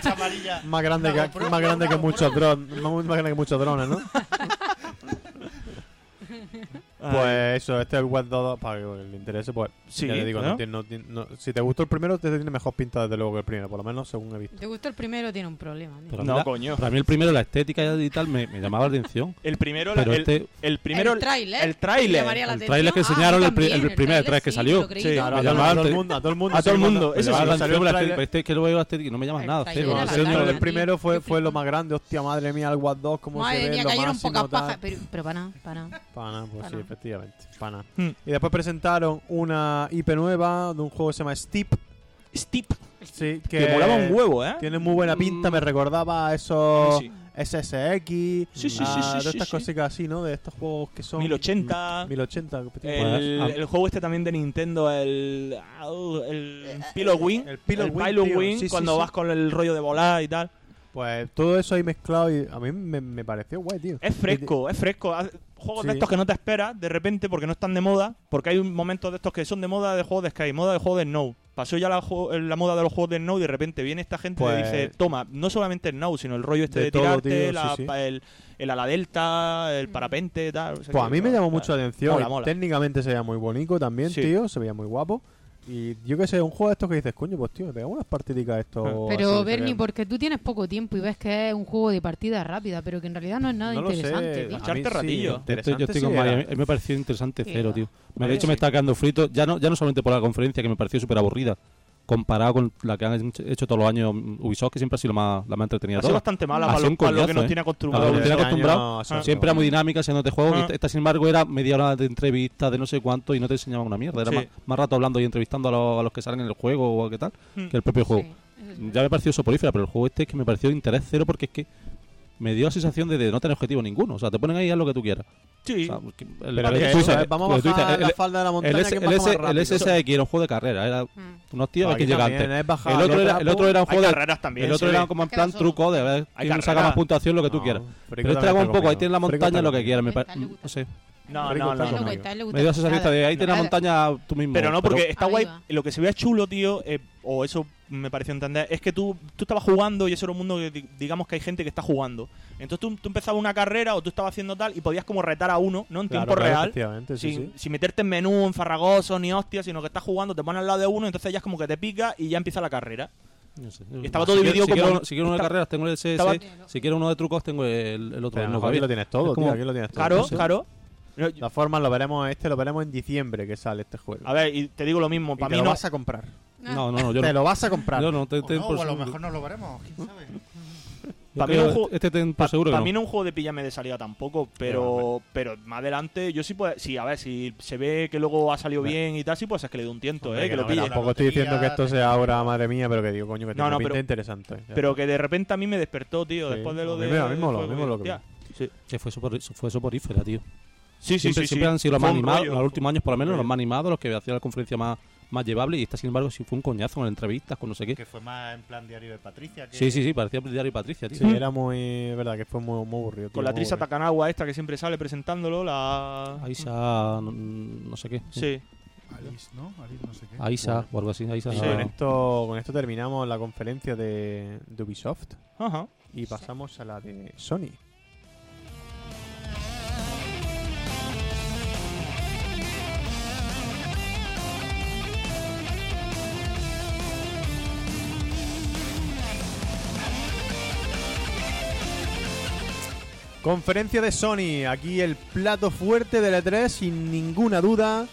[SPEAKER 6] chamarilla.
[SPEAKER 1] Más grande,
[SPEAKER 6] Una
[SPEAKER 1] que,
[SPEAKER 6] GoPro,
[SPEAKER 1] más grande
[SPEAKER 6] una
[SPEAKER 1] que
[SPEAKER 6] GoPro.
[SPEAKER 1] muchos drones, más, más grande que muchos drones, ¿no?
[SPEAKER 3] Ay,
[SPEAKER 1] Pues eso, este es el Watch Dogs, para que le interese, pues
[SPEAKER 3] Ah, eh. sí,
[SPEAKER 1] ya te digo,
[SPEAKER 3] ¿no?
[SPEAKER 1] no tiene- no tiene- no- si te gustó el primero, te tiene mejor pinta desde luego que el primero, por lo menos según he visto.
[SPEAKER 4] ¿Te gustó el primero? Tiene un problema. tío.
[SPEAKER 2] Pero a mí
[SPEAKER 3] No,
[SPEAKER 2] la-
[SPEAKER 3] coño.
[SPEAKER 2] Para mí el primero, la estética y tal, me, me llamaba la atención.
[SPEAKER 3] El primero la-
[SPEAKER 2] Pero
[SPEAKER 3] el,
[SPEAKER 2] este,
[SPEAKER 3] el primero
[SPEAKER 4] el tráiler.
[SPEAKER 3] el tráiler.
[SPEAKER 4] Llamaría la
[SPEAKER 2] El tráiler que
[SPEAKER 4] atención. Ah,
[SPEAKER 2] enseñaron,
[SPEAKER 4] a mí
[SPEAKER 2] el pri-
[SPEAKER 4] también,
[SPEAKER 2] el primer tráiler que
[SPEAKER 4] sí,
[SPEAKER 2] salió.
[SPEAKER 4] lo creí,
[SPEAKER 3] Sí,
[SPEAKER 4] ¿no?
[SPEAKER 3] claro,
[SPEAKER 1] a,
[SPEAKER 2] me llamaba
[SPEAKER 1] todo el
[SPEAKER 2] antes-
[SPEAKER 1] mundo, a todo el mundo,
[SPEAKER 3] a todo el
[SPEAKER 1] sí, cuando-
[SPEAKER 3] mundo.
[SPEAKER 1] cuando
[SPEAKER 3] Ese sí,
[SPEAKER 2] me llamaba la
[SPEAKER 1] salió
[SPEAKER 2] atención
[SPEAKER 1] el
[SPEAKER 2] la
[SPEAKER 1] tráiler-
[SPEAKER 2] estética. Este que lo veo la estética y no me llama
[SPEAKER 4] El
[SPEAKER 2] nada.
[SPEAKER 4] tráiler
[SPEAKER 2] Cero.
[SPEAKER 4] era
[SPEAKER 1] Cuando
[SPEAKER 4] la
[SPEAKER 1] salió el
[SPEAKER 4] cara,
[SPEAKER 1] tráiler
[SPEAKER 4] tío.
[SPEAKER 1] primero fue,
[SPEAKER 4] Qué
[SPEAKER 1] fue lo
[SPEAKER 4] flipa.
[SPEAKER 1] más grande, hostia madre mía, el Watch 2 como se
[SPEAKER 4] Madre
[SPEAKER 1] ve,
[SPEAKER 4] mía,
[SPEAKER 1] lo
[SPEAKER 4] cayeron
[SPEAKER 1] máximo,
[SPEAKER 4] pocas
[SPEAKER 1] tal.
[SPEAKER 4] pajas. Pero, pero para nada, para nada.
[SPEAKER 1] Para nada, pues
[SPEAKER 4] Para
[SPEAKER 1] sí,
[SPEAKER 4] nada.
[SPEAKER 1] efectivamente. Para nada.
[SPEAKER 3] Hmm.
[SPEAKER 1] Y después presentaron una IP nueva de un juego que se llama Steep.
[SPEAKER 3] Steep.
[SPEAKER 1] Sí, que,
[SPEAKER 3] Que volaba un huevo, ¿eh?
[SPEAKER 1] Tiene muy buena pinta,
[SPEAKER 2] Mm.
[SPEAKER 1] me recordaba a
[SPEAKER 3] A
[SPEAKER 1] esos
[SPEAKER 3] mí
[SPEAKER 1] SSX.
[SPEAKER 3] Sí, sí, sí,
[SPEAKER 1] a
[SPEAKER 3] sí, sí,
[SPEAKER 1] todas estas
[SPEAKER 3] sí.
[SPEAKER 1] cositas así, ¿no? De estos juegos que
[SPEAKER 3] sí.
[SPEAKER 1] son.
[SPEAKER 3] 1080.
[SPEAKER 1] 1080.
[SPEAKER 3] El,
[SPEAKER 2] Pues, ah.
[SPEAKER 3] el juego este también de Nintendo, el. au, El Pillow Wing.
[SPEAKER 1] el Pillow Wing,
[SPEAKER 3] Pillow
[SPEAKER 1] tío.
[SPEAKER 3] Wing,
[SPEAKER 1] Sí, sí,
[SPEAKER 3] cuando
[SPEAKER 1] sí.
[SPEAKER 3] vas con el rollo de volar y tal.
[SPEAKER 1] Pues todo eso ahí mezclado y a mí me, me pareció guay, tío.
[SPEAKER 3] Es fresco, es fresco. Haz- Juegos de
[SPEAKER 1] Sí.
[SPEAKER 3] estos que no te esperas de repente porque no están de moda. Porque hay un momento de estos que son de moda de juegos de Sky, moda de juegos de Snow. Pasó ya la, ju- eh, la moda de los juegos de Snow y de repente viene esta gente y
[SPEAKER 1] Pues-
[SPEAKER 3] dice: Toma, no solamente Snow, sino el rollo este de,
[SPEAKER 1] De todo,
[SPEAKER 3] tirarte,
[SPEAKER 1] tío, sí,
[SPEAKER 3] la-
[SPEAKER 1] sí.
[SPEAKER 3] El, el ala delta, el parapente, tal. O sea
[SPEAKER 1] Pues
[SPEAKER 3] que-
[SPEAKER 1] a mí me llamó mucho la atención.
[SPEAKER 3] Mola, mola.
[SPEAKER 1] Técnicamente se veía muy bonito también,
[SPEAKER 3] Sí.
[SPEAKER 1] tío. Se veía muy guapo. Y yo que sé, un juego de estos que dices, coño, pues tío, me pegamos unas partidicas a esto.
[SPEAKER 3] Ah.
[SPEAKER 4] Pero,
[SPEAKER 1] así,
[SPEAKER 4] Bernie,
[SPEAKER 1] sería-
[SPEAKER 4] porque tú tienes poco tiempo y ves que es un juego de partida rápida, pero que en realidad no es nada
[SPEAKER 1] No lo sé.
[SPEAKER 4] interesante.
[SPEAKER 1] A
[SPEAKER 4] tío.
[SPEAKER 1] mí
[SPEAKER 3] Echarte
[SPEAKER 1] sí,
[SPEAKER 3] ratillo.
[SPEAKER 2] Yo estoy, yo estoy
[SPEAKER 1] interesante
[SPEAKER 2] con
[SPEAKER 1] sí
[SPEAKER 2] María.
[SPEAKER 1] era.
[SPEAKER 2] A mí me pareció interesante
[SPEAKER 4] Sí,
[SPEAKER 2] cero,
[SPEAKER 4] era.
[SPEAKER 2] tío. Me,
[SPEAKER 3] Vale,
[SPEAKER 2] de hecho, me
[SPEAKER 3] sí.
[SPEAKER 2] está quedando frito. Ya no, ya no solamente por la conferencia, que me pareció súper aburrida, comparado con la que han hecho todos los años Ubisoft, que siempre ha sido la más, la más entretenida.
[SPEAKER 3] Ha
[SPEAKER 2] de
[SPEAKER 3] sido
[SPEAKER 2] todas.
[SPEAKER 3] bastante mala
[SPEAKER 2] Ha
[SPEAKER 3] para
[SPEAKER 2] sido
[SPEAKER 3] lo,
[SPEAKER 2] un
[SPEAKER 3] para lo que
[SPEAKER 2] coñazo,
[SPEAKER 3] nos
[SPEAKER 2] eh.
[SPEAKER 3] tiene
[SPEAKER 2] Para lo
[SPEAKER 3] acostumbrados.
[SPEAKER 2] que
[SPEAKER 1] Este
[SPEAKER 2] tiene
[SPEAKER 1] año
[SPEAKER 2] acostumbrado,
[SPEAKER 1] ha sido
[SPEAKER 2] Siempre era muy
[SPEAKER 1] bueno.
[SPEAKER 2] dinámica, siéndote juego.
[SPEAKER 3] Ah.
[SPEAKER 2] y esta- Esta, sin embargo, era media hora de entrevistas, de no sé cuánto, y no te enseñaban una mierda. Era
[SPEAKER 3] Sí.
[SPEAKER 2] más, más rato hablando y entrevistando a los, a los que salen en el juego o a qué tal,
[SPEAKER 3] Mm.
[SPEAKER 2] que el propio juego.
[SPEAKER 4] Sí, eso es
[SPEAKER 2] Ya me pareció soporífera, pero el juego este es que me pareció de interés cero porque es que me dio la sensación de, de no tener objetivo ninguno. O sea, te ponen ahí a lo que tú quieras.
[SPEAKER 3] Sí.
[SPEAKER 2] O sea, que- el-
[SPEAKER 1] Pero
[SPEAKER 2] lo que
[SPEAKER 1] que,
[SPEAKER 2] tú
[SPEAKER 1] o sea,
[SPEAKER 2] dices, eh,
[SPEAKER 1] vamos
[SPEAKER 2] lo
[SPEAKER 1] a
[SPEAKER 2] que tú dices,
[SPEAKER 1] bajar
[SPEAKER 2] el-
[SPEAKER 1] la falda de la
[SPEAKER 2] el,
[SPEAKER 1] montaña.
[SPEAKER 2] S-
[SPEAKER 1] ¿quién
[SPEAKER 2] el
[SPEAKER 1] baja más
[SPEAKER 2] S- el
[SPEAKER 1] rápido?
[SPEAKER 2] SSX era un juego de carrera, era
[SPEAKER 4] verdad. Mm.
[SPEAKER 2] unos tíos hay que
[SPEAKER 1] Aquí
[SPEAKER 2] llegar
[SPEAKER 1] también,
[SPEAKER 2] antes.
[SPEAKER 1] es bajar
[SPEAKER 2] El otro,
[SPEAKER 1] dos
[SPEAKER 2] era, el otro
[SPEAKER 1] trapos.
[SPEAKER 2] era un
[SPEAKER 3] Hay
[SPEAKER 2] juego de,
[SPEAKER 3] carreras también.
[SPEAKER 2] el otro
[SPEAKER 3] se
[SPEAKER 2] era
[SPEAKER 3] ve.
[SPEAKER 2] como en
[SPEAKER 4] Es que
[SPEAKER 2] plan
[SPEAKER 4] no solo-
[SPEAKER 2] truco de a ver
[SPEAKER 3] Hay
[SPEAKER 2] quién saca
[SPEAKER 3] carreras.
[SPEAKER 2] más puntuación, lo que tú
[SPEAKER 1] No,
[SPEAKER 2] quieras.
[SPEAKER 1] Frico
[SPEAKER 2] Pero este
[SPEAKER 1] también
[SPEAKER 2] era como un
[SPEAKER 1] está
[SPEAKER 2] poco, ahí
[SPEAKER 1] conmigo.
[SPEAKER 2] tienes la
[SPEAKER 1] Frico
[SPEAKER 2] montaña,
[SPEAKER 1] está
[SPEAKER 2] lo que
[SPEAKER 1] conmigo.
[SPEAKER 2] quieras. Me,
[SPEAKER 4] Frico
[SPEAKER 2] pa-
[SPEAKER 4] está, le gusta.
[SPEAKER 2] no sé,
[SPEAKER 3] No,
[SPEAKER 1] Rico
[SPEAKER 3] no,
[SPEAKER 1] está
[SPEAKER 3] no,
[SPEAKER 1] con-
[SPEAKER 3] no.
[SPEAKER 4] Le gusta, le gusta
[SPEAKER 2] me dio la sensación
[SPEAKER 4] nada.
[SPEAKER 2] de ahí tienes la
[SPEAKER 4] Nada.
[SPEAKER 2] montaña tú mismo.
[SPEAKER 3] Pero no, porque está guay.
[SPEAKER 4] Arriba.
[SPEAKER 3] Lo que se veía chulo, tío, eh, o eso me pareció entender, es que tú, tú estabas jugando y eso era un mundo que, di- digamos, que hay gente que está jugando. Entonces tú, tú empezabas una carrera o tú estabas haciendo tal y podías como retar a uno, no en
[SPEAKER 1] Claro,
[SPEAKER 3] tiempo
[SPEAKER 1] claro,
[SPEAKER 3] real.
[SPEAKER 1] efectivamente, sí,
[SPEAKER 3] sin,
[SPEAKER 1] sí.
[SPEAKER 3] sin meterte en menú, en farragosos, ni hostias, sino que estás jugando, te pones al lado de uno, entonces ya es como que te pica y ya empieza la carrera.
[SPEAKER 2] No sé.
[SPEAKER 3] Estaba todo
[SPEAKER 2] Si
[SPEAKER 3] dividido
[SPEAKER 2] quiero- si
[SPEAKER 3] como-
[SPEAKER 2] quiero- Si quiero uno de
[SPEAKER 3] estaba-
[SPEAKER 2] carreras, tengo el SS.
[SPEAKER 3] estaba-
[SPEAKER 2] Si quiero uno de trucos, tengo el,
[SPEAKER 1] Pero
[SPEAKER 2] el otro.
[SPEAKER 1] a lo
[SPEAKER 2] el
[SPEAKER 1] mejor
[SPEAKER 2] nuevo
[SPEAKER 1] aquí
[SPEAKER 2] que
[SPEAKER 1] lo
[SPEAKER 2] había.
[SPEAKER 1] tienes todo,
[SPEAKER 2] Es como-
[SPEAKER 1] tío. Aquí lo tienes todo.
[SPEAKER 3] Claro,
[SPEAKER 1] Sí, sí.
[SPEAKER 3] claro. No, yo-
[SPEAKER 1] La forma lo veremos este, lo veremos en diciembre que sale este juego.
[SPEAKER 3] a ver, y te digo lo mismo,
[SPEAKER 1] Y
[SPEAKER 3] para
[SPEAKER 1] te
[SPEAKER 3] mí
[SPEAKER 1] lo
[SPEAKER 3] no.
[SPEAKER 1] vas a comprar.
[SPEAKER 2] No, no, no, yo
[SPEAKER 1] Te
[SPEAKER 2] no.
[SPEAKER 1] lo vas a comprar.
[SPEAKER 2] Yo no, te-
[SPEAKER 6] O
[SPEAKER 2] te-
[SPEAKER 6] no,
[SPEAKER 2] por
[SPEAKER 6] o a lo
[SPEAKER 2] seguro-
[SPEAKER 6] mejor no lo veremos, quién sabe.
[SPEAKER 2] yo
[SPEAKER 3] Para mí
[SPEAKER 2] creo-
[SPEAKER 3] un juego-
[SPEAKER 2] Este ten por
[SPEAKER 3] Pa-
[SPEAKER 2] seguro que
[SPEAKER 3] pa'
[SPEAKER 2] no.
[SPEAKER 3] mí no es un juego de píllame de salida tampoco, pero, pero más adelante, yo sí puedo. Sí, a ver, si se ve que luego ha salido
[SPEAKER 1] Hombre.
[SPEAKER 3] bien y tal, sí, pues es que le doy un tiento,
[SPEAKER 1] Hombre,
[SPEAKER 3] eh, que
[SPEAKER 1] no,
[SPEAKER 3] lo
[SPEAKER 1] que
[SPEAKER 3] pille.
[SPEAKER 1] Tampoco
[SPEAKER 6] La
[SPEAKER 1] estoy diciendo que
[SPEAKER 6] lotería,
[SPEAKER 1] esto sea ahora madre mía, pero que digo, coño, que
[SPEAKER 3] No,
[SPEAKER 1] tiene
[SPEAKER 3] no,
[SPEAKER 1] una pinta
[SPEAKER 3] pero-
[SPEAKER 1] interesante. Ya
[SPEAKER 3] Pero que de repente a mí me despertó, tío,
[SPEAKER 1] Sí,
[SPEAKER 3] después de lo
[SPEAKER 1] a
[SPEAKER 3] de.
[SPEAKER 1] mí me- a mí me moló,
[SPEAKER 3] fue
[SPEAKER 1] a mí me moló
[SPEAKER 3] como,
[SPEAKER 1] que
[SPEAKER 3] hostia, Sí,
[SPEAKER 2] Que fue, sopor- fue soporífera, tío.
[SPEAKER 3] sí, sí.
[SPEAKER 2] siempre,
[SPEAKER 3] sí,
[SPEAKER 2] siempre
[SPEAKER 3] sí.
[SPEAKER 2] han sido los
[SPEAKER 3] Fue
[SPEAKER 2] más
[SPEAKER 3] un
[SPEAKER 2] animados,
[SPEAKER 3] rollo,
[SPEAKER 2] los últimos años por lo menos,
[SPEAKER 3] rollo.
[SPEAKER 2] los más animados, los que hacían la conferencia más, más llevable. Y esta, sin embargo, sí fue un coñazo con entrevistas, con no sé qué.
[SPEAKER 6] Que fue más en plan diario de Patricia. Que...
[SPEAKER 2] Sí, sí, sí, parecía Diario y Patricia, tío.
[SPEAKER 1] Sí, era muy. es verdad que fue muy, muy aburrido. tío,
[SPEAKER 3] Con la
[SPEAKER 1] muy
[SPEAKER 3] actriz
[SPEAKER 1] aburrido.
[SPEAKER 3] Takanawa esta que siempre sale presentándolo, la.
[SPEAKER 2] Ahí se ha- no, no sé qué.
[SPEAKER 3] Sí.
[SPEAKER 5] Alice, ¿no? Alice no sé qué.
[SPEAKER 2] Aisa o algo así. Aisa.
[SPEAKER 1] Y
[SPEAKER 3] Sí.
[SPEAKER 1] con, esto, con esto terminamos la conferencia de, de Ubisoft
[SPEAKER 3] Ajá.
[SPEAKER 1] y pasamos a la de Sony. Conferencia de Sony, aquí el plato fuerte del E3 sin ninguna duda,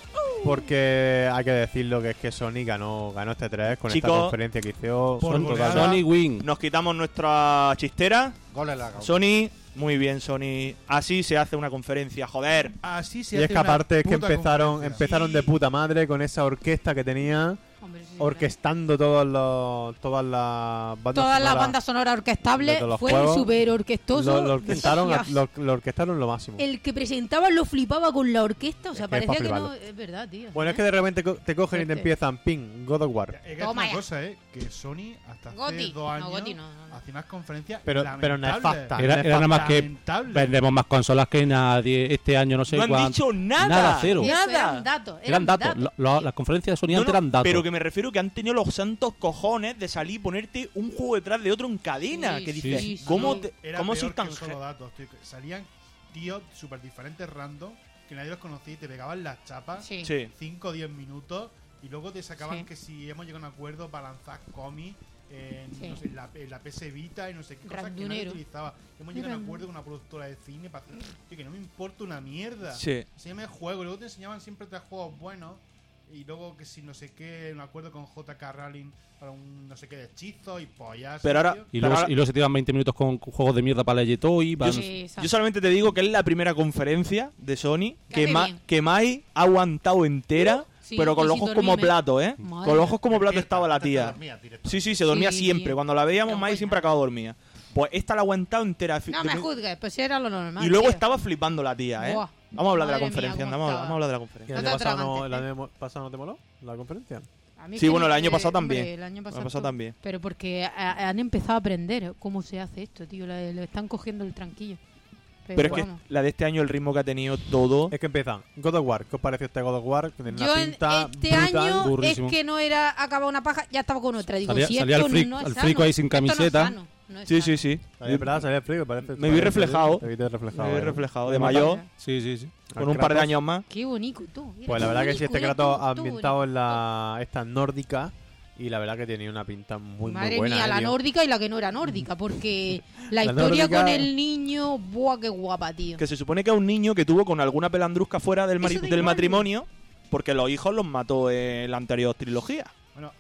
[SPEAKER 1] porque hay que decirlo que es que Sony ganó, ganó este E3 con
[SPEAKER 3] Chicos,
[SPEAKER 1] esta conferencia que hizo.
[SPEAKER 5] por
[SPEAKER 1] Son
[SPEAKER 5] goleada.
[SPEAKER 1] total-
[SPEAKER 2] Sony Win.
[SPEAKER 3] Nos quitamos nuestra chistera.
[SPEAKER 6] Gol en la gaucha.
[SPEAKER 3] Sony, muy bien, Sony. Así se hace una conferencia, joder.
[SPEAKER 5] Así se
[SPEAKER 1] Y es
[SPEAKER 5] hace
[SPEAKER 1] que
[SPEAKER 5] una
[SPEAKER 1] aparte es que
[SPEAKER 5] puta
[SPEAKER 1] empezaron,
[SPEAKER 5] conferencia.
[SPEAKER 1] empezaron de puta madre con esa orquesta que tenía,
[SPEAKER 4] Hombre, sí,
[SPEAKER 1] orquestando todos los, todas las bandas
[SPEAKER 4] Todas las
[SPEAKER 1] sonoras.
[SPEAKER 4] bandas sonoras
[SPEAKER 1] de
[SPEAKER 4] orquestables
[SPEAKER 1] todos los
[SPEAKER 4] fueron
[SPEAKER 1] juegos.
[SPEAKER 4] súper
[SPEAKER 1] Lo,
[SPEAKER 4] orquestosos.
[SPEAKER 1] lo orquestaron, a-
[SPEAKER 4] Dios.
[SPEAKER 1] lo, lo orquestaron lo máximo.
[SPEAKER 4] El que presentaba lo flipaba con la orquesta. O sea,
[SPEAKER 1] Es que es pa'
[SPEAKER 4] parecía que no.
[SPEAKER 1] fliparlo.
[SPEAKER 4] Es verdad, tío.
[SPEAKER 1] Bueno, es que
[SPEAKER 4] ¿eh?
[SPEAKER 1] de repente co- te cogen y te
[SPEAKER 4] Fuerte.
[SPEAKER 1] empiezan, ping, God of War.
[SPEAKER 5] Es que
[SPEAKER 4] Toma
[SPEAKER 5] es
[SPEAKER 4] ya.
[SPEAKER 5] una cosa, ¿eh? Que Sony hasta hace
[SPEAKER 4] Goti.
[SPEAKER 5] dos años
[SPEAKER 4] No, Goti no. no, no.
[SPEAKER 5] hacía unas conferencias
[SPEAKER 1] Pero- pero
[SPEAKER 5] lamentables.
[SPEAKER 1] nefasta.
[SPEAKER 2] Era, era nada más que
[SPEAKER 5] Lamentables.
[SPEAKER 2] vendemos más consolas que nadie este año, no sé
[SPEAKER 3] no han
[SPEAKER 2] cuánto.
[SPEAKER 3] dicho nada.
[SPEAKER 2] Nada, cero.
[SPEAKER 4] Eso,
[SPEAKER 3] Nada.
[SPEAKER 4] Eran datos. Eran,
[SPEAKER 2] Eran datos. Lo- lo- las conferencias de Sony
[SPEAKER 3] No,
[SPEAKER 2] antes
[SPEAKER 3] no,
[SPEAKER 2] eran datos.
[SPEAKER 3] Pero que me refiero que han tenido los santos cojones de salir y ponerte un juego detrás de otro en cadena.
[SPEAKER 4] Sí,
[SPEAKER 3] que
[SPEAKER 4] sí,
[SPEAKER 3] dices,
[SPEAKER 4] sí, sí.
[SPEAKER 3] ¿cómo,
[SPEAKER 4] No,
[SPEAKER 3] te-
[SPEAKER 5] Era
[SPEAKER 3] cómo
[SPEAKER 5] peor
[SPEAKER 3] sois tan
[SPEAKER 5] que solo datos, tío, que Salían tíos súper diferentes random que nadie los conocía y te pegaban las chapas
[SPEAKER 4] Sí.
[SPEAKER 3] Sí.
[SPEAKER 5] 5 o 10 minutos y luego te sacaban
[SPEAKER 4] Sí.
[SPEAKER 5] que si hemos llegado a un acuerdo para lanzar cómics en,
[SPEAKER 4] Sí.
[SPEAKER 5] no sé, en la, en la PS Vita y no sé qué cosas que nadie
[SPEAKER 4] Randunero.
[SPEAKER 5] utilizaba. Hemos llegado a un
[SPEAKER 4] Randunero.
[SPEAKER 5] acuerdo con una productora de cine para hacer- tío, que no me importa una mierda.
[SPEAKER 3] Sí.
[SPEAKER 5] Enséñame el juego. Luego te enseñaban siempre tres juegos buenos. Y luego que si no sé qué, un acuerdo con JK Rowling para un no sé qué de hechizo y pollas.
[SPEAKER 3] Pero ahora-
[SPEAKER 5] tío.
[SPEAKER 2] y,
[SPEAKER 3] pero
[SPEAKER 2] luego,
[SPEAKER 3] ahora-
[SPEAKER 2] y luego se tiran 20 minutos con juegos de mierda para Legend Toy. para-
[SPEAKER 4] Sí, exacto.
[SPEAKER 3] Yo solamente te digo que es la primera conferencia de Sony
[SPEAKER 4] Que
[SPEAKER 3] que,
[SPEAKER 4] hace
[SPEAKER 3] ma-
[SPEAKER 4] bien.
[SPEAKER 3] que Mai ha aguantado entera,
[SPEAKER 4] Sí,
[SPEAKER 3] pero con
[SPEAKER 4] y
[SPEAKER 3] los
[SPEAKER 4] sin
[SPEAKER 3] ojos como
[SPEAKER 4] dormirme.
[SPEAKER 3] plato, ¿eh?
[SPEAKER 4] Madre
[SPEAKER 3] Con los ojos como plato
[SPEAKER 6] Despierta,
[SPEAKER 3] estaba la
[SPEAKER 6] antes te
[SPEAKER 3] tía.
[SPEAKER 6] dormías directo.
[SPEAKER 3] Sí, sí, se dormía
[SPEAKER 4] Sí.
[SPEAKER 3] siempre. Cuando la veíamos,
[SPEAKER 4] Qué
[SPEAKER 3] Mai
[SPEAKER 4] buena.
[SPEAKER 3] siempre acababa dormida. Pues esta la ha aguantado entera.
[SPEAKER 4] No
[SPEAKER 3] De-
[SPEAKER 4] me juzgues, pues era lo normal.
[SPEAKER 3] y luego
[SPEAKER 4] tío.
[SPEAKER 3] estaba flipando la tía, ¿eh?
[SPEAKER 4] Buah.
[SPEAKER 3] Vamos a hablar de la
[SPEAKER 4] Madre mía,
[SPEAKER 3] conferencia,
[SPEAKER 4] cómo
[SPEAKER 3] anda, vamos a hablar-
[SPEAKER 4] estaba.
[SPEAKER 3] vamos a hablar de la
[SPEAKER 1] ¿Y
[SPEAKER 3] conferencia.
[SPEAKER 1] el
[SPEAKER 4] No te
[SPEAKER 1] año pasado no, el
[SPEAKER 4] atragantes,
[SPEAKER 1] año pasado no te moló la conferencia?
[SPEAKER 4] A mí
[SPEAKER 3] Sí,
[SPEAKER 4] que
[SPEAKER 3] bueno, el
[SPEAKER 4] me-
[SPEAKER 3] año pasado
[SPEAKER 4] hombre,
[SPEAKER 3] también.
[SPEAKER 4] El año pasado,
[SPEAKER 3] pasado
[SPEAKER 4] esto-
[SPEAKER 3] también.
[SPEAKER 4] Pero porque ha- han empezado a aprender ¿eh? cómo se hace esto, tío. Le, le están cogiendo el tranquillo. Pero,
[SPEAKER 3] Pero es que
[SPEAKER 4] vamos.
[SPEAKER 3] la de este año, el ritmo que ha tenido todo.
[SPEAKER 1] Es que empiezan, God of War, ¿qué os pareció este God of War? Tiene una
[SPEAKER 4] Yo en-
[SPEAKER 1] pinta
[SPEAKER 4] este
[SPEAKER 1] brutal.
[SPEAKER 4] año
[SPEAKER 2] burrísimo.
[SPEAKER 4] es que no era acabado una paja, ya estaba con otra. Digo,
[SPEAKER 2] Salía-
[SPEAKER 4] si
[SPEAKER 2] salía
[SPEAKER 4] esto
[SPEAKER 2] al fric-
[SPEAKER 4] no es
[SPEAKER 2] al
[SPEAKER 4] sano,
[SPEAKER 2] frico ahí sin
[SPEAKER 4] esto no es
[SPEAKER 2] camiseta.
[SPEAKER 4] sano, no es
[SPEAKER 3] Sí,
[SPEAKER 4] sano.
[SPEAKER 3] sí, sí.
[SPEAKER 1] Salía, es verdad, salía frío, parece.
[SPEAKER 3] Me vi reflejado.
[SPEAKER 1] Te viste reflejado.
[SPEAKER 3] Me vi
[SPEAKER 1] eh.
[SPEAKER 3] reflejado de mayor,
[SPEAKER 2] Sí, sí, sí.
[SPEAKER 3] con un par de
[SPEAKER 1] Kratos.
[SPEAKER 3] años más.
[SPEAKER 4] Qué bonito tú. Mira,
[SPEAKER 1] Pues
[SPEAKER 4] qué
[SPEAKER 1] la verdad que sí,
[SPEAKER 4] bonito,
[SPEAKER 1] este
[SPEAKER 4] mira
[SPEAKER 1] Kratos
[SPEAKER 4] cómo tú,
[SPEAKER 1] ambientado en la esta nórdica y la verdad que tenía una pinta muy
[SPEAKER 4] Madre
[SPEAKER 1] muy buena.
[SPEAKER 4] mía,
[SPEAKER 1] eh,
[SPEAKER 4] la
[SPEAKER 1] tío.
[SPEAKER 4] nórdica y la que no era nórdica, porque
[SPEAKER 1] La
[SPEAKER 4] la, historia
[SPEAKER 1] nórdica-
[SPEAKER 4] con el niño, buah, qué guapa, tío.
[SPEAKER 3] Que se supone que es un niño que tuvo con alguna pelandrusca fuera del, mari-
[SPEAKER 4] Eso da
[SPEAKER 3] del
[SPEAKER 4] igual.
[SPEAKER 3] matrimonio, porque los hijos los mató en la anterior trilogía.
[SPEAKER 5] Bueno,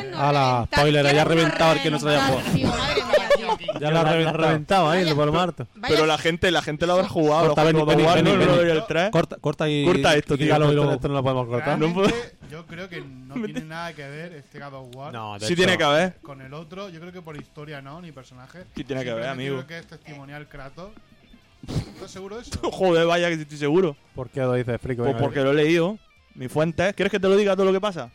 [SPEAKER 2] Bueno,
[SPEAKER 5] eh,
[SPEAKER 3] ah,
[SPEAKER 2] a la spoiler, ya ha reventado el que no se haya jugado.
[SPEAKER 4] Tío, madre mía, tío.
[SPEAKER 1] la,
[SPEAKER 2] Ya la
[SPEAKER 1] la ha
[SPEAKER 2] reventado.
[SPEAKER 1] reventado ahí,
[SPEAKER 4] Vaya.
[SPEAKER 1] lo por Marto.
[SPEAKER 4] Vaya-
[SPEAKER 3] Pero la gente, la gente lo habrá jugado.
[SPEAKER 2] Corta,
[SPEAKER 3] los
[SPEAKER 2] Benny,
[SPEAKER 3] juegos de
[SPEAKER 2] Benny,
[SPEAKER 3] War,
[SPEAKER 2] Benny,
[SPEAKER 3] no, no,
[SPEAKER 2] Benny.
[SPEAKER 3] no, el tres.
[SPEAKER 2] Corta, corta y.
[SPEAKER 3] Corta esto,
[SPEAKER 2] y
[SPEAKER 3] tío,
[SPEAKER 2] quítalo y
[SPEAKER 1] Esto,
[SPEAKER 2] luego-
[SPEAKER 1] esto no lo podemos cortar.
[SPEAKER 3] No puedo-
[SPEAKER 5] realmente yo creo que no tiene nada que ver este God of War
[SPEAKER 1] No, de
[SPEAKER 3] Sí
[SPEAKER 1] hecho,
[SPEAKER 3] tiene que haber.
[SPEAKER 5] con el otro. Yo creo que por historia no, ni personaje.
[SPEAKER 3] Sí tiene que ver,
[SPEAKER 5] Simplemente
[SPEAKER 3] amigo.
[SPEAKER 5] Yo creo que es testimonial Kratos. ¿Estás seguro de eso?
[SPEAKER 3] Joder, vaya que sí estoy seguro.
[SPEAKER 1] ¿Por qué lo dices, frico?
[SPEAKER 3] Pues
[SPEAKER 1] Venga,
[SPEAKER 3] porque lo he leído. Mi fuente es- ¿Quieres que te lo diga todo lo que pasa?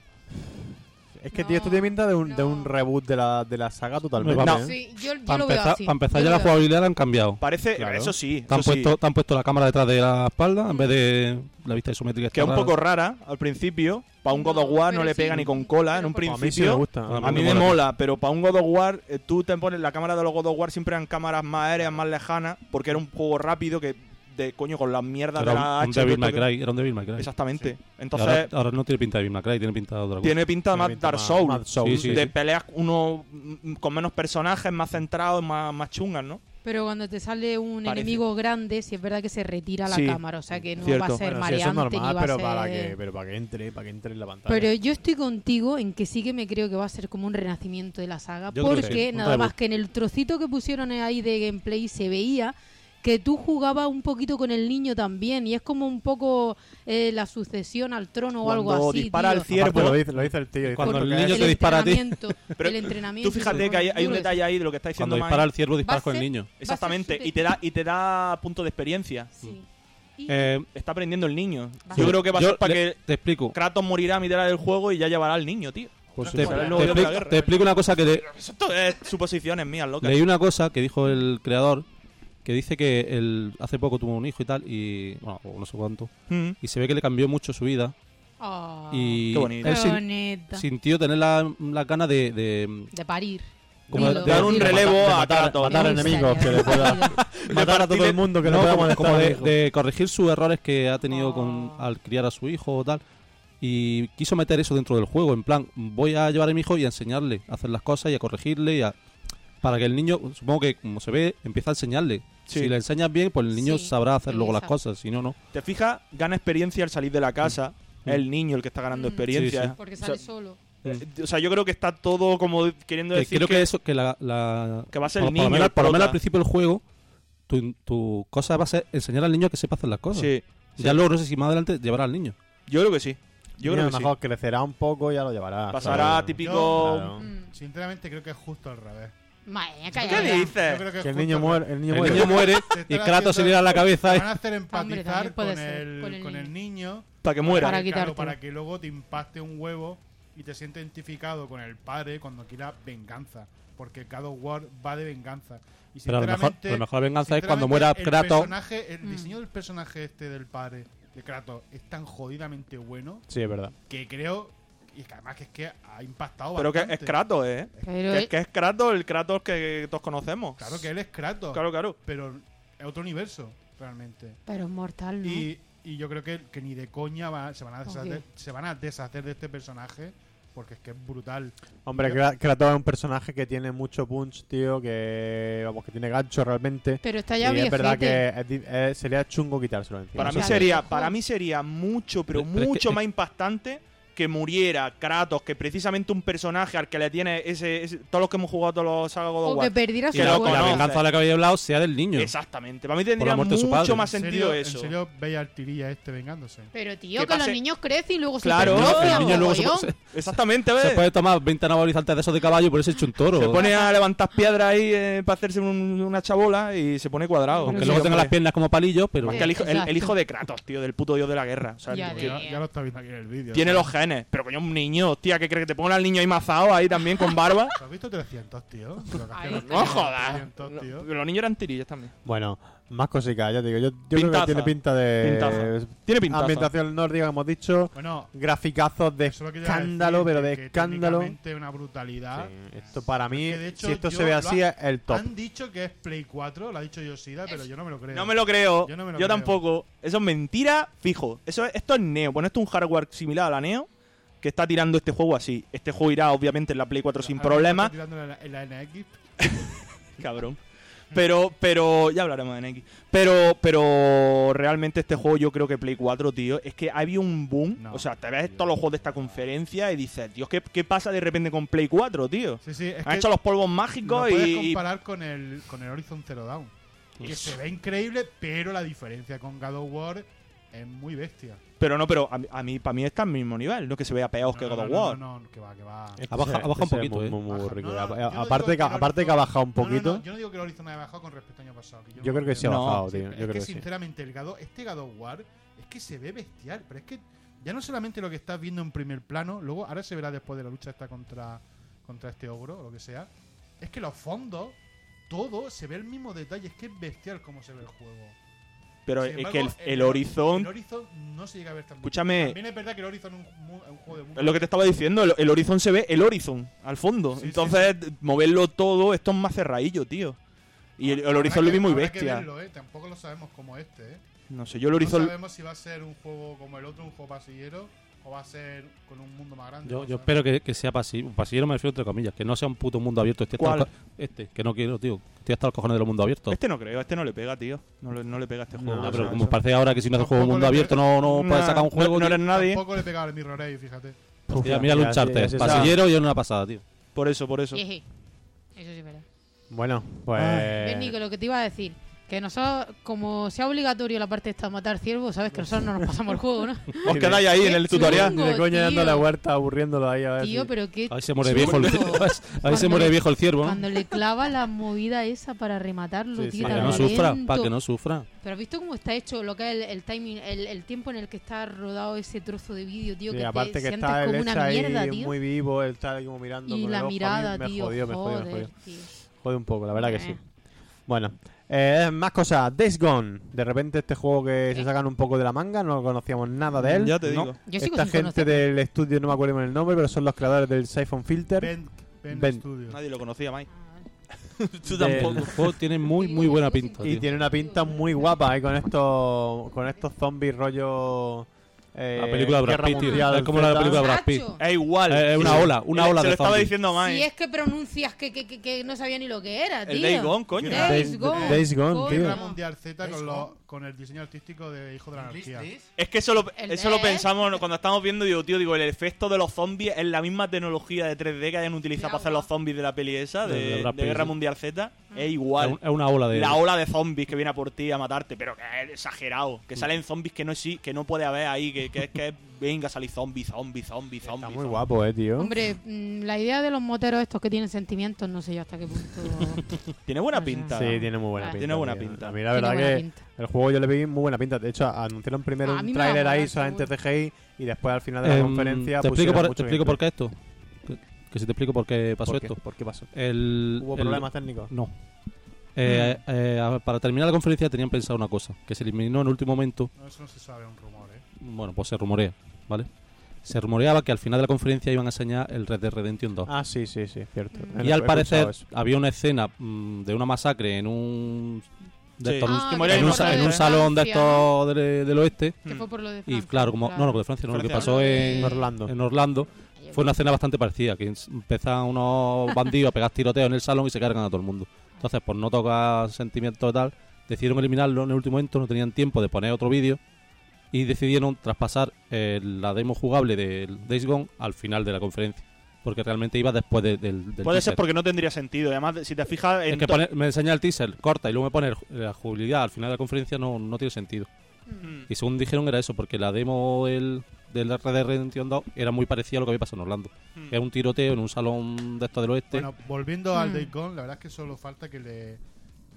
[SPEAKER 1] Es que, tío, esto tiene pinta de un, de un
[SPEAKER 4] No.
[SPEAKER 1] reboot de la, de la saga totalmente.
[SPEAKER 2] No.
[SPEAKER 1] ¿eh?
[SPEAKER 4] Sí, yo, yo
[SPEAKER 2] Para
[SPEAKER 4] lo veo
[SPEAKER 2] empezar,
[SPEAKER 4] así.
[SPEAKER 2] para empezar
[SPEAKER 4] yo
[SPEAKER 2] ya
[SPEAKER 4] lo
[SPEAKER 2] la
[SPEAKER 4] veo así.
[SPEAKER 2] jugabilidad la han cambiado.
[SPEAKER 3] Parece,
[SPEAKER 1] Claro.
[SPEAKER 3] eso sí.
[SPEAKER 2] Te han,
[SPEAKER 3] eso sí.
[SPEAKER 2] puesto, te han puesto la cámara detrás de la espalda en
[SPEAKER 4] Mm.
[SPEAKER 2] vez de la vista isométrica.
[SPEAKER 3] Que es un
[SPEAKER 2] esta
[SPEAKER 3] poco
[SPEAKER 2] rara.
[SPEAKER 3] rara al principio. Para un
[SPEAKER 4] No,
[SPEAKER 3] God of War no
[SPEAKER 4] pero
[SPEAKER 3] le
[SPEAKER 4] sí.
[SPEAKER 3] pega ni con cola en
[SPEAKER 4] Pero
[SPEAKER 3] un
[SPEAKER 4] por-
[SPEAKER 1] Pues A mí sí me
[SPEAKER 3] principio.
[SPEAKER 1] gusta.
[SPEAKER 2] Ah,
[SPEAKER 3] A mí
[SPEAKER 2] Me
[SPEAKER 3] me
[SPEAKER 2] mola.
[SPEAKER 3] mola, pero para un God of War, eh, tú te pones la cámara de los God of War, siempre eran cámaras más aéreas, más lejanas, porque era un juego rápido que, de coño, con las mierdas
[SPEAKER 2] Era
[SPEAKER 3] de
[SPEAKER 2] un,
[SPEAKER 3] la
[SPEAKER 2] un
[SPEAKER 3] hacha,
[SPEAKER 2] Devil
[SPEAKER 3] todo
[SPEAKER 2] May
[SPEAKER 3] que-
[SPEAKER 2] Cry. Era un Devil May Cry.
[SPEAKER 3] Exactamente. Entonces,
[SPEAKER 2] Ahora, ahora no tiene pinta de Devil May Cry, tiene pinta de otra cosa.
[SPEAKER 3] tiene pinta
[SPEAKER 1] Tiene
[SPEAKER 3] más
[SPEAKER 1] pinta
[SPEAKER 3] Dark
[SPEAKER 1] más-
[SPEAKER 3] Souls.
[SPEAKER 1] más Souls,
[SPEAKER 2] Sí, sí,
[SPEAKER 3] de
[SPEAKER 2] sí.
[SPEAKER 3] peleas uno mm, con menos personajes, más centrados, más, más chungas, ¿no?
[SPEAKER 4] Pero cuando te sale un
[SPEAKER 3] Parece.
[SPEAKER 4] enemigo grande, si es verdad que se retira la
[SPEAKER 3] Sí,
[SPEAKER 4] cámara, o sea que no va
[SPEAKER 3] cierto.
[SPEAKER 4] a ser
[SPEAKER 1] Bueno, sí, eso es
[SPEAKER 4] mareante
[SPEAKER 1] normal,
[SPEAKER 4] ni va
[SPEAKER 1] pero,
[SPEAKER 4] a ser...
[SPEAKER 1] para que, pero para que entre, para que entre en la pantalla.
[SPEAKER 4] Pero yo estoy contigo en que sí que me creo que va a ser como un renacimiento de la saga.
[SPEAKER 2] Yo creo que
[SPEAKER 4] porque
[SPEAKER 2] sí, un
[SPEAKER 4] nada
[SPEAKER 2] reboot.
[SPEAKER 4] más que en el trocito que pusieron ahí de gameplay se veía que tú jugabas un poquito con el niño también. Y es como un poco eh, la sucesión al trono o algo
[SPEAKER 3] Cuando
[SPEAKER 4] así.
[SPEAKER 3] dispara
[SPEAKER 4] tío.
[SPEAKER 3] al ciervo-
[SPEAKER 1] Aparte lo dice, lo dice el tío. dice,
[SPEAKER 2] Cuando
[SPEAKER 1] "Esto
[SPEAKER 2] el
[SPEAKER 1] que
[SPEAKER 2] niño
[SPEAKER 1] es".
[SPEAKER 2] te dispara a ti.
[SPEAKER 4] entrenamiento,
[SPEAKER 3] Pero
[SPEAKER 4] el entrenamiento.
[SPEAKER 3] Tú fíjate
[SPEAKER 4] pero
[SPEAKER 3] que hay, hay un
[SPEAKER 4] duro es.
[SPEAKER 3] detalle ahí de lo que está diciendo
[SPEAKER 2] Cuando dispara
[SPEAKER 3] Mike.
[SPEAKER 2] el ciervo, dispara
[SPEAKER 4] Va a
[SPEAKER 2] con el
[SPEAKER 4] ser-
[SPEAKER 2] niño.
[SPEAKER 4] ser
[SPEAKER 3] Exactamente.
[SPEAKER 4] súper-
[SPEAKER 3] Y te da, y te da punto de experiencia.
[SPEAKER 4] Sí. Y-
[SPEAKER 2] Eh,
[SPEAKER 3] Está aprendiendo el niño.
[SPEAKER 4] Va a
[SPEAKER 3] Yo
[SPEAKER 4] ser-
[SPEAKER 3] creo que va a ser para
[SPEAKER 2] le-
[SPEAKER 3] que
[SPEAKER 2] Te explico. Pues
[SPEAKER 3] Kratos morirá a mitad del juego y ya llevará al niño, tío.
[SPEAKER 2] Te,
[SPEAKER 1] supuesto.
[SPEAKER 2] te
[SPEAKER 3] Será el nuevo Dios de la
[SPEAKER 2] explico,
[SPEAKER 3] guerra.
[SPEAKER 2] te explico una cosa que de-
[SPEAKER 3] Eso todo es suposiciones mías, locas.
[SPEAKER 2] leí una cosa que dijo el creador que dice que él hace poco tuvo un hijo y tal y bueno o no sé cuánto
[SPEAKER 3] Mm.
[SPEAKER 2] y se ve que le cambió mucho su vida
[SPEAKER 4] Oh,
[SPEAKER 2] Y
[SPEAKER 3] Qué bonito.
[SPEAKER 4] qué
[SPEAKER 2] él sin-
[SPEAKER 4] boneta.
[SPEAKER 2] sintió tener la, la gana de, de-
[SPEAKER 4] De parir.
[SPEAKER 2] como
[SPEAKER 4] Dilo.
[SPEAKER 2] de-
[SPEAKER 3] Dar un
[SPEAKER 2] de
[SPEAKER 3] relevo
[SPEAKER 2] matar-
[SPEAKER 3] a
[SPEAKER 2] matar-
[SPEAKER 3] Kratos.
[SPEAKER 2] matar
[SPEAKER 1] Matar
[SPEAKER 4] Ay,
[SPEAKER 1] enemigos que le pueda. Matar a todo el mundo que
[SPEAKER 2] no,
[SPEAKER 1] no pueda
[SPEAKER 2] como, como
[SPEAKER 1] molestar al
[SPEAKER 2] de,
[SPEAKER 1] hijo.
[SPEAKER 2] de corregir sus errores que ha tenido con,
[SPEAKER 4] Oh.
[SPEAKER 2] al criar a su hijo o tal. Y quiso meter eso dentro del juego, en plan, voy a llevar a mi hijo y a enseñarle a hacer las cosas y a corregirle y a- Para que el niño, supongo que como se ve, empieza a enseñarle.
[SPEAKER 3] Sí.
[SPEAKER 2] Si le enseñas bien, pues el niño
[SPEAKER 4] Sí,
[SPEAKER 2] sabrá hacer luego las
[SPEAKER 4] esa.
[SPEAKER 2] cosas, si no, no.
[SPEAKER 3] Te fijas, gana experiencia al salir de la casa.
[SPEAKER 2] Mm.
[SPEAKER 3] Es el niño el que está ganando
[SPEAKER 4] Mm.
[SPEAKER 3] experiencia.
[SPEAKER 2] Sí, sí.
[SPEAKER 4] Porque
[SPEAKER 3] O sea,
[SPEAKER 4] sale solo.
[SPEAKER 3] eh, O sea, yo creo que está todo como queriendo
[SPEAKER 2] Que
[SPEAKER 3] decir
[SPEAKER 2] Eh, creo que,
[SPEAKER 3] que,
[SPEAKER 2] eso, que la... la-
[SPEAKER 3] que va a ser
[SPEAKER 2] por,
[SPEAKER 3] el
[SPEAKER 2] por
[SPEAKER 3] niño.
[SPEAKER 2] lo menos,
[SPEAKER 3] el
[SPEAKER 2] por lo
[SPEAKER 3] prota.
[SPEAKER 2] menos al principio del juego, tu, tu cosa va a ser enseñar al niño que sepa hacer las cosas.
[SPEAKER 3] Sí,
[SPEAKER 2] Ya luego, no sé si más adelante llevará al niño.
[SPEAKER 3] yo creo que sí.
[SPEAKER 1] Mira,
[SPEAKER 3] Yo creo
[SPEAKER 1] a
[SPEAKER 3] que
[SPEAKER 1] lo
[SPEAKER 3] sí.
[SPEAKER 1] mejor crecerá un poco y ya lo llevará.
[SPEAKER 3] Pasará
[SPEAKER 1] ¿sabes?
[SPEAKER 3] típico.
[SPEAKER 1] Claro.
[SPEAKER 4] Mm.
[SPEAKER 5] Sinceramente creo que es justo al revés.
[SPEAKER 4] Madre mía,
[SPEAKER 3] ¿Qué
[SPEAKER 4] calla ya.
[SPEAKER 5] Yo
[SPEAKER 3] dices?
[SPEAKER 5] creo que, es
[SPEAKER 1] Que el
[SPEAKER 5] justo
[SPEAKER 1] niño
[SPEAKER 5] al
[SPEAKER 1] muere. El niño
[SPEAKER 2] El
[SPEAKER 1] muere.
[SPEAKER 2] niño muere
[SPEAKER 5] Te
[SPEAKER 2] y
[SPEAKER 5] están
[SPEAKER 2] Kratos se le da
[SPEAKER 5] haciendo-
[SPEAKER 2] la cabeza.
[SPEAKER 5] Te
[SPEAKER 2] y-
[SPEAKER 5] van a hacer
[SPEAKER 4] también
[SPEAKER 5] empatizar
[SPEAKER 4] puede
[SPEAKER 5] con,
[SPEAKER 4] ser,
[SPEAKER 5] el,
[SPEAKER 4] con el
[SPEAKER 5] con el niño
[SPEAKER 3] Para que muera.
[SPEAKER 4] Para
[SPEAKER 5] claro,
[SPEAKER 4] quitártelo.
[SPEAKER 5] para que luego te impacte un huevo y te sientas identificado con el padre cuando quiera venganza. Porque God of War va de venganza. Y
[SPEAKER 2] Pero a lo mejor,
[SPEAKER 5] sinceramente-
[SPEAKER 2] la mejor venganza es
[SPEAKER 5] sinceramente,
[SPEAKER 2] cuando muera
[SPEAKER 5] el
[SPEAKER 2] Kratos.
[SPEAKER 5] personaje- el
[SPEAKER 4] Mm.
[SPEAKER 5] diseño del personaje este del padre de Kratos es tan jodidamente bueno
[SPEAKER 1] Sí, es verdad.
[SPEAKER 5] que creo. Y que además que es que ha impactado
[SPEAKER 3] Pero que es
[SPEAKER 5] bastante.
[SPEAKER 3] Kratos, ¿eh?
[SPEAKER 4] Pero
[SPEAKER 3] Que,
[SPEAKER 4] eh,
[SPEAKER 3] es- que es Kratos, el Kratos que todos conocemos.
[SPEAKER 5] Claro que él es Kratos.
[SPEAKER 3] Claro, claro.
[SPEAKER 5] Pero es otro universo, realmente.
[SPEAKER 4] pero es mortal, ¿no?
[SPEAKER 5] Y, y yo creo que, que ni de coña va- se, van a deshacer,
[SPEAKER 4] Ok.
[SPEAKER 5] se van a deshacer de este personaje porque es que es brutal.
[SPEAKER 1] Hombre, Kra- Kratos es un personaje que tiene mucho punch, tío. Que vamos, que tiene gancho realmente.
[SPEAKER 4] Pero está
[SPEAKER 1] Y
[SPEAKER 4] ya
[SPEAKER 1] es
[SPEAKER 4] viejete.
[SPEAKER 1] verdad que es di- eh, sería chungo quitárselo encima.
[SPEAKER 3] Para
[SPEAKER 1] O
[SPEAKER 3] mí
[SPEAKER 1] sea,
[SPEAKER 4] Claro.
[SPEAKER 3] sería, para mí sería mucho, pero,
[SPEAKER 2] Pero- pero es
[SPEAKER 3] mucho
[SPEAKER 2] que-
[SPEAKER 3] más impactante que muriera Kratos, que precisamente un personaje al que le tiene ese, ese- todos los que hemos jugado todos los Saga God of
[SPEAKER 4] O
[SPEAKER 3] War.
[SPEAKER 4] que perdiera su
[SPEAKER 2] Y la,
[SPEAKER 3] lo
[SPEAKER 2] la
[SPEAKER 3] conoce.
[SPEAKER 4] cuerpo.
[SPEAKER 2] venganza de la que había hablado sea del niño.
[SPEAKER 3] Exactamente. Para mí tendría
[SPEAKER 2] muerte de su padre.
[SPEAKER 3] mucho más
[SPEAKER 5] ¿En
[SPEAKER 3] sentido
[SPEAKER 5] serio-
[SPEAKER 3] eso.
[SPEAKER 5] En serio, veía al tirilla este vengándose.
[SPEAKER 4] Pero tío,
[SPEAKER 3] Que
[SPEAKER 4] que, los
[SPEAKER 3] pase-
[SPEAKER 4] niños crecen y luego
[SPEAKER 3] Claro.
[SPEAKER 4] se hipertrofian,
[SPEAKER 2] El niño luego se,
[SPEAKER 4] mogollón.
[SPEAKER 2] se-
[SPEAKER 3] Exactamente,
[SPEAKER 2] se
[SPEAKER 3] ¿ves?
[SPEAKER 2] puede tomar 20 anabolizantes de esos de caballo y por eso he hecho un toro.
[SPEAKER 3] Se pone a levantar piedras ahí eh, para hacerse un- una chabola y se pone cuadrado.
[SPEAKER 2] Aunque
[SPEAKER 4] Sí,
[SPEAKER 2] luego tenga
[SPEAKER 3] hombre.
[SPEAKER 2] las piernas como palillos, pero.
[SPEAKER 3] Más que el hijo, el, el
[SPEAKER 4] Exacto.
[SPEAKER 3] hijo de Kratos, tío, del puto dios de la guerra. O sea,
[SPEAKER 4] Ya
[SPEAKER 3] el-
[SPEAKER 4] ves.
[SPEAKER 5] Ya, ya lo está viendo aquí en el vídeo.
[SPEAKER 3] tiene los genes, pero coño, un niño, hostia, ¿qué crees? ¿Que te ponga al niño ahí mazado ahí también con barba?
[SPEAKER 5] ¿Has visto 300, tío? Lo que
[SPEAKER 4] Ay,
[SPEAKER 5] hacían
[SPEAKER 3] No
[SPEAKER 5] los
[SPEAKER 3] jodas.
[SPEAKER 5] 300, tío.
[SPEAKER 3] Los niños eran tirillas también.
[SPEAKER 1] Bueno, más cositas, ya te digo. Yo, yo creo que
[SPEAKER 3] Pintaza.
[SPEAKER 1] tiene pinta de.
[SPEAKER 3] Pintaza. Tiene pintaza.
[SPEAKER 1] Ambientación nórdica, como hemos dicho.
[SPEAKER 5] Bueno,
[SPEAKER 1] Graficazos de
[SPEAKER 5] eso es lo que te iba a decir,
[SPEAKER 1] escándalo, pero
[SPEAKER 5] que-
[SPEAKER 1] de
[SPEAKER 5] que
[SPEAKER 1] escándalo.
[SPEAKER 5] técnicamente Una brutalidad.
[SPEAKER 1] Sí, esto para mí,
[SPEAKER 5] Porque de hecho
[SPEAKER 1] si esto se
[SPEAKER 5] yo
[SPEAKER 1] ve
[SPEAKER 5] lo
[SPEAKER 1] así,
[SPEAKER 5] ha-
[SPEAKER 1] es el top.
[SPEAKER 5] Han dicho que es Play 4, lo ha dicho Yoshida, pero yo no me lo creo.
[SPEAKER 3] No me lo creo. Yo,
[SPEAKER 5] Eh, Yo no me lo creo.
[SPEAKER 3] tampoco. Eso es mentira, fijo. Eso es- esto es Neo. Bueno, esto es un hardware similar a la Neo que está tirando este juego así. Este juego irá obviamente en la Play 4 sin
[SPEAKER 5] Ahora
[SPEAKER 3] problema.
[SPEAKER 5] está tirando en la- en la NX.
[SPEAKER 3] Cabrón. Pero, pero, ya hablaremos de NX. Pero, pero realmente este juego yo creo que Play 4, tío, es que ha habido un boom.
[SPEAKER 5] No,
[SPEAKER 3] o sea, te ves todos los juegos de esta conferencia y dices, Dios, ¿qué, qué pasa de repente con Play 4, tío?
[SPEAKER 5] Sí, sí, es
[SPEAKER 3] Han
[SPEAKER 5] que
[SPEAKER 3] hecho los polvos
[SPEAKER 5] lo
[SPEAKER 3] mágicos
[SPEAKER 5] puedes
[SPEAKER 3] y, y-
[SPEAKER 5] comparar con el, con el Horizon Zero Dawn. Que
[SPEAKER 3] Eso.
[SPEAKER 5] se ve increíble, pero la diferencia con God of War es muy bestia.
[SPEAKER 3] Pero no, pero a, mí- a mí, para mí está al mismo nivel, no que se vea peor que
[SPEAKER 5] No,
[SPEAKER 3] God
[SPEAKER 5] no,
[SPEAKER 3] of
[SPEAKER 5] no, no,
[SPEAKER 3] War.
[SPEAKER 5] No, no, que va, que va.
[SPEAKER 1] Es que
[SPEAKER 2] Ha baja-
[SPEAKER 1] ese-
[SPEAKER 2] ha bajado un
[SPEAKER 1] ese es
[SPEAKER 2] poquito,
[SPEAKER 1] muy,
[SPEAKER 2] eh.
[SPEAKER 1] muy, muy
[SPEAKER 5] Baja.
[SPEAKER 1] rico.
[SPEAKER 5] No, no,
[SPEAKER 1] A-
[SPEAKER 5] yo no
[SPEAKER 1] aparte,
[SPEAKER 5] digo
[SPEAKER 1] que, aparte que
[SPEAKER 5] que
[SPEAKER 1] ha
[SPEAKER 5] Horizon-
[SPEAKER 1] bajado un
[SPEAKER 5] No, no, no,
[SPEAKER 1] poquito.
[SPEAKER 5] yo no digo que el Horizon haya bajado con respecto al año pasado. yo, no
[SPEAKER 1] Yo
[SPEAKER 5] lo
[SPEAKER 1] creo que sí ha
[SPEAKER 3] No,
[SPEAKER 1] bajado,
[SPEAKER 5] Sí,
[SPEAKER 1] tío. Yo
[SPEAKER 5] pero es que
[SPEAKER 1] creo que sí.
[SPEAKER 5] sinceramente el God- este God of War es que se ve bestial, pero es que ya no solamente lo que estás viendo en primer plano, luego ahora se verá después de la lucha esta contra, contra este ogro o lo que sea, es que los fondos, todo se ve el mismo detalle, es que es bestial como se ve el juego.
[SPEAKER 3] Pero
[SPEAKER 5] Sin
[SPEAKER 3] es
[SPEAKER 5] embargo,
[SPEAKER 3] que el, el Horizon,
[SPEAKER 5] El Horizon no se llega a ver tan bien.
[SPEAKER 3] Escúchame.
[SPEAKER 5] También es verdad que el Horizon es un, mu- es un juego de mundo.
[SPEAKER 3] es lo que te estaba diciendo, el, el Horizon se ve el Horizon al fondo.
[SPEAKER 5] Sí, sí,
[SPEAKER 3] Entonces, moverlo todo, esto es más cerradillo, tío. Y el, el
[SPEAKER 5] Habrá
[SPEAKER 3] Horizon
[SPEAKER 5] que-
[SPEAKER 3] lo vi muy
[SPEAKER 5] habrá que
[SPEAKER 3] bestia.
[SPEAKER 5] verlo, ¿eh? Tampoco lo sabemos como este, ¿eh?
[SPEAKER 3] No sé, yo el
[SPEAKER 5] No
[SPEAKER 3] Horizon.
[SPEAKER 5] sabemos si va a ser un juego como el otro, un juego pasillero, o va a ser con un mundo más grande.
[SPEAKER 2] Yo,
[SPEAKER 5] no
[SPEAKER 2] yo
[SPEAKER 5] sabemos.
[SPEAKER 2] espero que, que sea pasivo. Pasillero me refiero entre comillas. Que no sea un puto mundo abierto. Este,
[SPEAKER 3] ¿Cuál?
[SPEAKER 2] hasta los co- este que no quiero, tío. Estoy hasta los cojones de los mundos abiertos.
[SPEAKER 3] Este no creo, este no le pega, tío. No, le- no le pega a este
[SPEAKER 1] No,
[SPEAKER 3] juego.
[SPEAKER 2] No,
[SPEAKER 3] o
[SPEAKER 2] pero
[SPEAKER 3] sea,
[SPEAKER 2] como
[SPEAKER 3] eso-
[SPEAKER 2] parece ahora que si no haces
[SPEAKER 5] Tampoco
[SPEAKER 2] juego mundo
[SPEAKER 5] le-
[SPEAKER 2] abierto no, no puedes
[SPEAKER 3] Nah,
[SPEAKER 2] sacar un
[SPEAKER 3] no-
[SPEAKER 2] juego.
[SPEAKER 3] No,
[SPEAKER 2] tío.
[SPEAKER 3] eres nadie.
[SPEAKER 5] Tampoco le pegaba el Mirror Age, fíjate.
[SPEAKER 2] Mira, mira el
[SPEAKER 1] Ya, sí, ya
[SPEAKER 2] Uncharted.
[SPEAKER 1] se sabe.
[SPEAKER 2] pasillero y en una pasada, tío.
[SPEAKER 3] Por eso, por eso.
[SPEAKER 4] Jeje. Eso sí es verdad.
[SPEAKER 1] Bueno, pues.
[SPEAKER 4] Berni, que lo que te iba a decir, que nosotros, como sea obligatorio la parte esta de matar ciervos, sabes que nosotros no nos pasamos el juego, ¿no?
[SPEAKER 3] Os quedáis ahí en el
[SPEAKER 4] Qué
[SPEAKER 3] tutorial.
[SPEAKER 1] Ni de
[SPEAKER 4] Chungo,
[SPEAKER 1] coña
[SPEAKER 4] tío.
[SPEAKER 1] dándole vuelta, aburriéndolo ahí a ver.
[SPEAKER 4] Tío,
[SPEAKER 1] si-
[SPEAKER 4] pero qué
[SPEAKER 2] Ahí se muere viejo el,
[SPEAKER 4] chungo.
[SPEAKER 2] ahí se
[SPEAKER 4] Cuando-
[SPEAKER 2] muere viejo el ciervo. ¿no?
[SPEAKER 4] Cuando le clava la movida esa para rematarlo,
[SPEAKER 1] Sí, sí,
[SPEAKER 4] tío,
[SPEAKER 2] Para
[SPEAKER 4] tan
[SPEAKER 2] que no sufra.
[SPEAKER 4] lento.
[SPEAKER 2] Para que no sufra.
[SPEAKER 4] Pero has visto cómo está hecho lo que es el, el timing, el, el tiempo en el que está rodado ese trozo de vídeo, tío,
[SPEAKER 1] Sí,
[SPEAKER 4] que
[SPEAKER 1] aparte
[SPEAKER 4] te
[SPEAKER 1] que
[SPEAKER 4] sientes
[SPEAKER 1] está el
[SPEAKER 4] como
[SPEAKER 1] hecho
[SPEAKER 4] una
[SPEAKER 1] ahí
[SPEAKER 4] mierda, tío.
[SPEAKER 1] muy vivo, él está ahí como mirando
[SPEAKER 4] y
[SPEAKER 1] con el
[SPEAKER 4] la
[SPEAKER 1] ojo. A mí
[SPEAKER 4] mirada,
[SPEAKER 1] me
[SPEAKER 4] tío.
[SPEAKER 1] jodió, me jodió, me
[SPEAKER 4] joder,
[SPEAKER 1] jodió.
[SPEAKER 4] tío.
[SPEAKER 1] Jode un poco, la verdad que sí.
[SPEAKER 4] Eh.
[SPEAKER 1] Bueno, eh, más cosas. Days Gone. De repente este juego que se sacan un poco de la manga, no conocíamos nada de él.
[SPEAKER 3] Ya te
[SPEAKER 1] No.
[SPEAKER 3] digo.
[SPEAKER 4] Eh. Yo sigo
[SPEAKER 1] Esta
[SPEAKER 4] sin
[SPEAKER 1] gente
[SPEAKER 4] conocerlo.
[SPEAKER 1] del estudio, no me acuerdo bien el nombre, pero son los creadores del Siphon Filter.
[SPEAKER 5] Ben, ben,
[SPEAKER 1] Ben.
[SPEAKER 5] Studio.
[SPEAKER 3] Nadie lo conocía, Mike.
[SPEAKER 1] Del-
[SPEAKER 2] El juego tiene muy, muy buena pinta.
[SPEAKER 1] Y
[SPEAKER 2] Pues tío.
[SPEAKER 1] tiene una pinta muy guapa eh, con estos con estos zombies rollo eh,
[SPEAKER 2] La película de Brad
[SPEAKER 1] Guerra
[SPEAKER 2] Pitt, tío.
[SPEAKER 1] Mundial
[SPEAKER 2] Es como la
[SPEAKER 1] Z.
[SPEAKER 2] película de Brad
[SPEAKER 4] Nacho,
[SPEAKER 2] Pitt.
[SPEAKER 3] Es igual.
[SPEAKER 2] Eh, es una
[SPEAKER 3] Sí, sí.
[SPEAKER 2] ola, una
[SPEAKER 3] Se
[SPEAKER 2] ola
[SPEAKER 3] lo
[SPEAKER 2] de
[SPEAKER 3] estaba
[SPEAKER 2] zombies.
[SPEAKER 3] diciendo a
[SPEAKER 4] Si
[SPEAKER 1] eh.
[SPEAKER 3] Mike.
[SPEAKER 4] es que pronuncias que, que, que, que no sabía ni lo que era, tío.
[SPEAKER 3] El Day Gone, coño.
[SPEAKER 5] Days
[SPEAKER 1] Days
[SPEAKER 4] Gone.
[SPEAKER 1] Days Gone,
[SPEAKER 4] Gone.
[SPEAKER 1] tío.
[SPEAKER 5] Guerra Mundial Z con, lo- con el diseño artístico de Hijo de la Anarquía.
[SPEAKER 3] Es que eso lo,
[SPEAKER 4] El
[SPEAKER 3] eso lo
[SPEAKER 4] de-
[SPEAKER 3] pensamos cuando estábamos viendo, digo, tío, digo, el efecto de los zombies es la misma tecnología de 3D que hayan utilizado
[SPEAKER 4] De
[SPEAKER 3] para hacer
[SPEAKER 4] agua.
[SPEAKER 3] los zombies de la peli esa,
[SPEAKER 2] De- de
[SPEAKER 3] de,
[SPEAKER 2] Brad
[SPEAKER 3] de
[SPEAKER 2] Pitt,
[SPEAKER 3] Guerra
[SPEAKER 2] sí.
[SPEAKER 3] Mundial Z,
[SPEAKER 4] Mm.
[SPEAKER 3] es
[SPEAKER 2] Es
[SPEAKER 3] igual.
[SPEAKER 2] un- es una ola de.
[SPEAKER 3] la ola de zombies que viene a por ti a matarte, pero que es exagerado.
[SPEAKER 2] Mm.
[SPEAKER 3] Que salen zombies que no sí, que no puede haber ahí, que, que es que es- venga a salir zombie, zombie, zombie, zombie.
[SPEAKER 1] Está muy
[SPEAKER 3] zombie.
[SPEAKER 1] guapo, eh, tío.
[SPEAKER 4] Hombre, mm, la idea de los moteros estos que tienen sentimientos, no sé yo hasta qué punto.
[SPEAKER 3] Tiene buena
[SPEAKER 4] O sea,
[SPEAKER 3] pinta.
[SPEAKER 4] está-
[SPEAKER 1] Sí, tiene muy buena
[SPEAKER 4] Ah.
[SPEAKER 1] pinta.
[SPEAKER 3] Tiene buena
[SPEAKER 1] tío.
[SPEAKER 3] pinta.
[SPEAKER 1] A mí la
[SPEAKER 4] Tiene
[SPEAKER 1] verdad
[SPEAKER 4] buena
[SPEAKER 1] que
[SPEAKER 4] pinta.
[SPEAKER 1] el juego yo le vi muy buena pinta. De hecho, anunciaron primero
[SPEAKER 4] A mí
[SPEAKER 1] un
[SPEAKER 4] me va a
[SPEAKER 1] tráiler ahí
[SPEAKER 4] molar,
[SPEAKER 1] solamente
[SPEAKER 4] seguro.
[SPEAKER 1] CGI y después al final de la
[SPEAKER 2] Em,
[SPEAKER 1] conferencia
[SPEAKER 2] Te explico,
[SPEAKER 1] pusieron
[SPEAKER 2] por,
[SPEAKER 1] mucho
[SPEAKER 2] te explico por
[SPEAKER 1] gameplay.
[SPEAKER 2] qué esto. Que, que si te explico por qué pasó
[SPEAKER 1] ¿Por qué?
[SPEAKER 2] esto.
[SPEAKER 1] ¿Por qué pasó?
[SPEAKER 2] El,
[SPEAKER 1] ¿Hubo
[SPEAKER 2] el-
[SPEAKER 1] problemas Mm. técnicos?
[SPEAKER 2] No. Eh, eh, a ver, para terminar la conferencia tenían pensado una cosa, que se eliminó en el último momento.
[SPEAKER 5] No, eso no se sabe, es un rumor, ¿eh?
[SPEAKER 2] Bueno, pues se rumorea, ¿vale? Se rumoreaba que al final de la conferencia iban a enseñar el Red Dead Redemption 2.
[SPEAKER 1] Ah, sí, sí, sí, cierto.
[SPEAKER 4] Y
[SPEAKER 1] He-
[SPEAKER 2] y
[SPEAKER 1] he
[SPEAKER 2] al
[SPEAKER 1] escuchado
[SPEAKER 2] parecer
[SPEAKER 1] eso.
[SPEAKER 2] había una escena mm, de una masacre en un. de
[SPEAKER 3] Sí.
[SPEAKER 2] estos-
[SPEAKER 3] Ah,
[SPEAKER 4] que
[SPEAKER 3] moría
[SPEAKER 2] en,
[SPEAKER 4] fue
[SPEAKER 2] un,
[SPEAKER 4] por
[SPEAKER 2] sa-
[SPEAKER 4] lo
[SPEAKER 2] en
[SPEAKER 4] de
[SPEAKER 2] un salón de
[SPEAKER 4] Francia, ¿no?
[SPEAKER 2] estos del- del oeste.
[SPEAKER 4] Que fue por lo de
[SPEAKER 2] Y
[SPEAKER 4] Francia,
[SPEAKER 2] claro, como no, no, de Francia, no, lo que
[SPEAKER 3] Francia,
[SPEAKER 2] pasó
[SPEAKER 4] ¿no?
[SPEAKER 2] en,
[SPEAKER 4] En
[SPEAKER 1] Orlando.
[SPEAKER 2] en Orlando fue una escena bastante parecida, que ens- empiezan unos bandidos a pegar tiroteos en el salón y se cargan a todo el mundo. Entonces, por no tocar sentimientos y tal, decidieron eliminarlo en el último momento, no tenían tiempo de poner otro vídeo y decidieron traspasar eh, la demo jugable del Days Gone al final de la conferencia, porque realmente iba después de- del, del
[SPEAKER 3] Puede
[SPEAKER 2] teaser.
[SPEAKER 3] ser porque no tendría sentido. y Además, si te fijas, en
[SPEAKER 2] Es que
[SPEAKER 3] to-
[SPEAKER 2] pone- me enseña el teaser, corta y luego me pone el ju- la jugabilidad al final de la conferencia, no, no tiene sentido.
[SPEAKER 3] Mm.
[SPEAKER 2] Y según dijeron era eso, porque la demo del, del Red Dead Redemption 2 era muy parecida a lo que había pasado en Orlando.
[SPEAKER 3] Mm.
[SPEAKER 2] Era un tiroteo en un salón de estos del oeste.
[SPEAKER 5] Bueno, volviendo al
[SPEAKER 4] Mm.
[SPEAKER 5] Days Gone, la verdad es que solo falta que le,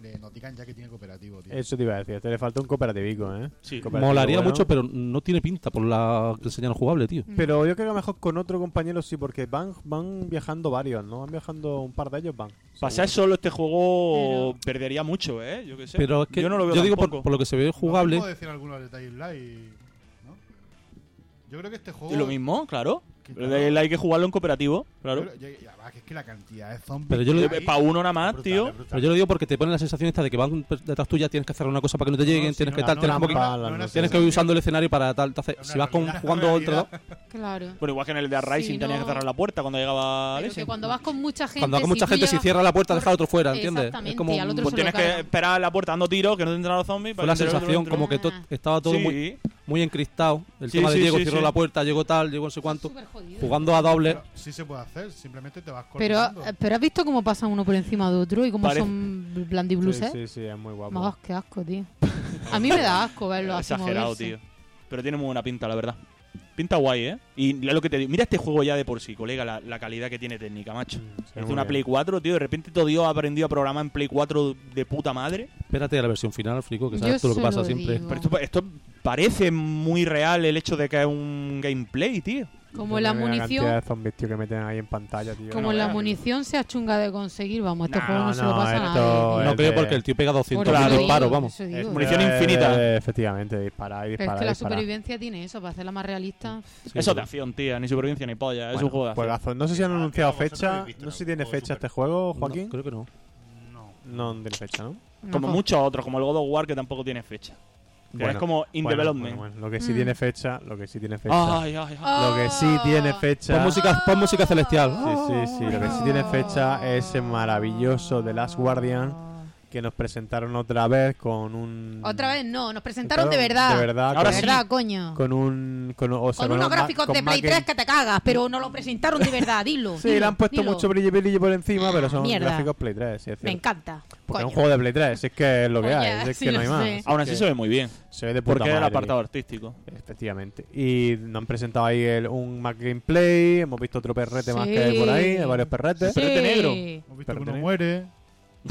[SPEAKER 5] le nos digan ya que tiene cooperativo, tío.
[SPEAKER 1] Eso te iba a decir, te le falta un cooperativico, ¿eh?
[SPEAKER 3] Sí.
[SPEAKER 1] Cooperativo
[SPEAKER 2] Molaría
[SPEAKER 1] bueno.
[SPEAKER 2] mucho, pero no tiene pinta por la que enseñan jugable, tío.
[SPEAKER 4] Mm.
[SPEAKER 1] Pero yo creo que a lo mejor con otro compañero sí, porque van, van viajando varios, ¿no? Van viajando un par de ellos, van.
[SPEAKER 3] Pasar solo este juego perdería mucho, ¿eh? Yo qué sé.
[SPEAKER 2] Pero es que
[SPEAKER 3] yo no lo veo
[SPEAKER 2] digo, por,
[SPEAKER 3] tampoco.
[SPEAKER 2] por lo que se ve jugable,
[SPEAKER 5] Puedo decir algunos detalles live, ¿no? Yo creo que este juego.
[SPEAKER 3] Y lo mismo, claro.
[SPEAKER 5] que-
[SPEAKER 3] Pero de- Hay que jugarlo en cooperativo, claro.
[SPEAKER 5] Yo- yo- ya va, que es que la cantidad de zombies.
[SPEAKER 2] Pero yo lo-
[SPEAKER 5] que hay-
[SPEAKER 3] Para uno nada más,
[SPEAKER 6] Brutal,
[SPEAKER 3] tío.
[SPEAKER 5] eh,
[SPEAKER 6] es brutal.
[SPEAKER 2] pero yo lo digo porque te ponen la sensación esta de que van detrás tuya, tienes que hacer una cosa para que no te lleguen,
[SPEAKER 5] No, si
[SPEAKER 2] tienes
[SPEAKER 5] no,
[SPEAKER 2] que
[SPEAKER 5] la
[SPEAKER 2] tal,
[SPEAKER 5] no,
[SPEAKER 2] tienes,
[SPEAKER 5] la
[SPEAKER 2] como que-
[SPEAKER 5] moral,
[SPEAKER 1] pa-
[SPEAKER 5] no
[SPEAKER 1] la-
[SPEAKER 5] era
[SPEAKER 2] tienes que ir usando el escenario para tal. Entonces,
[SPEAKER 5] Una
[SPEAKER 2] si vas con-
[SPEAKER 5] realidad,
[SPEAKER 2] jugando
[SPEAKER 5] una
[SPEAKER 2] entre dos,
[SPEAKER 5] realidad.
[SPEAKER 4] Claro.
[SPEAKER 3] Bueno, igual que en el de Rising
[SPEAKER 4] Sí,
[SPEAKER 3] tenías
[SPEAKER 4] no.
[SPEAKER 3] que cerrar la puerta cuando llegaba
[SPEAKER 4] Pero
[SPEAKER 3] Racing.
[SPEAKER 4] que cuando vas con mucha gente.
[SPEAKER 2] cuando hay mucha gente, si
[SPEAKER 4] pillas-
[SPEAKER 2] cierra la puerta, deja al otro fuera, ¿entiendes?
[SPEAKER 4] Exactamente,
[SPEAKER 2] Es como
[SPEAKER 4] y al
[SPEAKER 2] un-
[SPEAKER 4] otro
[SPEAKER 3] Pues
[SPEAKER 4] se
[SPEAKER 3] tienes
[SPEAKER 4] lo
[SPEAKER 3] que
[SPEAKER 4] cargan.
[SPEAKER 3] esperar a la puerta dando tiros, que no te entraran los zombies.
[SPEAKER 2] Fue
[SPEAKER 3] para
[SPEAKER 2] la
[SPEAKER 3] que entraran los
[SPEAKER 2] sensación
[SPEAKER 3] otros.
[SPEAKER 2] como que to- estaba todo
[SPEAKER 3] Sí.
[SPEAKER 2] muy, muy encristado. El
[SPEAKER 3] Sí,
[SPEAKER 2] tema de
[SPEAKER 3] sí,
[SPEAKER 2] Diego
[SPEAKER 3] sí,
[SPEAKER 2] cerró
[SPEAKER 3] sí.
[SPEAKER 2] la puerta, llegó tal, llegó no sé cuánto.
[SPEAKER 4] Súper jodido.
[SPEAKER 2] Jugando a doble.
[SPEAKER 5] Pero sí se puede hacer, simplemente te vas
[SPEAKER 4] Pero, eh,
[SPEAKER 5] corriendo.
[SPEAKER 4] pero has visto cómo pasan uno por encima de otro y cómo
[SPEAKER 3] Parece-
[SPEAKER 4] son blandibluses.
[SPEAKER 1] Sí, sí, sí, es muy guapo. Mm,
[SPEAKER 4] Más qué asco, tío. A mí me da asco verlo así.
[SPEAKER 3] Exagerado,
[SPEAKER 4] moverse.
[SPEAKER 3] tío. Pero tiene muy buena pinta, la verdad. Pinta guay, ¿eh? Y es lo que te digo. Mira este juego ya de por sí, colega, la, la calidad que tiene técnica, macho.
[SPEAKER 1] Sí,
[SPEAKER 3] Este Es
[SPEAKER 1] Mm, muy
[SPEAKER 3] una
[SPEAKER 1] bien.
[SPEAKER 3] Play 4, tío. De repente todo Dios ha aprendido a programar en Play 4 de puta madre.
[SPEAKER 2] Espérate a la versión final, Frico, que
[SPEAKER 4] Yo
[SPEAKER 2] sabes tú lo que
[SPEAKER 4] se
[SPEAKER 2] pasa
[SPEAKER 4] lo
[SPEAKER 2] siempre.
[SPEAKER 4] digo.
[SPEAKER 3] Pero esto, esto parece muy real el hecho de que es un gameplay, tío.
[SPEAKER 4] Como la
[SPEAKER 1] Tiene una cantidad
[SPEAKER 4] munición.
[SPEAKER 1] de zombies, tío, que meten ahí en pantalla, tío.
[SPEAKER 3] no
[SPEAKER 4] Como la
[SPEAKER 3] veas.
[SPEAKER 4] munición sea chunga de conseguir, vamos, este
[SPEAKER 3] No,
[SPEAKER 4] juego no se lo
[SPEAKER 1] no,
[SPEAKER 4] pasa a
[SPEAKER 1] esto
[SPEAKER 4] nadie.
[SPEAKER 1] es
[SPEAKER 2] No creo porque el tío pega
[SPEAKER 4] tío. Por
[SPEAKER 2] 200
[SPEAKER 4] eso
[SPEAKER 3] Claro.
[SPEAKER 4] digo,
[SPEAKER 2] disparos, vamos.
[SPEAKER 4] eso digo.
[SPEAKER 1] Es-
[SPEAKER 3] Munición
[SPEAKER 1] eh,
[SPEAKER 3] infinita.
[SPEAKER 1] efectivamente, disparar y
[SPEAKER 4] Pero es
[SPEAKER 1] disparar.
[SPEAKER 4] que la
[SPEAKER 1] disparar.
[SPEAKER 4] supervivencia tiene eso, para hacerla más realista.
[SPEAKER 2] Sí,
[SPEAKER 3] Eso es de
[SPEAKER 2] pero-
[SPEAKER 3] acción, tío. Ni supervivencia ni polla.
[SPEAKER 1] Bueno,
[SPEAKER 3] es
[SPEAKER 1] pues
[SPEAKER 3] un juego de acción.
[SPEAKER 1] juegazo. No sé si han
[SPEAKER 6] Ah,
[SPEAKER 1] anunciado
[SPEAKER 6] creo que vosotros
[SPEAKER 1] fecha.
[SPEAKER 6] habéis visto
[SPEAKER 1] No sé si
[SPEAKER 6] algún
[SPEAKER 1] tiene
[SPEAKER 6] juego
[SPEAKER 1] fecha
[SPEAKER 6] super-
[SPEAKER 1] este juego,
[SPEAKER 2] no,
[SPEAKER 1] Joaquín.
[SPEAKER 2] creo que no.
[SPEAKER 5] No.
[SPEAKER 1] No, no tiene fecha, ¿no?
[SPEAKER 4] No,
[SPEAKER 3] Como
[SPEAKER 4] jo-
[SPEAKER 3] muchos otros, como el God of War, que tampoco tiene fecha. Que es como in
[SPEAKER 1] bueno,
[SPEAKER 3] development.
[SPEAKER 1] bueno, bueno. Lo que sí
[SPEAKER 4] Mm.
[SPEAKER 1] tiene fecha, lo que sí tiene fecha.
[SPEAKER 3] Ay, Pues ay, ay.
[SPEAKER 1] Lo que sí tiene
[SPEAKER 4] Ah.
[SPEAKER 1] fecha.
[SPEAKER 2] Pon música, pon música celestial.
[SPEAKER 1] Sí, sí, sí. Lo que sí tiene fecha es ese maravilloso The Last Guardian que nos presentaron otra vez con un.
[SPEAKER 4] Otra vez no, nos presentaron de
[SPEAKER 1] Presentaron
[SPEAKER 4] verdad.
[SPEAKER 1] De verdad.
[SPEAKER 3] Ahora
[SPEAKER 4] de
[SPEAKER 1] con,
[SPEAKER 3] sí.
[SPEAKER 4] verdad, coño.
[SPEAKER 1] Con un. Con, o sea,
[SPEAKER 4] Con
[SPEAKER 1] con
[SPEAKER 4] unos
[SPEAKER 1] un ma-
[SPEAKER 4] gráficos
[SPEAKER 1] con
[SPEAKER 4] de Play
[SPEAKER 1] maquin-
[SPEAKER 4] 3 que te cagas, pero no lo presentaron de verdad, dilo.
[SPEAKER 1] Sí,
[SPEAKER 4] dilo,
[SPEAKER 1] le han puesto
[SPEAKER 4] dilo.
[SPEAKER 1] mucho brillo brillo por encima, pero son
[SPEAKER 4] Mierda.
[SPEAKER 1] gráficos Play 3, sí, es
[SPEAKER 4] Me
[SPEAKER 1] cierto.
[SPEAKER 4] encanta.
[SPEAKER 1] Porque es
[SPEAKER 4] coño.
[SPEAKER 1] un juego de Play 3, si es que es lo que
[SPEAKER 4] Coño,
[SPEAKER 1] hay, si es
[SPEAKER 4] sí
[SPEAKER 1] que no
[SPEAKER 4] lo
[SPEAKER 1] hay más.
[SPEAKER 4] sé.
[SPEAKER 1] si
[SPEAKER 3] Aún
[SPEAKER 1] es
[SPEAKER 3] así
[SPEAKER 1] que
[SPEAKER 3] se ve muy bien.
[SPEAKER 1] se ve de puta
[SPEAKER 3] Porque es el
[SPEAKER 1] madre.
[SPEAKER 3] apartado artístico.
[SPEAKER 1] Efectivamente. Y nos han presentado ahí el- un Mac Gameplay, hemos visto otro perrete más
[SPEAKER 4] Sí.
[SPEAKER 1] que hay por ahí, hay varios perretes.
[SPEAKER 4] Sí.
[SPEAKER 3] Pero es de negro.
[SPEAKER 5] Hemos visto
[SPEAKER 1] Pero
[SPEAKER 5] que uno
[SPEAKER 1] tenéis-
[SPEAKER 5] muere.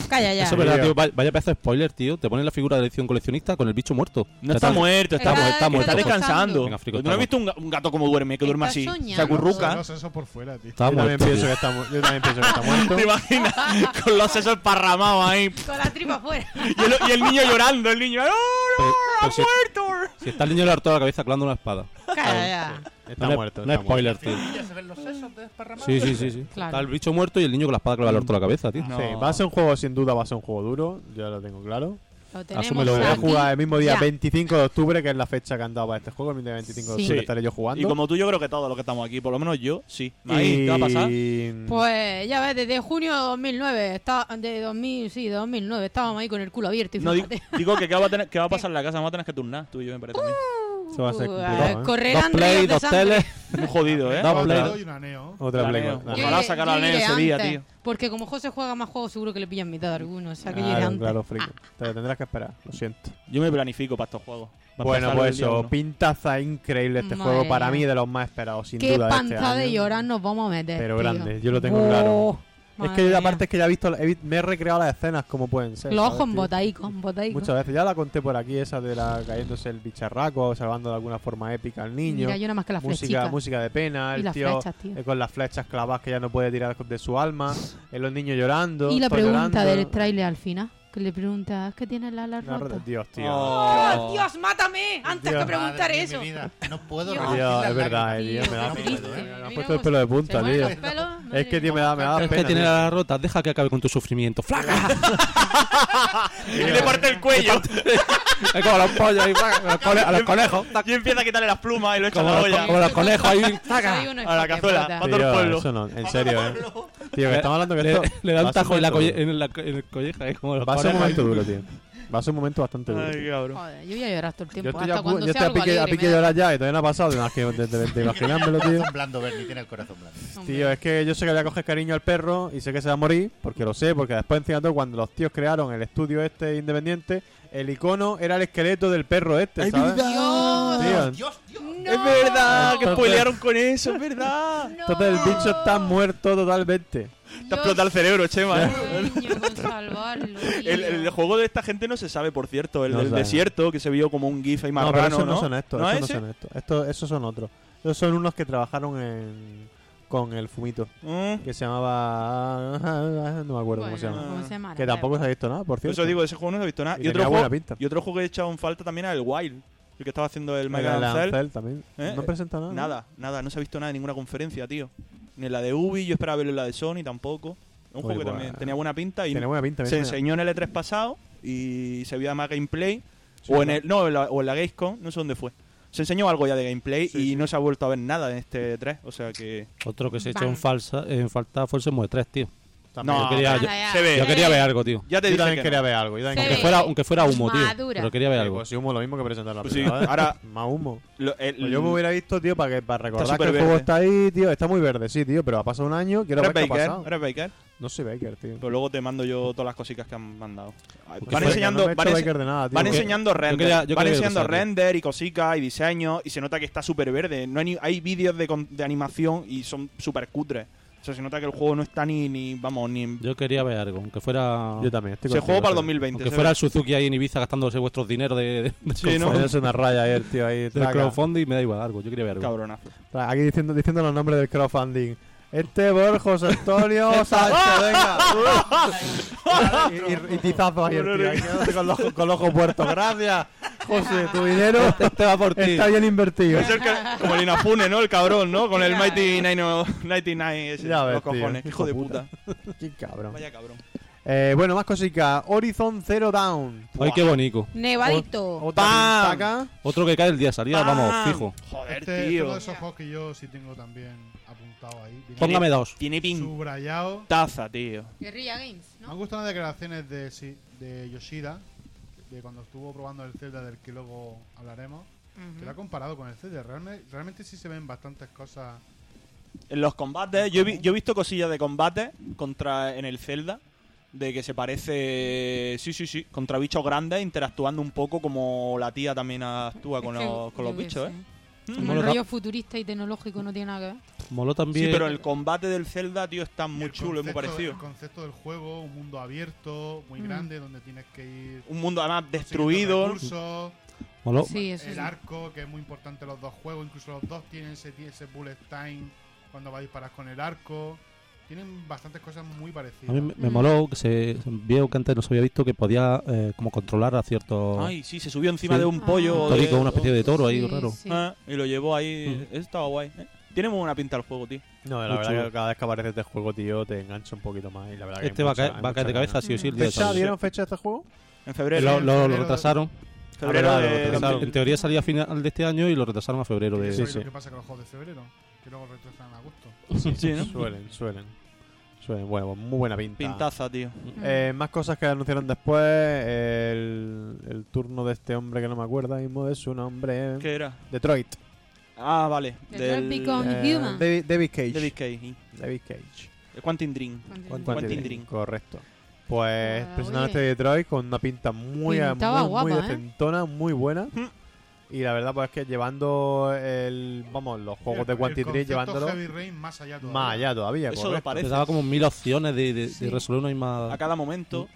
[SPEAKER 4] Calla ya.
[SPEAKER 2] Eso es verdad, tío. Vaya vaya pedazo de spoiler, tío. Te ponen la figura de la edición coleccionista con el bicho muerto.
[SPEAKER 3] No
[SPEAKER 2] Ya
[SPEAKER 3] está
[SPEAKER 2] tal-
[SPEAKER 3] muerto, está,
[SPEAKER 2] Está-
[SPEAKER 3] está,
[SPEAKER 2] está
[SPEAKER 3] muerto. Está
[SPEAKER 2] muerto.
[SPEAKER 3] descansando.
[SPEAKER 2] Venga, frico,
[SPEAKER 3] ¿Tú no has
[SPEAKER 2] estamos.
[SPEAKER 3] visto un, ga- un gato como duerme, que duerme
[SPEAKER 4] Está
[SPEAKER 3] así?
[SPEAKER 4] soñando.
[SPEAKER 3] Se acurruca.
[SPEAKER 5] No sé eso por fuera, tío.
[SPEAKER 2] Está
[SPEAKER 1] Yo también,
[SPEAKER 2] muerto, tío.
[SPEAKER 1] pienso que está, mu- yo también pienso que está muerto.
[SPEAKER 3] ¿Te imaginas? Con los sesos parramados ahí.
[SPEAKER 4] Con la tripa afuera.
[SPEAKER 3] Y el, y el niño llorando, el niño. ¡Oh, no!
[SPEAKER 2] Pero- pero
[SPEAKER 1] pues
[SPEAKER 3] ¡Ha
[SPEAKER 2] si,
[SPEAKER 3] muerto!
[SPEAKER 2] si está el niño le hartó la cabeza clavando una espada.
[SPEAKER 4] Calla ya.
[SPEAKER 1] Está
[SPEAKER 2] no es-
[SPEAKER 1] muerto.
[SPEAKER 2] No
[SPEAKER 1] está
[SPEAKER 2] es spoiler, tío.
[SPEAKER 6] Ya se ven los sesos de desparramados.
[SPEAKER 2] Sí, sí, sí. sí.
[SPEAKER 4] Claro.
[SPEAKER 2] Está el bicho muerto y el niño con la espada clavada le hartó la cabeza, tío.
[SPEAKER 3] No.
[SPEAKER 1] muerto. Sí, va a ser un juego, sin duda, va a ser un juego duro. Ya lo tengo claro.
[SPEAKER 4] Lo tenemos
[SPEAKER 2] Asúmelo,
[SPEAKER 1] Lo voy a
[SPEAKER 4] aquí.
[SPEAKER 1] jugar el mismo día,
[SPEAKER 4] Ya.
[SPEAKER 1] 25 de octubre, que es la fecha que han dado para este juego. El día 25 de
[SPEAKER 4] Sí.
[SPEAKER 1] octubre
[SPEAKER 3] Sí.
[SPEAKER 1] estaré yo jugando.
[SPEAKER 3] Y como tú, yo creo que todos los que estamos aquí, por lo menos yo, sí. Ahí,
[SPEAKER 1] Y-
[SPEAKER 3] ¿qué va a pasar?
[SPEAKER 4] Pues ya ves, desde junio de 2009, está, de 2000, sí, de 2009, estábamos ahí con el culo abierto y
[SPEAKER 3] No, di-
[SPEAKER 4] fíjate.
[SPEAKER 3] digo que ¿qué va a, tener, qué va a pasar en la casa? Vamos a tener que turnar, tú y yo, me parece. a mí.
[SPEAKER 1] Eso va a ser
[SPEAKER 4] Uh,
[SPEAKER 1] complicado, ¿eh?
[SPEAKER 2] Dos
[SPEAKER 4] Correrán
[SPEAKER 2] play,
[SPEAKER 4] ríos de
[SPEAKER 2] dos
[SPEAKER 4] sangre.
[SPEAKER 2] teles.
[SPEAKER 3] Muy jodido, ¿eh?
[SPEAKER 2] Da
[SPEAKER 5] Un
[SPEAKER 2] play.
[SPEAKER 5] dedo y un aneo.
[SPEAKER 1] Otra
[SPEAKER 3] Planeo.
[SPEAKER 1] Play.
[SPEAKER 4] Yo
[SPEAKER 3] Ojalá
[SPEAKER 4] iré-
[SPEAKER 3] sacara
[SPEAKER 4] yo
[SPEAKER 3] la nena
[SPEAKER 4] iré
[SPEAKER 3] ese día,
[SPEAKER 4] antes,
[SPEAKER 3] tío.
[SPEAKER 4] Porque como José juega más juegos, seguro que le pillan mitad de alguno. O sea, que yo iré
[SPEAKER 1] Claro,
[SPEAKER 4] antes.
[SPEAKER 1] claro, frico. Te tendrás que esperar, lo siento.
[SPEAKER 3] Yo me planifico para estos juegos. Para
[SPEAKER 1] Bueno,
[SPEAKER 3] empezar
[SPEAKER 1] pues
[SPEAKER 3] el día
[SPEAKER 1] eso,
[SPEAKER 3] uno.
[SPEAKER 1] pintaza increíble este
[SPEAKER 4] Madre
[SPEAKER 1] juego. Para
[SPEAKER 4] mía.
[SPEAKER 1] mí, de los más esperados, sin
[SPEAKER 4] Qué
[SPEAKER 1] duda. de este
[SPEAKER 4] panza de
[SPEAKER 1] año.
[SPEAKER 4] llorar nos vamos a meter.
[SPEAKER 1] Pero
[SPEAKER 4] tío.
[SPEAKER 1] grande, yo lo tengo
[SPEAKER 4] Oh,
[SPEAKER 1] claro. Es
[SPEAKER 4] madre
[SPEAKER 1] que
[SPEAKER 4] mía.
[SPEAKER 1] aparte es que ya he visto, he vi- me he recreado las escenas como pueden ser.
[SPEAKER 4] Los
[SPEAKER 1] ¿sabes,
[SPEAKER 4] ojos
[SPEAKER 1] tío?
[SPEAKER 4] embotaicos, embotaicos.
[SPEAKER 1] Muchas veces, ya la conté por aquí, esa de la cayéndose el bicharraco, salvando de alguna forma épica al niño.
[SPEAKER 4] Mira, yo nada más que las
[SPEAKER 1] música,
[SPEAKER 4] flechitas.
[SPEAKER 1] música de pena,
[SPEAKER 4] Y
[SPEAKER 1] el
[SPEAKER 4] las
[SPEAKER 1] tío,
[SPEAKER 4] flechas, tío.
[SPEAKER 1] eh, con las flechas clavadas que ya no puede tirar de su alma, eh, los niños llorando.
[SPEAKER 4] Y la
[SPEAKER 1] todo
[SPEAKER 4] pregunta
[SPEAKER 1] llorando.
[SPEAKER 4] del tráiler al final, que le pregunta, ¿es que tiene la ala
[SPEAKER 1] Una
[SPEAKER 4] rota?
[SPEAKER 1] re- Dios, tío.
[SPEAKER 3] Oh.
[SPEAKER 4] mátame!
[SPEAKER 1] Antes Dios. que
[SPEAKER 6] Madre mía, mi vida, No puedo
[SPEAKER 4] Dios.
[SPEAKER 6] resistir
[SPEAKER 1] Dios,
[SPEAKER 6] las
[SPEAKER 1] es verdad, eh,
[SPEAKER 6] lágrimas.
[SPEAKER 1] tío, me da
[SPEAKER 6] No
[SPEAKER 1] pena,
[SPEAKER 6] puedo,
[SPEAKER 1] eh.
[SPEAKER 6] eh.
[SPEAKER 1] Me ha puesto el pelo de punta, tío. Es que, tío, me da, me da
[SPEAKER 6] Es
[SPEAKER 2] Es
[SPEAKER 1] pena.
[SPEAKER 2] que tiene
[SPEAKER 1] tío.
[SPEAKER 2] la rota. Deja que acabe con tu sufrimiento. ¡Flaca!
[SPEAKER 3] Y le parte el cuello.
[SPEAKER 2] es como los pollos ahí, ¡flaca! a los, cone- a los conejos.
[SPEAKER 3] Y empieza a quitarle las plumas y lo echa a
[SPEAKER 2] Como
[SPEAKER 3] la
[SPEAKER 2] los-
[SPEAKER 3] olla.
[SPEAKER 2] como los conejos ahí.
[SPEAKER 3] A la cazuela,
[SPEAKER 1] Tío,
[SPEAKER 3] a todo el pueblo.
[SPEAKER 1] eso no, en serio, eh. Tío, que estamos hablando que
[SPEAKER 2] Le,
[SPEAKER 1] esto.
[SPEAKER 2] le da
[SPEAKER 1] va
[SPEAKER 2] un
[SPEAKER 1] a ser
[SPEAKER 2] tajo en la,
[SPEAKER 1] momento
[SPEAKER 2] colle- en la, co- en el colleja. Es como
[SPEAKER 1] duro.
[SPEAKER 2] los
[SPEAKER 1] Va a ser un
[SPEAKER 2] conejos
[SPEAKER 1] momento
[SPEAKER 2] ahí.
[SPEAKER 1] duro, tío. Va a ser un momento bastante duro.
[SPEAKER 3] Ay,
[SPEAKER 1] tío.
[SPEAKER 3] cabrón.
[SPEAKER 4] Joder, yo voy a llorar todo el
[SPEAKER 1] Yo
[SPEAKER 4] tiempo.
[SPEAKER 1] estoy, a,
[SPEAKER 4] hasta
[SPEAKER 1] pu-
[SPEAKER 4] cuando
[SPEAKER 1] yo estoy
[SPEAKER 4] sea
[SPEAKER 1] a
[SPEAKER 4] algo
[SPEAKER 1] pique, a
[SPEAKER 4] alegre,
[SPEAKER 1] pique
[SPEAKER 4] me
[SPEAKER 1] de
[SPEAKER 4] da-
[SPEAKER 1] llorar ya y todavía no ha pasado, nada más que de, de- de imaginármelo, tío.
[SPEAKER 6] Corazón blando, Bernie, tiene el corazón blando.
[SPEAKER 4] Hombre.
[SPEAKER 1] Tío, es que yo sé que voy a coger cariño al perro y sé que se va a morir, porque lo sé, porque después encima de todo, cuando los tíos crearon el estudio este independiente, el icono era el esqueleto del perro este, ¿sabes? Tío,
[SPEAKER 6] Dios, Dios.
[SPEAKER 4] ¡No!
[SPEAKER 3] Es verdad, que
[SPEAKER 1] Entonces-
[SPEAKER 3] spoilearon con eso, es verdad.
[SPEAKER 4] ¡No!
[SPEAKER 1] entonces el bicho está muerto totalmente.
[SPEAKER 3] Te ha explotado el cerebro, Chema. ¿eh?
[SPEAKER 4] Sueño con salvarlo, tío.
[SPEAKER 3] El, el juego de esta gente no se sabe, por cierto. El
[SPEAKER 1] No
[SPEAKER 3] del
[SPEAKER 1] sabe.
[SPEAKER 3] desierto, que se vio como un gif ahí
[SPEAKER 1] no, pero
[SPEAKER 3] marrano,
[SPEAKER 1] esos
[SPEAKER 3] ¿no?
[SPEAKER 1] no, son estos,
[SPEAKER 3] ¿No
[SPEAKER 1] esos no
[SPEAKER 3] es ese?
[SPEAKER 1] son estos. Estos- esos son otros. Esos son unos que trabajaron en- con el fumito,
[SPEAKER 3] Mm.
[SPEAKER 1] que se llamaba... No me acuerdo cómo se
[SPEAKER 4] Bueno,
[SPEAKER 1] llama.
[SPEAKER 4] ¿cómo se llama?
[SPEAKER 1] Que tampoco se ha visto nada, por
[SPEAKER 3] Por
[SPEAKER 1] cierto.
[SPEAKER 3] eso digo, de ese juego no se ha visto nada.
[SPEAKER 1] Y
[SPEAKER 3] Y, otro
[SPEAKER 1] tenía buena
[SPEAKER 3] juego,
[SPEAKER 1] pinta.
[SPEAKER 3] y otro juego que he echado en falta también era el Wild, el que estaba haciendo el
[SPEAKER 1] Mega
[SPEAKER 3] Michael Ancel.
[SPEAKER 1] Lancel también.
[SPEAKER 3] Eh,
[SPEAKER 1] No han presentado nada. ¿no?
[SPEAKER 3] Nada, nada, no se ha visto nada en ninguna conferencia, tío. Ni en la de Ubi, yo esperaba verlo en la de Sony tampoco.
[SPEAKER 1] Muy
[SPEAKER 3] Un juego que
[SPEAKER 1] buena.
[SPEAKER 3] también tenía buena pinta y
[SPEAKER 1] Tiene buena pinta.
[SPEAKER 3] se
[SPEAKER 1] mira.
[SPEAKER 3] enseñó en el E3 pasado y se vio además gameplay.
[SPEAKER 1] Sí,
[SPEAKER 3] o, en
[SPEAKER 1] claro.
[SPEAKER 3] el, no, en la, o en la Gamescom, no sé dónde fue. Se enseñó algo ya de gameplay y no se ha vuelto a ver nada en este 3. O sea que.
[SPEAKER 2] Otro que se echó
[SPEAKER 4] Bang.
[SPEAKER 2] en, falsa, en falta fue el Semue 3, tío.
[SPEAKER 1] También.
[SPEAKER 3] No,
[SPEAKER 2] yo quería, yo-
[SPEAKER 4] Anda ya.
[SPEAKER 3] se ve.
[SPEAKER 2] yo quería ver algo, tío.
[SPEAKER 3] Ya te
[SPEAKER 1] Yo
[SPEAKER 3] dije.
[SPEAKER 1] también
[SPEAKER 3] que
[SPEAKER 1] quería ver algo. Yo también
[SPEAKER 4] Se
[SPEAKER 2] Aunque
[SPEAKER 1] quería ver
[SPEAKER 4] ve.
[SPEAKER 2] fuera, aunque fuera humo, tío.
[SPEAKER 4] Madura.
[SPEAKER 2] Pero quería ver algo.
[SPEAKER 1] Pues si humo lo mismo que presentar la
[SPEAKER 3] Pues
[SPEAKER 1] película,
[SPEAKER 3] sí,
[SPEAKER 1] ¿eh?
[SPEAKER 3] ahora-
[SPEAKER 1] Más humo.
[SPEAKER 3] no. Lo- el-
[SPEAKER 1] Pues yo me hubiera visto, tío, para que para recordar que el
[SPEAKER 3] superverde.
[SPEAKER 1] juego está ahí, tío. Está muy verde, sí, tío, pero ha pasado un año. Quiero
[SPEAKER 3] ¿Eres
[SPEAKER 1] ver qué ha
[SPEAKER 3] Baker?
[SPEAKER 1] pasado.
[SPEAKER 3] ¿Eres Baker?
[SPEAKER 1] No soy Baker, tío.
[SPEAKER 3] Pero luego te mando yo todas las cositas que han mandado.
[SPEAKER 2] Porque
[SPEAKER 3] Van
[SPEAKER 2] fue-
[SPEAKER 3] enseñando,
[SPEAKER 1] pues, No me he
[SPEAKER 3] van
[SPEAKER 1] hecho
[SPEAKER 3] ense-
[SPEAKER 1] Baker de nada, tío.
[SPEAKER 3] Van
[SPEAKER 1] porque-
[SPEAKER 3] enseñando render,
[SPEAKER 2] quería- yo
[SPEAKER 3] van
[SPEAKER 2] quería
[SPEAKER 3] enseñando
[SPEAKER 2] cruzar, tío.
[SPEAKER 3] render y cositas y diseños y se nota que está súper verde. No hay, ni- hay vídeos de, con- de animación y son súper cutres. O sea, se nota que el juego no está ni, ni vamos, ni...
[SPEAKER 2] Yo quería ver algo, aunque fuera.
[SPEAKER 1] Yo también. Estoy
[SPEAKER 3] se
[SPEAKER 1] contigo,
[SPEAKER 3] juego para
[SPEAKER 1] tío.
[SPEAKER 3] el 2020.
[SPEAKER 2] aunque
[SPEAKER 3] se
[SPEAKER 2] fuera
[SPEAKER 3] ve.
[SPEAKER 2] el Suzuki ahí en Ibiza gastándose vuestros dineros de, de- de
[SPEAKER 3] Sí, ¿no?
[SPEAKER 2] crowdfunding.
[SPEAKER 1] Es una raya ayer, tío, ahí.
[SPEAKER 2] Del
[SPEAKER 1] traca.
[SPEAKER 2] crowdfunding me da igual algo, yo quería ver algo.
[SPEAKER 3] Cabronazo.
[SPEAKER 1] Aquí diciendo, diciendo los nombres del crowdfunding. Este Borjos Antonio Sánchez, venga. y, y- y tizazo ayer, tío. Ahí quedándose con los, con los ojos puertos. Gracias, José. Tu dinero
[SPEAKER 2] Este va por ti.
[SPEAKER 1] está bien invertido.
[SPEAKER 3] Es el que- como el Inafune, ¿no? El cabrón, ¿no? Con el
[SPEAKER 4] Claro.
[SPEAKER 3] Mighty 99, ese,
[SPEAKER 1] Ya ves,
[SPEAKER 3] los
[SPEAKER 1] tío.
[SPEAKER 3] cojones. Hijo de puta.
[SPEAKER 1] Qué cabrón.
[SPEAKER 3] Vaya cabrón.
[SPEAKER 1] Eh, bueno, más cositas. Horizon Zero Down.
[SPEAKER 2] Ay, qué bonito.
[SPEAKER 4] Nevadito.
[SPEAKER 1] Otra
[SPEAKER 3] ¡Pam!
[SPEAKER 1] pintaca.
[SPEAKER 2] Otro que cae el día salida,
[SPEAKER 3] ¡Pam!
[SPEAKER 2] vamos, fijo.
[SPEAKER 3] Joder,
[SPEAKER 5] Este es uno
[SPEAKER 3] tío.
[SPEAKER 5] de esos juegos que yo sí tengo también apuntado ahí. bien
[SPEAKER 2] Póngame dos.
[SPEAKER 3] Tiene pintaza,
[SPEAKER 5] Subrayado.
[SPEAKER 3] tío.
[SPEAKER 4] Guerrilla Games,
[SPEAKER 5] Me han
[SPEAKER 4] ¿no?
[SPEAKER 5] gustado las declaraciones de, Si- de Yoshida, de cuando estuvo probando el Zelda, del que luego hablaremos, que lo ha comparado con el Zelda. Realmente, realmente sí se ven bastantes cosas.
[SPEAKER 3] En los combates, yo he, vi- yo he visto cosillas de combate contra en el Zelda. De que se parece. Sí, sí, sí. Contra bichos grandes, interactuando un poco como la tía también actúa con los, con los bichos, ¿eh?
[SPEAKER 4] Como
[SPEAKER 2] Bueno,
[SPEAKER 4] el
[SPEAKER 2] ra-
[SPEAKER 4] rollo futurista y tecnológico no tiene nada que ver.
[SPEAKER 2] Moló
[SPEAKER 3] Sí,
[SPEAKER 2] también.
[SPEAKER 3] pero el combate del Zelda, tío, está
[SPEAKER 5] Y
[SPEAKER 3] muy
[SPEAKER 5] el
[SPEAKER 3] chulo, es muy
[SPEAKER 5] concepto-
[SPEAKER 3] parecido.
[SPEAKER 5] El concepto del juego, un mundo abierto, muy
[SPEAKER 4] Mm.
[SPEAKER 5] grande, donde tienes que ir.
[SPEAKER 3] Un mundo además
[SPEAKER 5] consiguiendo
[SPEAKER 3] destruido.
[SPEAKER 5] recursos,
[SPEAKER 2] moló-
[SPEAKER 4] Sí, eso
[SPEAKER 5] el
[SPEAKER 4] sí.
[SPEAKER 5] arco, que es muy importante los dos juegos, incluso los dos tienen ese, ese bullet time cuando va a disparar con el arco. Tienen bastantes cosas muy
[SPEAKER 2] A
[SPEAKER 5] parecidas.
[SPEAKER 2] mí me, me
[SPEAKER 4] Mm.
[SPEAKER 2] moló que se vio que antes no se había visto que podía eh, como controlar a ciertos
[SPEAKER 3] Ay, sí, se subió encima
[SPEAKER 2] Sí.
[SPEAKER 3] de un
[SPEAKER 4] Ah.
[SPEAKER 3] pollo.
[SPEAKER 2] un
[SPEAKER 3] o de-
[SPEAKER 2] torico, una especie de Mm. toro ahí
[SPEAKER 4] Sí,
[SPEAKER 2] raro.
[SPEAKER 4] sí.
[SPEAKER 3] Ah, y lo llevó ahí. Eso estaba guay. ¿eh? Tiene muy buena pinta el juego, tío.
[SPEAKER 1] No, la
[SPEAKER 2] Muy
[SPEAKER 1] verdad
[SPEAKER 2] chulo.
[SPEAKER 1] que cada vez que aparece este juego, tío, te engancha un poquito más. Y la verdad que
[SPEAKER 2] Este
[SPEAKER 1] hay
[SPEAKER 2] va a
[SPEAKER 1] mucha-
[SPEAKER 2] caer,
[SPEAKER 1] hay
[SPEAKER 2] va a caer de
[SPEAKER 1] mucha
[SPEAKER 2] cabeza
[SPEAKER 1] ganas.
[SPEAKER 2] sí o sí el día de
[SPEAKER 1] ¿Fecha?
[SPEAKER 2] sábado.
[SPEAKER 1] ¿Dieron fecha a este juego?
[SPEAKER 3] En febrero. ¿eh?
[SPEAKER 2] Lo,
[SPEAKER 5] en
[SPEAKER 2] lo- lo
[SPEAKER 5] febrero de-
[SPEAKER 2] retrasaron.
[SPEAKER 3] febrero
[SPEAKER 1] Ah,
[SPEAKER 3] de-
[SPEAKER 1] lo retrasaron.
[SPEAKER 2] En teoría salía a final de este año y lo retrasaron a febrero
[SPEAKER 5] Que
[SPEAKER 2] de.
[SPEAKER 5] eso es
[SPEAKER 1] sí.
[SPEAKER 5] lo que pasa con los juegos de febrero, que luego retrasan en agosto.
[SPEAKER 3] Sí, ¿no?
[SPEAKER 1] Suelen, suelen. Suelen, bueno, pues muy buena pinta.
[SPEAKER 3] Pintaza, tío.
[SPEAKER 4] Mm.
[SPEAKER 1] Eh, más cosas que anunciaron después. El, el turno de este hombre que no me acuerdo ahora mismo de su nombre.
[SPEAKER 3] ¿Qué era?
[SPEAKER 1] Detroit.
[SPEAKER 3] Ah, vale.
[SPEAKER 4] The
[SPEAKER 3] del-
[SPEAKER 4] Tropical
[SPEAKER 3] eh,
[SPEAKER 1] Eh,
[SPEAKER 4] Human.
[SPEAKER 1] David, David Cage.
[SPEAKER 3] David Cage.
[SPEAKER 1] David Cage.
[SPEAKER 3] El Quantum Dream.
[SPEAKER 4] Cuando-
[SPEAKER 3] Quantum
[SPEAKER 1] Quantum
[SPEAKER 3] Dream.
[SPEAKER 1] Correcto. Pues
[SPEAKER 4] Ah,
[SPEAKER 1] presentaron
[SPEAKER 4] oye.
[SPEAKER 1] este Detroit con una pinta muy,
[SPEAKER 4] Pintaba
[SPEAKER 1] muy, muy
[SPEAKER 4] guapa, ¿eh?
[SPEAKER 1] decentona, muy buena.
[SPEAKER 3] Mm.
[SPEAKER 1] Y la verdad, pues es que llevando el. Vamos, los juegos de
[SPEAKER 5] El-
[SPEAKER 1] Quantum
[SPEAKER 5] el
[SPEAKER 1] Dream,
[SPEAKER 5] concepto
[SPEAKER 1] llevándolo
[SPEAKER 5] Heavy Rain más allá todavía.
[SPEAKER 1] más allá todavía.
[SPEAKER 3] Eso lo
[SPEAKER 1] correcto.
[SPEAKER 2] Te
[SPEAKER 3] parece.
[SPEAKER 2] daba como mil opciones de, de- de
[SPEAKER 4] Sí.
[SPEAKER 2] resolver una misma.
[SPEAKER 3] A cada momento.
[SPEAKER 2] Mm,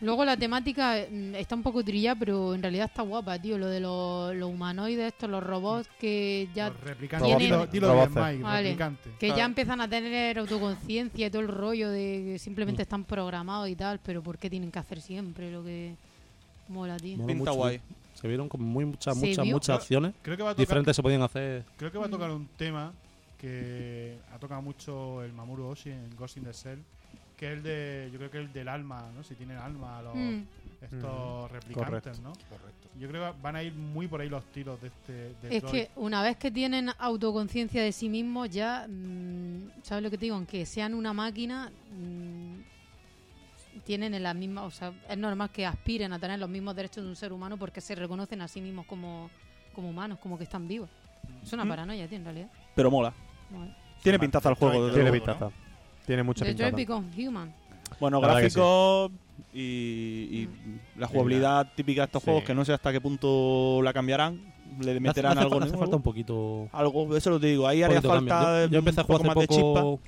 [SPEAKER 4] Luego la temática mm, está un poco trillada, pero en realidad está guapa, tío. Lo de los, los humanoides, estos, los robots que ya,
[SPEAKER 5] Los replicantes.
[SPEAKER 4] Tiene-
[SPEAKER 5] Dilo, dilo bien,
[SPEAKER 1] Roboces.
[SPEAKER 5] Mike,
[SPEAKER 4] Vale.
[SPEAKER 5] replicante.
[SPEAKER 4] que ya
[SPEAKER 3] Claro.
[SPEAKER 4] empiezan a tener autoconciencia y todo el rollo de que simplemente están programados y tal, pero ¿por qué tienen que hacer siempre lo que mola, tío?
[SPEAKER 2] Mola
[SPEAKER 3] Pinta
[SPEAKER 2] mucho.
[SPEAKER 3] guay.
[SPEAKER 2] Se vieron como muy muchas,
[SPEAKER 4] Se
[SPEAKER 2] muchas,
[SPEAKER 4] vio.
[SPEAKER 2] muchas opciones.
[SPEAKER 5] Creo que va a tocar
[SPEAKER 2] Diferentes se podían hacer.
[SPEAKER 5] Creo que va a
[SPEAKER 4] Mm.
[SPEAKER 5] tocar un tema que ha tocado mucho el Mamoru Oshii en Ghost in the Shell, que es el de, yo creo que el del alma, ¿no? Si tienen alma los,
[SPEAKER 4] Mm.
[SPEAKER 5] estos replicantes,
[SPEAKER 1] correcto.
[SPEAKER 5] ¿no?
[SPEAKER 6] Correcto.
[SPEAKER 5] Yo creo que van a ir muy por ahí los tiros de este de
[SPEAKER 4] Es
[SPEAKER 5] Troy.
[SPEAKER 4] que una vez que tienen autoconciencia de sí mismos, ya, mm, ¿sabes lo que te digo? Aunque sean una máquina, mm, tienen en las mismas, o sea, es normal que aspiren a tener los mismos derechos de un ser humano porque se reconocen a sí mismos como, como humanos, como que están vivos. Es una
[SPEAKER 3] Mm.
[SPEAKER 4] paranoia, tío, en realidad.
[SPEAKER 3] Pero mola.
[SPEAKER 4] Bueno.
[SPEAKER 3] Tiene pintaza el juego.
[SPEAKER 6] Detroit,
[SPEAKER 3] desde
[SPEAKER 1] Tiene
[SPEAKER 6] luego,
[SPEAKER 1] pintaza. Tiene mucha
[SPEAKER 4] The
[SPEAKER 1] pintaza.
[SPEAKER 4] Detroit Become Human.
[SPEAKER 3] luego. Bueno,
[SPEAKER 1] La verdad que
[SPEAKER 3] gráficos y, y la jugabilidad típica de estos
[SPEAKER 1] Sí.
[SPEAKER 3] juegos, que no sé hasta qué punto la cambiarán. Le meterán
[SPEAKER 2] Hace- hace-
[SPEAKER 3] algo
[SPEAKER 2] hace
[SPEAKER 3] nuevo.
[SPEAKER 2] falta un poquito.
[SPEAKER 3] Algo, eso lo te digo. Ahí haría
[SPEAKER 2] poquito cambio.
[SPEAKER 3] falta.
[SPEAKER 2] Yo, yo empecé a jugar
[SPEAKER 3] un
[SPEAKER 2] hace
[SPEAKER 3] poco más de chispa.
[SPEAKER 2] poco.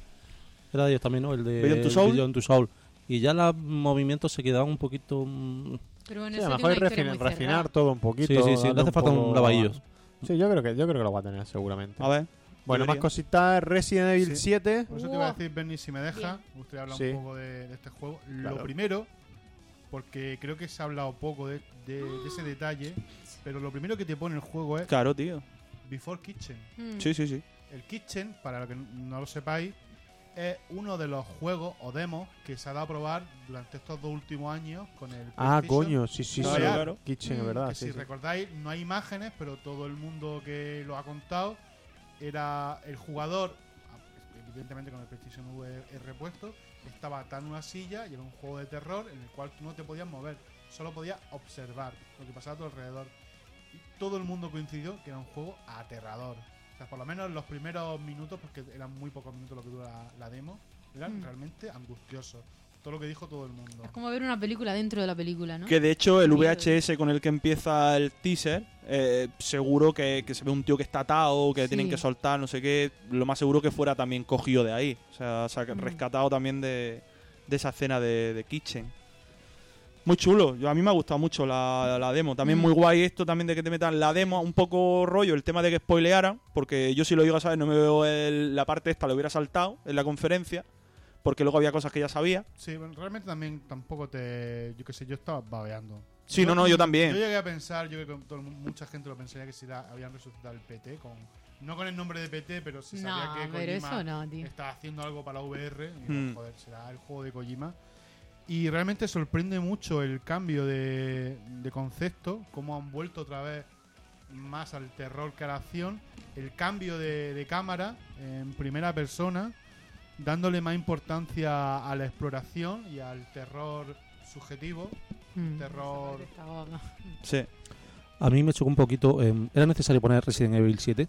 [SPEAKER 2] Era de ellos también, ¿no? El de
[SPEAKER 3] Beyond Two Soul.
[SPEAKER 2] Beyond Two Soul. Y ya los movimientos se quedaban un poquito. mm,
[SPEAKER 4] Pero en
[SPEAKER 1] Sí,
[SPEAKER 4] eso
[SPEAKER 1] a lo mejor
[SPEAKER 4] tiene una historia
[SPEAKER 1] refin-
[SPEAKER 4] muy
[SPEAKER 1] refinar
[SPEAKER 4] cerrada.
[SPEAKER 1] todo un poquito.
[SPEAKER 2] Sí, sí,
[SPEAKER 1] darle
[SPEAKER 2] sí. Le hace falta
[SPEAKER 1] poco
[SPEAKER 2] un lavadillos.
[SPEAKER 1] a- Sí, yo creo, que, yo creo que lo va a tener seguramente.
[SPEAKER 3] A ver.
[SPEAKER 1] bueno, más
[SPEAKER 3] debería.
[SPEAKER 1] cositas. Resident Evil
[SPEAKER 5] Sí.
[SPEAKER 1] 7.
[SPEAKER 5] Por eso te iba a
[SPEAKER 4] Wow.
[SPEAKER 5] decir, Bernie, si me deja,
[SPEAKER 4] Bien.
[SPEAKER 5] me gustaría hablar
[SPEAKER 1] Sí.
[SPEAKER 5] un poco de, de este juego.
[SPEAKER 1] Claro.
[SPEAKER 5] Lo primero, porque creo que se ha hablado poco de, de- de ese detalle, pero lo primero que te pone el juego es
[SPEAKER 3] Claro, tío.
[SPEAKER 5] Before Kitchen.
[SPEAKER 4] Mm.
[SPEAKER 3] Sí, sí, sí.
[SPEAKER 5] El Kitchen, para los que no lo sepáis, es uno de los juegos o demos que se ha dado a probar durante estos dos últimos años con el
[SPEAKER 1] Ah,
[SPEAKER 5] PlayStation.
[SPEAKER 1] coño, sí, sí,
[SPEAKER 5] Claro,
[SPEAKER 1] sí.
[SPEAKER 3] claro.
[SPEAKER 1] Kitchen, es
[SPEAKER 4] Mm,
[SPEAKER 1] verdad.
[SPEAKER 5] Que si
[SPEAKER 1] Sí, sí.
[SPEAKER 5] recordáis, no hay imágenes, pero todo el mundo que lo ha contado era el jugador, evidentemente con el PlayStation VR puesto, estaba tan en una silla y era un juego de terror en el cual tú no te podías mover, solo podías observar lo que pasaba a tu alrededor. Y todo el mundo coincidió que era un juego aterrador. O sea, por lo menos los primeros minutos, porque eran muy pocos minutos lo que dura la, la demo, eran
[SPEAKER 4] Mm.
[SPEAKER 5] realmente angustiosos. Todo lo que dijo todo el mundo.
[SPEAKER 4] Es como ver una película dentro de la película, ¿no?
[SPEAKER 3] Que de hecho el
[SPEAKER 4] Miedo.
[SPEAKER 3] VHS con el que empieza el teaser, eh, seguro que, que se ve un tío que está atado, que
[SPEAKER 4] Sí.
[SPEAKER 3] tienen que soltar, no sé qué. Lo más seguro que fuera también cogido de ahí. O sea, saca-
[SPEAKER 4] Mm.
[SPEAKER 3] rescatado también de, de esa escena de, de Kitchen. Muy chulo, yo, a mí me ha gustado mucho la, la demo. También
[SPEAKER 4] Mm.
[SPEAKER 3] muy guay esto también de que te metan la demo, un poco rollo el tema de que spoilearan, porque yo si lo digo a saber no me veo el- la parte esta, lo hubiera saltado en la conferencia, porque luego había cosas que ya sabía.
[SPEAKER 5] Sí, bueno, realmente también tampoco te. Yo qué sé, yo estaba babeando.
[SPEAKER 3] Sí, no, no, yo también.
[SPEAKER 5] Yo llegué a pensar, yo creo que todo el mu- mucha gente lo pensaría que si la- habían resucitado el PT, con, no con el nombre de PT, pero se sabía
[SPEAKER 4] No,
[SPEAKER 5] que
[SPEAKER 4] pero
[SPEAKER 5] Kojima
[SPEAKER 4] eso no, tío.
[SPEAKER 5] estaba haciendo algo para VR. Y,
[SPEAKER 3] Hmm.
[SPEAKER 5] Joder, será el juego de Kojima. Y realmente sorprende mucho el cambio de, de concepto, cómo han vuelto otra vez más al terror que a la acción, el cambio de, de cámara en primera persona, dándole más importancia a la exploración y al terror subjetivo.
[SPEAKER 4] Mm.
[SPEAKER 5] terror.
[SPEAKER 4] Está guapa.
[SPEAKER 3] Sí.
[SPEAKER 2] em, A mí me chocó un poquito. eh, ¿Era necesario poner Resident Evil 7?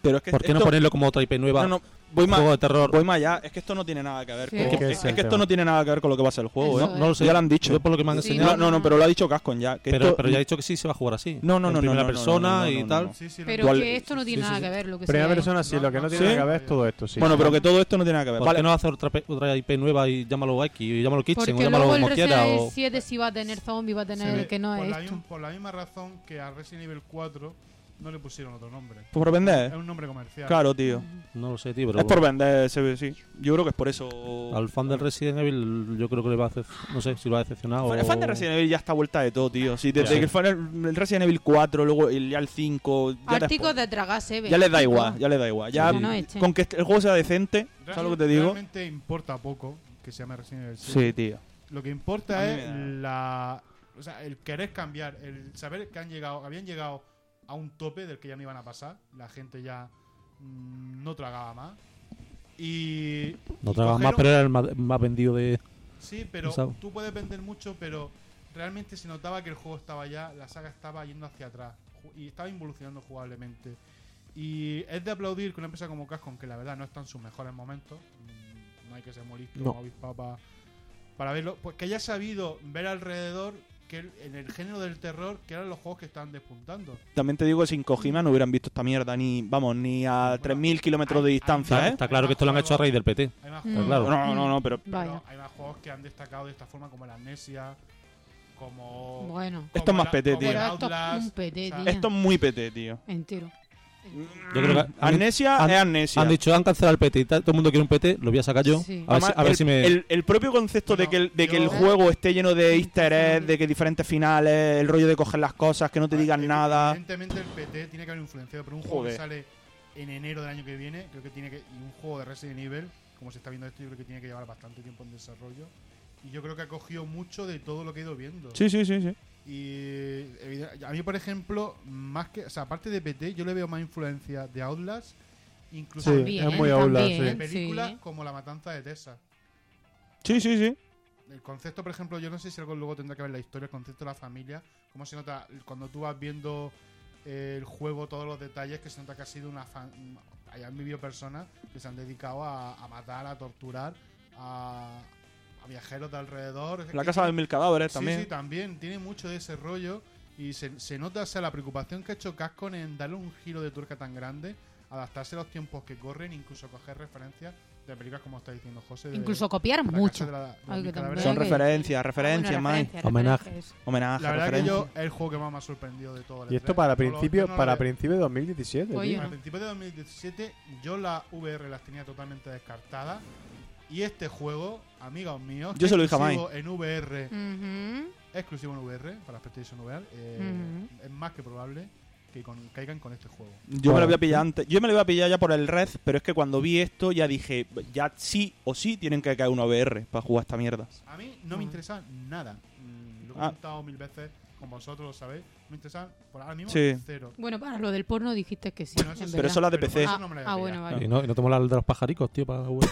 [SPEAKER 3] Pero es que
[SPEAKER 2] ¿Por qué no
[SPEAKER 3] esto-
[SPEAKER 2] ponerlo como otra IP nueva?
[SPEAKER 3] No, no, voy más,
[SPEAKER 2] juego de terror.
[SPEAKER 3] voy más allá. Es que esto no tiene nada que ver.
[SPEAKER 4] Sí,
[SPEAKER 3] con-
[SPEAKER 4] es
[SPEAKER 3] es,
[SPEAKER 4] que
[SPEAKER 3] que,
[SPEAKER 4] ese es
[SPEAKER 3] es que
[SPEAKER 1] el
[SPEAKER 3] esto
[SPEAKER 1] tema.
[SPEAKER 3] no tiene nada que ver con lo que va a ser el juego,
[SPEAKER 4] Eso
[SPEAKER 3] ¿eh?
[SPEAKER 4] es.
[SPEAKER 2] no lo sé.
[SPEAKER 3] Ya lo han dicho.
[SPEAKER 2] Yo por lo que me han
[SPEAKER 4] Sí,
[SPEAKER 2] enseñado.
[SPEAKER 3] No, no, no, pero lo ha dicho Cascon ya. que
[SPEAKER 2] pero,
[SPEAKER 3] esto-
[SPEAKER 2] pero ya he dicho que sí se va a jugar así.
[SPEAKER 3] No, no,
[SPEAKER 2] en
[SPEAKER 3] no, no,
[SPEAKER 2] Primera
[SPEAKER 3] no, no,
[SPEAKER 2] persona
[SPEAKER 3] no, no,
[SPEAKER 2] y
[SPEAKER 3] no,
[SPEAKER 2] tal.
[SPEAKER 3] no.
[SPEAKER 5] Sí, sí, lo-
[SPEAKER 4] Pero
[SPEAKER 3] Dual-
[SPEAKER 4] que esto no tiene
[SPEAKER 2] sí, sí,
[SPEAKER 4] nada
[SPEAKER 2] sí.
[SPEAKER 4] que ver lo que
[SPEAKER 1] Primera
[SPEAKER 4] sea, ¿eh?
[SPEAKER 1] persona sí, lo que no tiene
[SPEAKER 3] Sí.
[SPEAKER 1] nada que ver es todo esto, sí.
[SPEAKER 3] Bueno, pero que todo esto no tiene nada que ver.
[SPEAKER 2] ¿Por
[SPEAKER 3] Vale,
[SPEAKER 2] qué no hacer otra, pe- otra IP nueva y llámalo X, o llámalo Kitchen, o
[SPEAKER 4] Porque
[SPEAKER 2] llámalo
[SPEAKER 4] luego el
[SPEAKER 2] como quiera?
[SPEAKER 4] Resident Evil
[SPEAKER 2] O...
[SPEAKER 4] 7 sí va a tener zombie, va a
[SPEAKER 5] se
[SPEAKER 4] tener
[SPEAKER 5] ve-
[SPEAKER 4] que no
[SPEAKER 5] por
[SPEAKER 4] es
[SPEAKER 5] la,
[SPEAKER 4] esto.
[SPEAKER 5] misma- por la misma razón que a Resident Evil 4 no le pusieron otro nombre.
[SPEAKER 3] por
[SPEAKER 5] Es
[SPEAKER 3] vender.
[SPEAKER 5] un nombre comercial.
[SPEAKER 3] Eh. Claro, tío.
[SPEAKER 2] No lo sé, tío, pero
[SPEAKER 3] Es por vender ese, sí. Yo creo que es por eso.
[SPEAKER 2] al fan del Resident Evil yo creo que le va a hacer, no sé si lo ha decepcionado.
[SPEAKER 3] El fan de Resident Evil ya está vuelta de todo, tío. Sí, desde
[SPEAKER 2] Ya.
[SPEAKER 3] que el, fan, el Resident Evil 4, luego el, ya el 5. Ya, después-
[SPEAKER 4] Artículos de tragarse, ve.
[SPEAKER 3] ya les da igual, ya les da igual. Ya,
[SPEAKER 4] Que no echen.
[SPEAKER 3] Con que el juego sea decente,
[SPEAKER 5] Realmente-
[SPEAKER 3] ¿sabes lo que te digo?
[SPEAKER 5] Realmente importa poco que se llame Resident Evil 7.
[SPEAKER 3] Sí, tío.
[SPEAKER 5] Lo que
[SPEAKER 3] A
[SPEAKER 5] importa
[SPEAKER 3] mí
[SPEAKER 5] es
[SPEAKER 3] me
[SPEAKER 5] la. O sea, el querer cambiar, el saber que han llegado, habían llegado a un tope del que ya no iban a pasar. La gente ya mm, no tragaba más. Y.
[SPEAKER 2] No
[SPEAKER 5] y
[SPEAKER 2] tragaba más,
[SPEAKER 5] cogieron-
[SPEAKER 2] pero era el más, más vendido de...
[SPEAKER 5] Sí, pero
[SPEAKER 2] Pensaba.
[SPEAKER 5] tú puedes vender mucho, pero realmente se notaba que el juego estaba ya, la saga estaba yendo hacia atrás ju- y estaba involucionando jugablemente. Y es de aplaudir que una empresa como Cascon, que la verdad no está en sus mejores momentos, mm, no hay que ser muy listo,
[SPEAKER 1] No.
[SPEAKER 5] como avispado pa- para verlo, pues que haya sabido ver alrededor que el- en el género del terror, que eran los juegos que estaban despuntando.
[SPEAKER 3] También te digo que sin Kojima no hubieran visto esta mierda ni, vamos, ni a 3.000 kilómetros de
[SPEAKER 5] hay- hay-
[SPEAKER 3] distancia, ¿eh?
[SPEAKER 2] Está claro que esto lo han hecho a raíz del PT.
[SPEAKER 5] Hay más
[SPEAKER 4] Mm.
[SPEAKER 5] juegos-
[SPEAKER 2] Claro.
[SPEAKER 3] No, no, no, pero
[SPEAKER 5] pero
[SPEAKER 4] Vaya.
[SPEAKER 5] hay más juegos que han destacado de esta forma, como la Amnesia, como.
[SPEAKER 4] Bueno.
[SPEAKER 3] Esto
[SPEAKER 5] como
[SPEAKER 3] es más
[SPEAKER 5] la-
[SPEAKER 3] PT,
[SPEAKER 5] como
[SPEAKER 3] tío.
[SPEAKER 5] el
[SPEAKER 4] Pero esto es
[SPEAKER 5] Outlast,
[SPEAKER 4] un PT,
[SPEAKER 5] o
[SPEAKER 4] tío.
[SPEAKER 5] sea,
[SPEAKER 3] esto es muy PT, tío.
[SPEAKER 4] Entero.
[SPEAKER 2] Yo
[SPEAKER 3] Mm.
[SPEAKER 2] creo que han-
[SPEAKER 3] amnesia
[SPEAKER 2] han-
[SPEAKER 3] es amnesia.
[SPEAKER 2] Han dicho, han cancelado el PT y tal, todo el mundo quiere un PT, lo voy a sacar yo.
[SPEAKER 4] Sí.
[SPEAKER 2] A ver, si,
[SPEAKER 3] Además,
[SPEAKER 2] a ver
[SPEAKER 3] el,
[SPEAKER 2] si me...
[SPEAKER 3] el- el propio concepto de, que el, de que el
[SPEAKER 5] Yo-
[SPEAKER 3] juego esté lleno de easter eggs,
[SPEAKER 4] Sí.
[SPEAKER 3] de que diferentes finales, el rollo de coger las cosas, que no te digan
[SPEAKER 5] Evi-
[SPEAKER 3] nada.
[SPEAKER 5] Evidentemente el PT tiene que haber influenciado, pero un juego
[SPEAKER 3] Joder.
[SPEAKER 5] que sale en enero del año que viene, creo que tiene que. Y un juego de Resident Evil, como se está viendo esto, yo creo que tiene que llevar bastante tiempo en desarrollo. Y yo creo que ha cogido mucho de todo lo que he ido viendo.
[SPEAKER 3] Sí, sí, sí, sí.
[SPEAKER 5] Y evide- a mí, por ejemplo, más que. O sea, aparte de PT, yo le veo más influencia de Outlast, incluso
[SPEAKER 1] Sí,
[SPEAKER 5] de
[SPEAKER 4] También, ¿eh?
[SPEAKER 1] es muy Outlast, sí.
[SPEAKER 4] también,
[SPEAKER 5] películas como La Matanza de Tessa.
[SPEAKER 3] Sí, sí, sí.
[SPEAKER 5] El concepto, por ejemplo, yo no sé si algo luego tendrá que ver la historia, el concepto de la familia, cómo se nota cuando tú vas viendo eh, el juego, todos los detalles, que se nota que ha sido una fan... Hayan vivido personas que se han dedicado a, a matar, a torturar, a, a viajeros de alrededor.
[SPEAKER 3] La casa de mil cadáveres también.
[SPEAKER 5] Sí, sí, también. Tiene mucho de ese rollo y se, se nota, o sea, la preocupación que ha hecho Cascon en darle un giro de tuerca tan grande, adaptarse a los tiempos que corren, incluso coger referencias de películas como está diciendo José. de-
[SPEAKER 4] Incluso copiar
[SPEAKER 5] la
[SPEAKER 4] mucho.
[SPEAKER 5] Casa de la- de los
[SPEAKER 4] Ay, que
[SPEAKER 5] Mil
[SPEAKER 4] también.
[SPEAKER 5] Cadáveres.
[SPEAKER 3] Son
[SPEAKER 4] Bebe.
[SPEAKER 3] referencias,
[SPEAKER 4] Referencia,
[SPEAKER 3] referencias, más.
[SPEAKER 2] Homenaje.
[SPEAKER 3] Homenaje,
[SPEAKER 5] La verdad que
[SPEAKER 3] referencia.
[SPEAKER 5] yo es el juego que más me ha sorprendido de todo. el
[SPEAKER 1] Y esto
[SPEAKER 5] E3.
[SPEAKER 1] para
[SPEAKER 5] No lo-
[SPEAKER 1] principio,
[SPEAKER 5] yo no lo
[SPEAKER 1] para
[SPEAKER 5] había-
[SPEAKER 1] principio de 2017.
[SPEAKER 4] Oye,
[SPEAKER 1] tío.
[SPEAKER 5] a principios de 2017 yo la VR las tenía totalmente descartadas y este juego, amigos míos,
[SPEAKER 3] Yo se lo dije a
[SPEAKER 5] exclusivo en VR,
[SPEAKER 4] Ujú.
[SPEAKER 5] exclusivo en VR para PlayStation VR, eh, es más que probable que con- caigan con este juego.
[SPEAKER 3] Yo me lo voy a pillar antes. Yo me lo voy a pillar ya por el red, pero es que cuando vi esto ya dije, ya sí o sí tienen que caer una VR para jugar esta mierda.
[SPEAKER 5] A mí no me interesa nada. Mm, Lo he
[SPEAKER 3] Ah.
[SPEAKER 5] comentado mil veces con vosotros, lo sabéis. Me interesa por ahora mismo
[SPEAKER 3] Sí.
[SPEAKER 5] cero.
[SPEAKER 4] Bueno, para lo del porno dijiste que sí.
[SPEAKER 5] Bueno, eso
[SPEAKER 4] en
[SPEAKER 5] sí,
[SPEAKER 3] Pero
[SPEAKER 4] verdad.
[SPEAKER 3] eso las de
[SPEAKER 5] pero
[SPEAKER 3] PC.
[SPEAKER 5] por eso no me lo voy a
[SPEAKER 4] Ah,
[SPEAKER 5] pillar.
[SPEAKER 4] bueno, vale.
[SPEAKER 2] Y no, y no te mola el de los pajaricos, tío, para la web.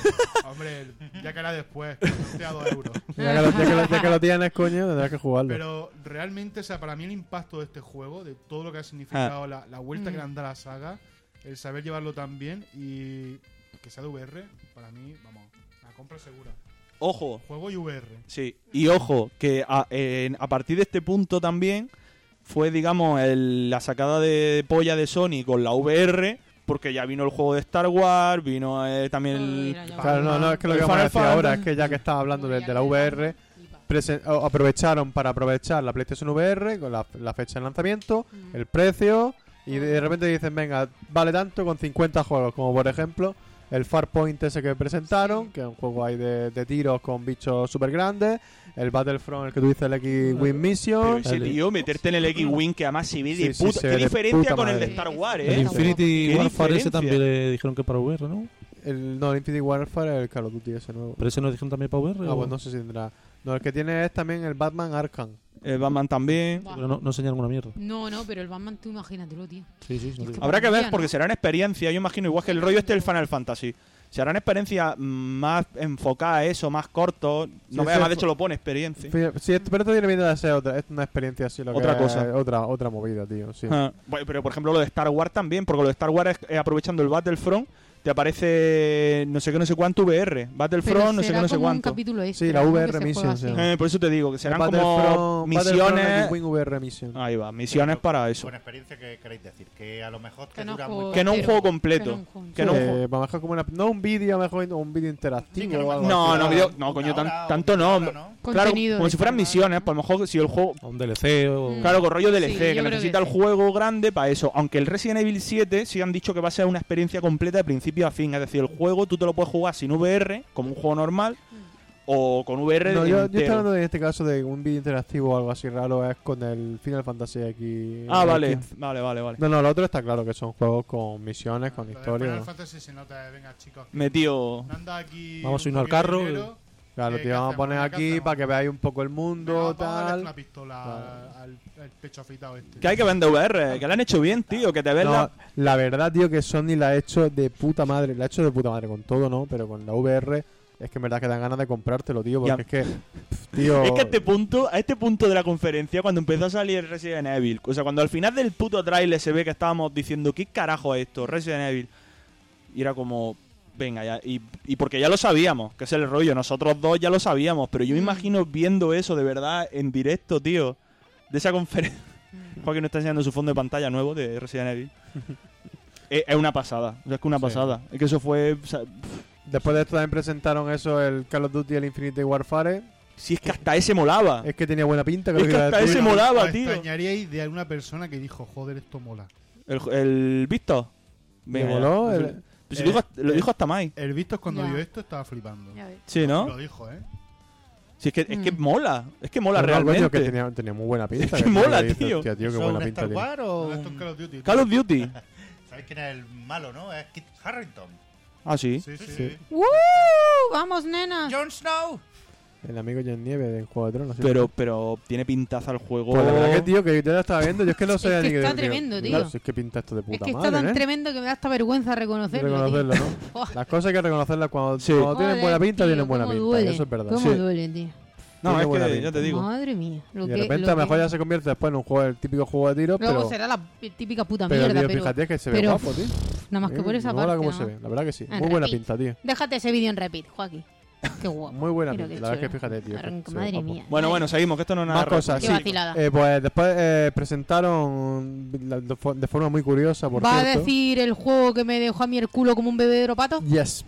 [SPEAKER 5] Hombre, ya caerá después. Costea dos euros.
[SPEAKER 1] Ya que lo- ya que lo- ya que lo tienes, coño, tendrás que jugarlo.
[SPEAKER 5] Pero realmente, o sea, para mí el impacto de este juego, de todo lo que ha significado, la, la
[SPEAKER 4] Mm.
[SPEAKER 5] vuelta que le han dado a la saga, el saber llevarlo tan bien y que sea de VR, para mí, vamos, la compra segura.
[SPEAKER 3] Ojo,
[SPEAKER 5] Juego y VR.
[SPEAKER 3] Sí, y ojo, que a, en- a partir de este punto también fue, digamos, el- la sacada de polla de Sony con la VR, porque ya vino el juego de Star Wars, vino eh, también
[SPEAKER 4] Ay,
[SPEAKER 3] el...
[SPEAKER 4] era ya
[SPEAKER 1] Claro, no, no, es que lo que
[SPEAKER 3] El
[SPEAKER 1] vamos a
[SPEAKER 3] Final
[SPEAKER 1] decir
[SPEAKER 3] Fantasy.
[SPEAKER 1] ahora es que ya que estás hablando de, de la VR, presen- o- aprovecharon para aprovechar la PlayStation VR con la, la fecha de lanzamiento,
[SPEAKER 4] Mm.
[SPEAKER 1] el precio, y de repente dicen, venga, vale tanto con 50 juegos, como por ejemplo el Farpoint ese que presentaron, que es un juego ahí de, de tiros con bichos super grandes, el Battlefront, el que tú dices, el X-Wing
[SPEAKER 3] Pero
[SPEAKER 1] Mission,
[SPEAKER 3] ese
[SPEAKER 2] Dale.
[SPEAKER 3] tío, meterte en el X-Wing, que además se ve
[SPEAKER 1] Sí,
[SPEAKER 3] de
[SPEAKER 1] sí, se
[SPEAKER 3] puta... ¿Qué
[SPEAKER 1] ve de
[SPEAKER 3] diferencia
[SPEAKER 1] puta
[SPEAKER 3] con el de
[SPEAKER 1] madre.
[SPEAKER 3] Star Wars,
[SPEAKER 2] El
[SPEAKER 4] Sí,
[SPEAKER 3] eh?
[SPEAKER 4] sí, sí.
[SPEAKER 2] Infinity
[SPEAKER 3] Qué
[SPEAKER 2] Warfare ese
[SPEAKER 3] diferencia.
[SPEAKER 2] también le dijeron que para VR, ¿no?
[SPEAKER 1] el, no, el Infinity Warfare, el Call of Duty ese nuevo.
[SPEAKER 2] Pero ese no lo dijeron también para VR.
[SPEAKER 1] Ah,
[SPEAKER 2] o-
[SPEAKER 1] pues no sé si tendrá. No, el que tiene es también el Batman Arkham.
[SPEAKER 3] Eh, Batman también.
[SPEAKER 4] Buah.
[SPEAKER 2] Pero no, no enseñaron una mierda.
[SPEAKER 4] No, no, pero el Batman, tú imagínatelo, tío.
[SPEAKER 2] Sí, sí, sí. no digo.
[SPEAKER 4] Es
[SPEAKER 1] Ah,
[SPEAKER 4] que-
[SPEAKER 3] Habrá que ver,
[SPEAKER 4] ¿no?
[SPEAKER 3] porque será una experiencia, yo imagino, igual que el rollo este del Final Fantasy. Se harán experiencias más enfocadas a eso, más cortos. No
[SPEAKER 1] Sí, sí,
[SPEAKER 3] veas, más de
[SPEAKER 1] fue-
[SPEAKER 3] hecho lo pone experiencia.
[SPEAKER 1] Fíjate, Sí, esto- pero esto tiene pinta de ser otra, es una experiencia así, lo que
[SPEAKER 3] Otra
[SPEAKER 1] es
[SPEAKER 3] cosa.
[SPEAKER 1] Otra, otra movida, tío. Sí.
[SPEAKER 3] Ah, bueno, pero por ejemplo lo de Star Wars también, porque lo de Star Wars es, eh, aprovechando el Battlefront, te aparece no sé qué, no sé cuánto VR.
[SPEAKER 4] Pero
[SPEAKER 3] Battlefront, no sé qué,
[SPEAKER 4] será
[SPEAKER 3] no sé
[SPEAKER 4] como un
[SPEAKER 3] cuánto.
[SPEAKER 4] capítulo extra,
[SPEAKER 1] Sí, la
[SPEAKER 4] ¿no?
[SPEAKER 1] VR
[SPEAKER 4] Que se
[SPEAKER 1] mission,
[SPEAKER 4] juega
[SPEAKER 1] sí.
[SPEAKER 4] así.
[SPEAKER 1] Eh,
[SPEAKER 3] Eh, por eso te digo, que serán como
[SPEAKER 1] Battlefront-
[SPEAKER 3] misiones.
[SPEAKER 1] Battlefront Wing VR Mission.
[SPEAKER 3] Ahí va, misiones para eso.
[SPEAKER 6] Con experiencia que queréis decir, que a lo mejor te
[SPEAKER 4] Que no
[SPEAKER 6] dura
[SPEAKER 4] juego-
[SPEAKER 6] muy
[SPEAKER 3] Que no un
[SPEAKER 4] Pero-
[SPEAKER 3] juego completo.
[SPEAKER 4] juego.
[SPEAKER 3] que no-
[SPEAKER 1] Sí, eh, a lo mejor como una, no un vídeo, a lo mejor un vídeo interactivo.
[SPEAKER 6] Sí, que a lo
[SPEAKER 1] o algo
[SPEAKER 6] mejor-
[SPEAKER 3] No,
[SPEAKER 1] así.
[SPEAKER 3] no,
[SPEAKER 6] Una
[SPEAKER 3] video-
[SPEAKER 6] hora,
[SPEAKER 3] no, coño,
[SPEAKER 6] una
[SPEAKER 3] tan-
[SPEAKER 6] hora o
[SPEAKER 3] tanto
[SPEAKER 6] media
[SPEAKER 3] no,
[SPEAKER 6] hora,
[SPEAKER 3] Claro,
[SPEAKER 4] Contenido
[SPEAKER 3] como
[SPEAKER 4] de
[SPEAKER 3] si fueran
[SPEAKER 4] forma-
[SPEAKER 3] misiones, pues a lo mejor si el juego
[SPEAKER 2] O un DLC o...
[SPEAKER 4] Mm.
[SPEAKER 3] Claro, con rollo DLC,
[SPEAKER 4] Sí, yo
[SPEAKER 3] que
[SPEAKER 4] creo
[SPEAKER 3] necesita
[SPEAKER 4] que
[SPEAKER 3] el
[SPEAKER 4] sí.
[SPEAKER 3] juego grande para eso. Aunque el Resident Evil 7 sí han dicho que va a ser una experiencia completa de principio a fin. Es decir, el juego tú te lo puedes jugar sin VR, como un juego normal, o con VR
[SPEAKER 1] No, yo, yo
[SPEAKER 3] entero.
[SPEAKER 1] estoy hablando en este caso de un vídeo interactivo o algo así raro, es con el Final Fantasy aquí.
[SPEAKER 3] Ah, vale, vale, vale, vale.
[SPEAKER 1] No, no, lo otro está claro que son juegos con misiones, con
[SPEAKER 5] Lo de
[SPEAKER 1] historia.
[SPEAKER 5] Final Fantasy se nota, de, venga chicos.
[SPEAKER 3] Mm. Metido.
[SPEAKER 5] no anda aquí
[SPEAKER 2] Vamos a
[SPEAKER 5] un
[SPEAKER 2] irnos al
[SPEAKER 5] poquito de
[SPEAKER 2] carro,
[SPEAKER 5] dinero,
[SPEAKER 1] Claro,
[SPEAKER 5] Eh,
[SPEAKER 1] te
[SPEAKER 5] ¿qué
[SPEAKER 1] vamos a
[SPEAKER 5] hacemos?
[SPEAKER 1] poner
[SPEAKER 5] ¿Qué
[SPEAKER 1] aquí
[SPEAKER 5] hacemos?
[SPEAKER 1] para que veáis un poco el mundo,
[SPEAKER 5] venga, vamos a darle
[SPEAKER 1] tal.
[SPEAKER 5] una pistola al, al pecho afeitado este.
[SPEAKER 3] Que hay que vender VR, que la han hecho bien, tío, que te ves
[SPEAKER 1] No,
[SPEAKER 3] la-
[SPEAKER 1] la verdad, tío, que Sony la ha hecho de puta madre. La ha hecho de puta madre con todo, ¿no? Pero con la VR es que en verdad que dan ganas de comprártelo, tío. Porque
[SPEAKER 3] Ya.
[SPEAKER 1] es que, pf, tío...
[SPEAKER 3] Es que a este punto, a este punto de la conferencia, cuando empezó a salir Resident Evil, o sea, cuando al final del puto trailer se ve que estábamos diciendo, ¿qué carajo es esto? Resident Evil. Y era como, venga, ya. Y, y porque ya lo sabíamos, que es el rollo, nosotros dos ya lo sabíamos, pero yo me imagino viendo eso de verdad en directo, tío, de esa conferencia. Joaquín no está enseñando su fondo de pantalla nuevo de Resident Evil. es, es una pasada, o sea, es que una
[SPEAKER 1] Sí.
[SPEAKER 3] pasada. Es que eso fue. o sea,
[SPEAKER 1] Después de esto también presentaron eso, el Call of Duty, el Infinity Warfare.
[SPEAKER 3] si es que hasta ese molaba.
[SPEAKER 1] Es que tenía buena pinta.
[SPEAKER 3] Ah. Es
[SPEAKER 1] creo
[SPEAKER 3] que
[SPEAKER 1] era
[SPEAKER 3] hasta
[SPEAKER 1] de-
[SPEAKER 3] ese
[SPEAKER 5] Os-
[SPEAKER 3] molaba,
[SPEAKER 5] os
[SPEAKER 3] tío.
[SPEAKER 5] extrañaríais de alguna persona que dijo, joder, esto mola.
[SPEAKER 3] El, el Víctor.
[SPEAKER 1] Me
[SPEAKER 3] Venga,
[SPEAKER 1] moló,
[SPEAKER 3] ya.
[SPEAKER 1] el-
[SPEAKER 3] Pues si lo dijo- lo dijo hasta Mai.
[SPEAKER 5] El Vistos cuando
[SPEAKER 4] Ya.
[SPEAKER 5] vio esto estaba flipando.
[SPEAKER 4] Ya ves.
[SPEAKER 3] Sí,
[SPEAKER 5] Lo
[SPEAKER 3] ¿no?
[SPEAKER 5] dijo, ¿eh?
[SPEAKER 3] Si es que, es que
[SPEAKER 4] Mm.
[SPEAKER 3] mola. Es que
[SPEAKER 1] No,
[SPEAKER 3] mola
[SPEAKER 1] no, coño,
[SPEAKER 3] realmente.
[SPEAKER 1] que tenía, tenía muy buena pinta.
[SPEAKER 3] Es que mola,
[SPEAKER 1] dices,
[SPEAKER 3] tío.
[SPEAKER 1] hostia, tío, qué
[SPEAKER 6] ¿Eso
[SPEAKER 1] buena
[SPEAKER 6] un
[SPEAKER 1] pinta
[SPEAKER 6] Star
[SPEAKER 1] tiene.
[SPEAKER 6] Wars o
[SPEAKER 5] No, esto es
[SPEAKER 6] un-
[SPEAKER 5] Call of Duty.
[SPEAKER 3] Call of Duty.
[SPEAKER 6] ¿Sabéis quién es el malo, no? Es Kit Harrington.
[SPEAKER 3] Ah, sí.
[SPEAKER 5] Sí, sí,
[SPEAKER 1] Sí.
[SPEAKER 5] sí.
[SPEAKER 4] ¡Uh! ¡Vamos, nena!
[SPEAKER 6] Jon Snow.
[SPEAKER 1] El amigo John Nieve del Juego de Tronos. sí.
[SPEAKER 3] Pero, oh. pero tiene pintaza el juego.
[SPEAKER 1] Pues la verdad que, tío, que yo la estaba viendo. Yo es que no
[SPEAKER 4] Es
[SPEAKER 1] sé
[SPEAKER 4] que
[SPEAKER 1] ni qué
[SPEAKER 4] está
[SPEAKER 1] decir.
[SPEAKER 4] tremendo,
[SPEAKER 1] Digo,
[SPEAKER 4] tío.
[SPEAKER 1] si es que pinta esto de puta
[SPEAKER 4] Es que
[SPEAKER 1] madre,
[SPEAKER 4] está tan
[SPEAKER 1] ¿eh?
[SPEAKER 4] tremendo que me da hasta vergüenza reconocerlo. tío.
[SPEAKER 1] reconocerlo, ¿no?
[SPEAKER 4] Buah.
[SPEAKER 1] Las cosas hay que reconocerlas cuando,
[SPEAKER 3] Sí.
[SPEAKER 1] cuando tienen
[SPEAKER 4] Joder,
[SPEAKER 1] buena pinta,
[SPEAKER 4] tío,
[SPEAKER 1] tienen buena
[SPEAKER 4] cómo
[SPEAKER 1] pinta. y
[SPEAKER 4] duele,
[SPEAKER 1] Eso es verdad.
[SPEAKER 4] Cómo
[SPEAKER 3] Sí.
[SPEAKER 4] duele, tío.
[SPEAKER 3] no,
[SPEAKER 1] tiene
[SPEAKER 3] es
[SPEAKER 1] buena
[SPEAKER 3] que
[SPEAKER 1] pinta.
[SPEAKER 3] ya te digo.
[SPEAKER 4] Madre mía. Lo
[SPEAKER 1] Y
[SPEAKER 4] que,
[SPEAKER 1] de repente
[SPEAKER 4] lo
[SPEAKER 1] a lo mejor
[SPEAKER 4] que-
[SPEAKER 1] ya se convierte después en un juego, el típico juego de tiro,
[SPEAKER 4] Luego
[SPEAKER 1] pero,
[SPEAKER 4] será la típica puta
[SPEAKER 1] pero,
[SPEAKER 4] mierda,
[SPEAKER 1] tío,
[SPEAKER 4] pero
[SPEAKER 1] fíjate que se ve
[SPEAKER 4] pero-
[SPEAKER 1] guapo, tío.
[SPEAKER 4] nada más que por
[SPEAKER 1] Eh,
[SPEAKER 4] esa
[SPEAKER 1] me mola
[SPEAKER 4] parte.
[SPEAKER 1] cómo
[SPEAKER 4] nada
[SPEAKER 1] se
[SPEAKER 4] más.
[SPEAKER 1] ve, la verdad que sí.
[SPEAKER 4] En
[SPEAKER 1] Muy buena
[SPEAKER 4] repeat.
[SPEAKER 1] pinta, tío.
[SPEAKER 4] Déjate ese vídeo en repeat, Joaquín. Qué guapo.
[SPEAKER 1] Muy buena
[SPEAKER 4] Mira
[SPEAKER 1] pinta,
[SPEAKER 4] qué
[SPEAKER 1] la verdad es que
[SPEAKER 4] chulo.
[SPEAKER 1] fíjate, tío.
[SPEAKER 4] Arranca-
[SPEAKER 1] se ve
[SPEAKER 4] madre
[SPEAKER 1] guapo.
[SPEAKER 4] mía.
[SPEAKER 3] Bueno,
[SPEAKER 4] Ay,
[SPEAKER 3] bueno, seguimos, que esto no es nada.
[SPEAKER 1] Más cosas,
[SPEAKER 4] Qué
[SPEAKER 1] sí.
[SPEAKER 4] vacilada.
[SPEAKER 1] Eh, pues después eh, presentaron la- de fo- de forma muy curiosa, por
[SPEAKER 4] ¿Va a
[SPEAKER 1] cierto.
[SPEAKER 4] decir el juego que me dejó a mí el culo como un bebedero pato?
[SPEAKER 1] Yes,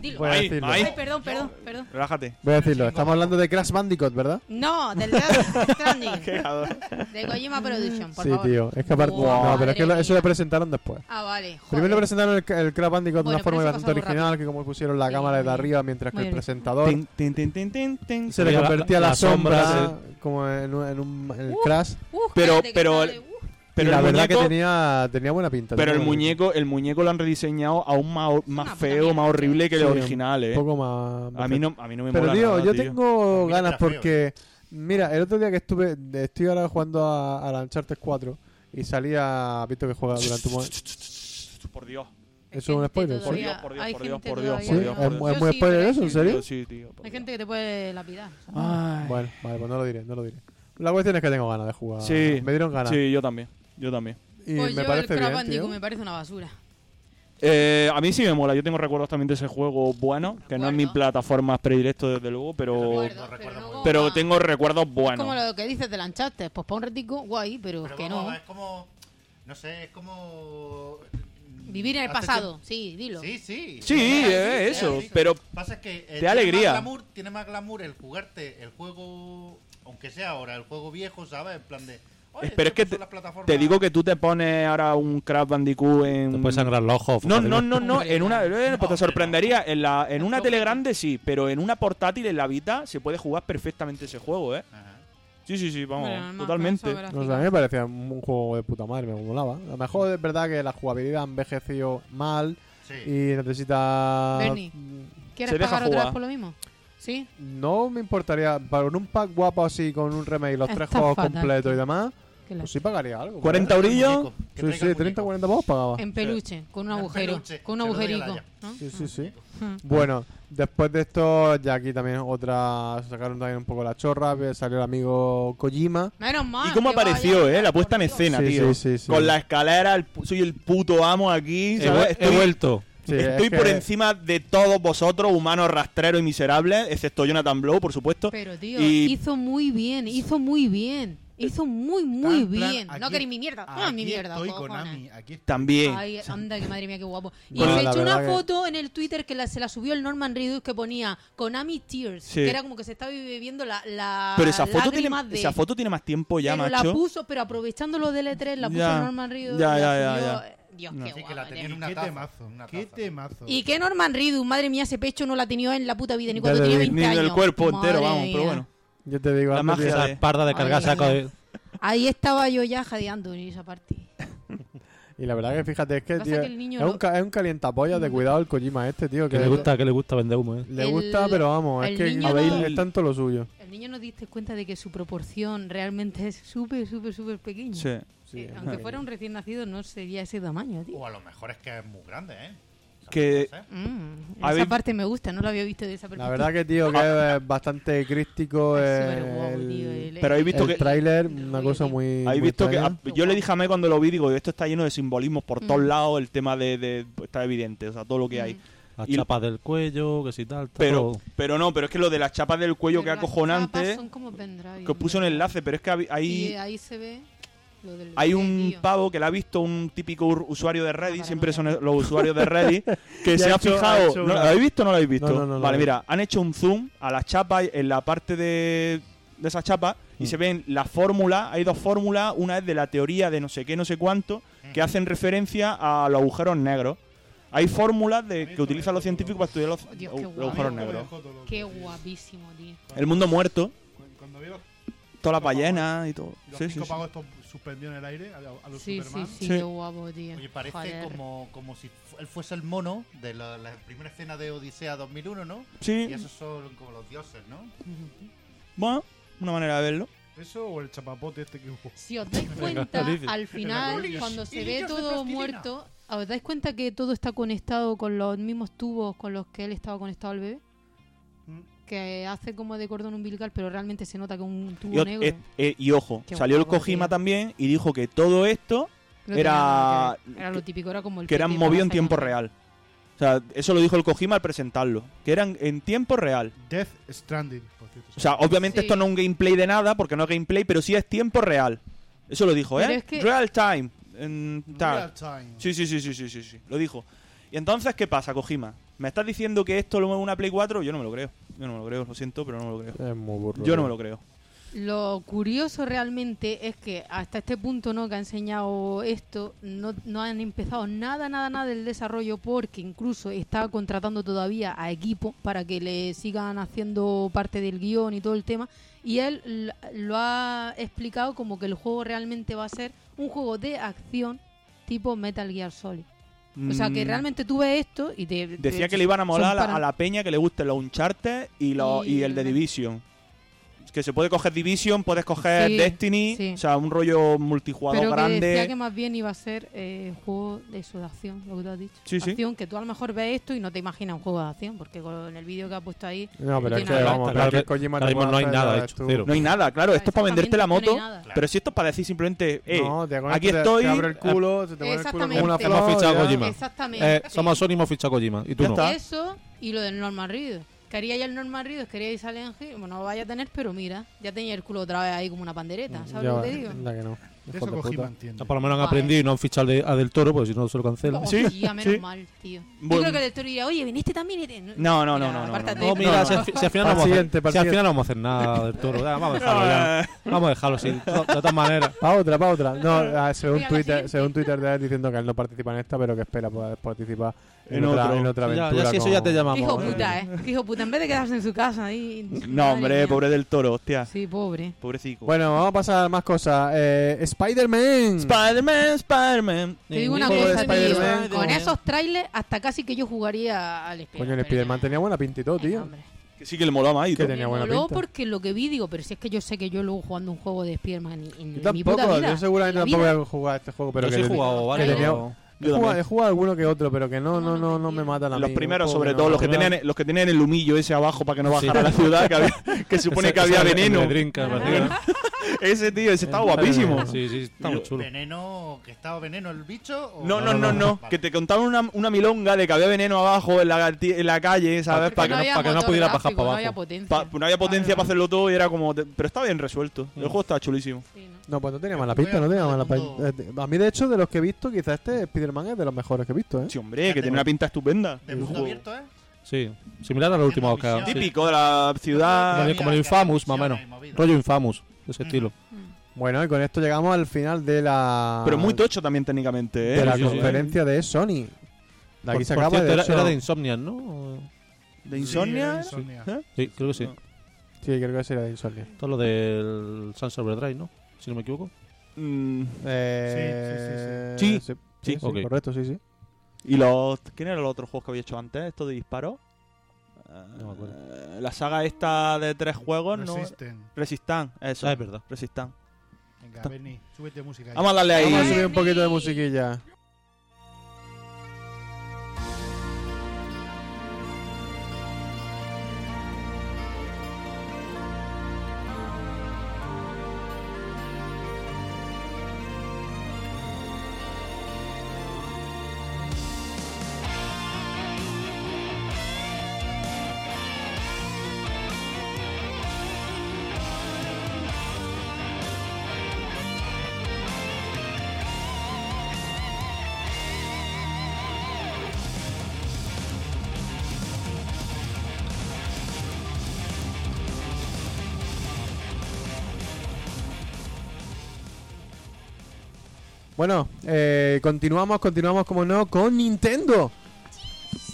[SPEAKER 4] Dilo.
[SPEAKER 1] voy a
[SPEAKER 3] Ahí,
[SPEAKER 1] decirlo.
[SPEAKER 3] ahí.
[SPEAKER 4] Ay, perdón, perdón, perdón.
[SPEAKER 3] Relájate.
[SPEAKER 1] Voy a decirlo. Estamos hablando de Crash Bandicoot, ¿verdad?
[SPEAKER 4] No, del Death Stranding.
[SPEAKER 3] Quejador.
[SPEAKER 4] de Kojima Production, por
[SPEAKER 1] sí,
[SPEAKER 4] favor.
[SPEAKER 1] tío. Es que aparte.
[SPEAKER 4] Buah,
[SPEAKER 1] no, pero es que
[SPEAKER 4] madre
[SPEAKER 1] lo- eso lo
[SPEAKER 4] mía.
[SPEAKER 1] presentaron después.
[SPEAKER 4] Ah, vale. joder.
[SPEAKER 1] Primero presentaron el, el Crash Bandicoot de
[SPEAKER 4] Bueno,
[SPEAKER 1] una forma
[SPEAKER 4] pero eso
[SPEAKER 1] bastante
[SPEAKER 4] pasa muy
[SPEAKER 1] original, que como pusieron la
[SPEAKER 4] Sí,
[SPEAKER 1] cámara
[SPEAKER 4] muy
[SPEAKER 1] de
[SPEAKER 4] bien.
[SPEAKER 1] arriba mientras que
[SPEAKER 4] Muy
[SPEAKER 1] el
[SPEAKER 4] bien.
[SPEAKER 1] presentador
[SPEAKER 3] Tin, tin, tin, tin, tin, tin.
[SPEAKER 1] se le
[SPEAKER 2] Veía la-
[SPEAKER 1] convertía la,
[SPEAKER 2] la
[SPEAKER 1] sombra,
[SPEAKER 2] sombra,
[SPEAKER 1] como en, un- en un en el
[SPEAKER 4] Uh,
[SPEAKER 1] Crash.
[SPEAKER 4] Uf,
[SPEAKER 3] Pero-
[SPEAKER 4] cállate, que
[SPEAKER 3] pero-
[SPEAKER 4] sale, uh.
[SPEAKER 3] Pero
[SPEAKER 1] y la
[SPEAKER 3] el
[SPEAKER 1] verdad
[SPEAKER 3] muñeco-
[SPEAKER 1] que tenía, tenía buena pinta.
[SPEAKER 3] Pero
[SPEAKER 1] tenía
[SPEAKER 3] el
[SPEAKER 1] buena pinta.
[SPEAKER 3] muñeco, el muñeco lo han rediseñado aún más,
[SPEAKER 4] Una
[SPEAKER 3] más
[SPEAKER 4] puta
[SPEAKER 3] feo, más
[SPEAKER 4] mierda.
[SPEAKER 3] horrible que el
[SPEAKER 1] Sí,
[SPEAKER 3] original, eh.
[SPEAKER 1] Un poco más. más
[SPEAKER 3] A mí no, a mí no me
[SPEAKER 1] Pero
[SPEAKER 3] mola
[SPEAKER 1] tío,
[SPEAKER 3] nada,
[SPEAKER 1] yo
[SPEAKER 3] tío.
[SPEAKER 6] A
[SPEAKER 1] tengo
[SPEAKER 6] mí me
[SPEAKER 1] ganas
[SPEAKER 6] está feo.
[SPEAKER 1] porque mira, el otro día que estuve de- estoy ahora jugando a, a la Uncharted 4 y salía visto que juega durante un mo- Eso
[SPEAKER 3] Por Dios.
[SPEAKER 1] es un
[SPEAKER 4] gente
[SPEAKER 1] spoiler.
[SPEAKER 3] Por
[SPEAKER 1] ¿sí?
[SPEAKER 4] todavía-
[SPEAKER 3] Dios, por Dios,
[SPEAKER 4] hay
[SPEAKER 3] por Dios,
[SPEAKER 4] gente
[SPEAKER 3] por Dios,
[SPEAKER 4] todavía
[SPEAKER 1] por
[SPEAKER 4] que
[SPEAKER 1] Dios,
[SPEAKER 4] no-
[SPEAKER 1] por Dios.
[SPEAKER 4] Yo
[SPEAKER 1] ¿Es muy
[SPEAKER 4] sí,
[SPEAKER 1] spoiler
[SPEAKER 4] pero
[SPEAKER 1] eso, en
[SPEAKER 4] sí.
[SPEAKER 1] serio?
[SPEAKER 3] Tío, sí, tío. por
[SPEAKER 4] Hay
[SPEAKER 3] Dios.
[SPEAKER 4] gente que te puede lapidar. ¿sabes?
[SPEAKER 3] Ay.
[SPEAKER 1] Bueno, vale, pues no lo diré, no lo diré. La cuestión es que tengo ganas de jugar.
[SPEAKER 3] Sí.
[SPEAKER 1] me dieron ganas
[SPEAKER 3] Sí, yo también. Yo también.
[SPEAKER 1] y
[SPEAKER 4] pues
[SPEAKER 1] me
[SPEAKER 4] yo
[SPEAKER 1] parece
[SPEAKER 4] el Crash
[SPEAKER 1] bien,
[SPEAKER 4] Bandicoot
[SPEAKER 1] tío.
[SPEAKER 4] me parece una basura.
[SPEAKER 3] Eh, a mí sí me mola, yo tengo recuerdos también de ese juego bueno, que no es mi
[SPEAKER 4] Recuerdo.
[SPEAKER 3] plataforma predilecto desde luego, pero,
[SPEAKER 4] Recuerdo,
[SPEAKER 6] recuerdo
[SPEAKER 4] pero
[SPEAKER 6] muy
[SPEAKER 4] no
[SPEAKER 3] pero
[SPEAKER 4] va-
[SPEAKER 3] tengo recuerdos
[SPEAKER 4] Es como
[SPEAKER 3] buenos.
[SPEAKER 4] lo que dices de lanchaste, pues para un ratico, guay, pero,
[SPEAKER 6] Pero
[SPEAKER 4] Pues que
[SPEAKER 6] vamos,
[SPEAKER 4] no.
[SPEAKER 6] es como. No sé, es como. mm,
[SPEAKER 4] Vivir en el
[SPEAKER 6] Hace
[SPEAKER 4] pasado, sí, dilo.
[SPEAKER 6] Sí, sí.
[SPEAKER 3] Sí,
[SPEAKER 6] Es así,
[SPEAKER 3] eh,
[SPEAKER 6] es
[SPEAKER 3] eso,
[SPEAKER 6] así.
[SPEAKER 3] pero
[SPEAKER 6] pasa es que eh,
[SPEAKER 3] Te da
[SPEAKER 6] tiene
[SPEAKER 3] alegría.
[SPEAKER 6] Más glamour, tiene más glamour el jugarte el juego, aunque sea ahora, el juego viejo, ¿sabes? En plan de. "Oye,
[SPEAKER 3] Pero es
[SPEAKER 6] tío,
[SPEAKER 3] que
[SPEAKER 6] pues son las plataformas".
[SPEAKER 3] te digo que tú te pones ahora un Crash Bandicoot en...
[SPEAKER 2] Te puede sangrar los ojos.
[SPEAKER 3] no,
[SPEAKER 2] fíjate.
[SPEAKER 3] no, no, no, en una... eh, pues
[SPEAKER 6] hombre,
[SPEAKER 3] te
[SPEAKER 6] no.
[SPEAKER 3] sorprendería, en, la, en una
[SPEAKER 6] Tampoco.
[SPEAKER 3] tele grande sí, pero en una portátil, en la Vita, se puede jugar perfectamente ese juego, ¿eh?
[SPEAKER 6] Ajá.
[SPEAKER 3] Sí, sí, sí, vamos,
[SPEAKER 4] Pero además,
[SPEAKER 3] totalmente.
[SPEAKER 4] con esa
[SPEAKER 1] No sé, a mí
[SPEAKER 4] gráfica.
[SPEAKER 1] me parecía un un juego de puta madre, me molaba. A lo mejor es verdad que la jugabilidad ha envejecido mal
[SPEAKER 6] Sí.
[SPEAKER 1] y necesita
[SPEAKER 4] Bernie.
[SPEAKER 3] se
[SPEAKER 4] ¿Quieres
[SPEAKER 3] deja
[SPEAKER 4] pagar otra
[SPEAKER 3] jugar.
[SPEAKER 4] vez por lo mismo? Sí.
[SPEAKER 1] No me importaría, para un pack guapo así, con un remake, los tres
[SPEAKER 4] Está
[SPEAKER 1] juegos
[SPEAKER 4] fatal,
[SPEAKER 1] completos y
[SPEAKER 4] tío.
[SPEAKER 1] demás,
[SPEAKER 4] que la-
[SPEAKER 1] Pues sí pagaría algo. ¿eh?
[SPEAKER 3] 40 eurillos.
[SPEAKER 6] Muñeco, que
[SPEAKER 1] Sí,
[SPEAKER 6] traiga
[SPEAKER 1] sí,
[SPEAKER 6] el
[SPEAKER 1] 30
[SPEAKER 6] muñeco.
[SPEAKER 1] 40 pavos pagaba.
[SPEAKER 4] En peluche, con un
[SPEAKER 6] En
[SPEAKER 4] agujero,
[SPEAKER 6] peluche,
[SPEAKER 4] con un
[SPEAKER 6] se lo doy a la
[SPEAKER 4] agujerico. ¿no?
[SPEAKER 1] Sí, sí, sí.
[SPEAKER 4] Mm.
[SPEAKER 1] Bueno, después de esto, ya aquí también otra. Sacaron también un poco la chorra. ve- Salió el amigo Kojima.
[SPEAKER 4] Menos mal.
[SPEAKER 3] ¿Y cómo
[SPEAKER 4] que
[SPEAKER 3] apareció,
[SPEAKER 4] vaya,
[SPEAKER 3] eh? La puesta en
[SPEAKER 4] por Dios.
[SPEAKER 3] escena,
[SPEAKER 1] Sí, sí,
[SPEAKER 3] tío.
[SPEAKER 1] sí, Eh, sí.
[SPEAKER 3] Con la escalera, el pu- soy el puto amo aquí.
[SPEAKER 2] He,
[SPEAKER 3] ¿sabes?
[SPEAKER 2] vu- he
[SPEAKER 3] Estoy-
[SPEAKER 2] vuelto.
[SPEAKER 1] Sí,
[SPEAKER 3] Estoy
[SPEAKER 1] es que-
[SPEAKER 3] por encima de todos vosotros, humanos rastreros y miserables, excepto Jonathan Blow, por supuesto.
[SPEAKER 4] Pero, tío,
[SPEAKER 3] Y-
[SPEAKER 4] hizo muy bien, hizo muy bien. Hizo muy,
[SPEAKER 5] Está
[SPEAKER 4] muy
[SPEAKER 5] en plan,
[SPEAKER 4] bien. no
[SPEAKER 5] aquí-
[SPEAKER 4] queréis mi mierda. Toma mi
[SPEAKER 5] aquí
[SPEAKER 4] mierda.
[SPEAKER 5] Estoy
[SPEAKER 4] cojones.
[SPEAKER 5] Konami, aquí estoy.
[SPEAKER 3] También.
[SPEAKER 4] Ay, anda, que madre mía, qué guapo. Y
[SPEAKER 1] Bueno,
[SPEAKER 4] se
[SPEAKER 1] la
[SPEAKER 4] echó una
[SPEAKER 1] verdad que-
[SPEAKER 4] foto en el Twitter que la- se la subió el Norman Reedus que ponía Konami Tears.
[SPEAKER 3] Sí.
[SPEAKER 4] Que era como que se estaba bebiendo la, la
[SPEAKER 3] pero esa foto, tiene,
[SPEAKER 4] lágrimas de...
[SPEAKER 3] esa foto tiene más tiempo ya,
[SPEAKER 4] pero la
[SPEAKER 3] macho.
[SPEAKER 4] puso, pero aprovechando lo del E3, la puso
[SPEAKER 3] Ya.
[SPEAKER 4] Norman Reedus.
[SPEAKER 3] Ya,
[SPEAKER 4] la
[SPEAKER 3] ya, ya,
[SPEAKER 4] subió.
[SPEAKER 3] ya.
[SPEAKER 4] Dios,
[SPEAKER 3] No.
[SPEAKER 4] qué
[SPEAKER 6] Sí, que
[SPEAKER 4] guapa,
[SPEAKER 6] la tenía
[SPEAKER 4] tío.
[SPEAKER 6] en una
[SPEAKER 5] Qué
[SPEAKER 6] taza.
[SPEAKER 5] temazo,
[SPEAKER 6] una
[SPEAKER 5] qué
[SPEAKER 6] taza.
[SPEAKER 5] temazo.
[SPEAKER 4] Y que Norman Reedus, madre mía, ese pecho no la ha tenido en la puta vida ni
[SPEAKER 1] Ya
[SPEAKER 4] cuando
[SPEAKER 1] le
[SPEAKER 4] tenía
[SPEAKER 1] vi.
[SPEAKER 4] 20
[SPEAKER 3] Ni
[SPEAKER 4] años.
[SPEAKER 3] del cuerpo entero,
[SPEAKER 4] Madre
[SPEAKER 3] vamos, pero
[SPEAKER 4] mía.
[SPEAKER 3] bueno.
[SPEAKER 1] Yo te digo,
[SPEAKER 3] La
[SPEAKER 1] antes
[SPEAKER 3] magia
[SPEAKER 1] de-
[SPEAKER 2] Esa espalda de
[SPEAKER 4] Ay,
[SPEAKER 2] cargar saco
[SPEAKER 4] mira.
[SPEAKER 2] de-
[SPEAKER 4] Ahí estaba yo ya jadeando en esa parte.
[SPEAKER 1] Y la verdad que fíjate, es que,
[SPEAKER 4] Pasa
[SPEAKER 1] tío,
[SPEAKER 4] que el niño
[SPEAKER 1] es,
[SPEAKER 4] no- Mm.
[SPEAKER 1] un, ca- es un calientapollas de cuidado el Kojima este, tío. Que,
[SPEAKER 2] Que le gusta, que le gusta vender humo, eh.
[SPEAKER 1] le
[SPEAKER 4] El-
[SPEAKER 1] gusta, pero vamos, es
[SPEAKER 4] el
[SPEAKER 1] que
[SPEAKER 4] niño
[SPEAKER 1] habéis-
[SPEAKER 4] no-
[SPEAKER 1] es tanto lo suyo.
[SPEAKER 4] El niño no diste cuenta de que su proporción realmente es súper, súper, súper pequeña.
[SPEAKER 3] Sí.
[SPEAKER 1] Sí,
[SPEAKER 4] Eh,
[SPEAKER 1] es
[SPEAKER 4] aunque
[SPEAKER 1] muy-
[SPEAKER 4] fuera un recién nacido, no sería ese tamaño, tío.
[SPEAKER 6] O a lo mejor es que es muy grande, ¿eh? ¿Sabes?
[SPEAKER 3] Que-
[SPEAKER 6] No sé.
[SPEAKER 4] Mm,
[SPEAKER 3] A ver-
[SPEAKER 4] Esa parte me gusta, no la había visto de esa
[SPEAKER 1] La
[SPEAKER 4] perspectiva.
[SPEAKER 1] verdad que, tío, que es bastante crístico.
[SPEAKER 4] Es súper
[SPEAKER 1] eh,
[SPEAKER 4] guapo,
[SPEAKER 1] el,
[SPEAKER 4] tío, el-
[SPEAKER 3] Pero habéis
[SPEAKER 1] el
[SPEAKER 3] visto que-
[SPEAKER 1] tráiler, una
[SPEAKER 4] Oye,
[SPEAKER 1] cosa
[SPEAKER 4] tío.
[SPEAKER 1] muy...
[SPEAKER 3] Habéis
[SPEAKER 1] muy
[SPEAKER 3] visto que
[SPEAKER 1] extraña.
[SPEAKER 3] a- yo le dije a May cuando lo vi, digo, esto está lleno de simbolismos por
[SPEAKER 4] Mm.
[SPEAKER 3] todos lados, el tema de, de- pues, está evidente, o sea, todo lo que hay.
[SPEAKER 2] Las
[SPEAKER 3] Y-
[SPEAKER 2] chapas del cuello, que si tal, tal.
[SPEAKER 3] Pero, pero no, pero es que lo de las chapas del cuello que
[SPEAKER 4] Pero las tapas
[SPEAKER 3] acojonante,
[SPEAKER 4] son como pendrive,
[SPEAKER 3] que os puse un
[SPEAKER 4] ¿verdad?
[SPEAKER 3] enlace, pero es que hab-
[SPEAKER 4] Y
[SPEAKER 3] hay,
[SPEAKER 4] ahí se ve lo del
[SPEAKER 3] hay
[SPEAKER 4] bebé,
[SPEAKER 3] un
[SPEAKER 4] tío.
[SPEAKER 3] pavo que la ha visto, un típico ur- usuario de Reddit,
[SPEAKER 4] para
[SPEAKER 3] siempre
[SPEAKER 4] no
[SPEAKER 3] son los usuarios de Reddit, que
[SPEAKER 1] Y
[SPEAKER 3] se
[SPEAKER 1] ha
[SPEAKER 3] ha
[SPEAKER 1] hecho- ha
[SPEAKER 3] fijado.
[SPEAKER 1] hecho
[SPEAKER 3] ¿no?
[SPEAKER 1] una-
[SPEAKER 3] ¿Lo habéis visto o no lo habéis visto?
[SPEAKER 1] No, no, no, no,
[SPEAKER 3] vale,
[SPEAKER 1] no.
[SPEAKER 3] mira, han hecho un zoom a las chapas en la parte de, de esas chapas y
[SPEAKER 2] Mm.
[SPEAKER 3] se ven las fórmulas. Hay dos fórmulas, una es de la teoría de no sé qué, no sé cuánto, que hacen referencia a los agujeros negros. Hay fórmulas de, que utilizan los científicos para estudiar los,
[SPEAKER 4] Oh, Dios,
[SPEAKER 3] los
[SPEAKER 4] qué guapo.
[SPEAKER 3] agujeros
[SPEAKER 5] A mí me
[SPEAKER 3] negros.
[SPEAKER 5] dejó todo loco,
[SPEAKER 4] Qué
[SPEAKER 5] tío.
[SPEAKER 4] guapísimo, tío.
[SPEAKER 3] El mundo muerto,
[SPEAKER 5] Cu- Cuando veo
[SPEAKER 3] todas las ballenas y todo.
[SPEAKER 5] los
[SPEAKER 3] Sí, sí,
[SPEAKER 5] cinco
[SPEAKER 3] sí.
[SPEAKER 5] pagos estos suspendidos en el aire a, a los
[SPEAKER 4] Sí, sí,
[SPEAKER 5] Superman.
[SPEAKER 4] sí,
[SPEAKER 3] Sí.
[SPEAKER 4] qué guapo, tío.
[SPEAKER 6] Oye, parece
[SPEAKER 4] Joder.
[SPEAKER 6] como, como si fu- él fuese el mono de la, la primera escena de Odisea 2001, ¿no?
[SPEAKER 3] Sí,
[SPEAKER 6] Y esos son como los dioses, ¿no?
[SPEAKER 3] bueno, una manera de verlo.
[SPEAKER 5] Eso o el chapapote este que hubo.
[SPEAKER 4] Si os dais cuenta,
[SPEAKER 2] dices.
[SPEAKER 4] al final,
[SPEAKER 6] Venga,
[SPEAKER 4] cuando se
[SPEAKER 6] y
[SPEAKER 4] ve
[SPEAKER 6] niños de
[SPEAKER 4] todo
[SPEAKER 6] plastilina.
[SPEAKER 4] muerto, ¿os dais cuenta que todo está conectado con los mismos tubos con los que él estaba conectado al bebé?
[SPEAKER 5] Mm.
[SPEAKER 4] Que hace como de cordón umbilical, pero realmente se nota que es un
[SPEAKER 3] Y,
[SPEAKER 4] tubo
[SPEAKER 3] ot-
[SPEAKER 4] negro.
[SPEAKER 3] eh, eh, y ojo,
[SPEAKER 4] Qué
[SPEAKER 3] salió el
[SPEAKER 4] guapo,
[SPEAKER 3] Kojima
[SPEAKER 4] tío.
[SPEAKER 3] también y dijo que todo esto
[SPEAKER 4] No tenía
[SPEAKER 3] era-
[SPEAKER 4] nada que ver. Era lo típico, era como el
[SPEAKER 3] que eran
[SPEAKER 4] PT,
[SPEAKER 3] movidos en
[SPEAKER 4] pasa y
[SPEAKER 3] tiempo
[SPEAKER 4] manda.
[SPEAKER 3] real. O sea, eso lo dijo el Kojima al presentarlo. Que eran en tiempo real.
[SPEAKER 5] Death Stranding, por cierto.
[SPEAKER 3] O sea, obviamente
[SPEAKER 4] Sí.
[SPEAKER 3] esto no es un gameplay de nada, porque no es gameplay, pero sí es tiempo real. Eso lo dijo,
[SPEAKER 4] Pero
[SPEAKER 3] ¿eh?
[SPEAKER 4] es que-
[SPEAKER 3] Real time. en tal.
[SPEAKER 5] Real time.
[SPEAKER 3] Sí, sí, sí, sí, sí, sí, sí. Lo dijo. Y entonces, ¿qué pasa, Kojima? ¿Me estás diciendo que esto lo mueve una Play 4? Yo no me lo creo. Yo no me lo creo, lo siento, pero no me lo creo.
[SPEAKER 1] Es muy burro.
[SPEAKER 3] Yo no me lo creo.
[SPEAKER 4] Lo curioso realmente es que hasta este punto no que ha enseñado esto, no, no han empezado nada, nada, nada del desarrollo porque incluso está contratando todavía a equipo para que le sigan haciendo parte del guión y todo el tema. Y él l- lo ha explicado como que el juego realmente va a ser un juego de acción tipo Metal Gear Solid. O sea que
[SPEAKER 3] Mm,
[SPEAKER 4] realmente tú ves esto y te... te-
[SPEAKER 3] Decía que le iban a molar a
[SPEAKER 4] son
[SPEAKER 3] la,
[SPEAKER 4] para-
[SPEAKER 3] a la peña que le gusten los Uncharted y, los- y
[SPEAKER 4] Y-
[SPEAKER 3] el de Division. Que se puede coger Division, puedes coger
[SPEAKER 4] Sí,
[SPEAKER 3] Destiny,
[SPEAKER 4] sí.
[SPEAKER 3] o sea, un rollo multijugador
[SPEAKER 4] Pero
[SPEAKER 3] grande.
[SPEAKER 4] que decía que más bien iba a ser eh, juego de eso, de acción, lo que tú has dicho.
[SPEAKER 3] Sí, sí.
[SPEAKER 4] acción, que tú a lo mejor ves esto y no te imaginas un juego de acción, porque con el vídeo que ha puesto ahí...
[SPEAKER 1] No, pero
[SPEAKER 4] No
[SPEAKER 1] es que,
[SPEAKER 4] tiene nada.
[SPEAKER 1] vamos,
[SPEAKER 2] Está
[SPEAKER 1] pero
[SPEAKER 2] claro que
[SPEAKER 1] que Kojima te
[SPEAKER 2] ahora mismo
[SPEAKER 1] puede
[SPEAKER 2] no hay
[SPEAKER 1] hacer
[SPEAKER 2] nada
[SPEAKER 1] la
[SPEAKER 2] hecho,
[SPEAKER 1] tú.
[SPEAKER 2] cero.
[SPEAKER 3] No hay nada, claro, esto es para venderte la
[SPEAKER 4] Exactamente,
[SPEAKER 3] moto,
[SPEAKER 4] no hay nada.
[SPEAKER 3] pero si esto es para decir simplemente, eh,
[SPEAKER 1] No, te conectas,
[SPEAKER 3] aquí
[SPEAKER 1] te- te
[SPEAKER 3] estoy,
[SPEAKER 1] abre el culo, se te pone el culo como una
[SPEAKER 4] Exactamente.
[SPEAKER 1] flor,
[SPEAKER 2] Hemos fichado
[SPEAKER 1] ya.
[SPEAKER 2] a Kojima.
[SPEAKER 4] Exactamente.
[SPEAKER 2] Eh, somos Sony, hemos fichado a Kojima. Y tú
[SPEAKER 3] Ya
[SPEAKER 2] no.
[SPEAKER 3] está.
[SPEAKER 4] Eso y lo del Norman Reedus. Quería ya el Norman Reedus, quería ir a Silent Hill, bueno, no lo vaya a tener, pero mira, ya tenía el culo otra vez ahí como una pandereta, ¿sabes
[SPEAKER 1] Ya
[SPEAKER 4] lo
[SPEAKER 1] va,
[SPEAKER 4] que te digo?
[SPEAKER 1] anda que no.
[SPEAKER 5] De
[SPEAKER 1] Hijo
[SPEAKER 5] eso
[SPEAKER 1] de
[SPEAKER 5] Kojima
[SPEAKER 1] puta.
[SPEAKER 5] entiende.
[SPEAKER 2] Ya Por lo menos han
[SPEAKER 4] Vale.
[SPEAKER 2] aprendido y no han fichado de- a Del Toro, porque si no se lo cancelan.
[SPEAKER 4] Oh,
[SPEAKER 3] Sí,
[SPEAKER 4] tía, menos
[SPEAKER 3] sí.
[SPEAKER 4] mal, tío. Yo
[SPEAKER 3] Bueno.
[SPEAKER 4] creo que el lector diría, oye, viniste también. y te-".
[SPEAKER 3] No, no, no, no,
[SPEAKER 4] Mira,
[SPEAKER 3] no,
[SPEAKER 4] apártate.
[SPEAKER 3] no, no,
[SPEAKER 2] mira,
[SPEAKER 3] no,
[SPEAKER 2] si,
[SPEAKER 3] no.
[SPEAKER 2] si al final no
[SPEAKER 1] Al
[SPEAKER 2] vamos a hacer-
[SPEAKER 1] siguiente, para
[SPEAKER 2] si al
[SPEAKER 1] el
[SPEAKER 2] final no vamos a hacer nada del Toro, ya, vamos a dejarlo ya.
[SPEAKER 3] Eh,
[SPEAKER 2] Vamos a dejarlo así. De todas maneras,
[SPEAKER 1] Pa' otra, pa' otra. No, ah, se ve un
[SPEAKER 4] Venga, la
[SPEAKER 1] Twitter,
[SPEAKER 4] siguiente.
[SPEAKER 1] se ve un Twitter de él diciendo que él no participa en esta, pero que espera poder participar en,
[SPEAKER 3] En
[SPEAKER 1] otra,
[SPEAKER 3] otro.
[SPEAKER 1] en otra
[SPEAKER 2] Ya- ya,
[SPEAKER 1] aventura.
[SPEAKER 2] si eso
[SPEAKER 1] con-
[SPEAKER 2] ya te llamamos.
[SPEAKER 4] Qué hijo
[SPEAKER 2] ¿eh?
[SPEAKER 4] puta, eh. Qué hijo puta, en vez de quedarse en su casa ahí.
[SPEAKER 3] no,
[SPEAKER 4] madre
[SPEAKER 3] hombre,
[SPEAKER 4] mía.
[SPEAKER 3] pobre del toro, hostia.
[SPEAKER 4] Sí, pobre.
[SPEAKER 3] Pobrecico.
[SPEAKER 1] Bueno, vamos a pasar a más cosas. Eh, Spider-Man.
[SPEAKER 3] Spider-Man, Spider-Man.
[SPEAKER 4] Te digo una
[SPEAKER 1] Juego de
[SPEAKER 4] cosa,
[SPEAKER 1] Spider-Man.
[SPEAKER 4] tío, con esos trailers hasta casi que yo jugaría al Spider-Man.
[SPEAKER 1] Coño, el Spider-Man tenía buena pinta y todo, tío.
[SPEAKER 3] Que sí que le molaba más y
[SPEAKER 1] Que
[SPEAKER 3] todo.
[SPEAKER 1] tenía
[SPEAKER 4] Me
[SPEAKER 1] buena
[SPEAKER 4] moló
[SPEAKER 1] pinta.
[SPEAKER 4] porque lo que vi, digo, pero si es que yo sé que yo luego jugando un juego de Spider-Man en, en
[SPEAKER 1] Yo
[SPEAKER 4] mi puta
[SPEAKER 1] tampoco,
[SPEAKER 4] vida.
[SPEAKER 1] yo seguramente
[SPEAKER 4] en la vida.
[SPEAKER 1] tampoco voy a jugar a este juego, pero
[SPEAKER 2] Yo
[SPEAKER 1] que
[SPEAKER 2] sí he
[SPEAKER 1] le-
[SPEAKER 2] jugado, ¿vale?
[SPEAKER 1] que tenía-
[SPEAKER 2] Pero-
[SPEAKER 1] He jugado, he jugado alguno que otro, pero que no, no,
[SPEAKER 4] No,
[SPEAKER 1] no,
[SPEAKER 4] no me
[SPEAKER 1] no me
[SPEAKER 4] entiendo.
[SPEAKER 1] matan a
[SPEAKER 3] Los
[SPEAKER 1] mí.
[SPEAKER 3] primeros,
[SPEAKER 1] Un
[SPEAKER 3] sobre
[SPEAKER 1] juego
[SPEAKER 3] todo,
[SPEAKER 1] que
[SPEAKER 3] los
[SPEAKER 1] no-
[SPEAKER 3] que tenían los que tenían el humillo ese abajo para que no
[SPEAKER 2] Sí.
[SPEAKER 3] bajara a la ciudad, que, había- que supone que
[SPEAKER 2] Ese-
[SPEAKER 3] había
[SPEAKER 2] ese de-
[SPEAKER 3] veneno.
[SPEAKER 2] de Dreamcast, parece, ¿no?
[SPEAKER 3] Ese tío, ese estaba guapísimo.
[SPEAKER 2] Sí, sí, está muy chulo.
[SPEAKER 6] ¿Veneno? ¿Que estaba veneno el bicho? o-
[SPEAKER 3] No, no, no, no.
[SPEAKER 6] Vale.
[SPEAKER 3] Que te contaban una, una milonga de que había veneno abajo en la, gati- en la calle, ¿sabes?
[SPEAKER 4] Porque
[SPEAKER 3] Para que
[SPEAKER 4] no
[SPEAKER 3] no,
[SPEAKER 4] había
[SPEAKER 2] para que no
[SPEAKER 4] motor
[SPEAKER 2] pudiera
[SPEAKER 4] gráfico,
[SPEAKER 2] bajar para
[SPEAKER 4] No había
[SPEAKER 2] abajo.
[SPEAKER 4] potencia.
[SPEAKER 3] pa- pues no había potencia para hacerlo todo y era como. de- pero está bien resuelto. El juego está chulísimo.
[SPEAKER 4] Sí, ¿no?
[SPEAKER 1] No, pues no tenía mala pinta, no tenía mala pinta. Eh, A mí, de hecho, de los que he visto, quizás este Spider-Man es de los mejores que he visto, ¿eh?
[SPEAKER 3] Sí, hombre, que tiene una pinta estupenda.
[SPEAKER 6] ¿De
[SPEAKER 3] Un
[SPEAKER 6] mundo
[SPEAKER 3] juego
[SPEAKER 6] abierto, eh?
[SPEAKER 2] Sí, similar a los últimos que
[SPEAKER 6] Visión.
[SPEAKER 2] sí.
[SPEAKER 3] Típico de la ciudad.
[SPEAKER 2] Rollo como el Infamous, más o menos. Rollo Infamous, de ese
[SPEAKER 6] Mm.
[SPEAKER 2] estilo.
[SPEAKER 1] Bueno, y con esto llegamos al final de la.
[SPEAKER 3] Pero muy tocho también técnicamente,
[SPEAKER 1] De
[SPEAKER 3] ¿eh?
[SPEAKER 1] la
[SPEAKER 2] Sí, sí, sí.
[SPEAKER 1] conferencia de Sony. De aquí
[SPEAKER 2] Por-
[SPEAKER 1] se
[SPEAKER 2] por
[SPEAKER 1] acaba
[SPEAKER 2] cierto,
[SPEAKER 1] de
[SPEAKER 2] era,
[SPEAKER 1] hecho-
[SPEAKER 2] era de Insomniac, ¿no?
[SPEAKER 3] De
[SPEAKER 5] Sí,
[SPEAKER 3] Insomnia.
[SPEAKER 5] Insomnia.
[SPEAKER 3] ¿eh?
[SPEAKER 2] Sí, creo que sí.
[SPEAKER 1] Sí, creo que ese era de Insomnia.
[SPEAKER 2] Todo lo del Sunset Overdrive, ¿no? Si no me equivoco.
[SPEAKER 3] Mm,
[SPEAKER 1] Eh,
[SPEAKER 3] sí, sí, sí.
[SPEAKER 1] sí. Sí,
[SPEAKER 2] Sí,
[SPEAKER 1] sí,
[SPEAKER 2] ok.
[SPEAKER 1] correcto, sí, sí.
[SPEAKER 3] ¿Y los. ¿Quién eran los otros juegos que había hecho antes? ¿Esto de disparo?
[SPEAKER 2] No me
[SPEAKER 3] Eh, la saga esta de tres juegos, ¿no?
[SPEAKER 5] Resisten.
[SPEAKER 3] Resistán, eso.
[SPEAKER 2] Ah, es verdad.
[SPEAKER 3] Resistán.
[SPEAKER 5] Venga,
[SPEAKER 3] Está-
[SPEAKER 5] Bernie, súbete música.
[SPEAKER 3] Vamos a darle ahí.
[SPEAKER 1] Vamos a subir un
[SPEAKER 4] Bernie.
[SPEAKER 1] poquito de musiquilla. Bueno, eh, continuamos, continuamos como no con Nintendo.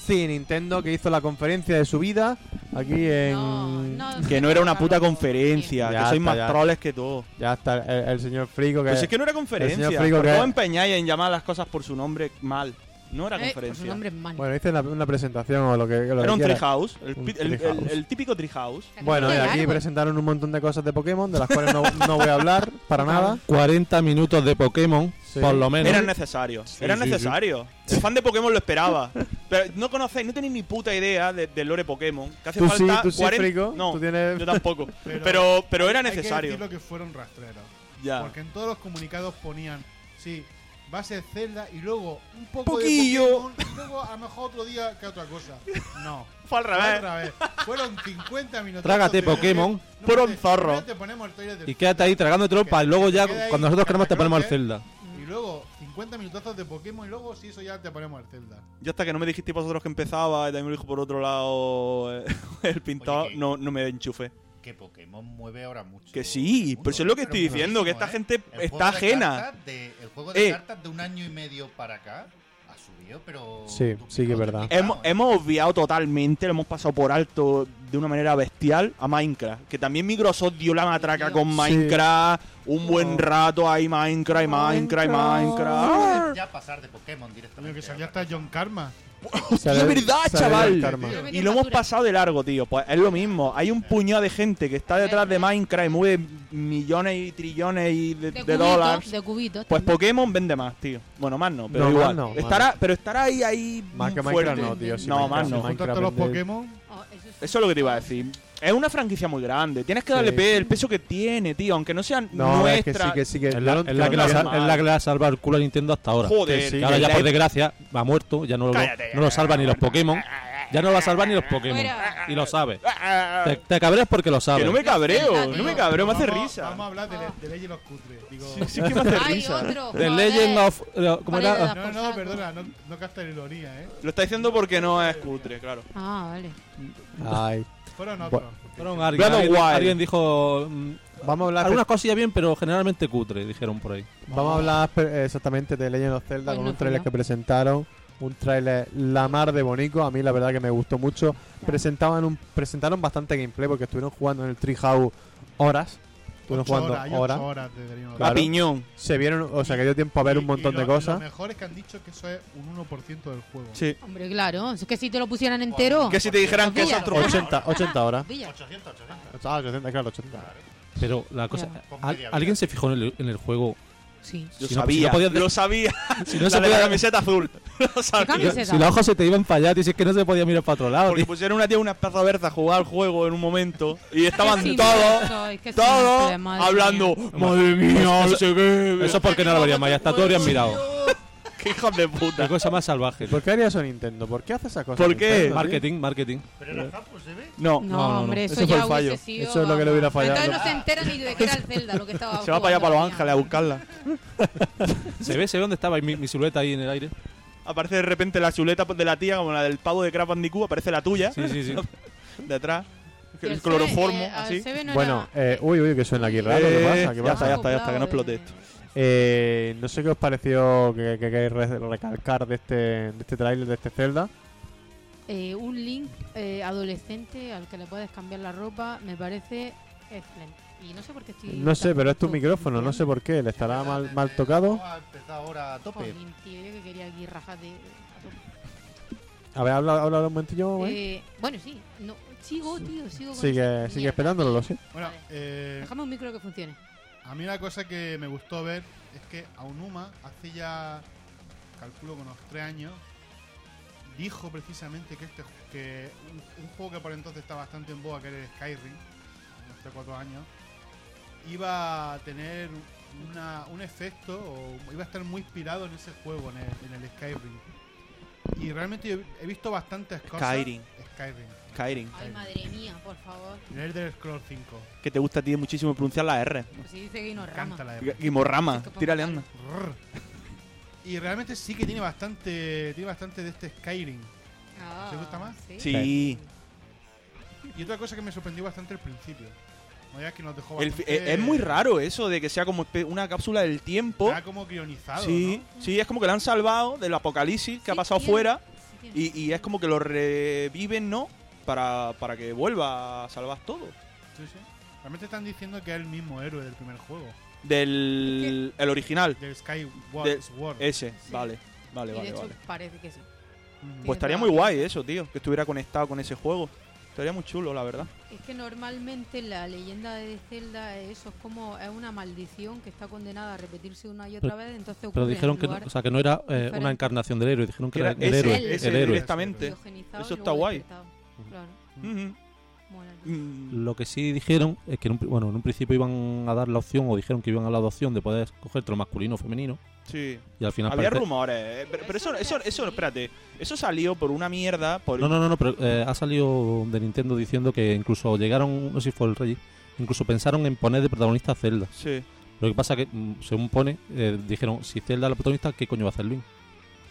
[SPEAKER 1] Sí, Nintendo que hizo la conferencia de su vida aquí en...
[SPEAKER 4] No, no,
[SPEAKER 3] Que no era una puta
[SPEAKER 4] no, no.
[SPEAKER 3] conferencia,
[SPEAKER 1] Ya
[SPEAKER 3] que sois
[SPEAKER 1] está,
[SPEAKER 3] más
[SPEAKER 1] ya.
[SPEAKER 3] troles que todo.
[SPEAKER 1] Ya está el, el señor Frico que...
[SPEAKER 3] Pues es que no era
[SPEAKER 1] el
[SPEAKER 3] conferencia.
[SPEAKER 1] señor Frigo
[SPEAKER 3] ¿Por
[SPEAKER 1] que-
[SPEAKER 3] qué os empeñáis en llamar las cosas por su nombre mal? No era
[SPEAKER 4] Eh, pues su
[SPEAKER 3] conferencia.
[SPEAKER 4] nombre es mal.
[SPEAKER 1] Bueno, hice una, una presentación o lo que, lo que
[SPEAKER 3] Era un
[SPEAKER 1] quiera.
[SPEAKER 3] treehouse, el,
[SPEAKER 1] Un
[SPEAKER 3] pi- el- el-
[SPEAKER 1] treehouse.
[SPEAKER 3] el típico treehouse.
[SPEAKER 1] Bueno, y
[SPEAKER 4] Qué
[SPEAKER 1] aquí
[SPEAKER 4] largo.
[SPEAKER 1] presentaron un montón de cosas de Pokémon, de las cuales no, no voy a hablar para nada.
[SPEAKER 2] 40 minutos de Pokémon,
[SPEAKER 1] Sí.
[SPEAKER 2] por lo menos.
[SPEAKER 3] Eran necesarios, eran
[SPEAKER 2] sí, sí.
[SPEAKER 3] necesarios. El fan de Pokémon lo esperaba. Pero no conocéis, no tenéis ni puta idea de- del lore Pokémon. Que hace
[SPEAKER 1] Tú sí,
[SPEAKER 3] falta
[SPEAKER 1] tú sí,
[SPEAKER 3] 40
[SPEAKER 1] Frigo.
[SPEAKER 3] No,
[SPEAKER 1] Tú tienes...
[SPEAKER 3] yo tampoco.
[SPEAKER 5] Pero-
[SPEAKER 3] Pero, pero era
[SPEAKER 5] Hay
[SPEAKER 3] necesario.
[SPEAKER 5] que decirlo que fueron rastreros.
[SPEAKER 3] Ya.
[SPEAKER 5] Porque en todos los comunicados ponían, sí, va a ser Zelda y luego un poco
[SPEAKER 3] Poquillo.
[SPEAKER 5] de Pokémon, y luego a lo mejor otro día que otra cosa. No.
[SPEAKER 3] Fue al revés.
[SPEAKER 5] Otra vez. Fueron 50 minutos.
[SPEAKER 2] Trágate Pokémon,
[SPEAKER 3] puro zorro.
[SPEAKER 5] Te ponemos el trailer del
[SPEAKER 2] Y quédate ahí tragando trompa. Y luego ya,
[SPEAKER 5] Queda ahí
[SPEAKER 2] cuando nosotros queremos, te ponemos al
[SPEAKER 5] Cacroque.
[SPEAKER 2] Zelda.
[SPEAKER 5] Y luego 50 minutazos de Pokémon y luego si eso ya te ponemos el Zelda.
[SPEAKER 3] Yo hasta que no me dijisteis vosotros que empezaba y también me lo dijo por otro lado eh, el pintado,
[SPEAKER 6] Oye, que-
[SPEAKER 3] no, no me enchufé.
[SPEAKER 6] Que Pokémon mueve ahora mucho.
[SPEAKER 3] Que sí,
[SPEAKER 6] mundo,
[SPEAKER 3] pero eso es lo que
[SPEAKER 6] pero
[SPEAKER 3] estoy diciendo, que esta
[SPEAKER 6] muchísimo,
[SPEAKER 3] gente
[SPEAKER 6] ¿eh? El
[SPEAKER 3] está
[SPEAKER 6] juego de
[SPEAKER 3] ajena.
[SPEAKER 6] cartas de- el juego de
[SPEAKER 3] Eh.
[SPEAKER 6] cartas de un año y medio para acá ha subido, pero.
[SPEAKER 1] Sí,
[SPEAKER 6] duplicado,
[SPEAKER 1] sí que es verdad.
[SPEAKER 6] triplicado,
[SPEAKER 3] Hemos,
[SPEAKER 6] ¿eh?
[SPEAKER 3] hemos obviado totalmente, lo hemos pasado por alto de una manera bestial a Minecraft. Que también Microsoft dio la matraca con
[SPEAKER 1] Sí.
[SPEAKER 3] Minecraft. Un buen rato ahí Minecraft, y Minecraft, y Minecraft.
[SPEAKER 6] Ya pasar de Pokémon directamente.
[SPEAKER 5] Coño, que salía
[SPEAKER 6] ahora.
[SPEAKER 5] hasta John Karma.
[SPEAKER 1] Sale-
[SPEAKER 3] ¡Hostia, verdad,
[SPEAKER 1] sale
[SPEAKER 3] chaval!
[SPEAKER 1] del karma.
[SPEAKER 5] Tío.
[SPEAKER 3] Y lo hemos pasado de largo, tío. Pues es lo mismo. Hay un puñado de gente que está detrás de Minecraft y mueve millones y trillones y de, de
[SPEAKER 4] cubitos,
[SPEAKER 3] dólares.
[SPEAKER 4] De cubitos.
[SPEAKER 3] Pues
[SPEAKER 4] también.
[SPEAKER 3] Pokémon vende más, tío. Bueno, más no, pero
[SPEAKER 1] No, más
[SPEAKER 3] igual.
[SPEAKER 1] no, más
[SPEAKER 3] estará, Pero estará ahí, ahí
[SPEAKER 1] Más que
[SPEAKER 3] fuerte.
[SPEAKER 1] Minecraft no, tío. sí,
[SPEAKER 3] No,
[SPEAKER 1] Minecraft,
[SPEAKER 3] más
[SPEAKER 1] sí,
[SPEAKER 3] Ah, no.
[SPEAKER 1] Minecraft
[SPEAKER 5] Junto a todos los
[SPEAKER 1] vende-
[SPEAKER 5] Pokémon.
[SPEAKER 4] Oh, eso es-
[SPEAKER 3] Eso es lo que te iba a decir. Es una franquicia muy grande. Tienes que darle
[SPEAKER 1] Sí.
[SPEAKER 3] pe- el peso que tiene, tío. Aunque no sean
[SPEAKER 1] No, es que
[SPEAKER 3] nuestra.
[SPEAKER 1] sí, que sí, que...
[SPEAKER 2] Es la,
[SPEAKER 1] yo no-
[SPEAKER 2] es la
[SPEAKER 1] yo
[SPEAKER 2] que la,
[SPEAKER 1] no-
[SPEAKER 3] es
[SPEAKER 2] sa-
[SPEAKER 3] mal.
[SPEAKER 2] es la que le ha salvado el culo a Nintendo hasta ahora.
[SPEAKER 3] Joder,
[SPEAKER 1] que sí,
[SPEAKER 2] Que
[SPEAKER 1] que
[SPEAKER 2] ahora ya
[SPEAKER 3] la-
[SPEAKER 2] por desgracia ha muerto, ya no lo,
[SPEAKER 3] Cállate,
[SPEAKER 2] no lo salva ni los Pokémon. Ya no lo salvan ni los Pokémon.
[SPEAKER 4] Fuera.
[SPEAKER 2] Y lo sabes.
[SPEAKER 3] Ah,
[SPEAKER 2] Te, te cabreas porque lo
[SPEAKER 3] que
[SPEAKER 2] sabes.
[SPEAKER 3] no me cabreo,
[SPEAKER 4] Venga,
[SPEAKER 3] no me
[SPEAKER 4] tío.
[SPEAKER 3] cabreo, me hace
[SPEAKER 5] Vamos-
[SPEAKER 3] risa.
[SPEAKER 5] Vamos a hablar de, le- de leyes los cutres. Digo,
[SPEAKER 3] Ah. Sí que me hace
[SPEAKER 4] Hay
[SPEAKER 3] risa.
[SPEAKER 4] otro.
[SPEAKER 2] The
[SPEAKER 4] joder.
[SPEAKER 2] Legend of. eh, ¿Cómo
[SPEAKER 4] Vale,
[SPEAKER 2] era?
[SPEAKER 4] da-
[SPEAKER 5] no, no, perdona, no, no capta la ironía, ¿eh?
[SPEAKER 3] Lo está diciendo porque no es cutre, claro.
[SPEAKER 4] Ah, vale.
[SPEAKER 1] Ay.
[SPEAKER 5] Fueron otros.
[SPEAKER 2] Fueron alguien,
[SPEAKER 3] Blood and
[SPEAKER 2] alguien-
[SPEAKER 3] Wild.
[SPEAKER 2] alguien dijo. mm,
[SPEAKER 1] Vamos a hablar...
[SPEAKER 2] Algunas cosillas bien, pero generalmente cutre, dijeron por ahí.
[SPEAKER 1] Vamos a hablar eh, exactamente de Legend of Zelda
[SPEAKER 4] Hoy
[SPEAKER 1] con
[SPEAKER 4] no
[SPEAKER 1] un tráiler
[SPEAKER 4] fui yo.
[SPEAKER 1] que presentaron. Un tráiler la mar de bonico. A mí la verdad que me gustó mucho. Presentaban un, presentaron bastante gameplay porque estuvieron jugando en el Treehouse horas. Estuvieron
[SPEAKER 5] Ocho
[SPEAKER 1] jugando
[SPEAKER 5] horas, hay ocho
[SPEAKER 1] horas.
[SPEAKER 5] horas de Dream of
[SPEAKER 1] Claro.
[SPEAKER 3] A piñón.
[SPEAKER 1] Se vieron, o sea, que dio tiempo a ver
[SPEAKER 5] Y-
[SPEAKER 1] un montón
[SPEAKER 5] y
[SPEAKER 1] de
[SPEAKER 5] lo- Lo
[SPEAKER 1] cosas.
[SPEAKER 5] mejor es que han dicho que eso es un 1% del juego.
[SPEAKER 3] Sí.
[SPEAKER 4] Hombre, claro. Es que si te lo pusieran entero.
[SPEAKER 3] Que si te dijeran que
[SPEAKER 4] Pilla.
[SPEAKER 3] es otro.
[SPEAKER 1] 80, 80 horas.
[SPEAKER 4] Villa.
[SPEAKER 6] 800, 800.
[SPEAKER 1] Ah, 800, claro, 80.
[SPEAKER 2] Pero la cosa.
[SPEAKER 4] Ya.
[SPEAKER 6] Con
[SPEAKER 2] ¿al-
[SPEAKER 6] media vida.
[SPEAKER 2] ¿Alguien se fijó en el, en el juego?
[SPEAKER 4] Sí.
[SPEAKER 3] Yo
[SPEAKER 2] Si no- si
[SPEAKER 3] sabía.
[SPEAKER 2] no podías-
[SPEAKER 3] lo sabía.
[SPEAKER 2] Si
[SPEAKER 3] la
[SPEAKER 2] no se
[SPEAKER 3] de la
[SPEAKER 2] podía-
[SPEAKER 3] camiseta azul. Lo sabía.
[SPEAKER 4] camiseta?
[SPEAKER 2] si los ojos se te iban para allá, tío, si es que no se podía mirar para otro lado.
[SPEAKER 3] Porque
[SPEAKER 2] tío.
[SPEAKER 3] pusieron una tía una perra verde a jugar al juego en un momento. Y estaban
[SPEAKER 4] Qué simple
[SPEAKER 3] todos.
[SPEAKER 4] soy, qué
[SPEAKER 3] Todos
[SPEAKER 4] simple, madre
[SPEAKER 3] hablando,
[SPEAKER 4] mía.
[SPEAKER 3] madre mía,
[SPEAKER 2] Eso-
[SPEAKER 3] no sé qué.
[SPEAKER 2] Eso porque no lo verían más, ya está, tú habrías mirado.
[SPEAKER 3] qué hijos de puta.
[SPEAKER 2] La cosa más salvaje.
[SPEAKER 1] ¿Por qué haría eso Nintendo? ¿Por qué hace esa cosa?
[SPEAKER 3] ¿Por qué?
[SPEAKER 1] Nintendo, tío?
[SPEAKER 2] Marketing, marketing.
[SPEAKER 6] Pero era Japón, se ve.
[SPEAKER 3] No,
[SPEAKER 4] No,
[SPEAKER 2] no, no.
[SPEAKER 4] hombre, eso,
[SPEAKER 3] Ese fue
[SPEAKER 4] ya
[SPEAKER 3] el fallo.
[SPEAKER 4] hubiese sido.
[SPEAKER 1] Eso es lo que le hubiera fallado.
[SPEAKER 4] Entonces no se entera ni de qué era el Zelda lo que estaba
[SPEAKER 3] se va para allá, para Los Ángeles, a buscarla.
[SPEAKER 2] Se ve, se ve dónde estaba ahí mi, mi silueta ahí en el aire.
[SPEAKER 3] Aparece de repente la chuleta de la tía, como la del pavo de Crash Bandicoot, aparece la tuya,
[SPEAKER 2] Sí, sí, sí.
[SPEAKER 3] detrás. El
[SPEAKER 4] eh,
[SPEAKER 3] cloroformo, así.
[SPEAKER 1] Bueno, eh, uy, uy, que suena aquí raro. ¿Qué
[SPEAKER 3] Eh,
[SPEAKER 1] pasa? ¿Qué
[SPEAKER 3] ya
[SPEAKER 1] pasa?
[SPEAKER 3] está, ya está, ya está, que no explote esto.
[SPEAKER 1] Eh, no sé qué os pareció que, que queréis re- recalcar de este, de este trailer, de este Zelda.
[SPEAKER 4] Eh, un Link eh, adolescente al que le puedes cambiar la ropa me parece excelente. Y no sé por qué estoy.
[SPEAKER 1] No sé,
[SPEAKER 4] tan
[SPEAKER 1] pero es tu
[SPEAKER 4] puto
[SPEAKER 1] micrófono, no sé por qué. Le estará mal, mal tocado.
[SPEAKER 6] Ha empezado ahora a tope.
[SPEAKER 4] Jolín, tío, yo que quería aquí rajar de- a tope.
[SPEAKER 1] A ver, habla, habla un momentillo. güey.
[SPEAKER 4] Eh, bueno, sí. No, sigo, tío, sigo. con
[SPEAKER 1] Sigue,
[SPEAKER 4] esta
[SPEAKER 1] sigue
[SPEAKER 4] mierda.
[SPEAKER 1] esperándolo, lo siento.
[SPEAKER 5] Bueno,
[SPEAKER 4] Vale.
[SPEAKER 5] eh,
[SPEAKER 4] Dejame un micro que funcione.
[SPEAKER 5] a mí una cosa que me gustó ver es que Aonuma hace ya, calculo con unos 3 años, dijo precisamente que este que un, un juego que por entonces está bastante en boga, que era el Skyrim, unos 3 4 años, iba a tener una- un efecto o iba a estar muy inspirado en ese juego, en el, en el Skyrim. Y realmente yo he visto bastantes cosas.
[SPEAKER 3] Skyrim.
[SPEAKER 5] Skyrim.
[SPEAKER 3] Skyrim.
[SPEAKER 4] Ay, madre mía, por favor.
[SPEAKER 5] El Elder Scrolls 5.
[SPEAKER 3] Que te gusta a ti muchísimo pronunciar la R.
[SPEAKER 4] Pues si dice que no
[SPEAKER 5] Me encanta
[SPEAKER 4] rama.
[SPEAKER 5] la
[SPEAKER 3] Gu-
[SPEAKER 5] de
[SPEAKER 3] Guimorrama,
[SPEAKER 4] Es que puedo
[SPEAKER 3] tírale
[SPEAKER 4] matar.
[SPEAKER 3] anda.
[SPEAKER 5] Rrr. Y realmente sí que tiene bastante tiene bastante de este Skyrim.
[SPEAKER 4] Ah,
[SPEAKER 5] ¿Te gusta más?
[SPEAKER 4] Sí.
[SPEAKER 3] Sí.
[SPEAKER 5] Y otra cosa que me sorprendió bastante al principio. No veas que nos dejó
[SPEAKER 3] El fi- eh,
[SPEAKER 5] bastante-
[SPEAKER 3] es, es muy raro eso de que sea como espe- una cápsula del tiempo.
[SPEAKER 5] Está como guionizado,
[SPEAKER 3] Sí, sí, es como que la han salvado del apocalipsis que ha
[SPEAKER 4] Sí,
[SPEAKER 3] pasado
[SPEAKER 4] tiene-
[SPEAKER 3] fuera
[SPEAKER 4] sí tiene.
[SPEAKER 3] y, y es como que lo reviven, ¿no? Para, para que vuelva a salvar todo.
[SPEAKER 5] ¿no? Sí, sí. Realmente están diciendo que es el mismo héroe del primer juego.
[SPEAKER 3] Del el original,
[SPEAKER 5] Del Skyward
[SPEAKER 3] De-
[SPEAKER 5] Sword.
[SPEAKER 3] ese.
[SPEAKER 4] Sí.
[SPEAKER 3] Vale, vale,
[SPEAKER 4] Y de
[SPEAKER 3] vale.
[SPEAKER 4] hecho
[SPEAKER 3] vale.
[SPEAKER 4] parece que sí.
[SPEAKER 5] Mm.
[SPEAKER 3] Pues estaría muy guay eso, tío, que estuviera conectado con ese juego. Estaría muy chulo, la verdad.
[SPEAKER 4] Es que normalmente la leyenda de Zelda eh, eso es como es una maldición que está condenada a repetirse una y otra vez, entonces ocurre
[SPEAKER 2] Pero
[SPEAKER 4] en
[SPEAKER 2] dijeron
[SPEAKER 4] un
[SPEAKER 2] que no,
[SPEAKER 4] lugar
[SPEAKER 2] o sea, que no era eh,
[SPEAKER 4] diferente.
[SPEAKER 2] una encarnación del héroe, dijeron que
[SPEAKER 3] Era
[SPEAKER 2] era el
[SPEAKER 3] ese,
[SPEAKER 2] héroe,
[SPEAKER 4] ese
[SPEAKER 2] el héroe.
[SPEAKER 3] directamente.
[SPEAKER 4] criogenizado
[SPEAKER 3] Eso
[SPEAKER 4] y
[SPEAKER 3] está
[SPEAKER 4] luego
[SPEAKER 3] guay.
[SPEAKER 4] despertado. Claro.
[SPEAKER 3] Ujú.
[SPEAKER 4] Mola.
[SPEAKER 3] Mm.
[SPEAKER 2] Lo que sí dijeron es que en un, pri- bueno, en un principio iban a dar la opción o dijeron que iban a dar la opción de poder escoger lo masculino o femenino
[SPEAKER 3] Sí.
[SPEAKER 2] y al final
[SPEAKER 3] Había
[SPEAKER 2] parece-
[SPEAKER 3] rumores, eh, pero, pero eso, eso, eso, espérate, eso salió por una mierda, por
[SPEAKER 2] No, no, no, no, pero eh, ha salido de Nintendo diciendo que incluso llegaron, no sé si fue el Rey, incluso pensaron en poner de protagonista a Zelda.
[SPEAKER 3] Sí.
[SPEAKER 2] Lo que pasa que, mm, según pone, eh, dijeron, si Zelda es la protagonista, ¿qué coño va a hacer Link?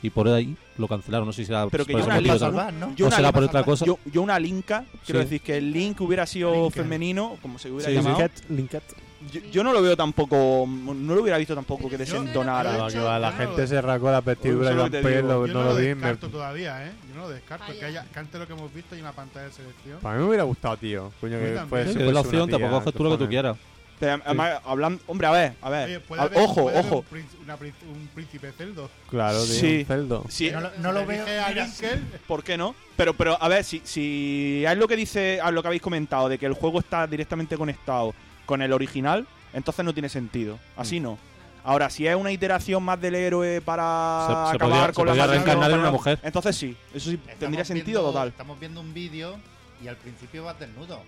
[SPEAKER 2] Y por ahí lo cancelaron, no sé si será
[SPEAKER 3] Pero que
[SPEAKER 2] por
[SPEAKER 3] yo
[SPEAKER 2] ese
[SPEAKER 3] una
[SPEAKER 2] motivo
[SPEAKER 3] Link-
[SPEAKER 6] Para
[SPEAKER 3] Tío,
[SPEAKER 2] también.
[SPEAKER 6] salvar, ¿no?
[SPEAKER 3] Yo
[SPEAKER 2] ¿O
[SPEAKER 3] una
[SPEAKER 2] será
[SPEAKER 3] Link-
[SPEAKER 2] por otra cosa? Eh,
[SPEAKER 3] Yo, yo una linka, quiero
[SPEAKER 2] Sí.
[SPEAKER 3] decir que el Link hubiera sido
[SPEAKER 5] Linker.
[SPEAKER 3] femenino, como se hubiera
[SPEAKER 2] Sí,
[SPEAKER 3] llamado.
[SPEAKER 1] Linket, Linket.
[SPEAKER 3] Yo, yo no lo veo tampoco, no lo hubiera visto tampoco que desentonara.
[SPEAKER 5] Yo-
[SPEAKER 1] No, que va, la
[SPEAKER 5] Yo no
[SPEAKER 1] gente
[SPEAKER 5] lo-
[SPEAKER 1] se rasgó las vestiduras y
[SPEAKER 3] Solo
[SPEAKER 1] los
[SPEAKER 3] te
[SPEAKER 1] pelos,
[SPEAKER 3] digo,
[SPEAKER 5] Yo
[SPEAKER 1] no,
[SPEAKER 5] no,
[SPEAKER 1] lo
[SPEAKER 5] lo
[SPEAKER 1] vi. me-
[SPEAKER 5] descarto todavía, ¿eh? Yo no lo descarto.
[SPEAKER 4] Vaya.
[SPEAKER 5] Que, haya, que antes lo que hemos visto hay una pantalla de selección.
[SPEAKER 1] Para mí me hubiera gustado, tío. Coño, que
[SPEAKER 5] Yo también.
[SPEAKER 1] fuese-
[SPEAKER 2] Sí,
[SPEAKER 1] fuese
[SPEAKER 2] es la
[SPEAKER 1] una
[SPEAKER 2] opción,
[SPEAKER 1] tía,
[SPEAKER 2] tampoco haces tú lo que tú
[SPEAKER 1] cojones.
[SPEAKER 2] quieras.
[SPEAKER 3] Pero, además, hablando, hombre, a ver, a ver.
[SPEAKER 5] Oye, Eh, puede
[SPEAKER 3] A-
[SPEAKER 5] haber-
[SPEAKER 3] Ah, ojo,
[SPEAKER 5] puede haber
[SPEAKER 3] ojo.
[SPEAKER 5] Un, prín- una prín- un príncipe celdo.
[SPEAKER 1] Claro, tío.
[SPEAKER 3] Sí.
[SPEAKER 1] un Celdo.
[SPEAKER 3] Sí,
[SPEAKER 6] No lo, no lo veo.
[SPEAKER 5] Dije a
[SPEAKER 6] Mira,
[SPEAKER 5] Linkel,
[SPEAKER 3] ¿Por qué no? Pero, pero a ver, si, si es lo que dice, a lo que habéis comentado, de que el juego está directamente conectado con el original, entonces no tiene sentido. Así
[SPEAKER 2] Mm.
[SPEAKER 3] no. Ahora, si es una iteración más del héroe para
[SPEAKER 2] Se- se podría-
[SPEAKER 3] acabar con
[SPEAKER 2] se
[SPEAKER 3] la
[SPEAKER 2] podría
[SPEAKER 3] maldición,
[SPEAKER 2] reencarnar en
[SPEAKER 3] para-
[SPEAKER 2] una mujer.
[SPEAKER 3] Entonces sí, eso sí
[SPEAKER 6] estamos
[SPEAKER 3] tendría sentido
[SPEAKER 6] viendo-
[SPEAKER 3] total.
[SPEAKER 6] Estamos viendo un vídeo y al principio vas desnudo.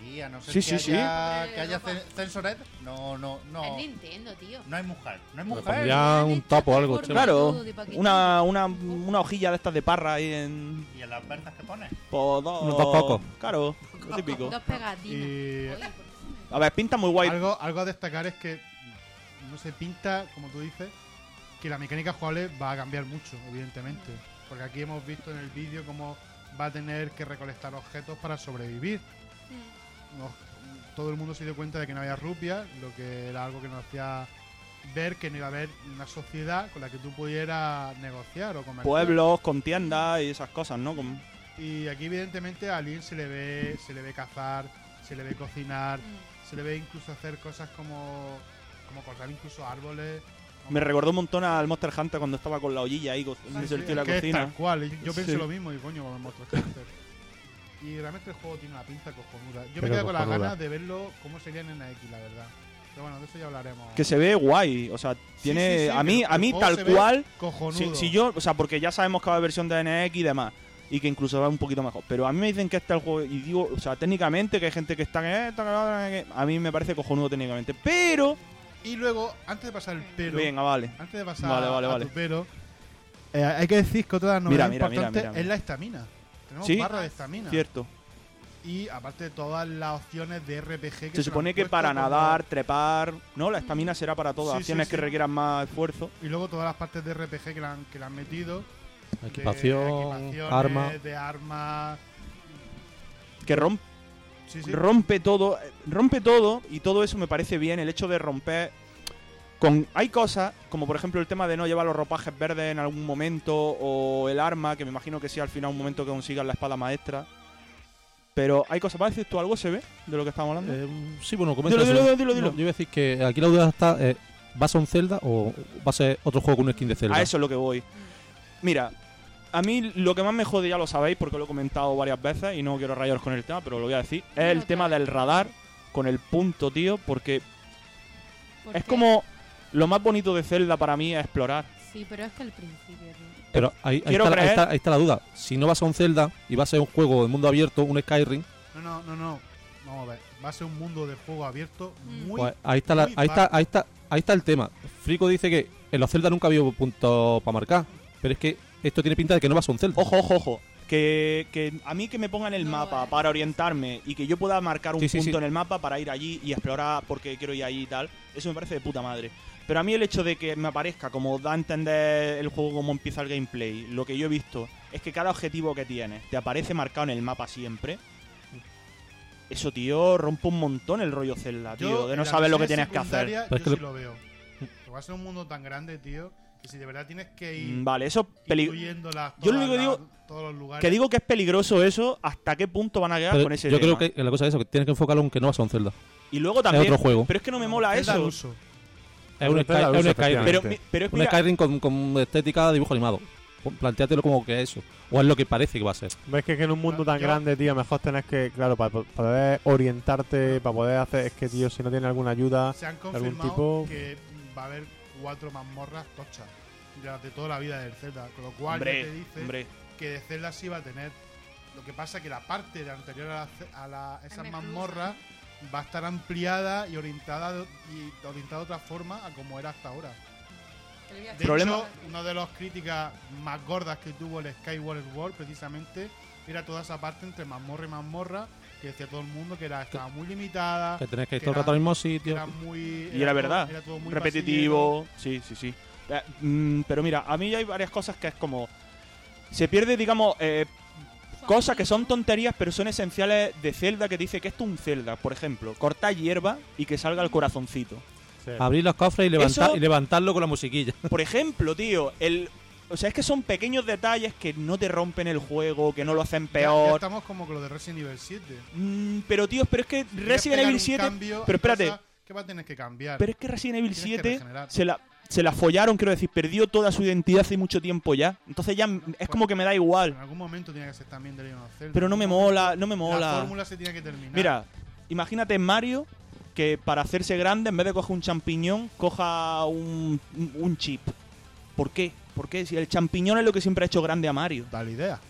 [SPEAKER 6] Aquí, a no ser
[SPEAKER 3] Sí,
[SPEAKER 6] que,
[SPEAKER 3] sí,
[SPEAKER 6] haya,
[SPEAKER 4] sí.
[SPEAKER 6] que haya cen- censored, no, no,
[SPEAKER 4] Es
[SPEAKER 6] no.
[SPEAKER 4] Nintendo, tío.
[SPEAKER 6] No hay mujer. No
[SPEAKER 3] Pues
[SPEAKER 6] hay
[SPEAKER 2] Le
[SPEAKER 6] mujer.
[SPEAKER 2] pondría un top o algo,
[SPEAKER 4] Por-
[SPEAKER 2] che.
[SPEAKER 3] Claro,
[SPEAKER 4] de paquetito.
[SPEAKER 3] una, una, una hojilla de estas de parra ahí en.
[SPEAKER 6] Y en las versas que pones.
[SPEAKER 3] por dos,
[SPEAKER 2] Unos dos cocos.
[SPEAKER 3] Claro, lo típico. eh,
[SPEAKER 4] Dos pegatinas.
[SPEAKER 5] Y-
[SPEAKER 4] Oye, por-
[SPEAKER 3] A ver, pinta muy guay.
[SPEAKER 5] Algo, algo a destacar es que no se pinta, como tú dices, que la mecánica jugable va a cambiar mucho, evidentemente. Porque aquí hemos visto en el vídeo cómo va a tener que recolectar objetos para sobrevivir. No- todo el mundo se dio cuenta de que no había rupias, lo que era algo que nos hacía ver que no iba a haber una sociedad con la que tú pudieras negociar o comerciar.
[SPEAKER 3] Pueblos con tiendas y esas cosas, ¿no? Con-
[SPEAKER 5] Y aquí evidentemente a Link se le ve, se le ve cazar, se le ve cocinar,
[SPEAKER 4] Mm.
[SPEAKER 5] se le ve incluso hacer cosas como, como cortar incluso árboles.
[SPEAKER 3] Me recordó un montón al Monster Hunter cuando estaba con la ollilla ahí, co-
[SPEAKER 5] Ah, Sí,
[SPEAKER 3] metido el
[SPEAKER 5] sí,
[SPEAKER 3] tío en la
[SPEAKER 5] es que es
[SPEAKER 3] cocina.
[SPEAKER 5] tal cual. Yo pienso
[SPEAKER 3] Sí.
[SPEAKER 5] lo mismo y coño, vamos a mostrar este hacer. Y realmente el juego tiene una pinta cojonuda. Yo me
[SPEAKER 2] Pero
[SPEAKER 5] quedo con las
[SPEAKER 2] cojonuda.
[SPEAKER 5] ganas de verlo cómo sería en NX, la verdad. Pero bueno, de eso ya hablaremos.
[SPEAKER 3] Que se ve guay, o sea, tiene
[SPEAKER 5] sí, sí,
[SPEAKER 3] a mí
[SPEAKER 5] pero
[SPEAKER 3] a mí
[SPEAKER 5] el juego
[SPEAKER 3] tal
[SPEAKER 5] se ve
[SPEAKER 3] cual, si,
[SPEAKER 5] cojonudo.
[SPEAKER 3] si yo, o sea, porque ya sabemos que va a haber versión de NX y demás y que incluso va un poquito mejor, pero a mí me dicen que está el juego y digo, o sea, técnicamente que hay gente que está en esto, que lo otro, que- a mí me parece cojonudo técnicamente, pero
[SPEAKER 5] Y luego, antes de pasar el pero,
[SPEAKER 3] venga, vale.
[SPEAKER 5] antes de pasar
[SPEAKER 3] Vale, vale,
[SPEAKER 5] a
[SPEAKER 3] vale.
[SPEAKER 5] tu pero, eh, hay que decir que otra de las
[SPEAKER 3] Mira,
[SPEAKER 5] novedades
[SPEAKER 3] mira, mira,
[SPEAKER 5] importantes
[SPEAKER 3] mira, mira.
[SPEAKER 5] es la estamina. Tenemos
[SPEAKER 3] Sí,
[SPEAKER 5] barra de estamina.
[SPEAKER 3] Cierto.
[SPEAKER 5] Y aparte de todas las opciones de RPG que
[SPEAKER 3] Se
[SPEAKER 5] nos
[SPEAKER 3] supone
[SPEAKER 5] han
[SPEAKER 3] que
[SPEAKER 5] puesto pues,
[SPEAKER 3] para
[SPEAKER 5] como-
[SPEAKER 3] nadar, trepar, no, la estamina será para todas
[SPEAKER 5] Sí, sí,
[SPEAKER 3] acciones que
[SPEAKER 5] sí.
[SPEAKER 3] requieran más esfuerzo.
[SPEAKER 5] Y luego todas las partes de RPG que le han, que le han metido. de
[SPEAKER 2] Equipación,
[SPEAKER 5] equipaciones,
[SPEAKER 2] arma.
[SPEAKER 3] eh,
[SPEAKER 5] De armas.
[SPEAKER 3] Que rompe
[SPEAKER 5] Sí, sí.
[SPEAKER 3] rompe todo, eh, rompe todo y todo eso me parece bien, el hecho de romper con hay cosas como por ejemplo el tema de no llevar los ropajes verdes en algún momento o el arma, que me imagino que sea al final un momento que consigas la espada maestra. Pero hay cosas, ¿vas a decir tú algo se ve de lo que estamos hablando?
[SPEAKER 2] Eh, sí, bueno, comenta
[SPEAKER 3] dilo,
[SPEAKER 2] eso.
[SPEAKER 3] dilo, dilo, dilo,
[SPEAKER 2] No,
[SPEAKER 3] dilo.
[SPEAKER 2] yo iba a decir que aquí la duda está: eh, ¿va a ser un Zelda o va a ser otro juego con un skin de Zelda?
[SPEAKER 3] A eso es lo que voy. Mira, a mí lo que más me jode ya lo sabéis porque lo he comentado varias veces y no quiero rayaros con el tema, pero lo voy a decir, es el
[SPEAKER 4] Dilo,
[SPEAKER 3] tema
[SPEAKER 4] claro.
[SPEAKER 3] del radar con el punto, tío, porque
[SPEAKER 4] ¿Por
[SPEAKER 3] es
[SPEAKER 4] qué?
[SPEAKER 3] como lo más bonito de Zelda para mí es explorar.
[SPEAKER 4] Sí, pero es que al principio. tío.
[SPEAKER 2] Pero ahí, ahí
[SPEAKER 3] Eh, Quiero
[SPEAKER 2] está, la- ahí
[SPEAKER 3] creer-
[SPEAKER 2] está- ahí está la duda. Si no va a ser un Zelda y va a ser un juego de mundo abierto, un Skyrim,
[SPEAKER 5] No, no, no, no. Vamos a ver. Va a ser un mundo de juego abierto
[SPEAKER 4] Mm.
[SPEAKER 5] muy.
[SPEAKER 2] pues ahí está, la-
[SPEAKER 5] muy
[SPEAKER 2] ahí, está, ahí, está, ahí está el tema. Frico dice que en los Zelda nunca ha habido puntos para marcar. Pero es que esto tiene pinta de que no va a ser un Zelda.
[SPEAKER 3] Ojo, ojo, ojo. Que, que a mí que me pongan el
[SPEAKER 4] No,
[SPEAKER 3] mapa
[SPEAKER 4] eh.
[SPEAKER 3] para orientarme y que yo pueda marcar un
[SPEAKER 2] Sí, sí,
[SPEAKER 3] punto
[SPEAKER 2] sí.
[SPEAKER 3] en el mapa para ir allí y explorar porque quiero ir allí y tal, eso me parece de puta madre. Pero a mí el hecho de que me aparezca, como da a entender el juego, cómo empieza el gameplay, lo que yo he visto es que cada objetivo que tienes te aparece marcado en el mapa siempre. Eso, tío, rompe un montón el rollo Zelda, tío,
[SPEAKER 5] Yo,
[SPEAKER 3] de
[SPEAKER 5] en
[SPEAKER 3] no
[SPEAKER 5] la
[SPEAKER 3] saber lo que
[SPEAKER 5] misión
[SPEAKER 3] tienes que hacer.
[SPEAKER 5] secundaria,
[SPEAKER 2] Pero es
[SPEAKER 5] yo
[SPEAKER 2] que
[SPEAKER 5] sí
[SPEAKER 2] lo-
[SPEAKER 5] lo veo. Pero va a ser un mundo tan grande, tío, que si de verdad tienes que ir.
[SPEAKER 3] Mm, Vale, eso es peli-
[SPEAKER 5] incluyendo las,
[SPEAKER 3] Yo lo
[SPEAKER 5] todas
[SPEAKER 3] único que
[SPEAKER 5] las-
[SPEAKER 3] digo-
[SPEAKER 5] todos los lugares.
[SPEAKER 3] Que digo que es peligroso eso, ¿hasta qué punto van a quedar
[SPEAKER 2] Pero
[SPEAKER 3] con ese
[SPEAKER 2] yo
[SPEAKER 3] tema?
[SPEAKER 2] creo que la cosa es eso, que tienes que enfocarlo aunque no va a ser un Zelda.
[SPEAKER 3] Y luego
[SPEAKER 2] es
[SPEAKER 3] también...
[SPEAKER 2] otro juego.
[SPEAKER 3] Pero es que no me mola
[SPEAKER 5] Zelda al
[SPEAKER 3] eso.
[SPEAKER 5] uso.
[SPEAKER 2] Es un,
[SPEAKER 1] Zelda lo
[SPEAKER 2] Sky- es un
[SPEAKER 1] usa,
[SPEAKER 2] Skyrim.
[SPEAKER 1] efectivamente.
[SPEAKER 3] Pero, mi- pero es
[SPEAKER 2] Un
[SPEAKER 3] mira,
[SPEAKER 2] Skyrim con, con estética de dibujo animado. Pon- Plantéatelo como que es eso. O es lo que parece que va a ser.
[SPEAKER 1] Ves que, es que en un mundo
[SPEAKER 5] Yo-
[SPEAKER 1] tan grande, tío, mejor tenés que, claro, para poder orientarte, para poder hacer, es que, tío, si no tienes alguna ayuda,
[SPEAKER 5] Se han
[SPEAKER 1] algún
[SPEAKER 5] confirmado
[SPEAKER 1] tipo-
[SPEAKER 5] que va a haber cuatro mazmorras tochas de las de toda la vida del Zelda. Con lo cual ya
[SPEAKER 3] hombre,
[SPEAKER 5] te dice
[SPEAKER 3] hombre.
[SPEAKER 5] que de Zelda sí va a tener. Lo que pasa que la parte de anterior a, la- a la-
[SPEAKER 4] Es
[SPEAKER 5] esas
[SPEAKER 4] mejor.
[SPEAKER 5] mazmorras va a estar ampliada y orientada de- y orientada de otra forma a como era hasta ahora. De
[SPEAKER 3] Problema-
[SPEAKER 5] hecho, una de las críticas más gordas que tuvo el Skyward World precisamente era toda esa parte entre mazmorra y mazmorra que decía todo el mundo que era estaba muy limitada,
[SPEAKER 2] Que tenés que ir
[SPEAKER 5] que
[SPEAKER 2] todo el rato
[SPEAKER 5] era-
[SPEAKER 2] al mismo
[SPEAKER 5] que
[SPEAKER 2] sitio.
[SPEAKER 5] era muy
[SPEAKER 3] Y era
[SPEAKER 5] todo-
[SPEAKER 3] verdad,
[SPEAKER 5] era todo muy
[SPEAKER 3] repetitivo. Sí, sí, sí. Eh, mm, pero mira, a mí hay varias cosas que es como. Se pierde, digamos, eh, cosas que son tonterías, pero son esenciales de Zelda que dice que esto es un Zelda. Por ejemplo, cortar hierba y que salga el corazoncito.
[SPEAKER 2] Abrir los cofres y, levantar,
[SPEAKER 3] Eso-
[SPEAKER 2] y levantarlo con la musiquilla.
[SPEAKER 3] Por ejemplo, tío, el. O sea, es que son pequeños detalles que no te rompen el juego, que no lo hacen
[SPEAKER 5] Ya- ya
[SPEAKER 3] peor.
[SPEAKER 5] estamos como con lo de Resident Evil 7.
[SPEAKER 3] Mm, pero, tíos, pero es que
[SPEAKER 5] Quieres
[SPEAKER 3] Resident
[SPEAKER 5] pegar
[SPEAKER 3] Evil
[SPEAKER 5] un
[SPEAKER 3] 7.
[SPEAKER 5] cambio,
[SPEAKER 3] pero
[SPEAKER 5] hay cosas
[SPEAKER 3] espérate.
[SPEAKER 5] que va a tener que cambiar.
[SPEAKER 3] Pero es que Resident Evil
[SPEAKER 5] Tienes que
[SPEAKER 3] 7
[SPEAKER 5] regenerar.
[SPEAKER 3] se la, se la follaron, quiero decir, perdió toda su identidad hace mucho tiempo ya. Entonces ya m- es como que me da
[SPEAKER 5] en
[SPEAKER 3] igual.
[SPEAKER 5] algún momento tiene que ser también de Legend of Zelda.
[SPEAKER 3] Pero no me mola, no me
[SPEAKER 5] La
[SPEAKER 3] mola.
[SPEAKER 5] fórmula se tiene que terminar.
[SPEAKER 3] Mira, imagínate Mario que para hacerse grande, en vez de coger un champiñón, coja un, un- un chip. ¿Por qué? Porque si el champiñón es lo que siempre ha hecho grande a Mario.
[SPEAKER 5] da la idea.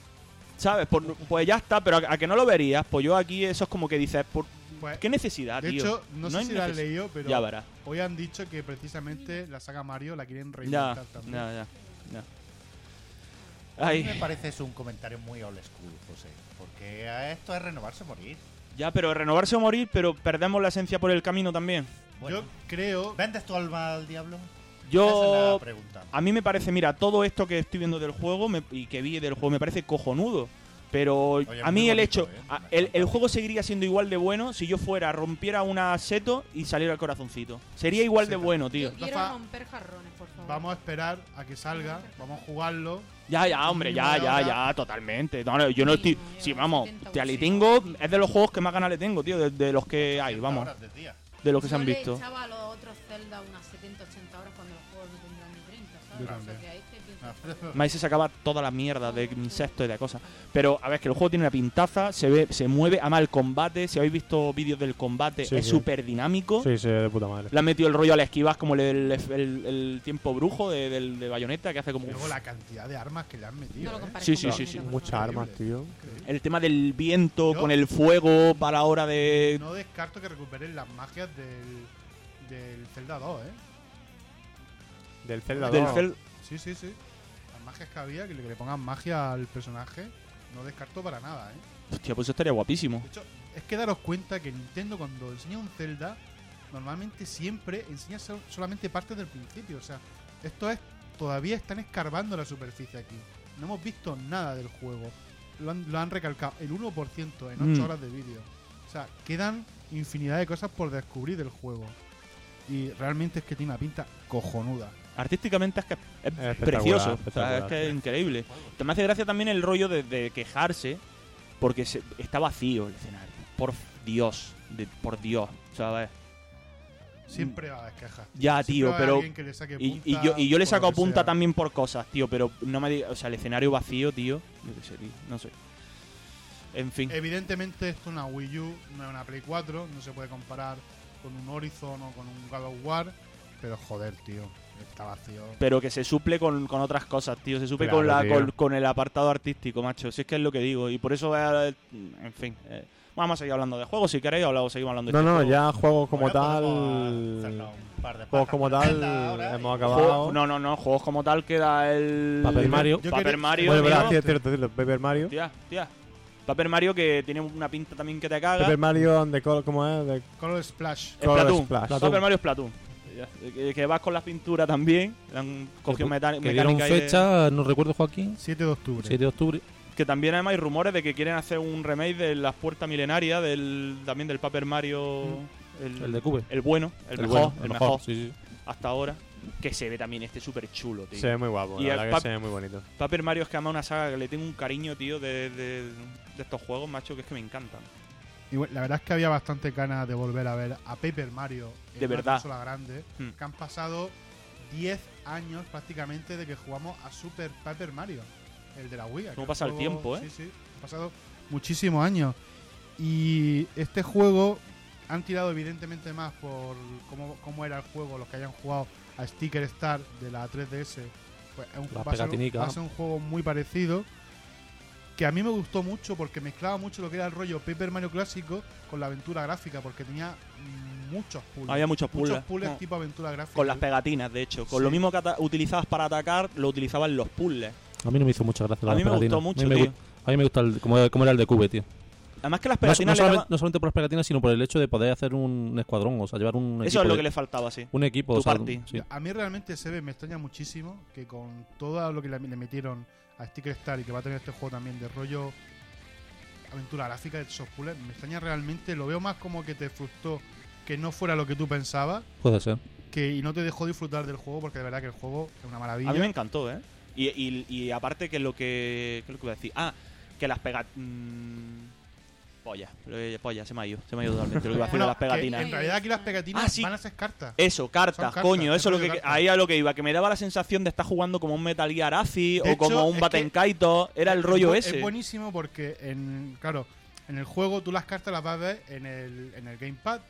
[SPEAKER 3] ¿Sabes? Por- pues ya está, pero a, a que no lo verías, pues yo aquí eso es como que dices, ¿por
[SPEAKER 5] Pues,
[SPEAKER 3] ¿qué necesidad,
[SPEAKER 5] de
[SPEAKER 3] tío?
[SPEAKER 5] hecho, no, sé
[SPEAKER 3] hay
[SPEAKER 5] si la has
[SPEAKER 3] neces-
[SPEAKER 5] leído, pero
[SPEAKER 3] Ya verás.
[SPEAKER 5] hoy han dicho que precisamente la saga Mario la quieren
[SPEAKER 3] Ya,
[SPEAKER 5] reinventar también.
[SPEAKER 3] ya, ya, ya.
[SPEAKER 6] A mí me
[SPEAKER 3] Ay,
[SPEAKER 6] parece es un comentario muy old school, José. Porque a esto es renovarse morir.
[SPEAKER 3] ya, pero renovarse o morir, pero perdemos la esencia por el camino también.
[SPEAKER 6] Bueno,
[SPEAKER 5] Yo creo
[SPEAKER 6] ¿vendes tu alma al diablo? Esa es la
[SPEAKER 3] Yo,
[SPEAKER 6] pregunta.
[SPEAKER 3] a mí me parece, mira, todo esto que estoy viendo del juego me- y que vi del juego me parece cojonudo. Pero a
[SPEAKER 6] muy
[SPEAKER 3] mí el
[SPEAKER 6] bonito,
[SPEAKER 3] hecho.
[SPEAKER 6] ¿eh?
[SPEAKER 3] a- el, el juego seguiría siendo igual de bueno si yo fuera, rompiera una seto y saliera el corazoncito. Sería igual de
[SPEAKER 6] Seto.
[SPEAKER 3] bueno, tío.
[SPEAKER 4] Yo quiero
[SPEAKER 5] Rafa,
[SPEAKER 4] romper jarrones, por favor.
[SPEAKER 5] Vamos a esperar a que salga, vamos a jugarlo.
[SPEAKER 3] Ya, ya, hombre, ya, ya, ya, totalmente. No, no, yo no estoy. Sí, vamos, te Alitingo es de los juegos que más ganas le tengo, tío, de, de los que hay, vamos,
[SPEAKER 6] Horas del día.
[SPEAKER 3] de los que se han
[SPEAKER 4] Yo le
[SPEAKER 3] visto.
[SPEAKER 4] echaba a los otros Zelda unas 70, 80 horas cuando los juegos no tendrán ni 30,
[SPEAKER 5] Yo
[SPEAKER 4] ¿sabes? O sea,
[SPEAKER 5] también.
[SPEAKER 4] que ahí te piensas,
[SPEAKER 6] Ah,
[SPEAKER 3] Maíz se sacaba toda la mierda de insectos y de cosas. Pero, a ver, que el juego tiene una pintaza, se ve, se mueve, ama el combate. Si habéis visto vídeos del combate,
[SPEAKER 1] Sí,
[SPEAKER 3] es
[SPEAKER 1] sí.
[SPEAKER 3] súper dinámico.
[SPEAKER 1] Sí, sí, de puta madre.
[SPEAKER 3] Le han metido el rollo a la esquivas como el, el- el- el tiempo brujo de, del- de bayoneta que hace como.
[SPEAKER 5] Y luego la cantidad de armas que le han
[SPEAKER 4] no
[SPEAKER 5] metido.
[SPEAKER 4] lo
[SPEAKER 5] ¿eh?
[SPEAKER 4] compares
[SPEAKER 3] Sí,
[SPEAKER 4] con
[SPEAKER 3] sí,
[SPEAKER 4] los
[SPEAKER 3] sí,
[SPEAKER 4] Zelda,
[SPEAKER 3] sí.
[SPEAKER 4] por favor.
[SPEAKER 1] Muchas armas, tío.
[SPEAKER 5] Increíble.
[SPEAKER 3] El tema del viento
[SPEAKER 5] Yo-
[SPEAKER 3] con el fuego para la hora de.
[SPEAKER 5] No descarto que recuperen las magias del, del Zelda 2, ¿eh?
[SPEAKER 1] Del Zelda
[SPEAKER 3] del
[SPEAKER 1] 2.
[SPEAKER 3] cel-
[SPEAKER 5] Sí, sí, sí. Las magias que había, que le, que le pongan magia al personaje, no descarto para nada, ¿eh?
[SPEAKER 3] Hostia, pues eso estaría guapísimo.
[SPEAKER 5] De hecho, es que daros cuenta que Nintendo cuando enseña un Zelda, normalmente siempre enseña sol- solamente partes del principio. O sea, esto es, todavía están escarbando la superficie aquí. No hemos visto nada del juego. Lo han, lo han recalcado el 1% en 8
[SPEAKER 3] Mm.
[SPEAKER 5] horas de vídeo. O sea, quedan infinidad de cosas por descubrir del juego. Y realmente es que tiene una pinta cojonuda.
[SPEAKER 3] Artísticamente es que es
[SPEAKER 1] Espectacular,
[SPEAKER 3] precioso. O sea,
[SPEAKER 1] espectacular,
[SPEAKER 3] es que es
[SPEAKER 1] sí.
[SPEAKER 3] increíble. Te me hace gracia también el rollo de, de quejarse porque se- está vacío el escenario. Por Dios, de- por Dios, ¿sabes?
[SPEAKER 5] Siempre va a haber quejas.
[SPEAKER 3] Mm. Ya,
[SPEAKER 5] Siempre
[SPEAKER 3] tío,
[SPEAKER 5] va a haber
[SPEAKER 3] pero.
[SPEAKER 5] alguien que le saque
[SPEAKER 3] Y,
[SPEAKER 5] punta
[SPEAKER 3] y yo, y yo le
[SPEAKER 5] por lo
[SPEAKER 3] saco
[SPEAKER 5] que
[SPEAKER 3] punta
[SPEAKER 5] sea.
[SPEAKER 3] también por cosas, tío, pero no me digas. O sea, el escenario vacío, tío. Yo qué sé, tío, no sé. En fin.
[SPEAKER 5] Eh, Evidentemente esto es una Wii U, no es una Play 4, no se puede comparar con un Horizon o con un God of War, pero joder, tío, está vacío.
[SPEAKER 3] pero que se suple con, con otras cosas, tío. Se suple
[SPEAKER 1] Claro,
[SPEAKER 3] con, la,
[SPEAKER 1] tío.
[SPEAKER 3] con, con el apartado artístico, macho. Si es que es lo que digo. Y por eso, eh, en fin. eh, vamos a seguir hablando de juegos. Si queréis, hablamos, seguimos hablando de
[SPEAKER 1] No,
[SPEAKER 3] este
[SPEAKER 1] no,
[SPEAKER 3] juego.
[SPEAKER 1] ya juegos como
[SPEAKER 6] Bueno, podemos
[SPEAKER 1] tal.
[SPEAKER 6] hacernos un par de
[SPEAKER 1] Pues
[SPEAKER 6] pajas
[SPEAKER 1] como
[SPEAKER 6] con
[SPEAKER 1] tal,
[SPEAKER 6] Zelda ahora
[SPEAKER 1] hemos
[SPEAKER 6] y-
[SPEAKER 1] acabado.
[SPEAKER 3] Juego- no, no, no. Juegos como tal queda el.
[SPEAKER 2] Paper Mario.
[SPEAKER 5] Yo
[SPEAKER 3] Paper
[SPEAKER 5] quería-
[SPEAKER 3] Mario.
[SPEAKER 1] Bueno,
[SPEAKER 3] tío.
[SPEAKER 1] verdad, cierto, cierto, cierto, Paper Mario.
[SPEAKER 3] Tía, tía. Paper Mario que tiene una pinta también que te caga.
[SPEAKER 1] Paper Mario and the Color, ¿cómo es? The
[SPEAKER 5] Color Splash.
[SPEAKER 1] Color
[SPEAKER 3] Splatoon.
[SPEAKER 1] Splash.
[SPEAKER 3] Paper Mario es Platoon. Que, que vas con las pinturas también. Le han cogido
[SPEAKER 2] Que-
[SPEAKER 3] meta-
[SPEAKER 2] Que dieron
[SPEAKER 3] mecánica ahí de-
[SPEAKER 2] fecha, no recuerdo Joaquín,
[SPEAKER 5] 7 de octubre.
[SPEAKER 2] 7 de octubre.
[SPEAKER 3] Que también además hay rumores de que quieren hacer un remake de las puertas milenarias, del, también del Paper Mario.
[SPEAKER 2] El de Cube.
[SPEAKER 3] el bueno, el, mejor,
[SPEAKER 2] bueno,
[SPEAKER 3] el mejor,
[SPEAKER 2] Sí, sí.
[SPEAKER 3] hasta ahora. Que se ve también este súper chulo, tío.
[SPEAKER 1] Se ve muy guapo,
[SPEAKER 3] Y
[SPEAKER 1] la
[SPEAKER 3] el
[SPEAKER 1] verdad
[SPEAKER 3] pap-
[SPEAKER 1] que se ve muy bonito.
[SPEAKER 3] Paper Mario es que ama una saga que le tengo un cariño, tío, de, de- de estos juegos, macho, que es que me encantan.
[SPEAKER 5] Y bueno, la verdad es que había bastante ganas de volver a ver a Paper Mario en
[SPEAKER 3] De
[SPEAKER 5] una
[SPEAKER 3] verdad.
[SPEAKER 5] consola grande,
[SPEAKER 3] Hmm.
[SPEAKER 5] que han pasado 10 años prácticamente de que jugamos a Super Paper Mario, el de la Wii. aquel
[SPEAKER 3] pasa el tiempo, eh?
[SPEAKER 5] Sí, sí, han pasado muchísimos años. Y este juego han tirado evidentemente más por cómo, cómo era el juego, los que hayan jugado a Sticker Star de la 3DS. Pues es un,
[SPEAKER 2] Las
[SPEAKER 5] va, a ser,
[SPEAKER 2] pegatinicas.
[SPEAKER 5] va a ser un juego muy parecido. Que a mí me gustó mucho porque mezclaba mucho lo que era el rollo Paper Mario clásico con la aventura gráfica, porque tenía mm, muchos puzzles.
[SPEAKER 3] Había muchos puzzles.
[SPEAKER 5] Muchos puzzles
[SPEAKER 3] No.
[SPEAKER 5] tipo aventura gráfica.
[SPEAKER 3] Con las pegatinas, de hecho. Con
[SPEAKER 5] Sí.
[SPEAKER 3] lo mismo que ata- utilizabas para atacar, lo utilizaban los puzzles.
[SPEAKER 2] A mí no me hizo mucha gracia. la
[SPEAKER 3] A mí me
[SPEAKER 2] pegatina.
[SPEAKER 3] gustó mucho,
[SPEAKER 2] a mí me,
[SPEAKER 3] tío.
[SPEAKER 2] gu- a mí me gusta el- como, como era el de Cube, tío.
[SPEAKER 3] Además que las
[SPEAKER 2] No, no
[SPEAKER 3] pegatinas... le
[SPEAKER 2] solamente,
[SPEAKER 3] daban-
[SPEAKER 2] no solamente por las pegatinas, sino por el hecho de poder hacer un escuadrón, o sea, llevar un
[SPEAKER 3] Eso
[SPEAKER 2] equipo.
[SPEAKER 3] es lo
[SPEAKER 2] de-
[SPEAKER 3] que le faltaba, sí.
[SPEAKER 2] Un equipo,
[SPEAKER 3] Tu
[SPEAKER 2] o sea,
[SPEAKER 3] party.
[SPEAKER 2] un- sí.
[SPEAKER 5] A mí realmente se ve, me extraña muchísimo que con todo lo que le le metieron a Sticker Star y que va a tener este juego también de rollo aventura gráfica de esos puzzles, me extraña realmente, lo veo más como que te frustró que no fuera lo que tú pensabas
[SPEAKER 2] Puede ser.
[SPEAKER 5] que y no te dejó disfrutar del juego porque de verdad que el juego es una maravilla.
[SPEAKER 3] A mí me encantó, ¿eh? Y, y- y aparte que lo que... ¿Qué es lo que iba a decir? Ah, que las pegatinas... polla, eh, polla, se me ha ido. Se me ha ido totalmente lo que iba a decir de
[SPEAKER 5] Bueno,
[SPEAKER 3] las
[SPEAKER 5] que
[SPEAKER 3] pegatinas.
[SPEAKER 5] en realidad aquí las pegatinas
[SPEAKER 3] Ah, sí.
[SPEAKER 5] van a ser cartas.
[SPEAKER 3] Eso, cartas,
[SPEAKER 5] Son cartas,
[SPEAKER 3] coño,
[SPEAKER 5] es
[SPEAKER 3] eso es lo que
[SPEAKER 5] rollo cartas.
[SPEAKER 3] ahí a lo que iba, que me daba la sensación de estar jugando como un Metal Gear Azi
[SPEAKER 5] De
[SPEAKER 3] o como
[SPEAKER 5] hecho,
[SPEAKER 3] un
[SPEAKER 5] es
[SPEAKER 3] Batten
[SPEAKER 5] que-
[SPEAKER 3] Kaito, era el rollo
[SPEAKER 5] es, bu-
[SPEAKER 3] ese.
[SPEAKER 5] Es buenísimo porque, en, claro, en el juego tú las cartas las vas a ver en el, en el gamepad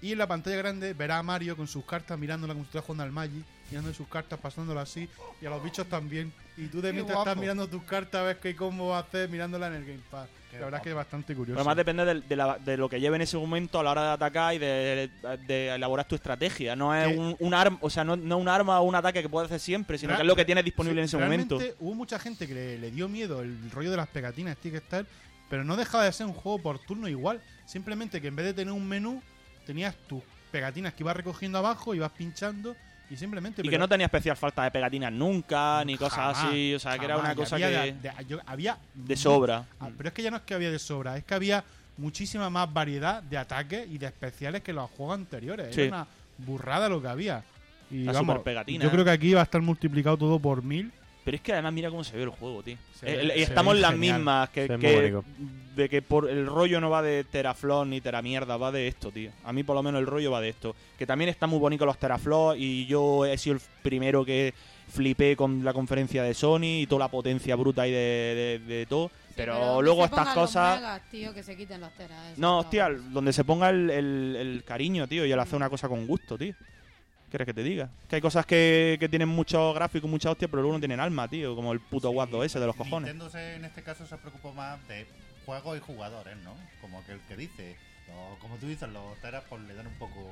[SPEAKER 5] y en la pantalla grande verás a Mario con sus cartas mirándola como si estuviera jugando al Magic, mirando sus cartas, pasándolas así y a los bichos también. Y tú de mientras estás
[SPEAKER 6] guapo.
[SPEAKER 5] mirando tus cartas, ves qué combo haces mirándola en el gamepad.
[SPEAKER 6] Qué
[SPEAKER 5] la verdad es que es bastante
[SPEAKER 3] Pero
[SPEAKER 5] curioso.
[SPEAKER 3] además depende del- de, la- de lo que lleve en ese momento a la hora de atacar y de, de elaborar tu estrategia. No es
[SPEAKER 5] Que-
[SPEAKER 3] un, un arma, o sea, no, no un arma o un ataque que puedes hacer siempre, sino
[SPEAKER 5] Ra-
[SPEAKER 3] que es lo que
[SPEAKER 5] ra-
[SPEAKER 3] tienes disponible en
[SPEAKER 5] Sí,
[SPEAKER 3] ese momento.
[SPEAKER 5] realmente Hubo mucha gente que le, le dio miedo el rollo de las pegatinas Stick Star, pero no dejaba de ser un juego por turno igual. Simplemente que en vez de tener un menú, tenías tus pegatinas que ibas recogiendo abajo, ibas pinchando, Y simplemente.
[SPEAKER 3] Y que
[SPEAKER 5] pero
[SPEAKER 3] no tenía especial falta de pegatinas nunca, ni cosas
[SPEAKER 5] jamás,
[SPEAKER 3] así. O sea, que era
[SPEAKER 5] jamás.
[SPEAKER 3] una
[SPEAKER 5] Y
[SPEAKER 3] cosa que.
[SPEAKER 5] había de-
[SPEAKER 3] De,
[SPEAKER 5] de- yo- había
[SPEAKER 3] sobra.
[SPEAKER 5] Ah, pero es que ya no es que había de sobra, es que había muchísima más variedad de ataques y de especiales que los juegos anteriores.
[SPEAKER 3] Sí.
[SPEAKER 5] Era una burrada lo que había. Y
[SPEAKER 3] La
[SPEAKER 5] vamos,
[SPEAKER 3] superpegatina.
[SPEAKER 5] yo creo que aquí va a estar multiplicado todo por mil.
[SPEAKER 3] Pero es que además mira cómo se ve el juego, tío.
[SPEAKER 5] Se ve-
[SPEAKER 3] El- el-
[SPEAKER 5] se
[SPEAKER 3] y estamos
[SPEAKER 5] ve
[SPEAKER 3] las
[SPEAKER 5] genial.
[SPEAKER 3] mismas que,
[SPEAKER 1] Se ve
[SPEAKER 3] que-
[SPEAKER 1] muy bonito.
[SPEAKER 3] de que por el rollo no va de teraflop ni teramierda, va de esto, tío. A mí por lo menos el rollo va de esto. Que también está muy bonito los teraflops y yo he sido el primero que flipé con la conferencia de Sony y toda la potencia bruta y de, de- de todo. pero, luego estas cosas... No, hostia, donde se ponga el, el- el cariño, tío, y al hacer una cosa con gusto, tío. ¿Quieres que te diga? Que hay cosas que, que tienen mucho gráfico, mucha hostia, pero luego no tienen alma, tío. Como el puto
[SPEAKER 6] Sí,
[SPEAKER 3] Watch 2 ese de los cojones.
[SPEAKER 6] Nintendo se- en este caso se preocupó más de juegos y jugadores, ¿no? Como aquel que dice, los- como tú dices, los teras pues, le dan un poco,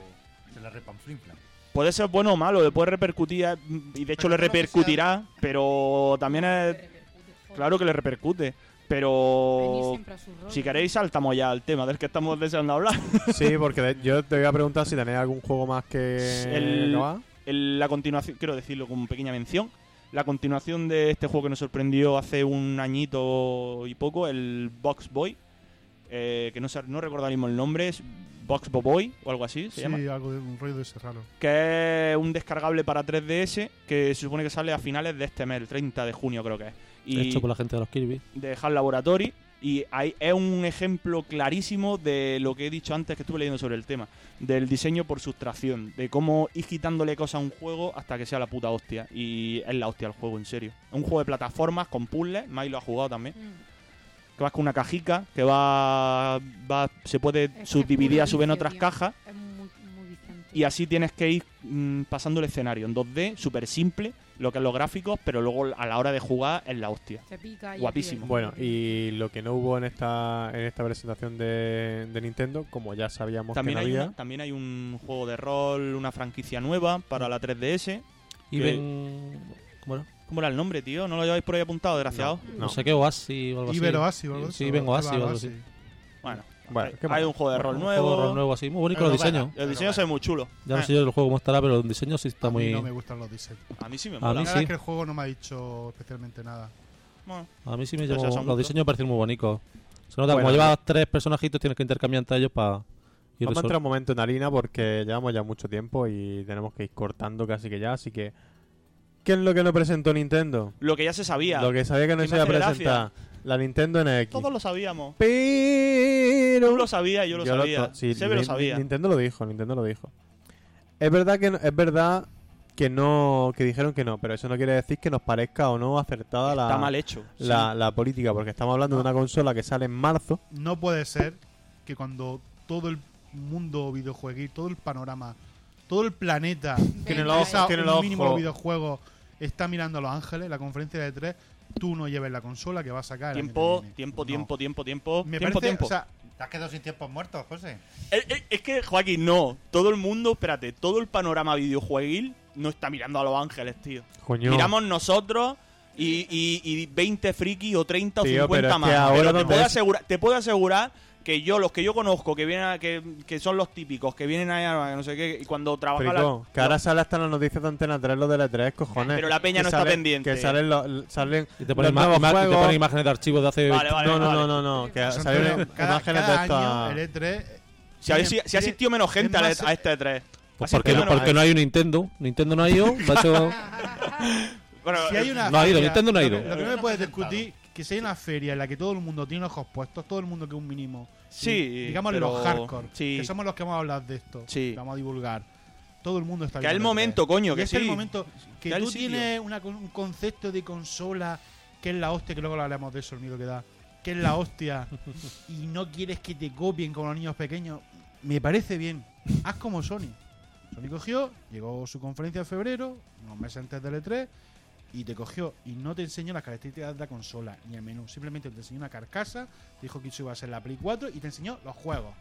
[SPEAKER 6] se la repan flimflan.
[SPEAKER 3] Puede ser bueno o malo, le puede repercutir, a- y de hecho le
[SPEAKER 6] Pero no lo que
[SPEAKER 3] repercutirá, pero también es. Claro que le repercute, pero. Si queréis, saltamos ya al tema del que estamos deseando hablar.
[SPEAKER 1] Sí, porque de- yo te voy a preguntar si tenéis algún juego más que
[SPEAKER 3] El-
[SPEAKER 1] acabar.
[SPEAKER 3] el- la continuación, quiero decirlo con pequeña mención, la continuación de este juego que nos sorprendió hace un añito y poco, el Box Boy, eh, que no, sé- no recuerdo ahora mismo el nombre, es Box Boboy o algo así se
[SPEAKER 5] Sí,
[SPEAKER 3] llama,
[SPEAKER 5] algo de un rollo de ese raro.
[SPEAKER 3] que es un descargable para 3DS que se supone que sale a finales de este mes, el 30 de junio creo que es. Y
[SPEAKER 2] Hecho por la gente de los Kirby.
[SPEAKER 3] de HAL Laboratory. Y ahí es un ejemplo clarísimo de lo que he dicho antes que estuve leyendo sobre el tema, del diseño por sustracción, de cómo ir quitándole cosas a un juego hasta que sea la puta hostia. Y es la hostia el juego, en serio. Es un juego de plataformas con puzzles, Mai lo ha jugado también,
[SPEAKER 4] Mm,
[SPEAKER 3] que vas con una cajica, que va, va se puede
[SPEAKER 4] que es
[SPEAKER 3] subdividir a su vez en
[SPEAKER 4] puro
[SPEAKER 3] otras
[SPEAKER 4] vicio, tío.
[SPEAKER 3] cajas.
[SPEAKER 4] Es muy, muy Vicente.
[SPEAKER 3] Y así tienes que ir mm, pasando el escenario en 2D, súper simple, lo que es los gráficos, pero luego a la hora de jugar es la hostia.
[SPEAKER 4] Se pica y
[SPEAKER 3] Guapísimo.
[SPEAKER 1] Bueno, y lo que no hubo en esta en esta presentación de, de Nintendo, como ya sabíamos que
[SPEAKER 3] También
[SPEAKER 1] no
[SPEAKER 3] hay,
[SPEAKER 1] había,
[SPEAKER 3] una- también hay un juego de rol, una franquicia nueva para la 3DS.
[SPEAKER 2] Y
[SPEAKER 3] Que-
[SPEAKER 2] ven. ¿Cómo era?
[SPEAKER 3] ¿Cómo era el nombre, tío? ¿No lo lleváis por ahí apuntado, desgraciado?
[SPEAKER 1] No.
[SPEAKER 4] Mm.
[SPEAKER 2] No sé qué, Oasis o algo así.
[SPEAKER 5] Iberoasi o algo
[SPEAKER 2] Sí,
[SPEAKER 5] así.
[SPEAKER 2] Iben Oasi o algo
[SPEAKER 5] Iberoasi.
[SPEAKER 2] así.
[SPEAKER 3] Bueno,
[SPEAKER 1] Bueno, ¿qué
[SPEAKER 3] hay,
[SPEAKER 1] más?
[SPEAKER 3] hay un juego de rol
[SPEAKER 2] Un
[SPEAKER 3] nuevo.
[SPEAKER 2] juego de rol nuevo así. Muy bonito
[SPEAKER 6] Pero
[SPEAKER 2] los
[SPEAKER 6] no
[SPEAKER 2] diseños.
[SPEAKER 6] vale.
[SPEAKER 3] Los diseños son muy chulos.
[SPEAKER 2] Ya no
[SPEAKER 3] Eh,
[SPEAKER 2] sé yo el juego cómo estará, pero el diseño sí está
[SPEAKER 5] A mí
[SPEAKER 2] muy.
[SPEAKER 5] no me gustan los diseños.
[SPEAKER 3] A mí sí me
[SPEAKER 2] A
[SPEAKER 5] La
[SPEAKER 3] mola.
[SPEAKER 2] mí
[SPEAKER 5] verdad
[SPEAKER 2] sí.
[SPEAKER 5] es que el juego no me ha dicho especialmente nada.
[SPEAKER 3] Bueno,
[SPEAKER 2] A mí sí me
[SPEAKER 3] Pero
[SPEAKER 2] llamó.
[SPEAKER 3] esos son
[SPEAKER 2] Los
[SPEAKER 3] gustos.
[SPEAKER 2] diseños me parecen muy bonitos. Se nota,
[SPEAKER 1] Bueno,
[SPEAKER 2] como llevas tres personajitos, tienes que intercambiar entre ellos para ir
[SPEAKER 1] Vamos a
[SPEAKER 2] resol-
[SPEAKER 1] entrar un momento en harina porque llevamos ya mucho tiempo y tenemos que ir cortando casi que ya, así que... ¿Qué es lo que no presentó Nintendo?
[SPEAKER 3] lo que ya se sabía.
[SPEAKER 1] Lo que sabía que no
[SPEAKER 3] Que
[SPEAKER 1] se
[SPEAKER 3] me
[SPEAKER 1] iba a
[SPEAKER 3] hace
[SPEAKER 1] presentar. La Nintendo NX.
[SPEAKER 3] Todos lo sabíamos.
[SPEAKER 1] Pero...
[SPEAKER 3] Tú lo sabías, yo lo sabía.
[SPEAKER 1] to- sí,
[SPEAKER 3] Sebe lo
[SPEAKER 1] Ni-
[SPEAKER 3] sabía.
[SPEAKER 1] Nintendo lo dijo, Nintendo lo dijo. Es verdad que no, es verdad que no que dijeron que no, pero eso no quiere decir que nos parezca o no acertada la,
[SPEAKER 3] Está mal hecho. sí.
[SPEAKER 1] la, la política, porque estamos hablando de una consola que sale en marzo.
[SPEAKER 5] No puede ser que cuando todo el mundo videojuegui, todo el panorama, todo el planeta
[SPEAKER 1] Tiene
[SPEAKER 4] Venga,
[SPEAKER 1] los-
[SPEAKER 4] venga.
[SPEAKER 5] interesa
[SPEAKER 1] tiene
[SPEAKER 5] un
[SPEAKER 1] el ojo.
[SPEAKER 5] mínimo los videojuegos está mirando a Los Ángeles, la conferencia de tres, tú no lleves la consola que va a sacar. el año que
[SPEAKER 3] Tiempo,
[SPEAKER 5] viene.
[SPEAKER 3] tiempo,
[SPEAKER 5] No.
[SPEAKER 3] tiempo, tiempo, tiempo.
[SPEAKER 5] Me
[SPEAKER 3] tiempo,
[SPEAKER 5] parece,
[SPEAKER 3] tiempo.
[SPEAKER 5] o sea,
[SPEAKER 6] ¿Te has quedado sin tiempos muertos, José?
[SPEAKER 3] Eh, eh, es que, Joaquín, no. Todo el mundo, espérate, todo el panorama videojueguil no está mirando a Los Ángeles, tío.
[SPEAKER 1] Coño.
[SPEAKER 3] Miramos nosotros y, y- y 20 frikis o 30
[SPEAKER 1] Tío,
[SPEAKER 3] o 50
[SPEAKER 1] pero es que
[SPEAKER 3] más.
[SPEAKER 1] ahora
[SPEAKER 3] Pero te,
[SPEAKER 1] donde
[SPEAKER 3] puedo
[SPEAKER 1] es-
[SPEAKER 3] asegurar, te puedo asegurar que yo, los que yo conozco, que vienen a- que, que son los típicos, que vienen a no sé qué, y cuando trabajan
[SPEAKER 1] Fricón, que ahora sale hasta las noticias de Antena 3 lo de la 3, cojones.
[SPEAKER 3] Pero la peña
[SPEAKER 1] Que
[SPEAKER 3] no está
[SPEAKER 1] salen-
[SPEAKER 3] pendiente.
[SPEAKER 1] Que salen los, salen
[SPEAKER 2] Y te ponen,
[SPEAKER 1] los
[SPEAKER 2] ima-
[SPEAKER 1] nuevos
[SPEAKER 2] ima- y te
[SPEAKER 1] juegos.
[SPEAKER 2] ponen imágenes de archivos de hace.
[SPEAKER 3] Vale, vale,
[SPEAKER 1] no, no,
[SPEAKER 3] vale.
[SPEAKER 1] no, no, no, que
[SPEAKER 4] José
[SPEAKER 1] salieron
[SPEAKER 5] Antonio, cada,
[SPEAKER 1] imágenes
[SPEAKER 5] cada
[SPEAKER 1] de esta...
[SPEAKER 5] año el E E3
[SPEAKER 3] si, ha-
[SPEAKER 5] tiene-
[SPEAKER 3] si- si ha
[SPEAKER 5] tiene-
[SPEAKER 3] asistido menos gente
[SPEAKER 5] es
[SPEAKER 3] a,
[SPEAKER 5] más-
[SPEAKER 3] la- a este 3.
[SPEAKER 2] Pues porque, no, porque no hay un Nintendo. Nintendo no ha ido. de hecho,
[SPEAKER 5] si
[SPEAKER 3] eh,
[SPEAKER 5] hay una
[SPEAKER 2] No ha ido,
[SPEAKER 5] feria-
[SPEAKER 2] Nintendo no ha
[SPEAKER 5] lo
[SPEAKER 2] ido.
[SPEAKER 5] que- Lo que no me
[SPEAKER 6] Nunca
[SPEAKER 5] puedes
[SPEAKER 6] se ha sentado.
[SPEAKER 5] discutir que si hay una feria en la que todo el mundo tiene ojos puestos, todo el mundo que es un mínimo.
[SPEAKER 3] Sí,
[SPEAKER 5] Digamos
[SPEAKER 3] pero-
[SPEAKER 5] los hardcore,
[SPEAKER 3] sí.
[SPEAKER 5] que somos los que vamos a hablar de esto.
[SPEAKER 3] Sí.
[SPEAKER 5] que Vamos a divulgar. Todo el mundo está
[SPEAKER 3] Que es el
[SPEAKER 5] viendo
[SPEAKER 3] momento,
[SPEAKER 5] E3.
[SPEAKER 3] coño,
[SPEAKER 5] Y
[SPEAKER 3] que
[SPEAKER 5] este es
[SPEAKER 3] sí.
[SPEAKER 5] el momento que
[SPEAKER 3] Da el
[SPEAKER 5] tú
[SPEAKER 3] sitio.
[SPEAKER 5] tienes una con- un concepto de consola que es la hostia, que luego lo hablaremos de eso, el miedo que da. Que es la hostia y no quieres que te copien como los niños pequeños. Me parece bien. Haz como Sony. Sony cogió, llegó su conferencia en febrero, unos meses antes del E3, y te cogió y no te enseñó las características de la consola ni el menú. Simplemente te enseñó una carcasa, te dijo que eso iba a ser la Play 4 y te enseñó los juegos.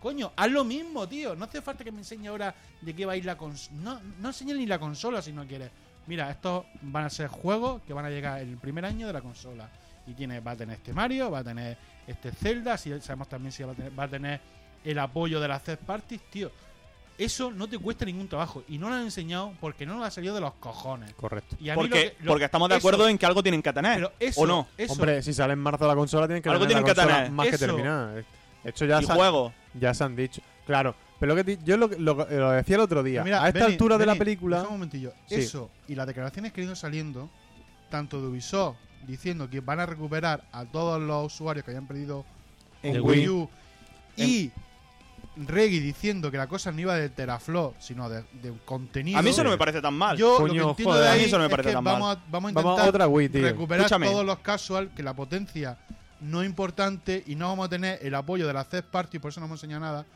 [SPEAKER 5] Coño, haz lo mismo, tío. No hace falta que me enseñe ahora de qué va a ir la consola. No, no enseñes ni la consola si no quieres. Mira, estos van a ser juegos que van a llegar el primer año de la consola. Y tiene, va a tener este Mario, va a tener este Zelda, si sabemos también si va a tener, va a tener el apoyo de las third parties, tío. Eso no te cuesta ningún trabajo. Y no lo han enseñado porque no lo ha salido de los cojones.
[SPEAKER 1] Correcto.
[SPEAKER 5] Y a mí lo
[SPEAKER 3] Porque,
[SPEAKER 5] que- lo-
[SPEAKER 3] porque estamos de
[SPEAKER 5] eso-
[SPEAKER 3] acuerdo en que algo tienen que tener.
[SPEAKER 5] pero eso,
[SPEAKER 3] ¿O no?
[SPEAKER 5] eso-
[SPEAKER 1] Hombre, si sale en marzo la consola, tienen que
[SPEAKER 3] Algo
[SPEAKER 1] tener la
[SPEAKER 3] tienen que
[SPEAKER 1] consola
[SPEAKER 3] tener.
[SPEAKER 1] más que
[SPEAKER 5] Eso.
[SPEAKER 1] terminada. Esto ya
[SPEAKER 3] y
[SPEAKER 1] se ha-
[SPEAKER 3] juego.
[SPEAKER 1] Ya se han dicho. Claro. Pero lo que ti- yo lo, lo- lo decía el otro día.
[SPEAKER 5] Pero mira,
[SPEAKER 1] a esta
[SPEAKER 5] Benny,
[SPEAKER 1] altura de la
[SPEAKER 5] Benny,
[SPEAKER 1] película.
[SPEAKER 5] deja un momentillo.
[SPEAKER 1] Sí.
[SPEAKER 5] Eso y las declaraciones que han ido saliendo, tanto de Ubisoft diciendo que van a recuperar a todos los usuarios que hayan perdido
[SPEAKER 1] En
[SPEAKER 5] con
[SPEAKER 1] Wii.
[SPEAKER 5] U y Reggie diciendo que la cosa no iba de teraflop, sino de, de contenido.
[SPEAKER 3] A mí eso no me parece tan mal.
[SPEAKER 5] Yo lo que
[SPEAKER 1] Coño,
[SPEAKER 5] entiendo
[SPEAKER 1] joder.
[SPEAKER 5] de
[SPEAKER 1] A
[SPEAKER 5] ahí
[SPEAKER 3] mí eso no me
[SPEAKER 5] es
[SPEAKER 3] parece
[SPEAKER 5] que
[SPEAKER 3] tan
[SPEAKER 5] vamos, A, vamos a intentar
[SPEAKER 1] Vamos a otra Wii, tío.
[SPEAKER 5] recuperar
[SPEAKER 3] Escúchame.
[SPEAKER 5] todos los casual, que la potencia no es importante y no vamos a tener el apoyo de la third party, por eso no hemos enseñado nada,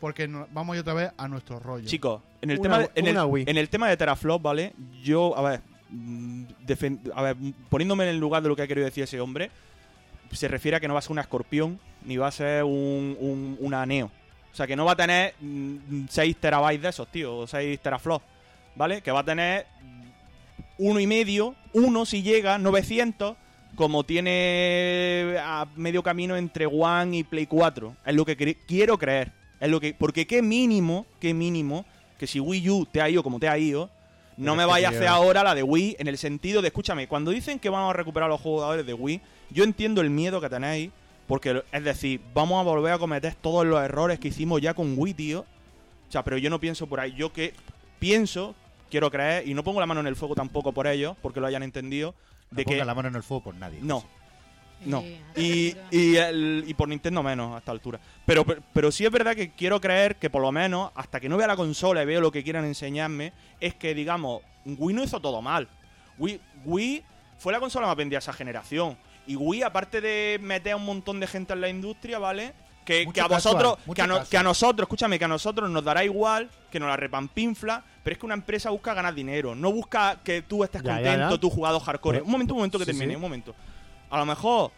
[SPEAKER 5] porque no- vamos a ir otra vez a nuestro rollo.
[SPEAKER 3] Chicos, en el,
[SPEAKER 1] Una
[SPEAKER 3] tema,
[SPEAKER 1] Wii-
[SPEAKER 3] de- en, el,
[SPEAKER 1] una Wii.
[SPEAKER 3] en el tema de Teraflop, ¿vale? Yo, a ver, mm, defen- a ver, mm, poniéndome en el lugar de lo que ha querido decir ese hombre, se refiere a que no va a ser una escorpión ni va a ser un, un- una Neo. O sea, que no va a tener 6 terabytes de esos, tío, o 6 teraflops, ¿vale? Que va a tener uno y medio, uno si llega, 900, como tiene a medio camino entre One y Play 4. Es lo que cre- quiero creer. Es lo que, porque qué mínimo, qué mínimo, que si Wii U te ha ido como te ha ido, no
[SPEAKER 1] Pero
[SPEAKER 3] me
[SPEAKER 1] es que,
[SPEAKER 3] vaya a
[SPEAKER 1] tío.
[SPEAKER 3] hacer ahora la de Wii en el sentido de, escúchame, cuando dicen que vamos a recuperar a los jugadores de Wii, yo entiendo el miedo que tenéis, porque es decir, vamos a volver a cometer todos los errores que hicimos ya con Wii, tío. O sea, pero yo no pienso por ahí. Yo que pienso, quiero creer, y no pongo la mano en el fuego tampoco por ellos, porque lo hayan entendido, de
[SPEAKER 6] no ponga
[SPEAKER 3] que...
[SPEAKER 6] la mano en el fuego por nadie.
[SPEAKER 3] No, no.
[SPEAKER 4] Eh, a
[SPEAKER 3] Y,
[SPEAKER 4] la altura.
[SPEAKER 3] y, el- y por Nintendo menos a esta altura. Pero, pero, pero sí es verdad que quiero creer que por lo menos, hasta que no vea la consola y veo lo que quieran enseñarme, es que, digamos, Wii no hizo todo mal. Wii, Wii fue la consola más vendida de esa generación. Y Wii, aparte de meter a un montón de gente en la industria, ¿vale? Que,
[SPEAKER 6] Mucho
[SPEAKER 3] que a
[SPEAKER 6] casual,
[SPEAKER 3] vosotros,
[SPEAKER 6] mucho
[SPEAKER 3] que a, no-
[SPEAKER 6] casual.
[SPEAKER 3] que a nosotros, escúchame, que a nosotros nos dará igual, que nos la repampinfla, pero es que una empresa busca ganar dinero, no busca que tú estés
[SPEAKER 1] Ya, ya,
[SPEAKER 3] contento,
[SPEAKER 1] ya.
[SPEAKER 3] tú jugado hardcore.
[SPEAKER 1] Pero-
[SPEAKER 3] un momento, un momento que
[SPEAKER 1] sí,
[SPEAKER 3] termine,
[SPEAKER 1] sí.
[SPEAKER 3] un momento. A lo mejor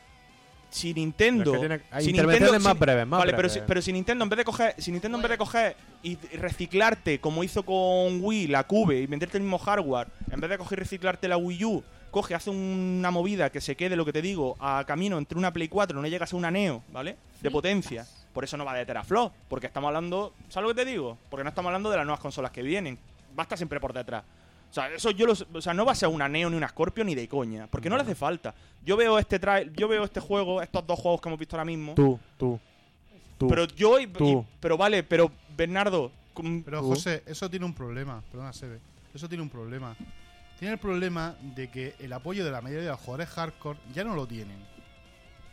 [SPEAKER 3] si Nintendo.
[SPEAKER 1] Pero es que tiene- hay
[SPEAKER 3] si
[SPEAKER 1] intervenciones más
[SPEAKER 3] si-
[SPEAKER 1] breves, más
[SPEAKER 3] vale, pero
[SPEAKER 1] breves.
[SPEAKER 3] si, pero si Nintendo en vez de coger. Si Nintendo en vez de coger y reciclarte, como hizo con Wii, la Cube, y venderte el mismo hardware, en vez de coger y reciclarte la Wii U, coge, hace una movida que se quede, lo que te digo, a camino entre una Play 4, no llegas a una Neo, ¿vale? De potencia. Por eso no va de teraflop, porque estamos hablando. ¿Sabes lo que te digo? Porque no estamos hablando de las nuevas consolas que vienen. Va a estar siempre por detrás. O sea, eso yo lo, o sea, no va a ser una Neo ni una Scorpio ni de coña, porque no le hace falta. Yo veo este trail, yo veo este juego, estos dos juegos que hemos visto ahora mismo.
[SPEAKER 1] Tú, tú. Tú.
[SPEAKER 3] pero yo y-
[SPEAKER 1] tú.
[SPEAKER 3] y- pero vale, pero Bernardo, con-
[SPEAKER 5] Pero
[SPEAKER 1] Tú.
[SPEAKER 5] José, eso tiene un problema, perdona Sebe, eso tiene un problema. Tiene el problema de que el apoyo de la mayoría de los jugadores hardcore ya no lo tienen.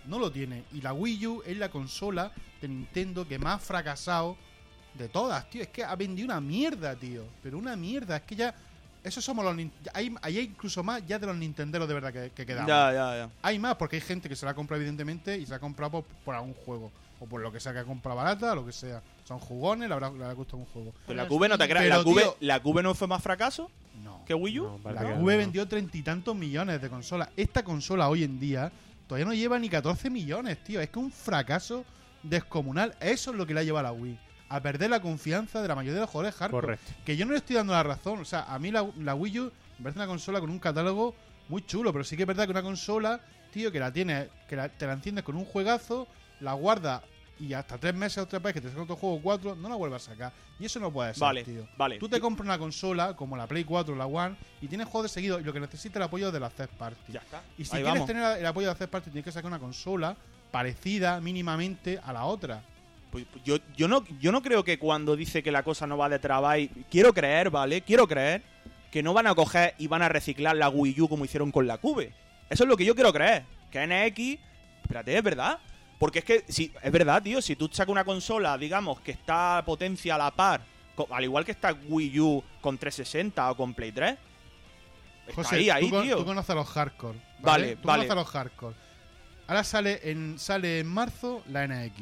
[SPEAKER 5] No lo tiene. Y la Wii U es la consola de Nintendo que más ha fracasado de todas, tío. Es que ha vendido una mierda, tío. Pero una mierda. Es que ya... Esos somos los... nin- Hay, ahí hay incluso más ya de los Nintenderos de verdad que, que
[SPEAKER 3] ya,
[SPEAKER 5] quedamos.
[SPEAKER 3] ya, ya.
[SPEAKER 5] Hay más, porque hay gente que se la compra, evidentemente, y se la compra por, por algún juego. O por lo que sea que ha comprado barata, lo que sea. Son jugones, le habrá, le habrá costado un juego.
[SPEAKER 3] Pero Pues la Cube no te creas,
[SPEAKER 5] Pero,
[SPEAKER 3] la Cube,
[SPEAKER 5] tío-
[SPEAKER 3] la Cube no fue más fracaso
[SPEAKER 5] No.
[SPEAKER 3] que Wii U.
[SPEAKER 1] No, parece
[SPEAKER 5] La
[SPEAKER 1] que
[SPEAKER 5] Cube
[SPEAKER 1] no.
[SPEAKER 5] vendió treinta y tantos millones de consolas. Esta consola hoy en día todavía no lleva ni 14 millones, tío. Es que un fracaso descomunal. Eso es lo que le ha llevado a la Wii. A perder la confianza de la mayoría de los jugadores hardcore.
[SPEAKER 1] Correcto.
[SPEAKER 5] Que yo no le estoy dando la razón. O sea, a mí la, la Wii U me parece una consola con un catálogo muy chulo, pero sí que es verdad que una consola, tío, que la tienes, que la- te la enciendes con un juegazo, la guardas y hasta tres meses otra vez que te saca otro juego o cuatro, no la vuelvas a sacar. Y eso no puede ser,
[SPEAKER 3] Vale,
[SPEAKER 5] tío.
[SPEAKER 3] vale.
[SPEAKER 5] Tú te compras una consola como la Play 4 o la One y tienes juegos de seguido y lo que necesita el apoyo de la third party.
[SPEAKER 3] Ya está.
[SPEAKER 5] Y si
[SPEAKER 3] Ahí
[SPEAKER 5] quieres
[SPEAKER 3] vamos.
[SPEAKER 5] tener el apoyo de la third party, tienes que sacar una consola parecida mínimamente a la otra.
[SPEAKER 3] Pues, pues, yo, yo, no, yo no creo que cuando dice que la cosa no va de trabajo, quiero creer, ¿vale? Quiero creer que no van a coger y van a reciclar la Wii U como hicieron con la Cube. Eso es lo que yo quiero creer. Que NX, espérate, es verdad. Porque es que, si, es verdad, tío, si tú sacas una consola, digamos, que está a potencia a la par, co- al igual que está Wii U con 360 o con Play 3, está
[SPEAKER 5] José,
[SPEAKER 3] ahí, ahí,
[SPEAKER 5] tú, con-
[SPEAKER 3] tío.
[SPEAKER 5] tú conoces a los hardcore. ¿vale?
[SPEAKER 3] Vale,
[SPEAKER 5] tú
[SPEAKER 3] vale.
[SPEAKER 5] conoces a los hardcore. Ahora sale en, sale en marzo la NX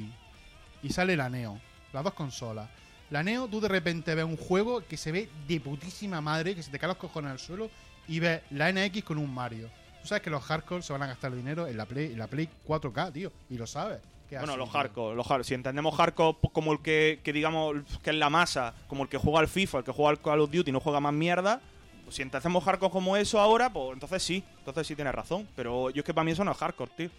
[SPEAKER 5] y sale la Neo, las dos consolas. La Neo, tú de repente ves un juego que se ve de putísima madre, que se te caen los cojones al suelo, y ves la NX con un Mario. Tú sabes que los hardcore se van a gastar el dinero en la Play, en la Play 4K, tío, y lo sabes. Que es
[SPEAKER 3] Bueno,
[SPEAKER 5] así,
[SPEAKER 3] los
[SPEAKER 5] tío.
[SPEAKER 3] hardcore, los hard- Si entendemos hardcore pues, como el que, que digamos que es la masa, como el que juega al FIFA, el que juega al Call of Duty y no juega más mierda, pues, si entendemos hardcore como eso ahora, pues entonces sí, entonces sí tienes razón. Pero yo es que para mí eso no es hardcore, tío.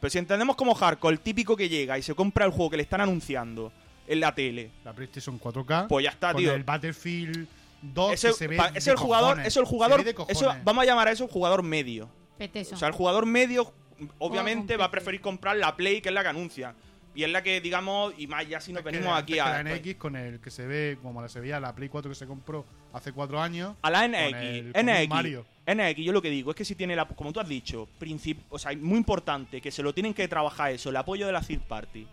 [SPEAKER 3] Pero si entendemos como hardcore el típico que llega y se compra el juego que le están anunciando en la tele.
[SPEAKER 5] La PlayStation 4K.
[SPEAKER 3] Pues ya está,
[SPEAKER 5] con
[SPEAKER 3] tío.
[SPEAKER 5] el Battlefield 2
[SPEAKER 3] Ese
[SPEAKER 5] que se ve
[SPEAKER 3] pa-
[SPEAKER 5] de
[SPEAKER 3] ese el jugador,
[SPEAKER 5] cojones.
[SPEAKER 3] es el
[SPEAKER 5] Se
[SPEAKER 3] jugador,
[SPEAKER 5] ve de
[SPEAKER 3] eso-
[SPEAKER 5] cojones.
[SPEAKER 3] vamos a llamar a eso el jugador medio.
[SPEAKER 4] Peteso.
[SPEAKER 3] O sea, el jugador medio, obviamente,
[SPEAKER 4] con
[SPEAKER 3] va a
[SPEAKER 4] PC.
[SPEAKER 3] preferir comprar la Play, que es la que anuncia. Y es la que, digamos, y más ya si nos
[SPEAKER 5] Es que
[SPEAKER 3] venimos
[SPEAKER 5] la-
[SPEAKER 3] aquí
[SPEAKER 5] es que
[SPEAKER 3] a.
[SPEAKER 5] La NX con el que se ve, como la se veía la Play 4 que se compró hace 4 años.
[SPEAKER 3] A la
[SPEAKER 5] con el-
[SPEAKER 3] NX,
[SPEAKER 5] con un
[SPEAKER 3] NX,
[SPEAKER 5] Mario.
[SPEAKER 3] NX, yo lo que digo es que si tiene la, como tú has dicho, princip- o sea, muy importante que se lo tienen que trabajar eso, el apoyo de la third party,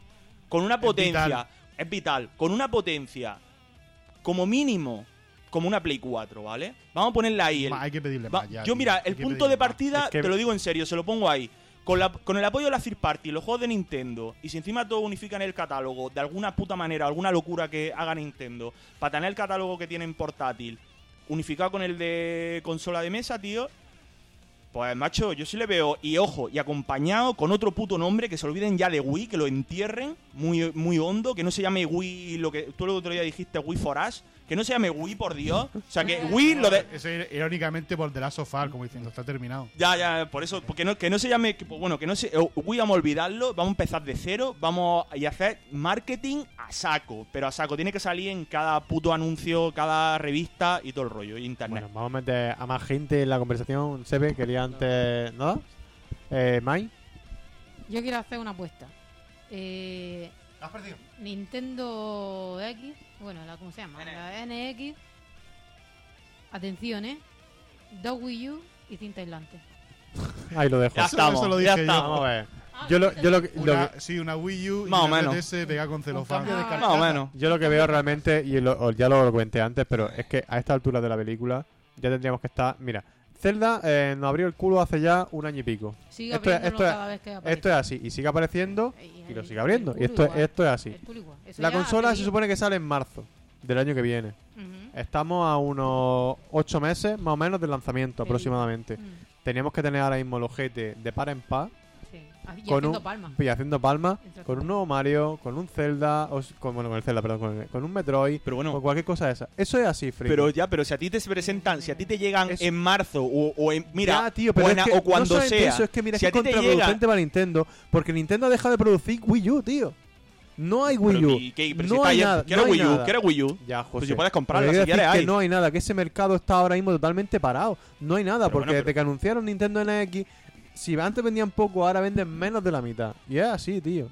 [SPEAKER 3] con una potencia, es
[SPEAKER 5] vital.
[SPEAKER 3] vital, con una potencia como mínimo, como una Play 4, ¿vale? Vamos a ponerla ahí. el-
[SPEAKER 5] Ma- hay que pedirle
[SPEAKER 3] va-
[SPEAKER 5] más ya,
[SPEAKER 3] yo
[SPEAKER 5] tío,
[SPEAKER 3] mira,
[SPEAKER 5] hay
[SPEAKER 3] el
[SPEAKER 5] que
[SPEAKER 3] punto de
[SPEAKER 5] pedirle más.
[SPEAKER 3] partida,
[SPEAKER 1] Es que-
[SPEAKER 3] te lo digo en serio, se lo pongo ahí. Con, la- con el apoyo de la third party, los juegos de Nintendo, y si encima todo unifican el catálogo de alguna puta manera, alguna locura que haga Nintendo, para tener el catálogo que tienen portátil, unificado con el de consola de mesa, tío. Pues macho, yo sí le veo, y ojo, y acompañado con otro puto nombre, que se olviden ya de Wii, que lo entierren muy, muy hondo, que no se llame Wii, lo que tú el otro día dijiste, Wii for Us, que no se llame Wii, por Dios. O sea, que Wii lo de...
[SPEAKER 5] Eso ir- irónicamente por The Last of Us, como diciendo, está terminado.
[SPEAKER 3] Ya, ya, por eso, porque no, que no se llame, que, bueno, que no se, eh, Wii vamos a olvidarlo, vamos a empezar de cero, vamos a y hacer marketing a saco, pero a saco, tiene que salir en cada puto anuncio, cada revista y todo el rollo, y internet.
[SPEAKER 1] Bueno, vamos a meter a más gente en la conversación. Sebe, quería antes. ¿Nada? Eh, Mai.
[SPEAKER 4] Yo quiero hacer una apuesta. Eh,
[SPEAKER 6] Has perdido.
[SPEAKER 4] Nintendo X, bueno, la, ¿cómo se llama? La NX. Atención, ¿eh? Dos Wii U y cinta aislante.
[SPEAKER 1] Ahí lo dejo.
[SPEAKER 3] ya
[SPEAKER 5] eso
[SPEAKER 3] estamos,
[SPEAKER 5] lo
[SPEAKER 3] ya
[SPEAKER 5] dije yo.
[SPEAKER 1] Vamos
[SPEAKER 3] estamos.
[SPEAKER 1] a ver. Yo lo, yo lo, lo
[SPEAKER 5] Una-
[SPEAKER 1] que-
[SPEAKER 5] sí, una Wii U y
[SPEAKER 3] Más o
[SPEAKER 5] una
[SPEAKER 3] menos.
[SPEAKER 5] 3DS pegada con celofán.
[SPEAKER 4] cambio de
[SPEAKER 3] Más o menos.
[SPEAKER 1] yo lo que veo realmente, y lo- ya lo comenté antes, pero es que a esta altura de la película ya tendríamos que estar. Mira, Zelda eh, nos abrió el culo hace ya un año y pico.
[SPEAKER 4] Sigue
[SPEAKER 1] Esto es- esto
[SPEAKER 4] abriéndolo
[SPEAKER 1] es-
[SPEAKER 4] cada vez que aparece.
[SPEAKER 1] Esto es así, y sigue apareciendo y lo sigue abriendo. Y esto, esto es así. La consola se supone que sale en marzo del año que viene. Estamos a unos 8 meses más o menos del lanzamiento
[SPEAKER 4] Sí.
[SPEAKER 1] aproximadamente. Teníamos que tener ahora mismo el ojete de par en par Con
[SPEAKER 4] con
[SPEAKER 1] un-
[SPEAKER 4] un palma.
[SPEAKER 1] y haciendo palmas
[SPEAKER 4] Exacto.
[SPEAKER 1] con un nuevo Mario, con un Zelda, o s- con, bueno, con el Zelda, perdón, con, el- con un Metroid,
[SPEAKER 3] Pero bueno,
[SPEAKER 1] o cualquier cosa de esa. Eso es así, Friki.
[SPEAKER 3] pero ya, pero si a ti te presentan, si a ti te llegan
[SPEAKER 1] Es-
[SPEAKER 3] en marzo o, o en, mira,
[SPEAKER 1] Ya, tío, pero
[SPEAKER 3] buena-
[SPEAKER 1] es que
[SPEAKER 3] o cuando
[SPEAKER 1] no solamente
[SPEAKER 3] sea,
[SPEAKER 1] Eso, es que mira,
[SPEAKER 3] si
[SPEAKER 1] es
[SPEAKER 3] a ti te
[SPEAKER 1] contraproducente
[SPEAKER 3] llega-
[SPEAKER 1] para Nintendo, porque Nintendo ha dejado de producir Wii U, tío. No hay Wii U.
[SPEAKER 3] pero, ¿y qué? Pero si
[SPEAKER 1] no
[SPEAKER 3] está
[SPEAKER 1] hay
[SPEAKER 3] ya-
[SPEAKER 1] nada.
[SPEAKER 3] ¿quieres
[SPEAKER 1] no hay
[SPEAKER 3] Wii U?
[SPEAKER 1] nada.
[SPEAKER 3] ¿Quieres Wii U?
[SPEAKER 1] Ya, José.
[SPEAKER 3] Pues si puedes
[SPEAKER 1] Pero
[SPEAKER 3] comprarla,
[SPEAKER 1] quiero
[SPEAKER 3] si
[SPEAKER 1] decir
[SPEAKER 3] quieres
[SPEAKER 1] que
[SPEAKER 3] hay.
[SPEAKER 1] no hay nada, que ese mercado está ahora mismo totalmente parado. No hay nada,
[SPEAKER 3] Pero
[SPEAKER 1] porque
[SPEAKER 3] bueno,
[SPEAKER 1] desde que anunciaron Nintendo NX, si antes vendían poco, ahora venden menos de la mitad. Y es así, tío.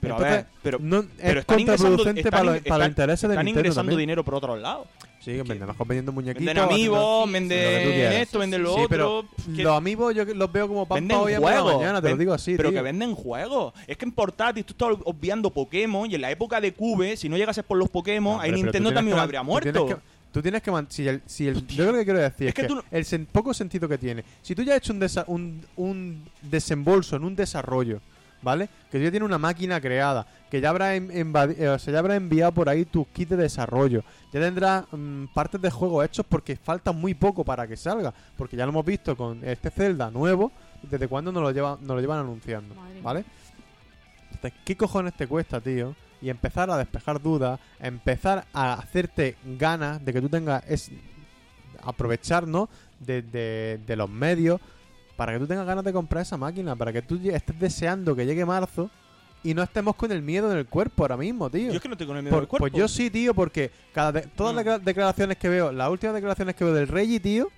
[SPEAKER 3] Pero a
[SPEAKER 1] Entonces,
[SPEAKER 3] ver, pero,
[SPEAKER 1] no-
[SPEAKER 3] pero
[SPEAKER 1] es
[SPEAKER 3] están ingresando,
[SPEAKER 1] contraproducente
[SPEAKER 3] están
[SPEAKER 1] para,
[SPEAKER 3] in-
[SPEAKER 1] los- para los
[SPEAKER 3] están-
[SPEAKER 1] intereses de
[SPEAKER 3] están
[SPEAKER 1] Nintendo.
[SPEAKER 3] ingresando
[SPEAKER 1] también.
[SPEAKER 3] dinero por otros lados.
[SPEAKER 1] Sí, que venden, mejor vendiendo muñequitos.
[SPEAKER 3] Venden
[SPEAKER 1] haciendo-
[SPEAKER 3] amigos,
[SPEAKER 1] Lo que tú
[SPEAKER 3] venden
[SPEAKER 1] quieras.
[SPEAKER 3] esto, venden lo
[SPEAKER 1] Sí, pero
[SPEAKER 3] otro. que-
[SPEAKER 1] Los amigos yo que- los veo como pan
[SPEAKER 3] Venden
[SPEAKER 1] pa' hoy a la
[SPEAKER 3] juegos,
[SPEAKER 1] mañana, te lo
[SPEAKER 3] ven-
[SPEAKER 1] digo así.
[SPEAKER 3] Pero
[SPEAKER 1] tío.
[SPEAKER 3] que venden juegos. Es que en portátil tú estás obviando Pokémon y en la época de Cube, si no llegases por los Pokémon,
[SPEAKER 1] No,
[SPEAKER 3] ahí
[SPEAKER 1] hombre, pero
[SPEAKER 3] Nintendo
[SPEAKER 1] tú tienes que
[SPEAKER 3] también lo
[SPEAKER 1] man-
[SPEAKER 3] habría
[SPEAKER 1] tú tienes
[SPEAKER 3] muerto.
[SPEAKER 1] que- Tú tienes que. man- si el, si el, yo lo que quiero decir es,
[SPEAKER 3] Es que
[SPEAKER 1] que,
[SPEAKER 3] tú no-
[SPEAKER 1] el sen- poco sentido que tiene. Si tú ya has hecho un, desa- un, un desembolso en un desarrollo, ¿vale? Que tú ya tienes una máquina creada, que ya habrá, en- envadi- eh, o sea, ya habrá enviado por ahí tus kits de desarrollo, ya tendrás mm, partes de juego hechos porque falta muy poco para que salga. Porque ya lo hemos visto con este Zelda nuevo, desde cuando nos lo, llevan nos lo llevan anunciando,
[SPEAKER 4] Madre mía.
[SPEAKER 1] ¿vale? Entonces, ¿qué cojones te cuesta, tío? Y empezar a despejar dudas, empezar a hacerte ganas de que tú tengas es aprovecharnos de, de- de los medios para que tú tengas ganas de comprar esa máquina, para que tú lle- estés deseando que llegue marzo y no estemos con el miedo en el cuerpo ahora mismo, tío.
[SPEAKER 3] Yo es que no tengo el miedo
[SPEAKER 1] Por-
[SPEAKER 3] del cuerpo.
[SPEAKER 1] Pues yo sí, tío, porque cada de- todas las
[SPEAKER 3] Mm.
[SPEAKER 1] decla- declaraciones que veo, las últimas declaraciones que veo del Reggie, tío,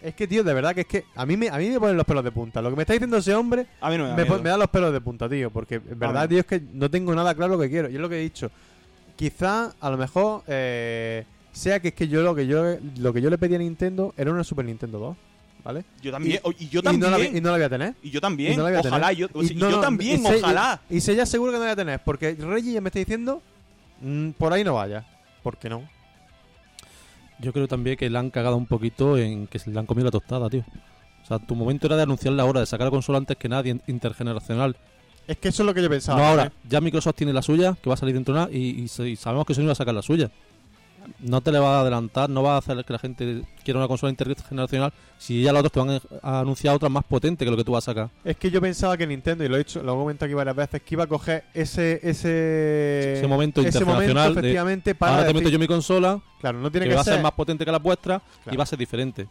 [SPEAKER 1] es que, tío, de verdad que es que a mí me, a mí me ponen los pelos de punta. Lo que me está diciendo ese hombre
[SPEAKER 3] a mí no me da
[SPEAKER 1] me, pon-
[SPEAKER 3] miedo.
[SPEAKER 1] me da los pelos de punta, tío, porque en verdad,
[SPEAKER 3] Vale.
[SPEAKER 1] tío, es que no tengo nada claro lo que quiero. Y es lo que he dicho. Quizá, a lo mejor, eh, sea que es que yo lo que yo lo que yo le pedí a Nintendo era una Super Nintendo 2, ¿vale?
[SPEAKER 3] Yo también.
[SPEAKER 1] y-
[SPEAKER 3] o- Y yo
[SPEAKER 1] Y no la, vi- y
[SPEAKER 3] también.
[SPEAKER 1] no la voy a tener.
[SPEAKER 3] Y yo también.
[SPEAKER 1] y no la voy a tener.
[SPEAKER 3] Ojalá. yo- o sea,
[SPEAKER 1] no,
[SPEAKER 3] Yo
[SPEAKER 1] no,
[SPEAKER 3] también,
[SPEAKER 1] y sé-
[SPEAKER 3] ojalá.
[SPEAKER 1] Y, y sé ya seguro que no la voy a tener, porque Reggie ya me está diciendo, mm, por ahí no vaya. ¿Por qué no?
[SPEAKER 2] Yo creo también que la han cagado un poquito en que se le han comido la tostada, tío. O sea, tu momento era de anunciar la hora, de sacar la consola antes que nadie, in- intergeneracional.
[SPEAKER 1] Es que eso es lo que yo pensaba.
[SPEAKER 2] no
[SPEAKER 1] ¿eh?
[SPEAKER 2] ahora, ya Microsoft tiene la suya, que va a salir dentro de nada, y, y se- y sabemos que Sony va a sacar la suya. No te le va a adelantar, no va a hacer que la gente quiera una consola intergeneracional si ya los otros te van a anunciar otra más potente que lo que tú vas a sacar.
[SPEAKER 1] Es que yo pensaba que Nintendo, y lo he dicho, lo he comentado aquí varias veces, que iba a coger ese ese,
[SPEAKER 2] Ese momento internacional de,
[SPEAKER 1] efectivamente para
[SPEAKER 2] Ahora te
[SPEAKER 1] decir-
[SPEAKER 2] meto yo mi consola,
[SPEAKER 1] Claro, no
[SPEAKER 2] que,
[SPEAKER 1] tiene que,
[SPEAKER 2] va a
[SPEAKER 1] ser
[SPEAKER 2] ser más potente que la vuestra
[SPEAKER 1] Claro.
[SPEAKER 2] y va a ser diferente.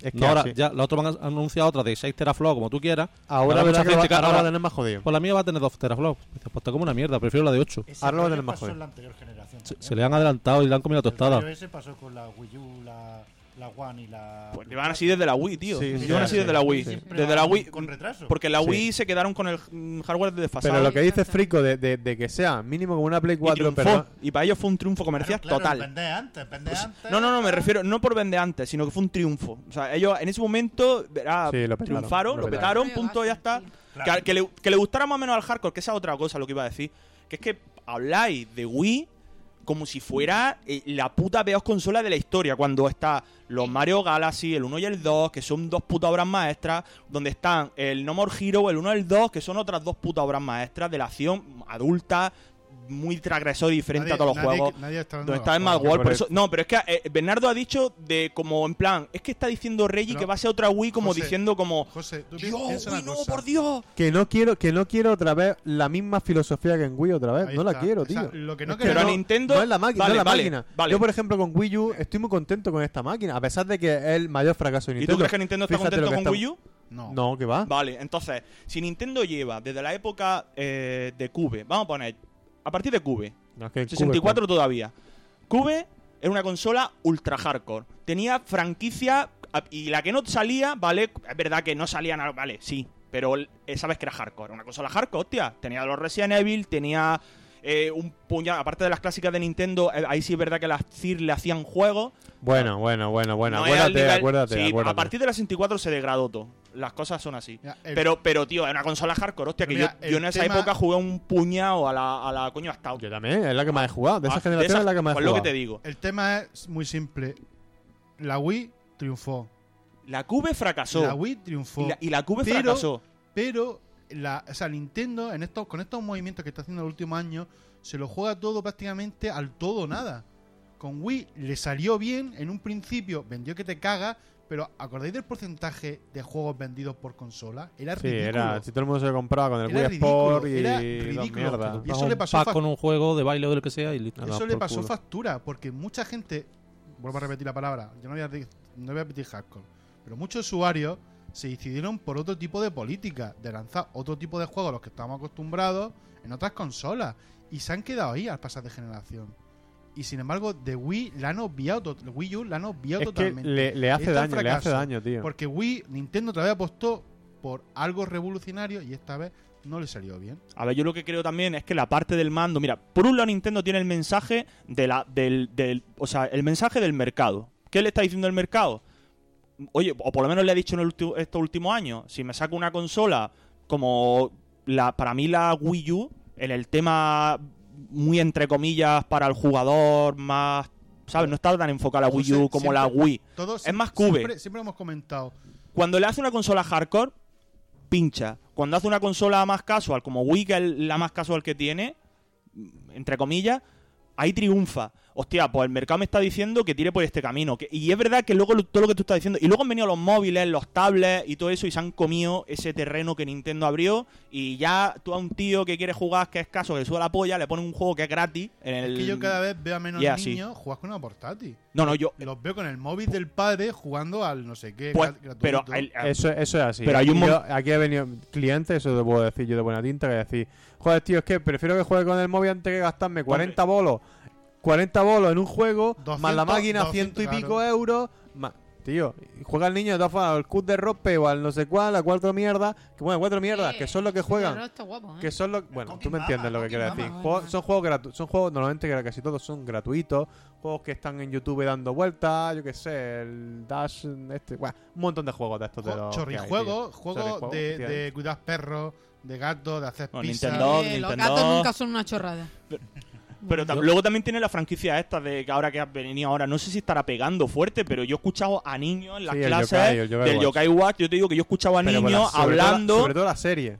[SPEAKER 1] Es que
[SPEAKER 2] No, ahora,
[SPEAKER 1] así-
[SPEAKER 2] ya, los otros van a anunciar otra de 6 teraflops, como tú quieras.
[SPEAKER 1] ahora
[SPEAKER 2] ahora
[SPEAKER 1] verás
[SPEAKER 2] mucha
[SPEAKER 1] que lo va-
[SPEAKER 2] gente que-
[SPEAKER 1] ahora lo va a
[SPEAKER 2] ahora-
[SPEAKER 1] tener más jodido.
[SPEAKER 2] Pues la mía va a tener 2 teraflops. Dices, Pues está como una mierda, prefiero la de 8.
[SPEAKER 6] Ese
[SPEAKER 1] Ahora lo
[SPEAKER 6] rollo
[SPEAKER 1] tenemos más
[SPEAKER 6] pasó
[SPEAKER 1] joven.
[SPEAKER 6] en la anterior generación.
[SPEAKER 2] Se,
[SPEAKER 6] también.
[SPEAKER 2] se le han adelantado y le han comido la
[SPEAKER 6] El
[SPEAKER 2] tostada.
[SPEAKER 6] rollo ese pasó con la Wii U, la, la One y la.
[SPEAKER 3] Pues le van así desde la Wii, tío.
[SPEAKER 1] Sí,
[SPEAKER 3] Le
[SPEAKER 1] sí,
[SPEAKER 3] van
[SPEAKER 1] sí,
[SPEAKER 3] así
[SPEAKER 1] sí.
[SPEAKER 3] desde la Wii.
[SPEAKER 1] Sí.
[SPEAKER 6] Siempre
[SPEAKER 3] Desde
[SPEAKER 6] van
[SPEAKER 3] la Wii.
[SPEAKER 6] Con retraso.
[SPEAKER 3] Porque la
[SPEAKER 1] Sí.
[SPEAKER 3] Wii se quedaron con el mm, hardware desfasado.
[SPEAKER 1] Pero lo que dice
[SPEAKER 4] Exacto.
[SPEAKER 1] Frico de, de- de que sea mínimo como una Play
[SPEAKER 3] y
[SPEAKER 1] 4,
[SPEAKER 3] triunfó. Y para ellos fue un triunfo comercial
[SPEAKER 6] Claro, claro,
[SPEAKER 3] total.
[SPEAKER 6] Vende antes, vende
[SPEAKER 3] Pues-
[SPEAKER 6] antes.
[SPEAKER 3] no, no, no, me refiero, no por vender antes, sino que fue un triunfo. O sea, ellos en ese momento verá,
[SPEAKER 1] Sí, lo petaron,
[SPEAKER 3] triunfaron,
[SPEAKER 1] lo
[SPEAKER 3] lo
[SPEAKER 1] petaron.
[SPEAKER 3] petaron, punto, ya está.
[SPEAKER 6] Claro.
[SPEAKER 3] Que, que le, que le gustara más o menos al hardcore, que esa es otra cosa lo que iba a decir. Que es que habláis de Wii como si fuera eh, la puta peor consola de la historia. Cuando está los Mario Galaxy, el 1 y el 2, que son dos putas obras maestras. Donde están el No More Hero, el 1 y el 2, que son otras dos putas obras maestras de la acción adulta, muy transgresor y diferente
[SPEAKER 5] Nadie-
[SPEAKER 3] a todos los
[SPEAKER 5] nadie-
[SPEAKER 3] juegos.
[SPEAKER 5] nadie está hablando
[SPEAKER 3] Donde
[SPEAKER 5] de
[SPEAKER 3] está el
[SPEAKER 5] los
[SPEAKER 3] Mad
[SPEAKER 5] juegos.
[SPEAKER 3] World, por
[SPEAKER 1] eso-
[SPEAKER 3] eso. No, pero es que eh, Bernardo ha dicho de como en plan, es que está diciendo Reggie
[SPEAKER 5] Pero-
[SPEAKER 3] que va a ser otra Wii como
[SPEAKER 5] José,
[SPEAKER 3] diciendo como
[SPEAKER 5] José, tú pi-
[SPEAKER 3] Dios,
[SPEAKER 5] piensa
[SPEAKER 3] Wii,
[SPEAKER 5] una
[SPEAKER 3] no,
[SPEAKER 5] cosa.
[SPEAKER 3] por Dios.
[SPEAKER 1] que no quiero que no quiero otra vez la misma filosofía que en Wii otra vez.
[SPEAKER 5] Ahí
[SPEAKER 1] Eh, no la
[SPEAKER 5] está.
[SPEAKER 1] quiero,
[SPEAKER 5] O sea,
[SPEAKER 1] tío.
[SPEAKER 5] lo que no
[SPEAKER 1] Es que
[SPEAKER 5] queremos-
[SPEAKER 3] Pero a Nintendo-
[SPEAKER 1] No es la, máquina, no
[SPEAKER 3] Vale,
[SPEAKER 1] es la
[SPEAKER 3] vale,
[SPEAKER 1] máquina.
[SPEAKER 3] vale.
[SPEAKER 1] Yo, por ejemplo, con Wii U estoy muy contento con esta máquina, a pesar de que es el mayor fracaso de
[SPEAKER 3] ¿Y
[SPEAKER 1] Nintendo.
[SPEAKER 3] tú crees que Nintendo está
[SPEAKER 1] Fíjate lo que
[SPEAKER 3] contento con
[SPEAKER 1] estamos-
[SPEAKER 3] Wii U?
[SPEAKER 5] No.
[SPEAKER 1] No, que va.
[SPEAKER 3] Vale, entonces, si Nintendo lleva desde la época eh, de Cube, vamos a poner, a partir de Cube,
[SPEAKER 1] No, es que el
[SPEAKER 3] 64 todavía. Cube era una consola ultra hardcore. Tenía franquicia a- y la que no salía, ¿vale? Es verdad que no salía nada, vale, sí. Pero eh, sabes que era hardcore. Era Una consola hardcore, hostia. Tenía los Resident Evil, tenía eh, un puñado. Aparte de las clásicas de Nintendo, eh, ahí sí es verdad que las CIR le hacían juego.
[SPEAKER 1] Bueno, bueno, bueno, bueno.
[SPEAKER 3] No era el
[SPEAKER 1] acuérdate,
[SPEAKER 3] nivel-
[SPEAKER 1] acuérdate,
[SPEAKER 3] Sí,
[SPEAKER 1] acuérdate.
[SPEAKER 3] a partir de la 64 se degradó todo. Las cosas son así.
[SPEAKER 5] Mira, el-
[SPEAKER 3] Pero, pero, tío, es una consola hardcore, hostia, que
[SPEAKER 5] Mira,
[SPEAKER 3] yo,
[SPEAKER 5] el
[SPEAKER 3] yo en esa
[SPEAKER 5] tema-
[SPEAKER 3] época jugué un puñado a la, a la coño hasta.
[SPEAKER 1] Yo también, es la que más he jugado. De esa
[SPEAKER 3] a-
[SPEAKER 1] generación
[SPEAKER 3] esas-
[SPEAKER 1] es la que más he
[SPEAKER 3] Pues
[SPEAKER 1] jugado.
[SPEAKER 3] lo que te digo.
[SPEAKER 5] El tema es muy simple. La Wii triunfó.
[SPEAKER 3] La Cube fracasó.
[SPEAKER 5] La Wii triunfó.
[SPEAKER 3] Y la, y la Cube
[SPEAKER 5] Pero-
[SPEAKER 3] fracasó.
[SPEAKER 5] Pero la, o sea, Nintendo en estos, con estos movimientos que está haciendo en los últimos años, se lo juega todo prácticamente al todo o nada. Con Wii le salió bien en un principio, vendió que te caga, pero ¿acordáis del porcentaje de juegos vendidos por consola? Era
[SPEAKER 1] Sí,
[SPEAKER 5] ridículo.
[SPEAKER 1] era. Si todo el mundo se compraba con el
[SPEAKER 5] Era
[SPEAKER 1] Wii Sport
[SPEAKER 5] ridículo,
[SPEAKER 1] y.
[SPEAKER 5] era
[SPEAKER 1] dos
[SPEAKER 5] ridículo.
[SPEAKER 1] mierdas.
[SPEAKER 5] Y eso
[SPEAKER 2] Un
[SPEAKER 5] le pasó a
[SPEAKER 2] pack
[SPEAKER 5] Fa-
[SPEAKER 2] con un juego de baile o de lo que sea y listo.
[SPEAKER 5] Eso
[SPEAKER 2] Ah,
[SPEAKER 5] le
[SPEAKER 2] por
[SPEAKER 5] pasó
[SPEAKER 2] culo.
[SPEAKER 5] factura, porque mucha gente, vuelvo a repetir la palabra, yo no voy a, re- no voy a repetir hardcore, pero muchos usuarios se decidieron por otro tipo de política, de lanzar otro tipo de juegos a los que estamos acostumbrados en otras consolas, y se han quedado ahí al pasar de generación. Y sin embargo, de Wii la han obviado, to- Wii U la han obviado
[SPEAKER 1] Es que
[SPEAKER 5] totalmente.
[SPEAKER 1] le, le hace
[SPEAKER 5] Esto es
[SPEAKER 1] daño, le hace
[SPEAKER 5] fracaso.
[SPEAKER 1] daño, tío.
[SPEAKER 5] Porque Wii, Nintendo otra vez apostó por algo revolucionario y esta vez no le salió bien.
[SPEAKER 3] A ver, yo lo que creo también es que la parte del mando. Mira, por un lado Nintendo tiene el mensaje de la, del, del. O sea, el mensaje del mercado. ¿Qué le está diciendo el mercado? Oye, o por lo menos le ha dicho en el ulti- estos últimos años. Si me saco una consola como la. Para mí la Wii U, en el tema muy entre comillas para el jugador más. ¿Sabes? No está tan enfocada la Wii U
[SPEAKER 5] Entonces,
[SPEAKER 3] como la
[SPEAKER 5] siempre-
[SPEAKER 3] Wii.
[SPEAKER 5] Todos,
[SPEAKER 3] Es más cube.
[SPEAKER 5] siempre, siempre hemos comentado
[SPEAKER 3] Cuando le hace una consola hardcore, pincha. Cuando hace una consola más casual, como Wii, que es la más casual que tiene, entre comillas, ahí triunfa. Hostia, pues el mercado me está diciendo que tire por este camino. que- y es verdad que luego lo- todo lo que tú estás diciendo. Y luego han venido los móviles, los tablets y todo eso y se han comido ese terreno que Nintendo abrió. Y ya tú a un tío que quiere jugar, que es caso, que le suba la polla, le ponen un juego que es gratis. En el...
[SPEAKER 5] Es que yo cada vez veo a menos
[SPEAKER 3] Ya,
[SPEAKER 5] niños jugar con una portátil.
[SPEAKER 3] No, no, yo.
[SPEAKER 5] Los veo con el móvil del padre jugando al no sé qué.
[SPEAKER 3] Pues,
[SPEAKER 5] grat- gratuito.
[SPEAKER 3] pero el-
[SPEAKER 1] Eso, eso es así.
[SPEAKER 3] Pero hay un
[SPEAKER 1] Yo-
[SPEAKER 3] mon-
[SPEAKER 1] aquí ha venido clientes, eso te puedo decir yo de buena tinta, que decir, joder, tío, es que prefiero que juegue con el móvil antes que gastarme 40 bolos. 40 bolos en un juego,
[SPEAKER 5] 200,
[SPEAKER 1] más la máquina,
[SPEAKER 5] 200,
[SPEAKER 1] ciento y
[SPEAKER 5] claro.
[SPEAKER 1] pico euros. más- Tío, y juega el niño de todas formas al cut de rope o al no sé cuál, a cuatro mierdas. Que bueno, cuatro mierdas, que son los que
[SPEAKER 4] Pero
[SPEAKER 1] juegan.
[SPEAKER 4] está guapo, ¿eh?
[SPEAKER 1] Que son los. Bueno, tú me
[SPEAKER 6] Mama,
[SPEAKER 1] entiendes lo que quiero
[SPEAKER 6] Pokémon
[SPEAKER 1] decir.
[SPEAKER 4] Mama.
[SPEAKER 1] Juegos- son, juegos gratu- son juegos normalmente que casi todos son gratuitos. Juegos que están en YouTube dando vueltas. Yo qué sé, el Dash. Este, bueno, un montón de juegos de estos. De
[SPEAKER 5] Jo-
[SPEAKER 1] los que hay, tío.
[SPEAKER 5] chorrijuegos,
[SPEAKER 1] Chorrijuegos,
[SPEAKER 5] juegos de,
[SPEAKER 1] tío.
[SPEAKER 5] de cuidar perros, de gatos, de hacer
[SPEAKER 3] No,
[SPEAKER 5] pizza.
[SPEAKER 3] Nintendo-
[SPEAKER 4] Eh, los
[SPEAKER 3] Nintendo.
[SPEAKER 4] gatos nunca son una chorrada.
[SPEAKER 3] Pero tam- luego también tiene la franquicia esta de que ahora que has venido ahora, no sé si estará pegando fuerte, pero yo he escuchado a niños en las
[SPEAKER 1] Sí, el
[SPEAKER 3] clases
[SPEAKER 1] Yokai, el Yokai
[SPEAKER 3] del
[SPEAKER 1] Watch.
[SPEAKER 3] Yokai Watch. Yo te digo que yo he escuchado a
[SPEAKER 1] Pero por la-
[SPEAKER 3] niños
[SPEAKER 1] sobre todo la-
[SPEAKER 3] hablando.
[SPEAKER 1] sobre todo la serie.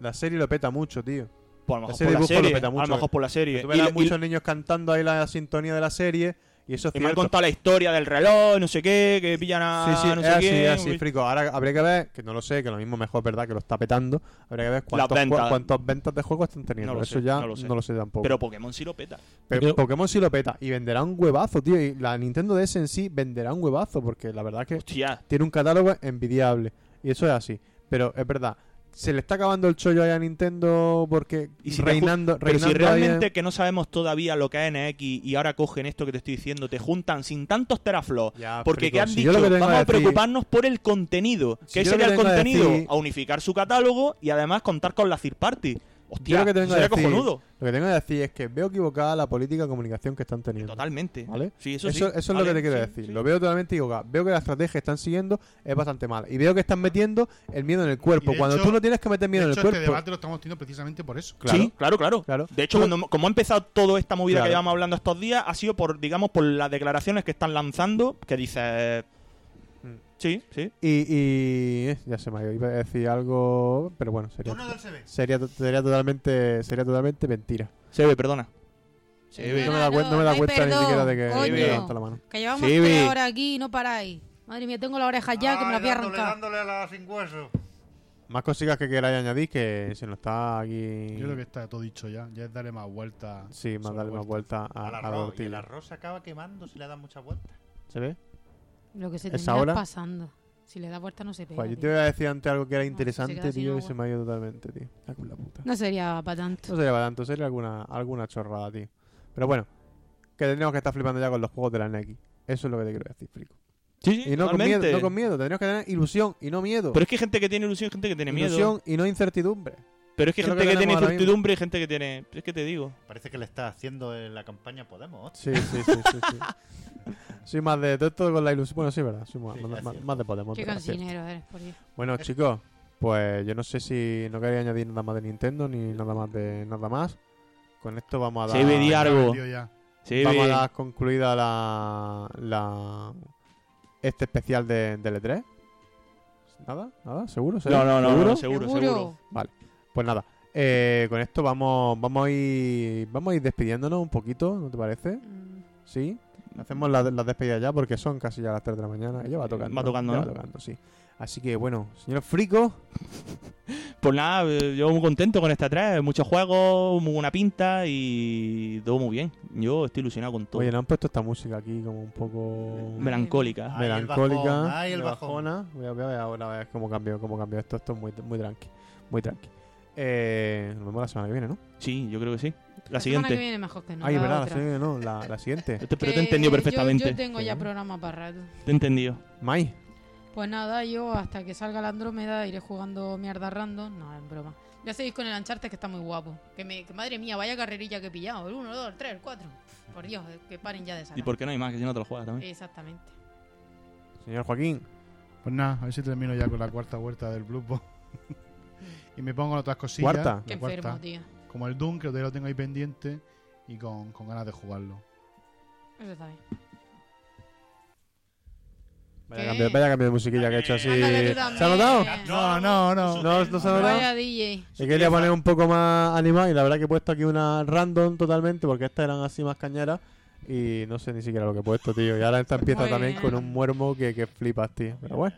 [SPEAKER 1] La serie lo peta mucho, tío.
[SPEAKER 3] Pues a lo mejor
[SPEAKER 1] ese
[SPEAKER 3] por la
[SPEAKER 1] dibujo lo
[SPEAKER 3] serie.
[SPEAKER 1] peta
[SPEAKER 3] a
[SPEAKER 1] mucho.
[SPEAKER 3] lo mejor por la serie.
[SPEAKER 1] Tú
[SPEAKER 3] Y-
[SPEAKER 1] verás
[SPEAKER 3] y-
[SPEAKER 1] muchos niños cantando ahí la sintonía de la serie Y eso es
[SPEAKER 3] Y me han
[SPEAKER 1] cierto.
[SPEAKER 3] contado la historia del reloj, no sé qué, que pillan a
[SPEAKER 1] Sí, sí,
[SPEAKER 3] Ah, no
[SPEAKER 1] es
[SPEAKER 3] sé
[SPEAKER 1] así,
[SPEAKER 3] quién.
[SPEAKER 1] es así, frico. Ahora habría que ver, que no lo sé, que lo mismo mejor es verdad que lo está petando. Habría que ver cuántos,
[SPEAKER 3] ventas.
[SPEAKER 1] jue- cuántos ventas de juego están teniendo.
[SPEAKER 3] No lo
[SPEAKER 1] Eso
[SPEAKER 3] sé,
[SPEAKER 1] ya
[SPEAKER 3] no lo sé.
[SPEAKER 1] tampoco.
[SPEAKER 3] Pero Pokémon sí lo peta.
[SPEAKER 1] Pero
[SPEAKER 2] Creo-
[SPEAKER 1] Pokémon sí lo peta. Y venderá un huevazo, tío. Y la Nintendo DS en sí venderá un huevazo. Porque la verdad que
[SPEAKER 3] Hostia.
[SPEAKER 1] tiene un catálogo envidiable. Y eso es así. Pero es verdad. Se le está acabando el chollo ahí a Nintendo porque
[SPEAKER 3] Y si te ju-
[SPEAKER 1] reinando,
[SPEAKER 3] Pero si
[SPEAKER 1] reinando ahí en-
[SPEAKER 3] realmente que no sabemos todavía lo que es NX y ahora cogen esto que te estoy diciendo, te juntan sin tantos teraflops.
[SPEAKER 1] Ya,
[SPEAKER 3] Porque
[SPEAKER 1] frico,
[SPEAKER 3] que han
[SPEAKER 1] Ah, si yo
[SPEAKER 3] dicho,
[SPEAKER 1] lo que tengo
[SPEAKER 3] vamos a
[SPEAKER 1] que decir-
[SPEAKER 3] preocuparnos por el contenido.
[SPEAKER 1] Si
[SPEAKER 3] ¿Qué
[SPEAKER 1] yo lo
[SPEAKER 3] sería
[SPEAKER 1] que
[SPEAKER 3] el
[SPEAKER 1] tengo que
[SPEAKER 3] contenido?
[SPEAKER 1] decir-
[SPEAKER 3] A unificar su catálogo y además contar con la third party. Hostia,
[SPEAKER 1] Yo lo que
[SPEAKER 3] eso
[SPEAKER 1] tengo que
[SPEAKER 3] sería
[SPEAKER 1] decir-
[SPEAKER 3] cojonudo.
[SPEAKER 1] Lo que tengo que decir es que veo equivocada la política de comunicación que están teniendo.
[SPEAKER 3] Totalmente.
[SPEAKER 1] ¿Vale?
[SPEAKER 3] Sí, eso,
[SPEAKER 1] Eso,
[SPEAKER 3] sí.
[SPEAKER 1] eso es lo
[SPEAKER 3] Vale,
[SPEAKER 1] que te quiero
[SPEAKER 3] sí,
[SPEAKER 1] decir.
[SPEAKER 3] sí.
[SPEAKER 1] Lo veo totalmente equivocado. Veo que la estrategia que están siguiendo es bastante mala. Y veo que están metiendo el miedo en el cuerpo.
[SPEAKER 5] Y de
[SPEAKER 1] Cuando
[SPEAKER 5] hecho-
[SPEAKER 1] tú no tienes que meter
[SPEAKER 5] De
[SPEAKER 1] miedo en
[SPEAKER 5] hecho,
[SPEAKER 1] el
[SPEAKER 5] este
[SPEAKER 1] cuerpo.
[SPEAKER 5] debate lo estamos teniendo precisamente por eso.
[SPEAKER 1] Claro.
[SPEAKER 3] Sí, claro, claro.
[SPEAKER 1] Claro.
[SPEAKER 3] De hecho,
[SPEAKER 1] Tú-
[SPEAKER 3] cuando, como ha empezado toda esta movida
[SPEAKER 1] Claro.
[SPEAKER 3] que llevamos hablando estos días, ha sido por, digamos, por las declaraciones que están lanzando, que dices...
[SPEAKER 1] Mm.
[SPEAKER 3] Sí, sí.
[SPEAKER 1] Y, y- eh, ya se me ha ido. Iba a decir algo, pero bueno, sería,
[SPEAKER 6] Turno del CB.
[SPEAKER 1] sería, to- sería totalmente sería totalmente mentira.
[SPEAKER 3] Se ve, perdona.
[SPEAKER 1] No me
[SPEAKER 4] No,
[SPEAKER 1] da, cuen-
[SPEAKER 4] no,
[SPEAKER 1] no me da
[SPEAKER 4] no hay
[SPEAKER 1] cuenta
[SPEAKER 4] perdón,
[SPEAKER 1] ni siquiera de que
[SPEAKER 4] coño.
[SPEAKER 1] me levanto la mano.
[SPEAKER 4] Que llevamos
[SPEAKER 3] Sí,
[SPEAKER 4] tres
[SPEAKER 3] vi.
[SPEAKER 4] horas aquí y no paráis. Madre mía, tengo la oreja Ah, ya que me la
[SPEAKER 6] Ay,
[SPEAKER 4] voy a
[SPEAKER 6] Ah, dándole,
[SPEAKER 4] arrancar.
[SPEAKER 6] dándole a la sin hueso.
[SPEAKER 1] Más cositas que queráis añadir que se nos está aquí.
[SPEAKER 5] Yo creo que está todo dicho ya. Ya es darle más vuelta.
[SPEAKER 1] Sí, más
[SPEAKER 5] sobre
[SPEAKER 1] darle más vuelta a,
[SPEAKER 6] Al
[SPEAKER 1] a la
[SPEAKER 6] arroz. Y el
[SPEAKER 1] tortilla.
[SPEAKER 6] arroz se acaba quemando si le da muchas vueltas.
[SPEAKER 1] ¿Se ve?
[SPEAKER 4] Lo que se
[SPEAKER 1] ¿Es
[SPEAKER 4] termina
[SPEAKER 1] ahora?
[SPEAKER 4] pasando. Si le da vuelta no se pega.
[SPEAKER 1] Pues yo te
[SPEAKER 4] tío. Ah,
[SPEAKER 1] voy a decir antes algo que era
[SPEAKER 4] se
[SPEAKER 1] interesante,
[SPEAKER 4] queda sin
[SPEAKER 1] tío, y
[SPEAKER 4] agua.
[SPEAKER 1] se me ha ido totalmente, tío. Me cago en la puta.
[SPEAKER 4] No sería para tanto.
[SPEAKER 1] No sería para tanto, sería alguna, alguna chorrada, tío. Pero bueno, que tenemos que estar flipando ya con los juegos de la NX. Eso es lo que te quiero decir, frico.
[SPEAKER 3] Sí, sí,
[SPEAKER 1] Y no con,
[SPEAKER 3] totalmente.
[SPEAKER 1] miedo, no con miedo, tendríamos que tener ilusión y no miedo.
[SPEAKER 3] Pero es que hay gente que tiene ilusión y gente que tiene miedo.
[SPEAKER 1] ilusión y no incertidumbre.
[SPEAKER 3] Pero es que
[SPEAKER 1] Es lo
[SPEAKER 3] hay gente
[SPEAKER 1] que
[SPEAKER 3] que, tiene
[SPEAKER 1] tenemos ahora mismo.
[SPEAKER 3] incertidumbre y gente que tiene... Es que te digo.
[SPEAKER 6] Parece que le está haciendo en la campaña Podemos. hostia.
[SPEAKER 1] Sí, sí, sí, sí. sí. Soy más de todo esto con la ilusión. Bueno, sí, verdad. Soy más,
[SPEAKER 6] Sí,
[SPEAKER 1] más-
[SPEAKER 6] es
[SPEAKER 1] más-
[SPEAKER 6] cierto.
[SPEAKER 1] más de Podemos.
[SPEAKER 4] Qué
[SPEAKER 1] pero es cierto.
[SPEAKER 4] cansinero eres, por Dios.
[SPEAKER 1] Bueno, chicos, pues yo no sé si no quería añadir nada más de Nintendo ni nada más de nada más. Con esto vamos a dar.
[SPEAKER 3] Se ve
[SPEAKER 5] Ya me he
[SPEAKER 3] Argo.
[SPEAKER 5] vendido ya.
[SPEAKER 3] Sí,
[SPEAKER 1] Vamos a
[SPEAKER 3] bien.
[SPEAKER 1] dar concluida la, la este especial de, del E3. Nada, nada, seguro,
[SPEAKER 3] No, no, no,
[SPEAKER 1] ¿Seguro?
[SPEAKER 3] no, seguro, seguro.
[SPEAKER 1] Pues nada. eh, con esto vamos, vamos a ir, vamos a ir despidiéndonos un poquito, ¿no te parece?
[SPEAKER 4] Mm.
[SPEAKER 1] Sí. Hacemos las la despedidas ya porque son casi ya las 3 de la mañana. Ella va tocando.
[SPEAKER 3] Va tocando,
[SPEAKER 1] ya
[SPEAKER 3] ¿no?
[SPEAKER 1] va tocando, sí. Así que bueno, señor Frico,
[SPEAKER 3] Pues nada, eh, yo muy contento con esta 3. Muchos juegos, muy buena pinta y todo muy bien. Yo estoy ilusionado con todo.
[SPEAKER 1] oye, no han puesto esta música aquí como un poco
[SPEAKER 3] Melancólica.
[SPEAKER 6] Ay, el bajón,
[SPEAKER 1] melancólica,
[SPEAKER 6] ay, el
[SPEAKER 1] de
[SPEAKER 6] bajón.
[SPEAKER 1] bajona. Voy a, voy a ver ahora a ver cómo cambió, cómo cambió esto. Esto es muy, muy tranqui, muy tranqui. Eh, nos vemos la semana que viene, ¿no?
[SPEAKER 3] Sí, yo creo que sí.
[SPEAKER 1] Eh,
[SPEAKER 3] La
[SPEAKER 4] semana que
[SPEAKER 3] siguiente.
[SPEAKER 4] viene mejor que no.
[SPEAKER 1] Ay,
[SPEAKER 4] la
[SPEAKER 1] verdad, la, Eh,
[SPEAKER 4] otra.
[SPEAKER 1] semana que viene no, la, la siguiente.
[SPEAKER 3] Te- Pero te
[SPEAKER 4] Que
[SPEAKER 3] he entendido
[SPEAKER 4] yo-
[SPEAKER 3] perfectamente.
[SPEAKER 4] Yo, tengo ya
[SPEAKER 1] Sí.
[SPEAKER 4] programa para rato.
[SPEAKER 3] Te he entendido.
[SPEAKER 1] Mai,
[SPEAKER 4] Pues nada, yo hasta que salga la Andrómeda iré jugando mierda random. No, es broma. Ya seguís con el Uncharted que está muy guapo. Que, me, que madre mía, vaya carrerilla que he pillado. El 1, 2, 3, 4. Por Dios, eh, que paren ya de
[SPEAKER 3] ¿Y
[SPEAKER 4] sacar.
[SPEAKER 3] por qué no hay más? Que si no te lo juegas también.
[SPEAKER 4] Exactamente.
[SPEAKER 1] señor Joaquín.
[SPEAKER 5] Pues nada, a ver si termino ya con la cuarta vuelta del Blue Ball. y me pongo en otras cosillas.
[SPEAKER 1] ¿Cuarta?
[SPEAKER 5] La
[SPEAKER 4] Qué
[SPEAKER 5] cuarta.
[SPEAKER 4] enfermo, tío.
[SPEAKER 5] Como el Doom, que todavía lo tengo ahí pendiente. Y con, con ganas de jugarlo.
[SPEAKER 4] Eso está bien.
[SPEAKER 1] Vaya
[SPEAKER 4] ¿Qué?
[SPEAKER 1] cambio, vaya cambio de musiquilla que he hecho
[SPEAKER 6] Eh,
[SPEAKER 1] así.
[SPEAKER 4] Ándale, tú
[SPEAKER 1] ¿Se ha
[SPEAKER 4] también. Eh,
[SPEAKER 1] notado?
[SPEAKER 5] No, no, no.
[SPEAKER 1] No, no se ha notado.
[SPEAKER 4] Vaya DJ.
[SPEAKER 1] Yo quería poner un poco más animado y la verdad que he puesto aquí una random totalmente porque estas eran así más cañeras y no sé ni siquiera lo que he puesto, tío. Y ahora esta empieza
[SPEAKER 4] Muy
[SPEAKER 1] también
[SPEAKER 4] bien.
[SPEAKER 1] con un muermo que, que flipas, tío. Pero bueno,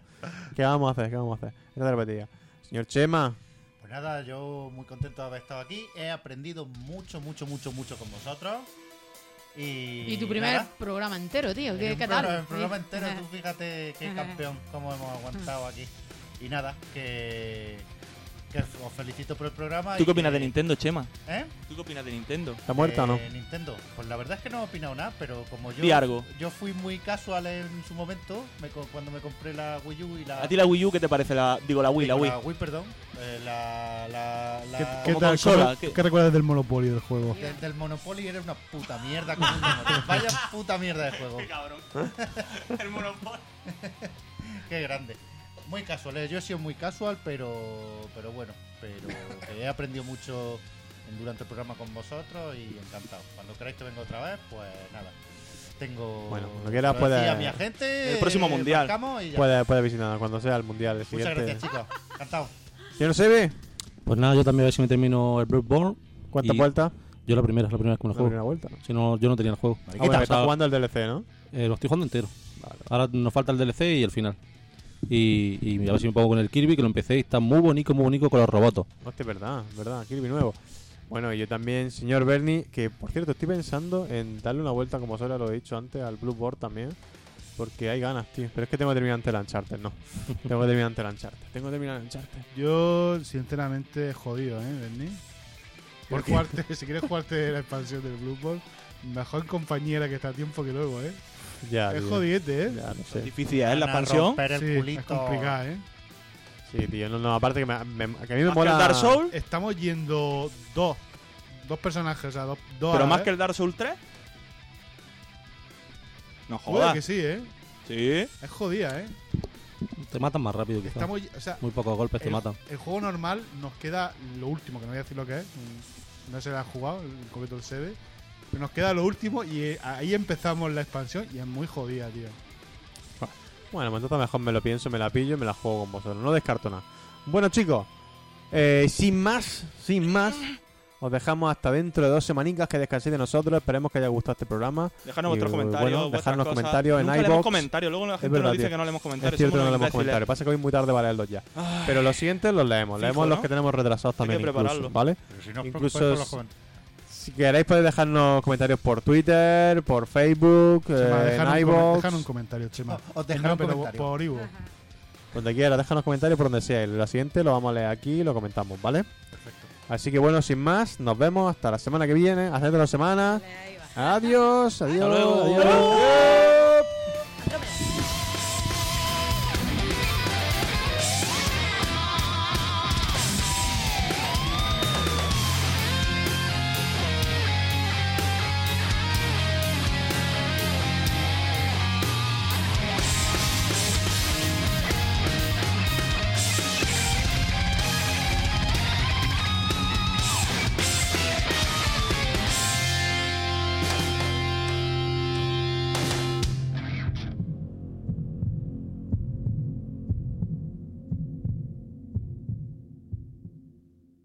[SPEAKER 1] ¿qué vamos a hacer? ¿Qué vamos a hacer? Esta es la repetida. Señor Chema,
[SPEAKER 6] Pues nada, yo muy contento de haber estado aquí. He aprendido mucho, mucho, mucho, mucho con vosotros. Y,
[SPEAKER 4] Y tu primer
[SPEAKER 6] nada,
[SPEAKER 4] programa entero, tío.
[SPEAKER 6] en
[SPEAKER 4] ¿Qué,
[SPEAKER 6] un
[SPEAKER 4] qué
[SPEAKER 6] programa-
[SPEAKER 4] tal? Eh,
[SPEAKER 6] en un programa entero, tú fíjate qué campeón, cómo hemos aguantado aquí. Y nada, que, que os felicito por el programa.
[SPEAKER 4] Eh,
[SPEAKER 3] ¿Tú
[SPEAKER 6] y
[SPEAKER 3] qué opinas
[SPEAKER 6] que-
[SPEAKER 3] de Nintendo, Chema?
[SPEAKER 6] ¿Eh?
[SPEAKER 3] ¿Tú qué opinas de Nintendo?
[SPEAKER 1] ¿está muerta o no?
[SPEAKER 6] Eh, Nintendo. Pues la verdad es que no he opinado nada, pero como yo.
[SPEAKER 3] Di algo.
[SPEAKER 6] Yo fui muy casual en su momento, me co- cuando me compré la Wii U y la.
[SPEAKER 3] ¿A ti la Wii U qué te parece? La, digo, la Wii, la
[SPEAKER 6] digo,
[SPEAKER 3] Wii.
[SPEAKER 6] la Wii, perdón. Eh, la. la, la-
[SPEAKER 5] ¿Qué
[SPEAKER 3] Como
[SPEAKER 5] tal?
[SPEAKER 3] consola.
[SPEAKER 5] ¿Cómo-
[SPEAKER 3] ¿qué-
[SPEAKER 5] ¿Qué recuerdas del monopolio del juego?
[SPEAKER 6] de- del Monopoly era una puta mierda. Con un monopolio. Vaya puta mierda de juego.
[SPEAKER 3] cabrón. El Monopoly.
[SPEAKER 6] Qué grande. Muy casual, eh, yo he sido muy casual, pero. Pero bueno, pero que he aprendido mucho en- durante el programa con vosotros y encantado. Cuando queráis que venga otra vez, pues nada. Tengo.
[SPEAKER 1] Bueno, cuando quieras
[SPEAKER 6] se lo decía
[SPEAKER 1] puedes-
[SPEAKER 6] a mi agente.
[SPEAKER 3] El próximo
[SPEAKER 6] eh,
[SPEAKER 3] mundial.
[SPEAKER 6] marcamos y ya.
[SPEAKER 1] Puede, puede visitarnos cuando sea el mundial. El
[SPEAKER 6] Muchas
[SPEAKER 1] siguiente.
[SPEAKER 6] gracias, chicos. Encantado.
[SPEAKER 1] Señor Sebe,
[SPEAKER 2] Pues nada, yo también a ver si me termino el Bloodborne.
[SPEAKER 1] ¿cuántas
[SPEAKER 2] Y-
[SPEAKER 1] vueltas?
[SPEAKER 2] Yo la primera, es la primera vez que
[SPEAKER 1] la
[SPEAKER 2] me lo juego.
[SPEAKER 1] primera vuelta.
[SPEAKER 2] Si no, yo no tenía el juego.
[SPEAKER 1] Ah, bueno, que estás jugando el DLC, ¿no?
[SPEAKER 2] Eh, lo estoy jugando entero. Ahora nos falta el DLC y el final. Y, y a ver si me pongo con el Kirby, que lo empecé y está muy bonito, muy bonito con los robots.
[SPEAKER 1] Hostia, verdad, verdad, Kirby nuevo. Bueno, y yo también, señor Bernie, que por cierto estoy pensando en darle una vuelta, como solo lo he dicho antes, al Bloodborne también. Porque hay ganas, tío. Pero es que tengo que terminar antes el Uncharted, no. tengo que terminar antes el Uncharted. Tengo que terminar el Uncharted.
[SPEAKER 5] Yo, sinceramente, jodido, ¿eh, Berni? Por jugarte, si quieres jugarte la expansión del Blue Ball, mejor compañera que está a tiempo que luego, ¿eh?
[SPEAKER 1] Ya,
[SPEAKER 5] Es
[SPEAKER 1] tío.
[SPEAKER 5] jodiete, ¿eh?
[SPEAKER 1] Ya, no
[SPEAKER 7] Es
[SPEAKER 1] sé.
[SPEAKER 7] difícil, ¿eh? La
[SPEAKER 6] Van a
[SPEAKER 7] expansión.
[SPEAKER 6] romper el
[SPEAKER 5] Sí, es
[SPEAKER 6] culito.
[SPEAKER 5] complicado, ¿eh?
[SPEAKER 1] Sí, tío, no, no, aparte que, me- me- que a mí me
[SPEAKER 7] Más que
[SPEAKER 1] mola.
[SPEAKER 7] el Dark Souls,
[SPEAKER 5] Estamos yendo dos. Dos personajes, o sea, dos. dos
[SPEAKER 7] pero
[SPEAKER 5] a la
[SPEAKER 7] más
[SPEAKER 5] vez.
[SPEAKER 7] que el Dark Souls 3. No
[SPEAKER 5] Joder,
[SPEAKER 7] jodas.
[SPEAKER 5] que sí, ¿eh?
[SPEAKER 7] Sí.
[SPEAKER 5] Es jodida, ¿eh?
[SPEAKER 2] Te matan más rápido, quizás.
[SPEAKER 5] Estamos, o sea,
[SPEAKER 2] Muy pocos golpes te
[SPEAKER 5] el,
[SPEAKER 2] matan.
[SPEAKER 5] el juego normal nos queda lo último, que no voy a decir lo que es. mm, No se la ha jugado, el completo del sede. Pero nos queda lo último y eh, ahí empezamos la expansión y es muy jodida, tío.
[SPEAKER 1] Bueno, pues entonces mejor me lo pienso, me la pillo y me la juego con vosotros. No descarto nada. Bueno, chicos, eh, sin más, sin más, os dejamos hasta dentro de dos semanicas que descanséis de nosotros. Esperemos que haya gustado este programa.
[SPEAKER 7] Déjanos
[SPEAKER 1] Y,
[SPEAKER 7] vuestros
[SPEAKER 1] bueno,
[SPEAKER 7] comentarios. vuestras
[SPEAKER 1] dejarnos
[SPEAKER 7] cosas.
[SPEAKER 1] comentarios en
[SPEAKER 7] Nunca leemos
[SPEAKER 1] iVoox.
[SPEAKER 7] comentarios. Luego la gente
[SPEAKER 1] verdad,
[SPEAKER 7] nos dice
[SPEAKER 1] tío.
[SPEAKER 7] que no leemos comentarios.
[SPEAKER 1] Es cierto,
[SPEAKER 7] somos
[SPEAKER 1] no
[SPEAKER 7] unos
[SPEAKER 1] leemos
[SPEAKER 7] imbéciles.
[SPEAKER 1] comentarios. Pasa que hoy es muy tarde para leerlos ya.
[SPEAKER 3] Ah.
[SPEAKER 7] Ay,
[SPEAKER 1] Pero los siguientes los leemos. Leemos
[SPEAKER 7] Fijo,
[SPEAKER 1] los
[SPEAKER 7] ¿no?
[SPEAKER 1] que tenemos retrasados
[SPEAKER 7] que
[SPEAKER 1] también. incluso,
[SPEAKER 7] prepararlo.
[SPEAKER 1] ¿Vale?
[SPEAKER 6] Pero si no os
[SPEAKER 1] Incluso
[SPEAKER 6] preocupéis por los
[SPEAKER 1] es-
[SPEAKER 6] comentarios.
[SPEAKER 1] Si queréis podéis dejarnos comentarios por Twitter, por Facebook,
[SPEAKER 5] Chema,
[SPEAKER 1] eh, en
[SPEAKER 5] dejar un, comen-
[SPEAKER 1] iVoox,
[SPEAKER 5] dejar un comentario, Chema.
[SPEAKER 6] Os
[SPEAKER 5] Que
[SPEAKER 6] dejaré
[SPEAKER 5] no,
[SPEAKER 6] un
[SPEAKER 5] pero
[SPEAKER 6] comentario.
[SPEAKER 5] por Ivo.
[SPEAKER 1] donde quiera. Déjanos comentarios por donde sea. Y La siguiente lo vamos a leer aquí y lo comentamos, ¿vale?
[SPEAKER 5] Perfecto.
[SPEAKER 1] Así que bueno, sin más, nos
[SPEAKER 4] eh,
[SPEAKER 1] vemos hasta la semana que viene. Hasta dentro de la semana.
[SPEAKER 4] Vale, ahí va.
[SPEAKER 1] Adiós, adiós,
[SPEAKER 7] luego.
[SPEAKER 1] adiós.